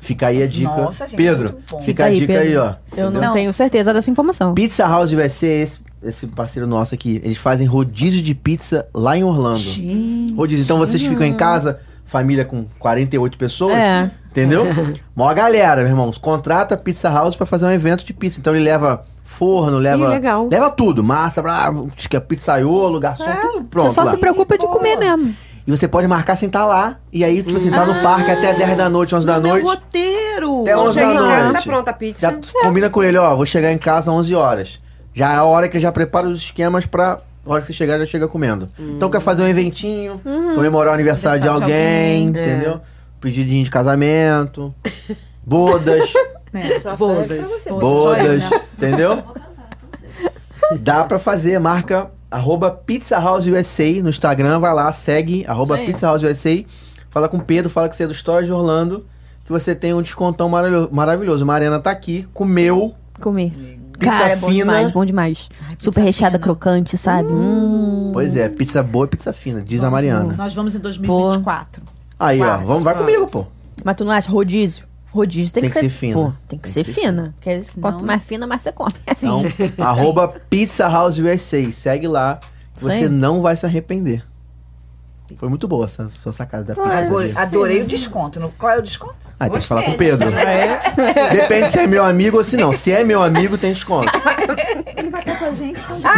[SPEAKER 2] Fica aí a dica.
[SPEAKER 6] Nossa, gente,
[SPEAKER 2] Pedro,
[SPEAKER 6] muito bom.
[SPEAKER 2] fica a dica Tá aí,
[SPEAKER 1] Pedro.
[SPEAKER 2] ó.
[SPEAKER 1] Eu não,
[SPEAKER 2] Entendeu?
[SPEAKER 1] tenho certeza dessa informação.
[SPEAKER 2] Pizza House vai ser esse, esse parceiro nosso aqui. Eles fazem rodízio de pizza lá em Orlando. Rodízio. Então vocês ficam em casa, família com 48 pessoas.
[SPEAKER 1] É. (laughs)
[SPEAKER 2] Entendeu? Mó galera, meu irmão. Contrata a Pizza House pra fazer um evento de pizza. Então ele leva forno, leva.
[SPEAKER 5] legal.
[SPEAKER 2] Leva tudo. Massa, blá, acho que é pizzaiolo, garçom, tudo pronto.
[SPEAKER 1] Você só
[SPEAKER 2] lá.
[SPEAKER 1] se preocupa de comer mesmo.
[SPEAKER 2] E você pode marcar sentar lá. E aí, tipo, sentar no parque até 10 da noite, 11 da
[SPEAKER 5] Meu
[SPEAKER 2] noite.
[SPEAKER 5] roteiro.
[SPEAKER 2] Até
[SPEAKER 5] Eu
[SPEAKER 2] 11 da
[SPEAKER 5] chego em casa,
[SPEAKER 2] noite.
[SPEAKER 5] Tá pronta a pizza.
[SPEAKER 2] Já combina com ele, ó, vou chegar em casa às 11 horas. Já é a hora que ele já prepara os esquemas pra a hora que você chegar, já chega comendo. Então quer fazer um eventinho,
[SPEAKER 5] Hum.
[SPEAKER 2] comemorar o aniversário de alguém,
[SPEAKER 5] é.
[SPEAKER 2] entendeu? Pedidinho de casamento, bodas,
[SPEAKER 5] Bodas.
[SPEAKER 2] bodas,
[SPEAKER 1] é
[SPEAKER 2] entendeu? Dá pra fazer, marca arroba Pizza House USA no Instagram, vai lá, segue, arroba
[SPEAKER 1] Isso aí.
[SPEAKER 2] Pizza House USA, fala com o Pedro, fala que você é do Stories de Orlando, que você tem um descontão maravilho- maravilhoso. Mariana tá aqui, comeu,
[SPEAKER 1] Comer.
[SPEAKER 2] Pizza
[SPEAKER 1] Cara, é bom
[SPEAKER 2] fina.
[SPEAKER 1] demais, bom demais. Super recheada, crocante, sabe? Hum.
[SPEAKER 2] Pois é, pizza boa e pizza fina, diz a Mariana.
[SPEAKER 3] Nós vamos em 2024.
[SPEAKER 2] Aí, ó,
[SPEAKER 3] Quarto,
[SPEAKER 2] vamos, vai
[SPEAKER 3] quarto.
[SPEAKER 2] comigo, pô.
[SPEAKER 1] Mas tu não acha rodízio? Rodízio tem,
[SPEAKER 2] Tem
[SPEAKER 1] que,
[SPEAKER 2] que
[SPEAKER 1] ser,
[SPEAKER 2] ser fina.
[SPEAKER 1] Pô, tem que ser fina. Porque quanto
[SPEAKER 3] Não.
[SPEAKER 1] mais fina, mais você come. (laughs)
[SPEAKER 2] Então, arroba Pizza House USA, segue lá, que
[SPEAKER 1] Isso aí.
[SPEAKER 2] você não vai se arrepender. Foi muito boa essa sua sacada da pizza.
[SPEAKER 6] Adorei,
[SPEAKER 2] Ah,
[SPEAKER 6] adorei o desconto. No- Qual é o desconto?
[SPEAKER 2] então tem que falar com o Pedro. (laughs) Depende se é meu amigo ou se não. Se é meu amigo, tem desconto.
[SPEAKER 3] Ele vai estar com a gente.
[SPEAKER 2] Não, vou...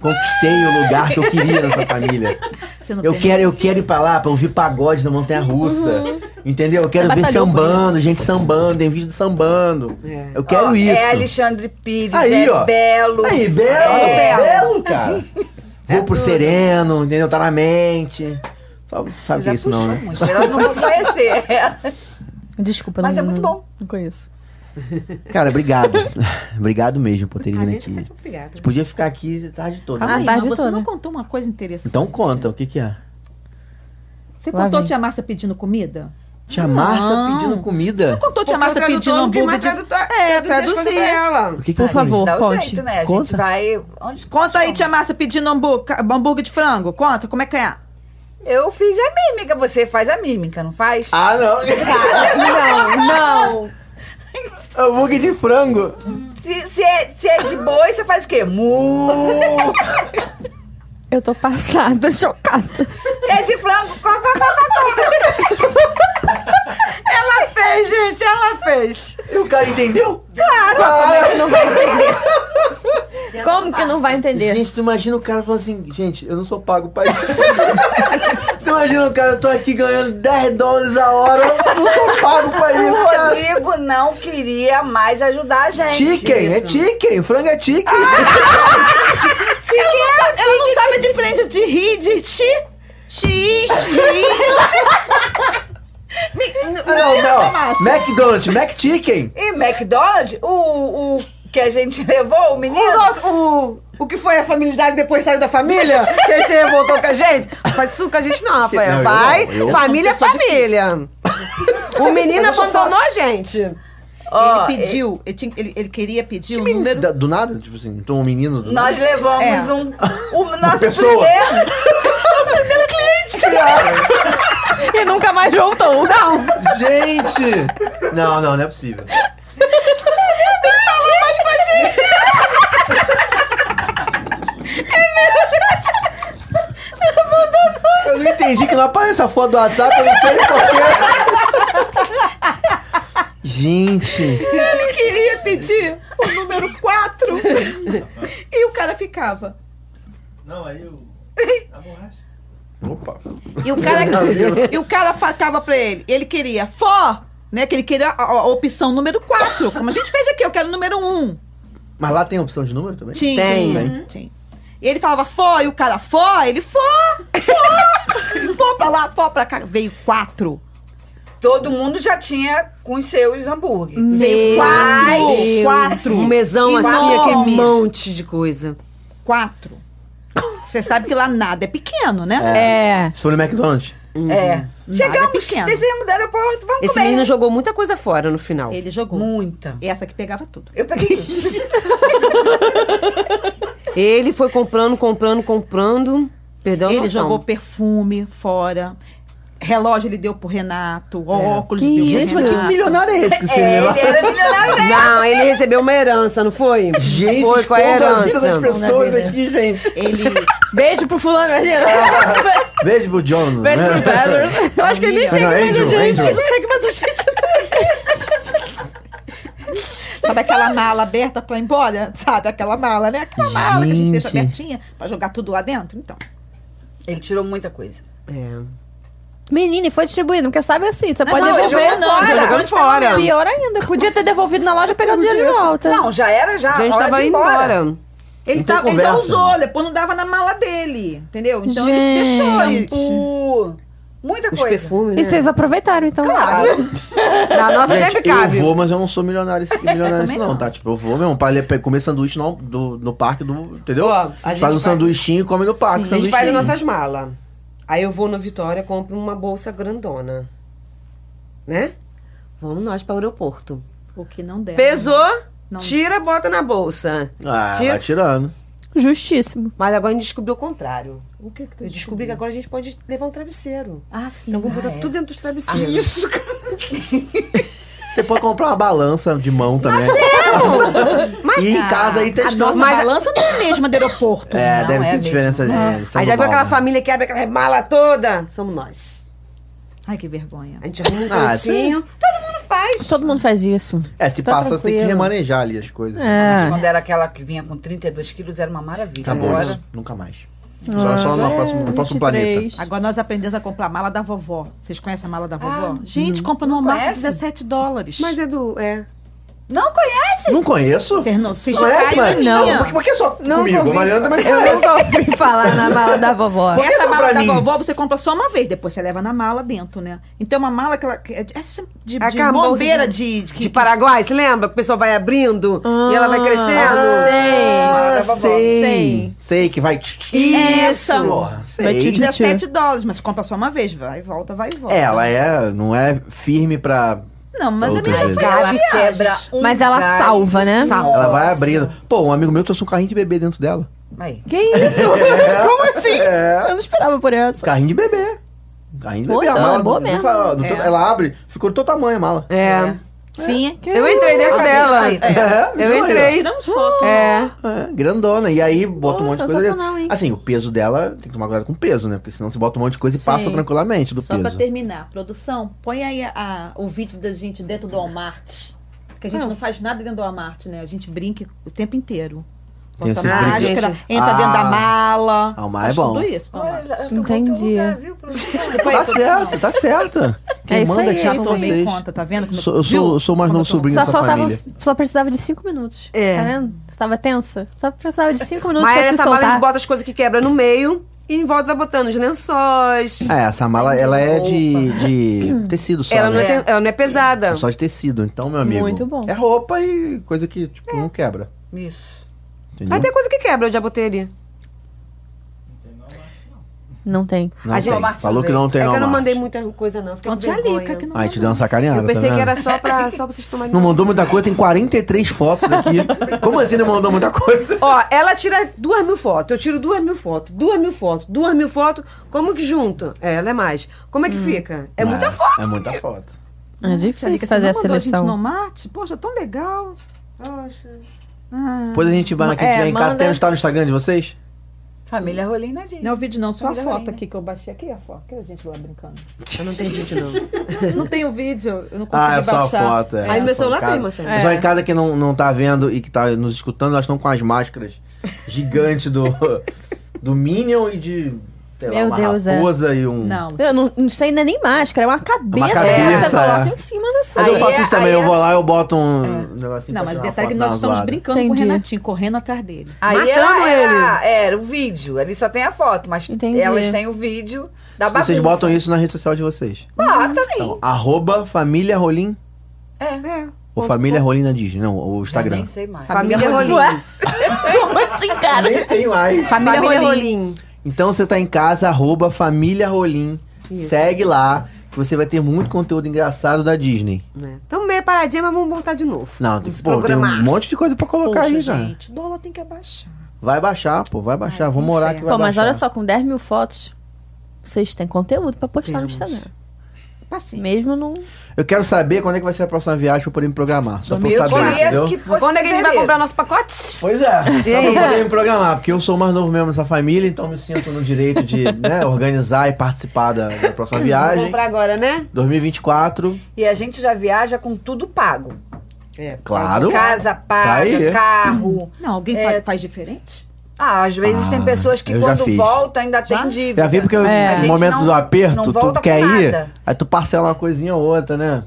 [SPEAKER 2] Conquistei o lugar que eu queria nessa família.
[SPEAKER 3] Você não
[SPEAKER 2] Eu
[SPEAKER 3] tem-
[SPEAKER 2] quero, eu quero ir pra lá pra ouvir pagode na Montanha Russa. Entendeu? Eu quero
[SPEAKER 1] Você
[SPEAKER 2] ver
[SPEAKER 1] batalhou por
[SPEAKER 2] sambando, gente sambando, tem vídeo de sambando. Eu quero
[SPEAKER 6] Ó,
[SPEAKER 2] isso.
[SPEAKER 6] É Alexandre Pires,
[SPEAKER 2] Aí,
[SPEAKER 6] é
[SPEAKER 2] ó.
[SPEAKER 6] Belo.
[SPEAKER 2] Aí, belo,
[SPEAKER 6] É.
[SPEAKER 2] belo, cara. Vou pro sereno, entendeu? Tá na mente. Só sabe que é isso não, né?
[SPEAKER 6] Puxa, Ela não vou
[SPEAKER 2] (laughs)
[SPEAKER 6] conhecer.
[SPEAKER 1] Desculpa,
[SPEAKER 6] Mas
[SPEAKER 1] não,
[SPEAKER 6] é muito
[SPEAKER 1] não-
[SPEAKER 6] bom.
[SPEAKER 1] Não conheço.
[SPEAKER 2] Cara, obrigado. (laughs) obrigado mesmo por terem vindo aqui.
[SPEAKER 5] Obrigada.
[SPEAKER 2] Podia ficar aqui a tarde toda.
[SPEAKER 3] Calma
[SPEAKER 1] Ah,
[SPEAKER 2] né?
[SPEAKER 3] aí,
[SPEAKER 1] tarde
[SPEAKER 3] mas você
[SPEAKER 1] toda.
[SPEAKER 3] não contou uma coisa interessante.
[SPEAKER 2] Então conta, o que que é?
[SPEAKER 3] Você
[SPEAKER 1] Lá
[SPEAKER 3] contou
[SPEAKER 1] vem.
[SPEAKER 3] Tia Márcia pedindo comida?
[SPEAKER 2] Tia Márcia
[SPEAKER 3] Não.
[SPEAKER 2] pedindo comida.
[SPEAKER 3] Contou Tia Márcia pedindo hambúrguer de...
[SPEAKER 5] É,
[SPEAKER 3] traduzi.
[SPEAKER 5] traduzir ela.
[SPEAKER 2] O que que
[SPEAKER 1] Por
[SPEAKER 2] é
[SPEAKER 1] favor.
[SPEAKER 2] isso?
[SPEAKER 6] Dá o
[SPEAKER 1] conte.
[SPEAKER 6] jeito, né? A gente
[SPEAKER 1] Conta.
[SPEAKER 6] vai. Onde
[SPEAKER 3] Conta aí, Tia Márcia pedindo hambú- ca- hambúrguer de frango. Conta, como é que é?
[SPEAKER 6] Eu fiz a mímica. Você faz a mímica, não faz?
[SPEAKER 2] Ah, não.
[SPEAKER 1] Não, não.
[SPEAKER 2] Hambúrguer de frango.
[SPEAKER 6] Se, se é, se é de boi, você faz o quê? Mu.
[SPEAKER 1] Eu tô passada, (laughs) chocada.
[SPEAKER 6] É de frango. Qual, qual, qual,
[SPEAKER 2] (laughs)
[SPEAKER 6] qual, qual?
[SPEAKER 5] Ela fez, gente, ela fez.
[SPEAKER 2] E o cara entendeu? Claro!
[SPEAKER 1] Não vai entender. Como que não vai entender?
[SPEAKER 2] Gente, tu imagina o cara falando assim, gente, eu não sou pago pra isso. (laughs) tu imagina o cara, eu tô aqui ganhando 10 dólares a hora, eu não sou pago pra isso,
[SPEAKER 6] O
[SPEAKER 2] cara.
[SPEAKER 6] Rodrigo não queria mais ajudar a gente.
[SPEAKER 2] Chicken, é chicken, frango é chicken.
[SPEAKER 6] Chicken é
[SPEAKER 3] Ela não sabe de frente de rir, de chi, chi, chi.
[SPEAKER 2] Ah, não,
[SPEAKER 3] é
[SPEAKER 2] não, McDonald's, McChicken.
[SPEAKER 6] E McDonald's, o, o que a gente (laughs) levou, o menino.
[SPEAKER 5] O, nosso, o, o que foi a familiaridade depois saiu da família? Que aí você voltou com a gente? Faz isso com a gente não, Rafael.
[SPEAKER 2] Não, eu
[SPEAKER 5] Vai,
[SPEAKER 2] não, eu-
[SPEAKER 5] família é família. O menino
[SPEAKER 6] Mas deixa eu
[SPEAKER 5] abandonou a gente.
[SPEAKER 6] Ó,
[SPEAKER 3] ele pediu, ele, tinha- ele- ele queria pedir um o número...
[SPEAKER 2] Da- do nada, tipo assim, então um menino do
[SPEAKER 6] Nós levamos
[SPEAKER 2] (laughs)
[SPEAKER 3] É.
[SPEAKER 6] um, o nosso
[SPEAKER 2] pessoa.
[SPEAKER 6] primeiro.
[SPEAKER 1] E nunca mais voltou. Não.
[SPEAKER 2] nada. Gente! Não, não, não é possível.
[SPEAKER 3] É
[SPEAKER 2] Eu não entendi que não aparece a foto do WhatsApp, eu não sei porquê. Gente,
[SPEAKER 3] Ele queria pedir
[SPEAKER 5] (laughs)
[SPEAKER 3] o número 4 e o cara ficava.
[SPEAKER 7] Não, aí o.
[SPEAKER 2] Opa.
[SPEAKER 3] E o cara, e o cara facava pra ele. Ele queria fó, né? Que ele queria a, a opção número 4. Como a gente fez aqui, eu quero o número 1.
[SPEAKER 2] Mas lá tem opção de número também?
[SPEAKER 3] Sim.
[SPEAKER 5] Tem.
[SPEAKER 3] Uhum. Sim. E ele falava fó, e o cara fó, ele fó, fó, Ele fó pra lá, fó pra cá. Veio 4.
[SPEAKER 6] Todo mundo já tinha com os seus hambúrguer.
[SPEAKER 3] Veio
[SPEAKER 5] Deus.
[SPEAKER 3] 4. 4.
[SPEAKER 5] Um mesão assim,
[SPEAKER 3] Enormes.
[SPEAKER 5] aquele monte de coisa.
[SPEAKER 3] 4. Você sabe que lá nada é pequeno, né?
[SPEAKER 1] É.
[SPEAKER 2] Se for no McDonald's.
[SPEAKER 6] É. Chegamos,
[SPEAKER 3] pequeno.
[SPEAKER 6] descemos do aeroporto, vamos
[SPEAKER 5] Uhum. Esse
[SPEAKER 6] comer.
[SPEAKER 5] menino jogou muita coisa fora no final.
[SPEAKER 3] Ele jogou.
[SPEAKER 6] Muita.
[SPEAKER 3] E Essa que pegava tudo.
[SPEAKER 6] Eu
[SPEAKER 5] (laughs)
[SPEAKER 6] peguei.
[SPEAKER 5] Ele foi comprando, comprando, comprando. Perdeu a
[SPEAKER 3] Ele
[SPEAKER 5] noção.
[SPEAKER 3] jogou perfume fora. Relógio ele deu pro Renato, óculos
[SPEAKER 1] Que
[SPEAKER 3] deu
[SPEAKER 2] Gente,
[SPEAKER 3] pro
[SPEAKER 2] mas
[SPEAKER 3] Renato.
[SPEAKER 2] que milionário é
[SPEAKER 5] (laughs)
[SPEAKER 2] esse que você
[SPEAKER 6] É,
[SPEAKER 2] leu?
[SPEAKER 6] ele era milionário mesmo.
[SPEAKER 5] Não, ele recebeu uma herança, não foi?
[SPEAKER 2] Gente,
[SPEAKER 5] foi com a
[SPEAKER 2] expondo a vida das
[SPEAKER 5] herança.
[SPEAKER 2] pessoas aqui, gente.
[SPEAKER 3] Ele
[SPEAKER 1] Beijo pro fulano, imagina.
[SPEAKER 5] É.
[SPEAKER 2] Beijo pro John.
[SPEAKER 5] né?
[SPEAKER 1] Beijo pro
[SPEAKER 5] (laughs)
[SPEAKER 1] Trevor.
[SPEAKER 5] Eu acho que ele nem
[SPEAKER 2] Não,
[SPEAKER 3] é
[SPEAKER 2] Angel, Angel.
[SPEAKER 5] sei que mais a gente.
[SPEAKER 3] sabe aquela mala aberta pra ir embora? Sabe aquela mala, né? Aquela mala que a gente deixa
[SPEAKER 2] Gente.
[SPEAKER 3] abertinha pra jogar tudo lá dentro. Então,
[SPEAKER 6] Ele tirou muita coisa.
[SPEAKER 5] É.
[SPEAKER 1] Menina, e foi distribuído, porque sabe assim, você pode
[SPEAKER 3] não,
[SPEAKER 1] devolver.
[SPEAKER 3] jogou não,
[SPEAKER 5] Foi
[SPEAKER 3] Cara,
[SPEAKER 5] jogando fora.
[SPEAKER 1] Pior ainda, podia ter devolvido na loja e pegado o dinheiro de volta.
[SPEAKER 6] Não, já era já.
[SPEAKER 5] Então, A gente
[SPEAKER 6] hora
[SPEAKER 5] tava
[SPEAKER 6] de ir
[SPEAKER 5] indo embora.
[SPEAKER 3] ele,
[SPEAKER 2] Não tem
[SPEAKER 3] tava, ele já
[SPEAKER 2] conversa,
[SPEAKER 3] usou,
[SPEAKER 2] né?
[SPEAKER 3] depois não dava na mala dele, entendeu? Então ele
[SPEAKER 1] Gente.
[SPEAKER 3] deixou. ele-
[SPEAKER 6] Shampoo. Muita
[SPEAKER 5] Os
[SPEAKER 6] coisa.
[SPEAKER 5] perfumes.
[SPEAKER 1] E
[SPEAKER 5] né?
[SPEAKER 1] vocês aproveitaram, então.
[SPEAKER 6] Claro.
[SPEAKER 2] (laughs)
[SPEAKER 5] Na nossa
[SPEAKER 2] Gente,
[SPEAKER 5] sempre
[SPEAKER 2] eu
[SPEAKER 5] cabe.
[SPEAKER 2] vou, mas eu não sou
[SPEAKER 5] (laughs)
[SPEAKER 2] milionário, esse- milionário esse
[SPEAKER 3] também
[SPEAKER 2] não,
[SPEAKER 3] não.
[SPEAKER 2] tá? Tipo, eu vou mesmo pra, ali- pra comer sanduíche no, do- no parque do. Entendeu?
[SPEAKER 5] Ó, a gente
[SPEAKER 2] faz um
[SPEAKER 5] faz-
[SPEAKER 2] sanduichinho e come no parque.
[SPEAKER 5] A gente faz
[SPEAKER 2] sanduichinho.
[SPEAKER 5] as nossas malas. Aí eu vou na Vitória, compro uma bolsa grandona. Né? Vamos nós para o aeroporto.
[SPEAKER 3] O que não deve.
[SPEAKER 5] Pesou,
[SPEAKER 3] Não.
[SPEAKER 5] tira, bota na bolsa.
[SPEAKER 2] Ah,
[SPEAKER 5] Tira-
[SPEAKER 2] vai tirando.
[SPEAKER 1] Justíssimo.
[SPEAKER 5] Mas agora a gente descobriu o contrário. O que que Eu descobri que agora a gente pode levar um travesseiro.
[SPEAKER 3] Ah, sim.
[SPEAKER 5] Então vamos botar tudo dentro dos travesseiros. isso,
[SPEAKER 2] Você pode comprar uma balança de mão também. (laughs) e em casa aí
[SPEAKER 5] Ah,
[SPEAKER 3] A
[SPEAKER 2] testando.
[SPEAKER 3] nossa
[SPEAKER 5] Mas a-
[SPEAKER 3] balança não é a mesma
[SPEAKER 2] (laughs)
[SPEAKER 3] do aeroporto.
[SPEAKER 2] É,
[SPEAKER 3] não
[SPEAKER 2] deve ter
[SPEAKER 3] é a mesma.
[SPEAKER 2] diferençazinha. eles são
[SPEAKER 5] Aí já viu
[SPEAKER 2] normal,
[SPEAKER 5] aquela
[SPEAKER 2] né?
[SPEAKER 5] família que abre aquela mala toda? Somos nós.
[SPEAKER 3] Ai, que vergonha.
[SPEAKER 5] A gente arruma um
[SPEAKER 2] Ah,
[SPEAKER 5] cantinho. Todo mundo faz.
[SPEAKER 1] Todo mundo faz isso.
[SPEAKER 2] É, se
[SPEAKER 1] Tá
[SPEAKER 2] passa, você tem que
[SPEAKER 1] tranquilo.
[SPEAKER 2] remanejar ali as coisas.
[SPEAKER 6] Mas
[SPEAKER 5] Ah.
[SPEAKER 1] É.
[SPEAKER 6] Quando era aquela que vinha com 32 quilos, era uma maravilha.
[SPEAKER 2] Acabou
[SPEAKER 6] Agora,
[SPEAKER 2] isso. Nunca mais. Só era só no próximo,
[SPEAKER 1] é
[SPEAKER 2] no próximo planeta.
[SPEAKER 3] Agora nós aprendemos a comprar a mala da vovó. Vocês conhecem a mala da vovó? gente, compra no Walmart
[SPEAKER 6] conhece?
[SPEAKER 3] 17 dólares.
[SPEAKER 5] Mas é do. É.
[SPEAKER 6] Não conhece?
[SPEAKER 2] Não conheço?
[SPEAKER 3] Vocês não- vocês
[SPEAKER 2] Conhece,
[SPEAKER 3] já caem
[SPEAKER 2] mas-
[SPEAKER 3] em minha.
[SPEAKER 2] Por que- Por que só
[SPEAKER 1] Não
[SPEAKER 2] comigo?
[SPEAKER 1] ouvi.
[SPEAKER 2] A Mariana também
[SPEAKER 1] Eu
[SPEAKER 2] conhece.
[SPEAKER 1] nunca ouvi (laughs) falar na mala da vovó.
[SPEAKER 2] Por que
[SPEAKER 3] Essa
[SPEAKER 2] só
[SPEAKER 3] mala
[SPEAKER 2] pra
[SPEAKER 3] da
[SPEAKER 2] mim?
[SPEAKER 3] vovó você compra só uma vez, depois você leva na mala dentro, né? Então é uma mala que ela. que é de- Essa de, de
[SPEAKER 5] Aquela bolsa
[SPEAKER 3] bombeira
[SPEAKER 5] (laughs)
[SPEAKER 3] de. de,
[SPEAKER 5] De Ah, Paraguai, você lembra? Que o pessoal vai abrindo e ela vai crescendo.
[SPEAKER 2] Ah,
[SPEAKER 6] Sim.
[SPEAKER 2] sei. Sei que vai.
[SPEAKER 3] Essa.
[SPEAKER 2] Porra,
[SPEAKER 1] Vai te-
[SPEAKER 2] sei.
[SPEAKER 3] 17 dólares, mas compra só uma vez. Vai e volta, vai e volta.
[SPEAKER 2] Ela é, não é firme pra.
[SPEAKER 3] Não, mas é a
[SPEAKER 2] Outra
[SPEAKER 3] minha já
[SPEAKER 2] vez.
[SPEAKER 3] foi.
[SPEAKER 6] Ela quebra um
[SPEAKER 1] Mas ela
[SPEAKER 6] galho.
[SPEAKER 1] salva, né?
[SPEAKER 6] Salva.
[SPEAKER 2] Ela vai abrindo. Pô, um amigo meu trouxe um carrinho de bebê dentro dela.
[SPEAKER 6] Aí.
[SPEAKER 1] Que isso? Como assim?
[SPEAKER 2] É.
[SPEAKER 1] Eu não esperava por essa.
[SPEAKER 2] Carrinho de bebê. Carrinho de
[SPEAKER 1] Pô,
[SPEAKER 2] bebê.
[SPEAKER 1] então,
[SPEAKER 2] a mala
[SPEAKER 1] é boa
[SPEAKER 2] não
[SPEAKER 1] mesmo.
[SPEAKER 2] fala- não tem- Ela abre, ficou do teu tamanho a mala.
[SPEAKER 5] É.
[SPEAKER 3] Sim, que
[SPEAKER 5] Eu entrei dentro
[SPEAKER 6] Assim,
[SPEAKER 5] dela.
[SPEAKER 6] aí.
[SPEAKER 2] (laughs) meu
[SPEAKER 5] É. Eu
[SPEAKER 2] Deus.
[SPEAKER 5] entrei.
[SPEAKER 3] Tiramos foto.
[SPEAKER 5] É.
[SPEAKER 2] É, grandona. E aí bota um
[SPEAKER 1] Pô,
[SPEAKER 2] monte de coisa
[SPEAKER 1] sensacional,
[SPEAKER 2] dentro.
[SPEAKER 1] hein?
[SPEAKER 2] Assim, o peso dela tem que tomar cuidado com o peso, né? Porque senão você bota um monte de coisa e passa tranquilamente do
[SPEAKER 3] Só pra
[SPEAKER 2] peso.
[SPEAKER 3] terminar, produção, põe aí a- o vídeo da gente dentro do Walmart. Que a gente não faz nada dentro do Walmart, né? A gente brinca o tempo inteiro.
[SPEAKER 2] Tem
[SPEAKER 3] Bota
[SPEAKER 2] esses
[SPEAKER 3] máscara,
[SPEAKER 5] brinquedos.
[SPEAKER 3] entra dentro da
[SPEAKER 2] Ah,
[SPEAKER 3] mala.
[SPEAKER 2] ah, mas
[SPEAKER 3] faz
[SPEAKER 2] é bom.
[SPEAKER 3] Tá Tudo isso. no Walmart.
[SPEAKER 6] Olha, eu tô
[SPEAKER 1] Entendi.
[SPEAKER 6] Entendi. Lugar, viu, produção?
[SPEAKER 2] Tá certo, tá certa. Quem
[SPEAKER 1] isso
[SPEAKER 2] manda
[SPEAKER 1] aí,
[SPEAKER 2] aqui
[SPEAKER 1] é
[SPEAKER 2] são
[SPEAKER 1] isso aí.
[SPEAKER 3] tomei
[SPEAKER 2] vocês.
[SPEAKER 3] conta, tá vendo? como-
[SPEAKER 2] Sou- eu sou-
[SPEAKER 3] viu?
[SPEAKER 2] eu sou mais
[SPEAKER 3] Como
[SPEAKER 2] novo
[SPEAKER 3] eu sou-
[SPEAKER 2] sobrinho.
[SPEAKER 1] Só
[SPEAKER 2] da
[SPEAKER 1] faltava,
[SPEAKER 2] família.
[SPEAKER 1] só precisava de cinco minutos.
[SPEAKER 5] É.
[SPEAKER 1] Tá vendo? Você tava tensa? Só precisava de cinco minutos
[SPEAKER 5] Mas
[SPEAKER 1] pra se
[SPEAKER 5] essa mala a gente
[SPEAKER 1] soltar.
[SPEAKER 5] bota as coisas que quebra no meio e em volta vai botando os lençóis.
[SPEAKER 2] É, essa mala, ela é de, de tecido só,
[SPEAKER 5] Ela,
[SPEAKER 2] né?
[SPEAKER 5] não é, te- ela não é pesada.
[SPEAKER 2] É só de tecido, então, meu amigo.
[SPEAKER 1] Muito bom.
[SPEAKER 2] É roupa e coisa que, tipo, não quebra.
[SPEAKER 6] Isso.
[SPEAKER 2] Entendeu?
[SPEAKER 5] Mas tem coisa que quebra, eu já botei ali.
[SPEAKER 1] Não tem.
[SPEAKER 2] Não
[SPEAKER 5] a gente-
[SPEAKER 2] tem.
[SPEAKER 6] Martin
[SPEAKER 2] Falou que
[SPEAKER 6] veio.
[SPEAKER 2] não tem
[SPEAKER 5] é que eu não
[SPEAKER 2] Walmart.
[SPEAKER 5] mandei muita coisa, não. Fiquei com
[SPEAKER 3] Ontem a
[SPEAKER 5] vergonha.
[SPEAKER 3] Lica que não
[SPEAKER 2] Aí te deu uma sacaneada,
[SPEAKER 5] Eu pensei
[SPEAKER 2] tá
[SPEAKER 5] que
[SPEAKER 2] vendo?
[SPEAKER 5] era só pra, (laughs) só pra vocês tomarem
[SPEAKER 2] Não mandou
[SPEAKER 5] noção.
[SPEAKER 2] muita coisa, tem 43 fotos aqui. Como assim não mandou muita coisa?
[SPEAKER 5] Ó, ela tira duas mil fotos, eu tiro duas mil fotos, duas mil fotos, duas mil fotos. Como que junto? É, ela é mais. Como é
[SPEAKER 3] Hum.
[SPEAKER 5] que fica? É muita foto.
[SPEAKER 2] É muita foto.
[SPEAKER 1] É
[SPEAKER 3] Tia Lica,
[SPEAKER 1] difícil
[SPEAKER 3] você
[SPEAKER 1] fazer
[SPEAKER 3] não
[SPEAKER 1] a
[SPEAKER 3] mandou gente no
[SPEAKER 1] seleção.
[SPEAKER 3] Walmart? Poxa, tão legal.
[SPEAKER 5] Poxa.
[SPEAKER 2] Depois a gente vai naquele
[SPEAKER 1] É,
[SPEAKER 2] que lá em casa.
[SPEAKER 1] manda-
[SPEAKER 2] Tem no está no Instagram de vocês?
[SPEAKER 6] Família Rolim na gente.
[SPEAKER 3] Não é o vídeo não, só a
[SPEAKER 6] Ainda
[SPEAKER 3] foto
[SPEAKER 6] bem, né?
[SPEAKER 3] aqui que eu baixei. Aqui é a foto, que a gente lá
[SPEAKER 2] (laughs)
[SPEAKER 3] brincando.
[SPEAKER 5] Eu não tenho gente, não.
[SPEAKER 3] não tem o vídeo, eu não consegui
[SPEAKER 2] Ah, é só a
[SPEAKER 3] baixar.
[SPEAKER 2] foto. É.
[SPEAKER 5] Aí no meu
[SPEAKER 2] Só em
[SPEAKER 5] celular
[SPEAKER 2] casa.
[SPEAKER 5] tem, Marcelo.
[SPEAKER 2] Pessoal em casa que não, não tá vendo e que tá nos escutando, elas estão com as máscaras gigantes do, Do Minion e de. Sei lá,
[SPEAKER 1] Meu
[SPEAKER 2] uma
[SPEAKER 1] Deus, é.
[SPEAKER 2] raposa e um.
[SPEAKER 3] Não.
[SPEAKER 1] Eu não, não sei ainda nem máscara, é uma cabeça, que
[SPEAKER 2] cabeça,
[SPEAKER 1] você
[SPEAKER 2] é.
[SPEAKER 1] coloca em cima da sua.
[SPEAKER 2] Mas eu
[SPEAKER 6] Aí
[SPEAKER 2] faço
[SPEAKER 6] é-
[SPEAKER 2] isso também,
[SPEAKER 6] aí
[SPEAKER 2] eu
[SPEAKER 6] é-
[SPEAKER 2] vou lá, eu boto um negocinho. pra
[SPEAKER 3] Não, mas
[SPEAKER 2] tirar
[SPEAKER 3] o
[SPEAKER 2] uma
[SPEAKER 3] detalhe é
[SPEAKER 2] foto
[SPEAKER 3] que
[SPEAKER 2] na
[SPEAKER 3] nós estamos
[SPEAKER 2] zoada.
[SPEAKER 3] brincando com o
[SPEAKER 1] Entendi.
[SPEAKER 3] Renatinho, correndo atrás dele.
[SPEAKER 6] Aí era,
[SPEAKER 5] Matando ele.
[SPEAKER 6] Era, era o vídeo. Ali só tem a foto, mas
[SPEAKER 1] Entendi.
[SPEAKER 6] elas têm o vídeo da bagunça.
[SPEAKER 2] Vocês botam isso na rede social de vocês.
[SPEAKER 6] Bota, sim.
[SPEAKER 2] Então, arroba Família Rolim.
[SPEAKER 5] É.
[SPEAKER 2] Ou Família Rolim na Disney, não, o Instagram.
[SPEAKER 6] Eu nem sei mais.
[SPEAKER 5] Família
[SPEAKER 3] Família
[SPEAKER 5] Rolim.
[SPEAKER 3] Rolim.
[SPEAKER 1] Como assim, cara?
[SPEAKER 2] Ah, Nem sei mais.
[SPEAKER 3] Família,
[SPEAKER 5] Família
[SPEAKER 3] Rolim.
[SPEAKER 5] Rolim.
[SPEAKER 2] Então você tá em casa, arroba Família Rolim. Segue lá, que você vai ter muito conteúdo engraçado da Disney.
[SPEAKER 5] Estamos meio né? Então, paradinha, mas vamos voltar de novo.
[SPEAKER 2] Não, tem,
[SPEAKER 5] Vamos
[SPEAKER 2] pô, tem
[SPEAKER 5] programar.
[SPEAKER 2] um monte de coisa pra colocar
[SPEAKER 3] Poxa,
[SPEAKER 2] aí já.
[SPEAKER 3] gente, o dólar tem que abaixar.
[SPEAKER 2] Vai baixar, pô, vai baixar. Vamos
[SPEAKER 3] não
[SPEAKER 2] orar
[SPEAKER 3] sei.
[SPEAKER 2] que vai
[SPEAKER 1] Pô, mas
[SPEAKER 2] baixar.
[SPEAKER 1] olha só, com 10 mil fotos, vocês têm conteúdo pra postar
[SPEAKER 5] Temos.
[SPEAKER 1] no Instagram.
[SPEAKER 3] Paciência.
[SPEAKER 1] Mesmo não.
[SPEAKER 2] Eu quero saber quando é que vai ser a próxima viagem pra eu poder me programar. Só pra eu
[SPEAKER 6] Eu
[SPEAKER 2] saber,
[SPEAKER 6] queria
[SPEAKER 2] entendeu?
[SPEAKER 6] que fosse
[SPEAKER 5] Quando é que a gente vai
[SPEAKER 6] fevereiro.
[SPEAKER 5] comprar nosso pacote?
[SPEAKER 2] Pois é, só pra eu poder me programar, porque eu sou o mais novo mesmo nessa família, então me sinto no direito de né, organizar e participar da, da próxima
[SPEAKER 5] Vamos
[SPEAKER 2] viagem.
[SPEAKER 5] comprar agora, né?
[SPEAKER 2] 2024,
[SPEAKER 6] E a gente já viaja com tudo pago.
[SPEAKER 5] É.
[SPEAKER 2] claro.
[SPEAKER 6] Casa
[SPEAKER 2] Aí
[SPEAKER 6] paga,
[SPEAKER 2] é.
[SPEAKER 6] carro.
[SPEAKER 3] Não, alguém
[SPEAKER 6] É.
[SPEAKER 3] fa- faz diferente?
[SPEAKER 6] Ah, às vezes
[SPEAKER 2] Ah,
[SPEAKER 6] tem pessoas que
[SPEAKER 2] eu já
[SPEAKER 6] quando
[SPEAKER 2] fiz.
[SPEAKER 6] volta ainda tem dívida.
[SPEAKER 2] Já vi porque
[SPEAKER 6] É. A
[SPEAKER 2] no
[SPEAKER 6] gente
[SPEAKER 2] momento
[SPEAKER 6] não-
[SPEAKER 2] do aperto,
[SPEAKER 6] não
[SPEAKER 2] tu
[SPEAKER 6] volta
[SPEAKER 2] quer
[SPEAKER 6] com
[SPEAKER 2] ir,
[SPEAKER 6] nada.
[SPEAKER 2] aí tu parcela uma coisinha ou outra, né?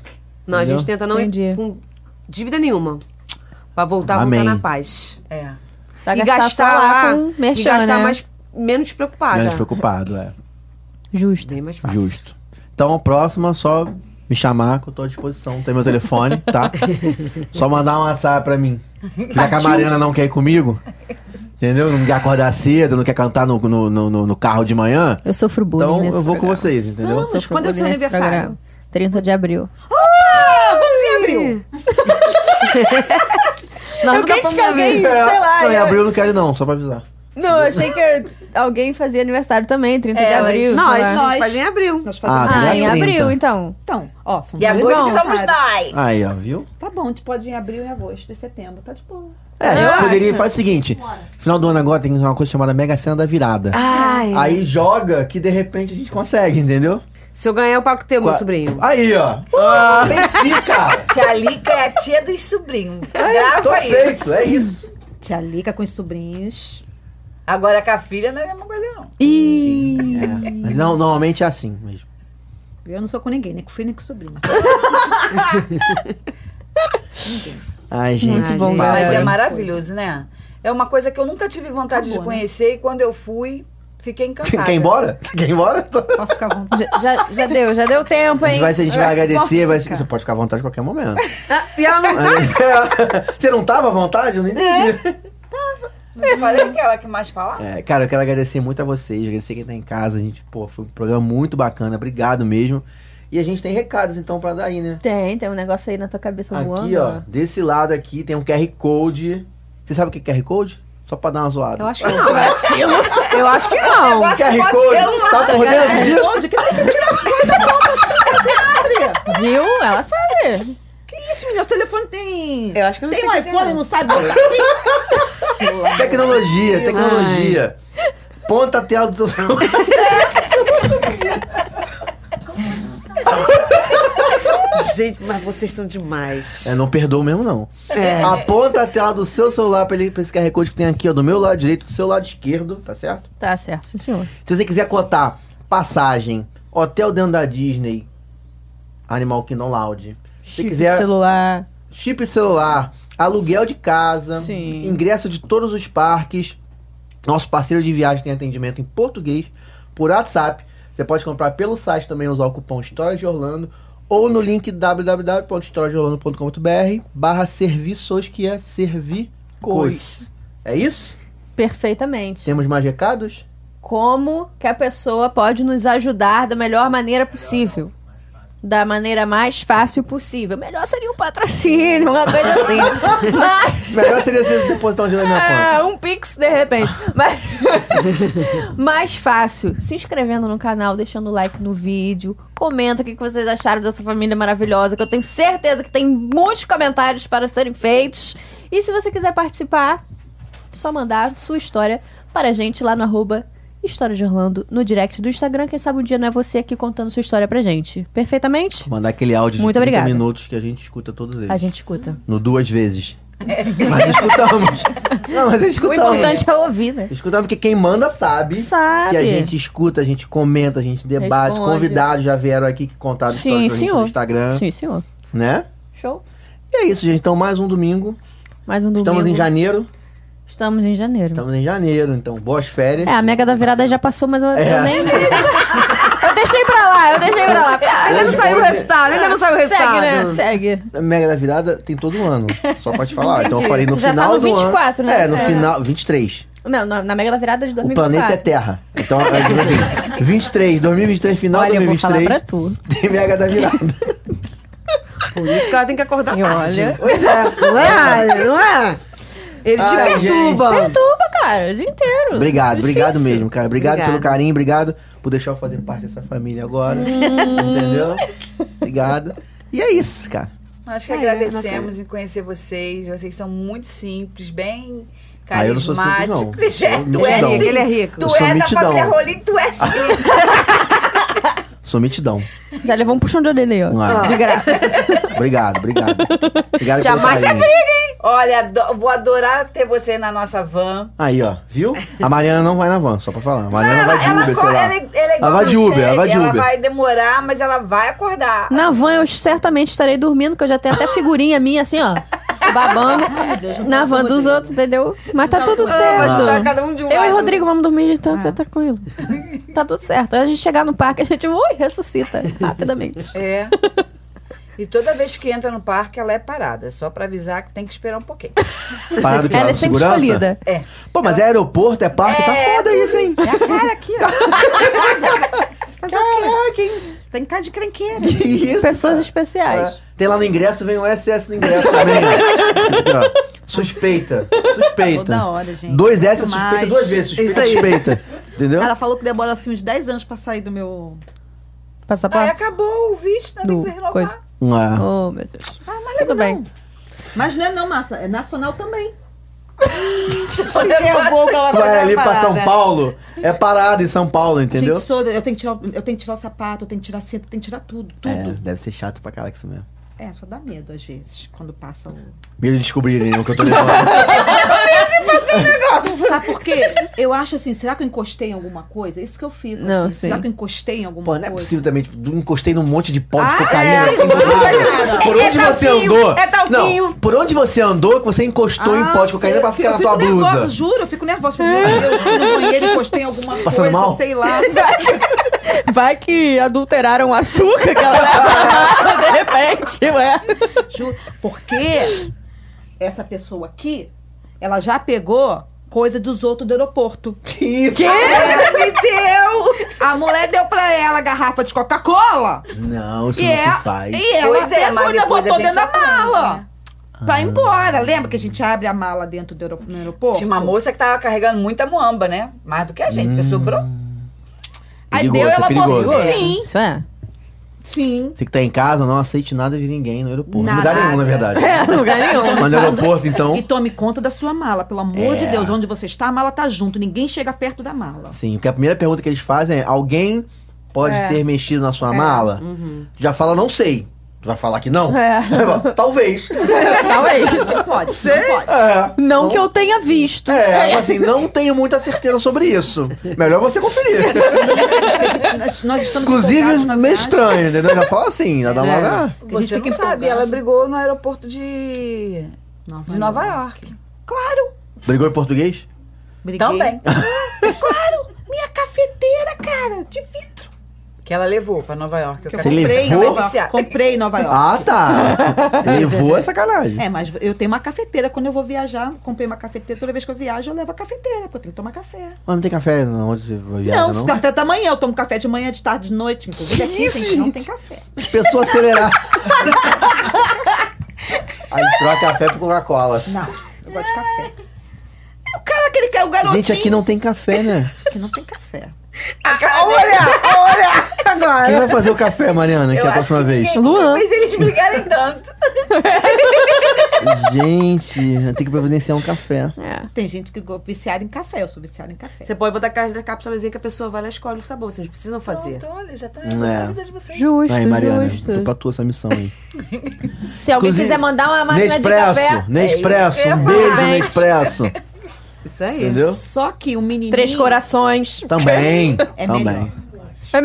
[SPEAKER 5] Não, a
[SPEAKER 2] Entendeu?
[SPEAKER 5] gente tenta não ir
[SPEAKER 1] Entendi.
[SPEAKER 5] com dívida nenhuma. Pra voltar,
[SPEAKER 2] Amém.
[SPEAKER 5] voltar na paz.
[SPEAKER 6] É.
[SPEAKER 1] Tá gastar só lá com merchan,
[SPEAKER 5] e gastar
[SPEAKER 1] né?
[SPEAKER 5] mais, menos
[SPEAKER 6] Ah,
[SPEAKER 5] preocupada.
[SPEAKER 6] tá.
[SPEAKER 2] Menos preocupado, é.
[SPEAKER 1] Justo.
[SPEAKER 5] Bem mais fácil.
[SPEAKER 2] Justo. Então, a próxima, só me chamar que eu tô à disposição. Tem meu telefone,
[SPEAKER 6] (laughs)
[SPEAKER 2] tá? só mandar um WhatsApp pra mim. Já que a Mariana não quer
[SPEAKER 6] (laughs)
[SPEAKER 2] ir comigo, entendeu? Não quer acordar cedo, não quer cantar no, no, no, no carro de manhã.
[SPEAKER 1] Eu sofro bullying.
[SPEAKER 2] Então,
[SPEAKER 1] nesse
[SPEAKER 2] eu vou com
[SPEAKER 1] programa.
[SPEAKER 2] vocês, entendeu?
[SPEAKER 1] Eu sofro
[SPEAKER 3] quando é o seu
[SPEAKER 1] bullying nesse
[SPEAKER 3] aniversário?
[SPEAKER 1] programa. 30 de abril. (laughs)
[SPEAKER 5] Não,
[SPEAKER 1] eu crente que alguém, sei lá.
[SPEAKER 2] É, Não, em
[SPEAKER 1] eu-
[SPEAKER 2] abril eu não quero não, só pra avisar.
[SPEAKER 1] Não, eu achei que eu- alguém fazia aniversário também, 30 de
[SPEAKER 6] É,
[SPEAKER 1] abril.
[SPEAKER 5] Não, a
[SPEAKER 1] sei
[SPEAKER 5] gente
[SPEAKER 1] lá.
[SPEAKER 5] faz em abril.
[SPEAKER 3] Nós fazemos.
[SPEAKER 2] Ah,
[SPEAKER 1] Ah, em
[SPEAKER 2] já é 30.
[SPEAKER 1] abril, então.
[SPEAKER 3] Então, ó, são
[SPEAKER 6] E
[SPEAKER 3] dois
[SPEAKER 6] agosto somos
[SPEAKER 3] aniversários.
[SPEAKER 6] nós.
[SPEAKER 2] Aí, ó, viu?
[SPEAKER 3] Tá bom, a gente pode ir em abril, em agosto, em setembro. Tá de boa.
[SPEAKER 2] É, a gente
[SPEAKER 1] Eu
[SPEAKER 2] poderia
[SPEAKER 1] acho.
[SPEAKER 2] fazer o seguinte. Final do ano agora tem uma coisa chamada Mega Sena da Virada.
[SPEAKER 5] Ai.
[SPEAKER 2] Aí joga que de repente a gente consegue, entendeu?
[SPEAKER 5] Se eu ganhar, eu pago teu, meu
[SPEAKER 2] Qua-
[SPEAKER 5] sobrinho.
[SPEAKER 2] Aí, ó. Ah,
[SPEAKER 6] Uh!
[SPEAKER 2] venci, cara.
[SPEAKER 6] Tia Lica é a tia dos
[SPEAKER 2] (laughs)
[SPEAKER 6] sobrinhos.
[SPEAKER 2] É,
[SPEAKER 6] (laughs)
[SPEAKER 2] tô
[SPEAKER 6] Grava isso.
[SPEAKER 2] feito, é isso.
[SPEAKER 3] Tia Lica com os sobrinhos.
[SPEAKER 6] Agora com a filha não é a mesma coisa, não.
[SPEAKER 2] Ih. mas não, normalmente é assim mesmo.
[SPEAKER 3] Eu não sou com ninguém, nem com filho, nem com sobrinho.
[SPEAKER 2] Ai, gente.
[SPEAKER 1] Muito bom, galera.
[SPEAKER 2] que
[SPEAKER 6] Mas
[SPEAKER 2] papo,
[SPEAKER 6] é
[SPEAKER 2] hein?
[SPEAKER 6] maravilhoso, né? É uma coisa que eu nunca tive
[SPEAKER 5] Tá
[SPEAKER 6] vontade de
[SPEAKER 3] Acabou, né?
[SPEAKER 6] conhecer e quando eu fui, fiquei encantada.
[SPEAKER 2] Quer ir embora? Quer ir embora?
[SPEAKER 3] Posso ficar à vontade.
[SPEAKER 1] Já, já- já deu, já deu tempo,
[SPEAKER 2] A gente
[SPEAKER 1] hein?
[SPEAKER 2] vai, a gente vai agradecer, vai,
[SPEAKER 3] ficar?
[SPEAKER 2] você pode ficar à vontade a qualquer momento. (laughs)
[SPEAKER 5] E ela não
[SPEAKER 2] Ah.
[SPEAKER 5] tá.
[SPEAKER 2] Você não tava à vontade? Eu não entendi.
[SPEAKER 6] Eu falei que ela que mais fala.
[SPEAKER 2] É, cara, eu quero agradecer muito a vocês, agradecer quem tá em casa. A gente, pô, foi um programa muito bacana, obrigado mesmo. E a gente tem recados então pra dar aí, né?
[SPEAKER 1] Tem, tem um negócio aí na tua cabeça
[SPEAKER 3] um
[SPEAKER 1] voando.
[SPEAKER 2] Aqui,
[SPEAKER 3] né?
[SPEAKER 2] ó, desse lado aqui tem um QR Code. Você sabe o que é QR Code? Só pra dar uma zoada.
[SPEAKER 3] Eu acho que
[SPEAKER 1] Não, é assim, eu-
[SPEAKER 5] tá Eu acho que não.
[SPEAKER 2] QR Code, tá por dentro disso?
[SPEAKER 3] Onde? Que eu tô sentindo as coisas boas assim,
[SPEAKER 1] Viu? Ela sabe.
[SPEAKER 3] (laughs) Que isso, menina? Os telefones tem.
[SPEAKER 5] Eu acho que eu não
[SPEAKER 3] Tem
[SPEAKER 5] sei
[SPEAKER 3] um
[SPEAKER 5] fazer,
[SPEAKER 3] iPhone e
[SPEAKER 5] não.
[SPEAKER 3] não sabe botar assim?
[SPEAKER 2] Tecnologia, tecnologia. Ponta a tela do teu
[SPEAKER 3] (laughs)
[SPEAKER 2] celular.
[SPEAKER 5] Gente, mas vocês são demais.
[SPEAKER 2] É, não perdoa mesmo, não.
[SPEAKER 5] É.
[SPEAKER 2] Aponta a tela do seu celular pra, ele, pra esse QR Code que tem aqui, ó, do meu lado direito, do seu lado esquerdo, tá certo?
[SPEAKER 1] Tá certo, sim, senhor.
[SPEAKER 2] Se você quiser cotar passagem, hotel dentro da Disney, Animal Kingdom Loud. Se
[SPEAKER 1] Chip de
[SPEAKER 2] quiser
[SPEAKER 1] celular.
[SPEAKER 2] chip de celular, aluguel de casa,
[SPEAKER 1] Sim.
[SPEAKER 2] ingresso de todos os parques. Nosso parceiro de viagem tem atendimento em português, por WhatsApp. Você pode comprar pelo site também, usar o cupom História de Orlando ou no link www.historiadeorlando.com.br barra serviços, que é servicos. É isso?
[SPEAKER 1] Perfeitamente.
[SPEAKER 2] Temos mais recados?
[SPEAKER 1] Como que a pessoa pode nos ajudar da melhor maneira possível? Da maneira mais fácil possível. Melhor seria um patrocínio, uma coisa assim.
[SPEAKER 2] (laughs)
[SPEAKER 1] Mas.
[SPEAKER 2] Melhor seria você depositar um dinheiro na minha conta.
[SPEAKER 1] É, um pix de
[SPEAKER 2] (laughs)
[SPEAKER 1] repente. Mas... (laughs) Mais fácil, se inscrevendo no canal, deixando o like no vídeo, comenta o que que vocês acharam dessa família maravilhosa, que eu tenho certeza que tem muitos comentários para serem feitos. E se você quiser participar, é só mandar sua história para a gente lá no arroba História de Orlando, no direct do Instagram. Quem sabe um dia não é você aqui contando sua história pra gente. Perfeitamente?
[SPEAKER 2] Mandar aquele áudio
[SPEAKER 1] Muito
[SPEAKER 2] de 30
[SPEAKER 1] obrigada.
[SPEAKER 2] minutos que a gente escuta todos eles.
[SPEAKER 1] A gente escuta.
[SPEAKER 2] No duas vezes. Mas
[SPEAKER 1] (laughs)
[SPEAKER 2] escutamos. Não, mas
[SPEAKER 1] O
[SPEAKER 2] escutamos.
[SPEAKER 1] importante é ouvir, né?
[SPEAKER 2] Escutamos porque quem manda sabe,
[SPEAKER 1] Sabe.
[SPEAKER 2] que a gente escuta, a gente comenta, a gente debate.
[SPEAKER 1] Responde.
[SPEAKER 2] Convidados já vieram aqui que contaram
[SPEAKER 1] Sim,
[SPEAKER 2] histórias pra gente
[SPEAKER 1] senhor.
[SPEAKER 2] no Instagram,
[SPEAKER 1] Sim, senhor.
[SPEAKER 2] né?
[SPEAKER 1] Show.
[SPEAKER 2] E é isso, gente. Então, mais um domingo.
[SPEAKER 1] Mais um domingo.
[SPEAKER 2] Estamos em janeiro.
[SPEAKER 1] Estamos em janeiro.
[SPEAKER 2] Estamos em janeiro, então boas férias.
[SPEAKER 1] É, a mega da virada já passou, mas eu,
[SPEAKER 2] É.
[SPEAKER 1] eu nem.
[SPEAKER 2] (laughs)
[SPEAKER 1] eu deixei pra lá, eu deixei pra lá.
[SPEAKER 5] Ainda não saiu o resultado, ainda não saiu
[SPEAKER 2] Ah,
[SPEAKER 5] o resultado.
[SPEAKER 1] Segue, né? Segue.
[SPEAKER 2] A Mega da Virada tem todo um ano, só
[SPEAKER 1] (laughs)
[SPEAKER 2] pra te falar. Então eu falei no
[SPEAKER 1] Você já tá
[SPEAKER 2] final
[SPEAKER 1] no
[SPEAKER 2] do ano-
[SPEAKER 1] 24, né?
[SPEAKER 2] É, no
[SPEAKER 1] É.
[SPEAKER 2] final, 23.
[SPEAKER 1] Não, na, na mega da virada de
[SPEAKER 2] O planeta é
[SPEAKER 1] 2024.
[SPEAKER 2] Terra. Então, é, tipo assim, 23, 2023, final de
[SPEAKER 1] Olha, eu vou falar
[SPEAKER 2] 2023.
[SPEAKER 1] pra tu.
[SPEAKER 2] Tem Mega da Virada.
[SPEAKER 5] É, Por isso que ela tem que acordar
[SPEAKER 1] E
[SPEAKER 5] tarde.
[SPEAKER 1] olha.
[SPEAKER 2] Pois é.
[SPEAKER 5] Não é? Não é? Eles te
[SPEAKER 2] Ai,
[SPEAKER 5] perturbam.
[SPEAKER 1] Perturba, É cara, o dia inteiro. É
[SPEAKER 2] Obrigado, obrigado
[SPEAKER 1] Difícil.
[SPEAKER 2] mesmo, cara. Obrigado,
[SPEAKER 5] Obrigada.
[SPEAKER 2] pelo carinho, obrigado por deixar eu fazer parte dessa família
[SPEAKER 6] Hum.
[SPEAKER 2] agora. Entendeu? Obrigado. E é isso, cara.
[SPEAKER 6] Acho que agradecemos em conhecer vocês. Vocês são muito simples, bem
[SPEAKER 2] Ah, eu não sou simples, não.
[SPEAKER 6] carismáticos. (laughs)
[SPEAKER 2] Eu sou
[SPEAKER 6] tu é,
[SPEAKER 2] mitidão.
[SPEAKER 6] sim.
[SPEAKER 5] Ele é rico.
[SPEAKER 2] Eu
[SPEAKER 6] Tu
[SPEAKER 2] sou
[SPEAKER 6] é da
[SPEAKER 2] mitidão.
[SPEAKER 6] família Rolim, tu
[SPEAKER 2] (laughs)
[SPEAKER 6] é sim.
[SPEAKER 2] Sou mitidão.
[SPEAKER 1] Já levou um puxão de orelha aí, ó.
[SPEAKER 2] Não
[SPEAKER 6] Ah,
[SPEAKER 2] é?
[SPEAKER 5] De graça.
[SPEAKER 2] Obrigado, obrigado. Obrigado
[SPEAKER 5] Jamais
[SPEAKER 2] pelo
[SPEAKER 5] é
[SPEAKER 2] carinho.
[SPEAKER 6] Olha, ado- vou adorar ter você na nossa van.
[SPEAKER 2] Aí, ó, viu? A Mariana não vai na van, só pra falar. A Mariana vai de Uber, sei
[SPEAKER 6] acorda-
[SPEAKER 2] lá.
[SPEAKER 6] ela, é- ela é
[SPEAKER 2] vai de Uber, ela vai de
[SPEAKER 6] ela
[SPEAKER 2] Uber.
[SPEAKER 6] vai demorar, mas ela vai acordar.
[SPEAKER 1] Na van eu certamente estarei dormindo, que eu já tenho até figurinha minha assim, ó. Babando. na van dos outros, entendeu? Mas tá tudo
[SPEAKER 5] Mas
[SPEAKER 1] certo.
[SPEAKER 5] tá cada um de um
[SPEAKER 1] Eu e
[SPEAKER 5] lado. Ah.
[SPEAKER 1] Rodrigo vamos dormir de tanto, você tá tranquilo. Tá tudo certo. Aí a gente chegar no parque, a gente ui, ressuscita
[SPEAKER 5] (laughs)
[SPEAKER 1] rapidamente.
[SPEAKER 2] (laughs)
[SPEAKER 6] É. E toda vez que entra no parque, ela é parada. Só pra avisar que tem que esperar um
[SPEAKER 2] (laughs)
[SPEAKER 6] pouquinho.
[SPEAKER 2] Parado que
[SPEAKER 1] Ela
[SPEAKER 2] lá
[SPEAKER 1] é
[SPEAKER 2] no
[SPEAKER 1] sempre
[SPEAKER 2] segurança?
[SPEAKER 1] escolhida.
[SPEAKER 6] É.
[SPEAKER 2] Pô, mas é aeroporto, é parque, tá foda isso, hein? (laughs)
[SPEAKER 3] É a cara aqui, (laughs) ó. Fazer o quê? Tem cara de crenqueira.
[SPEAKER 2] Que isso?
[SPEAKER 1] Pessoas
[SPEAKER 3] É
[SPEAKER 1] especiais.
[SPEAKER 2] Ah, Tem lá no ingresso, vem o SS no ingresso também. ó. Ó, suspeita, suspeita.
[SPEAKER 3] Toda hora, gente.
[SPEAKER 2] Dois S é
[SPEAKER 3] Muito
[SPEAKER 2] suspeita
[SPEAKER 3] mais.
[SPEAKER 2] duas vezes, suspeita,
[SPEAKER 5] Isso aí.
[SPEAKER 2] suspeita. Entendeu?
[SPEAKER 3] Ela falou que demora assim uns 10 anos pra sair do meu.
[SPEAKER 5] É.
[SPEAKER 6] Aí
[SPEAKER 1] Passaporte?
[SPEAKER 6] acabou o visto, né? Tem
[SPEAKER 1] Do
[SPEAKER 6] que renovar.
[SPEAKER 1] coisa.
[SPEAKER 2] É.
[SPEAKER 1] Oh, meu Deus.
[SPEAKER 3] Ah, mas
[SPEAKER 1] Tudo bem.
[SPEAKER 3] Mas não é não, massa. É nacional (laughs) também.
[SPEAKER 5] Eu vou que ela vai
[SPEAKER 2] Vai é ali
[SPEAKER 5] pra
[SPEAKER 2] pra São
[SPEAKER 5] parada.
[SPEAKER 2] Paulo, é parada em São Paulo, entendeu?
[SPEAKER 3] Gente, sou, eu, tenho que tirar, o- eu tenho que tirar o sapato, eu tenho que tirar a cinta, eu tenho que tirar tudo,
[SPEAKER 2] É,
[SPEAKER 3] tudo.
[SPEAKER 2] deve ser chato pra caraca isso mesmo.
[SPEAKER 3] É. só dá medo às vezes, quando passa um. o.
[SPEAKER 2] Medo de descobrirem né, o que eu tô
[SPEAKER 3] (laughs)
[SPEAKER 2] levando.
[SPEAKER 3] Sabe por quê? Eu acho assim, será que eu encostei em alguma coisa? Isso que eu fico.
[SPEAKER 1] Não,
[SPEAKER 3] assim,
[SPEAKER 1] sim.
[SPEAKER 3] Será que eu encostei em alguma
[SPEAKER 2] Pô,
[SPEAKER 3] coisa?
[SPEAKER 2] não é possível também. Tipo, encostei num monte de pó de
[SPEAKER 3] Ah,
[SPEAKER 2] cocaína
[SPEAKER 3] é,
[SPEAKER 2] assim do
[SPEAKER 3] mano,
[SPEAKER 2] nada.
[SPEAKER 3] cara.
[SPEAKER 2] Por
[SPEAKER 5] É
[SPEAKER 2] onde você
[SPEAKER 5] talquinho,
[SPEAKER 2] andou?
[SPEAKER 5] é talquinho.
[SPEAKER 2] Não, por onde você andou que você encostou em pó de cocaína pra ficar na tua
[SPEAKER 3] Ah, Eu fico nervosa,
[SPEAKER 2] blusa?
[SPEAKER 3] juro, eu fico nervosa. Fico, meu Deus, fui no
[SPEAKER 2] (laughs)
[SPEAKER 3] banheiro, encostei em alguma
[SPEAKER 2] Passando
[SPEAKER 3] coisa,
[SPEAKER 2] mal?
[SPEAKER 3] sei lá.
[SPEAKER 1] Vai que adulteraram o açúcar que ela leva (laughs) de repente, ué.
[SPEAKER 3] Ju- Porque essa pessoa aqui, ela já pegou coisa dos outros do aeroporto.
[SPEAKER 2] Que isso?
[SPEAKER 3] Ela É, me deu! A mulher deu pra ela a garrafa de Coca-Cola.
[SPEAKER 2] Não, isso
[SPEAKER 3] E,
[SPEAKER 2] não
[SPEAKER 3] é-
[SPEAKER 2] se faz.
[SPEAKER 3] e ela
[SPEAKER 6] Pois é,
[SPEAKER 3] pegou
[SPEAKER 6] mas
[SPEAKER 3] e ainda
[SPEAKER 6] depois a
[SPEAKER 3] botou
[SPEAKER 6] gente
[SPEAKER 3] dentro da
[SPEAKER 6] aprende,
[SPEAKER 3] mala.
[SPEAKER 6] né?
[SPEAKER 3] Pra ir
[SPEAKER 2] Ah.
[SPEAKER 3] embora. Lembra que a gente abre a mala dentro do aerop- no aeroporto?
[SPEAKER 6] Tinha uma moça que tava carregando muita muamba, né? Mais do que a gente, porque
[SPEAKER 2] Hum.
[SPEAKER 6] sobrou.
[SPEAKER 3] Aí
[SPEAKER 2] Perigoso,
[SPEAKER 3] deu, ela
[SPEAKER 2] é perigoso.
[SPEAKER 3] botou. Sim,
[SPEAKER 1] Isso é.
[SPEAKER 3] sim.
[SPEAKER 2] Você que tá em casa, não aceite nada de ninguém no aeroporto. Não dá
[SPEAKER 3] Nada.
[SPEAKER 2] nenhum, na verdade.
[SPEAKER 1] É, lugar nenhum.
[SPEAKER 2] Mas no aeroporto, então.
[SPEAKER 3] E tome conta da sua mala, pelo amor
[SPEAKER 2] É.
[SPEAKER 3] de Deus. Onde você está, a mala tá junto. Ninguém chega perto da mala.
[SPEAKER 2] Sim, porque a primeira pergunta que eles fazem é: alguém pode ter mexido na sua mala? Já fala, não sei. Tu vai falar que não?
[SPEAKER 1] É.
[SPEAKER 2] (laughs) Aí fala, Talvez.
[SPEAKER 1] Talvez.
[SPEAKER 3] Não pode, não pode.
[SPEAKER 2] É.
[SPEAKER 1] Não que eu tenha visto.
[SPEAKER 2] É, mas assim, não tenho muita certeza sobre isso. Melhor você conferir.
[SPEAKER 3] Nós, nós estamos empolgados,
[SPEAKER 2] Inclusive,
[SPEAKER 3] na
[SPEAKER 2] meio
[SPEAKER 3] verdade.
[SPEAKER 2] estranho, entendeu? Já fala assim, já dá logo. ah,
[SPEAKER 3] A gente
[SPEAKER 6] Você
[SPEAKER 3] fica
[SPEAKER 6] não sabe,
[SPEAKER 3] empolgada.
[SPEAKER 6] ela brigou no aeroporto de Nova, de Nova York. Claro.
[SPEAKER 2] Brigou em português?
[SPEAKER 3] Briguei.
[SPEAKER 6] Também.
[SPEAKER 3] Claro, minha cafeteira, cara, de vidro.
[SPEAKER 6] Que ela levou pra Nova York. Eu
[SPEAKER 2] Você
[SPEAKER 6] quero-
[SPEAKER 2] levou?
[SPEAKER 3] Comprei em Nova York.
[SPEAKER 6] Viciada.
[SPEAKER 3] Comprei em Nova York.
[SPEAKER 2] Ah, tá. Levou é sacanagem.
[SPEAKER 3] É, mas eu tenho uma cafeteira. Quando eu vou viajar, comprei uma cafeteira. Toda vez que eu viajo, eu levo a cafeteira, porque eu tenho que tomar café.
[SPEAKER 2] Mas não tem café não, onde você viaja,
[SPEAKER 3] não,
[SPEAKER 2] não?
[SPEAKER 3] café da manhã. Eu tomo café de manhã, de tarde, de noite. Inclusive aqui
[SPEAKER 2] isso,
[SPEAKER 3] gente, não
[SPEAKER 2] gente?
[SPEAKER 3] tem café.
[SPEAKER 2] Pessoa acelerada. Aí troca café por Coca-Cola.
[SPEAKER 3] Não, eu gosto de café. Aí O cara, aquele que é o garotinho
[SPEAKER 2] Gente, aqui não tem café, né?
[SPEAKER 3] que não tem café.
[SPEAKER 5] Olha, olha agora.
[SPEAKER 2] Quem vai fazer o café, Mariana, aqui
[SPEAKER 6] Eu
[SPEAKER 2] a
[SPEAKER 6] acho
[SPEAKER 2] próxima
[SPEAKER 6] que
[SPEAKER 2] vez?
[SPEAKER 6] ninguém-
[SPEAKER 1] Luan.
[SPEAKER 6] Talvez eles brigarem tanto.
[SPEAKER 2] Gente, tem que providenciar um café.
[SPEAKER 1] É.
[SPEAKER 3] Tem gente que go- viciada em café. Eu sou viciada em café.
[SPEAKER 5] Você pode botar aquela cápsulazinha que a pessoa vai lá e escolhe o sabor. Vocês precisam fazer.
[SPEAKER 6] Pronto, olha, já tá
[SPEAKER 2] É.
[SPEAKER 6] resolvida a vida de vocês.
[SPEAKER 1] Justo,
[SPEAKER 2] Aí, Mariana,
[SPEAKER 1] justo.
[SPEAKER 2] tô pra tua essa missão aí.
[SPEAKER 1] Se alguém
[SPEAKER 2] Inclusive,
[SPEAKER 1] quiser mandar uma máquina de
[SPEAKER 2] Nespresso,
[SPEAKER 1] café-
[SPEAKER 2] Nespresso,
[SPEAKER 4] É isso que eu ia
[SPEAKER 2] um
[SPEAKER 4] falar.
[SPEAKER 2] beijo,
[SPEAKER 1] Parabéns.
[SPEAKER 2] Nespresso.
[SPEAKER 5] Isso aí.
[SPEAKER 2] Entendeu?
[SPEAKER 3] Só que o menininho...
[SPEAKER 1] Três corações.
[SPEAKER 2] Também,
[SPEAKER 3] É melhor.
[SPEAKER 2] também.
[SPEAKER 1] É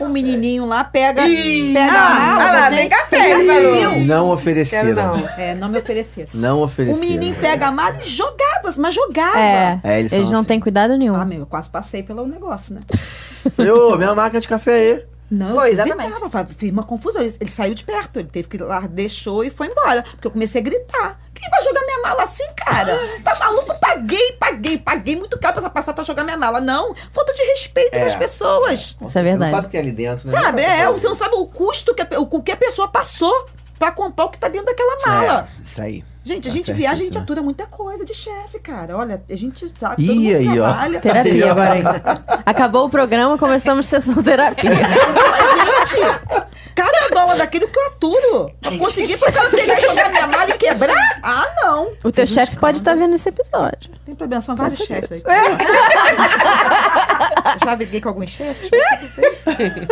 [SPEAKER 3] O um menininho lá pega...
[SPEAKER 4] Ah,
[SPEAKER 3] pega a
[SPEAKER 4] ah
[SPEAKER 3] mala,
[SPEAKER 4] lá,
[SPEAKER 3] gente.
[SPEAKER 4] tem café, ele falou.
[SPEAKER 2] Não ofereceram.
[SPEAKER 5] Quero não.
[SPEAKER 3] É, não me ofereceram.
[SPEAKER 2] Não ofereceram.
[SPEAKER 3] O menininho pega a mala e jogava, mas jogava.
[SPEAKER 1] É.
[SPEAKER 2] É, eles
[SPEAKER 1] eles
[SPEAKER 2] são
[SPEAKER 1] não
[SPEAKER 2] assim.
[SPEAKER 1] têm cuidado nenhum.
[SPEAKER 3] Ah, meu, eu quase passei pelo negócio, né?
[SPEAKER 2] Ô, minha máquina de café é aí.
[SPEAKER 3] Não,
[SPEAKER 4] Foi,
[SPEAKER 3] eu
[SPEAKER 4] exatamente.
[SPEAKER 3] gritava, fiz uma confusão. Ele, ele saiu de perto, ele teve que ir lá, deixou e foi embora. Porque eu comecei a gritar. Quem vai jogar minha mala assim, cara? Tá maluco? Paguei, paguei, paguei muito caro pra passar pra jogar minha mala. Não, falta de respeito
[SPEAKER 2] É.
[SPEAKER 3] com as pessoas.
[SPEAKER 1] Isso é verdade.
[SPEAKER 2] Não sabe o que é ali dentro, né?
[SPEAKER 3] Sabe? É,
[SPEAKER 2] o
[SPEAKER 3] você não sabe o custo que a, pe- o que a pessoa passou pra comprar o que tá dentro daquela mala.
[SPEAKER 2] Isso aí.
[SPEAKER 3] Gente,
[SPEAKER 2] É. Tá
[SPEAKER 3] a gente
[SPEAKER 2] certo
[SPEAKER 3] viaja, a
[SPEAKER 2] isso,
[SPEAKER 3] gente
[SPEAKER 2] né?
[SPEAKER 3] atura muita coisa de chefe, cara. Olha, a gente sabe. todo
[SPEAKER 2] Ih,
[SPEAKER 3] mundo
[SPEAKER 2] aí, ó.
[SPEAKER 3] trabalha.
[SPEAKER 1] Terapia agora aí. Acabou o programa, começamos (laughs) sessão terapia.
[SPEAKER 3] Mas, gente, cada dólar daquele que eu aturo. Pra conseguir por causa dele vai jogar minha mala e quebrar? Ah, não.
[SPEAKER 1] O teu chefe pode estar vendo esse episódio.
[SPEAKER 3] Tem problema, são vários chefes aí.
[SPEAKER 2] É.
[SPEAKER 3] Já briguei com alguns chefes.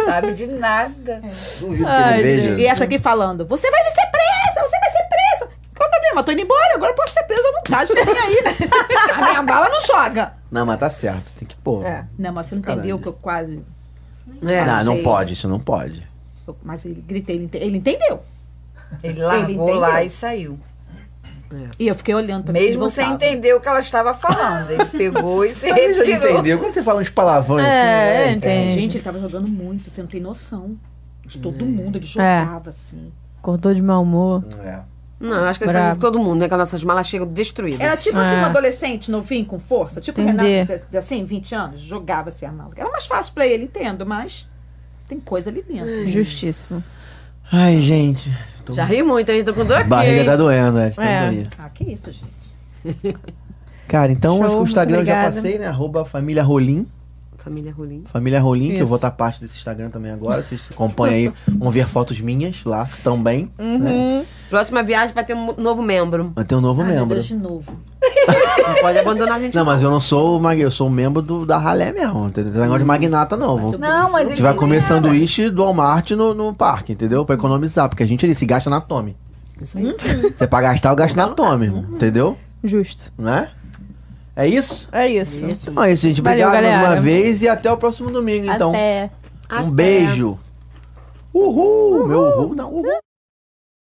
[SPEAKER 4] Sabe de nada.
[SPEAKER 6] É.
[SPEAKER 2] Duvido que ele veja.
[SPEAKER 3] E essa aqui falando: você vai ser presa, você vai ser presa. Qual o problema? Eu tô indo embora, agora eu posso ser presa à vontade, não tem aí. A minha bala não joga.
[SPEAKER 2] Não, mas tá certo. Tem que pôr.
[SPEAKER 1] É.
[SPEAKER 3] Não, mas você não entendeu que eu quase.
[SPEAKER 5] É.
[SPEAKER 2] Não, Ah, não
[SPEAKER 3] sei.
[SPEAKER 2] pode, isso não pode.
[SPEAKER 3] eu- Mas ele gritei, ele, ente- ele entendeu.
[SPEAKER 4] Ele largou
[SPEAKER 3] entendeu.
[SPEAKER 4] lá e saiu.
[SPEAKER 3] E eu fiquei olhando pra
[SPEAKER 4] Mesmo
[SPEAKER 3] ele.
[SPEAKER 4] sem entender o que ela estava falando. Ele pegou
[SPEAKER 6] (laughs)
[SPEAKER 4] e se
[SPEAKER 2] Mas ele
[SPEAKER 4] retirou.
[SPEAKER 2] entendeu. Quando você fala uns palavrões
[SPEAKER 1] É,
[SPEAKER 2] assim, né?
[SPEAKER 1] entende.
[SPEAKER 3] Gente, ele tava jogando muito, você não tem noção. De
[SPEAKER 4] É.
[SPEAKER 3] todo mundo, ele jogava assim.
[SPEAKER 1] Acordou de mau humor.
[SPEAKER 2] É.
[SPEAKER 5] Não, acho que ele
[SPEAKER 1] Bravo.
[SPEAKER 5] faz isso com todo mundo, né? Que as nossas malas chegam destruídas.
[SPEAKER 3] Era tipo assim,
[SPEAKER 1] É.
[SPEAKER 3] um adolescente novinho com força, tipo o Renato,
[SPEAKER 1] Entendi.
[SPEAKER 3] dezesse- assim, 20 anos, jogava se a mala. Era mais fácil pra ele, entendo, mas tem coisa ali dentro.
[SPEAKER 1] Justíssimo.
[SPEAKER 2] Ai, gente. Tô...
[SPEAKER 5] Já ri muito, a gente tá com dor aqui.
[SPEAKER 2] Barriga
[SPEAKER 5] hein?
[SPEAKER 2] tá doendo, é. de tanto
[SPEAKER 1] É.
[SPEAKER 2] rir.
[SPEAKER 3] Ah, que isso, gente.
[SPEAKER 2] Cara, então
[SPEAKER 1] Show,
[SPEAKER 2] acho que o
[SPEAKER 1] muito
[SPEAKER 2] Instagram eu já
[SPEAKER 1] obrigada.
[SPEAKER 2] passei, né? Arroba família Rolim.
[SPEAKER 5] Família Rolim.
[SPEAKER 2] Família Rolim, que
[SPEAKER 1] Isso.
[SPEAKER 2] eu vou estar parte desse Instagram também agora. Vocês acompanham aí, vão ver fotos minhas lá também. Né?
[SPEAKER 5] Próxima viagem vai ter um novo membro.
[SPEAKER 2] Vai ter um novo
[SPEAKER 3] Ai, meu
[SPEAKER 2] membro.
[SPEAKER 3] Deus, de novo.
[SPEAKER 5] Não pode abandonar (laughs) a gente.
[SPEAKER 2] Não, mas eu não sou o mag... eu sou um membro do, da ralé mesmo, entendeu? Não tem negócio de magnata, não. Vamos-
[SPEAKER 4] Não, mas
[SPEAKER 2] a
[SPEAKER 6] Tipo,
[SPEAKER 4] ele
[SPEAKER 2] gente vai
[SPEAKER 4] não
[SPEAKER 2] comer
[SPEAKER 4] era.
[SPEAKER 2] sanduíche do Walmart no, no parque, entendeu? Pra economizar, porque a gente ali se gasta na Tome.
[SPEAKER 5] Isso
[SPEAKER 2] (laughs)
[SPEAKER 5] aí.
[SPEAKER 2] Você pra gastar, eu gasto na Tome, irmão, entendeu?
[SPEAKER 1] Justo.
[SPEAKER 2] Né? É isso?
[SPEAKER 1] É isso.
[SPEAKER 2] Então é isso, gente.
[SPEAKER 1] Valeu,
[SPEAKER 2] Obrigado mais uma
[SPEAKER 1] galera.
[SPEAKER 2] vez e até o então. próximo domingo, então.
[SPEAKER 1] Até.
[SPEAKER 2] Um beijo. Uhul! Meu uhul, não, uhul.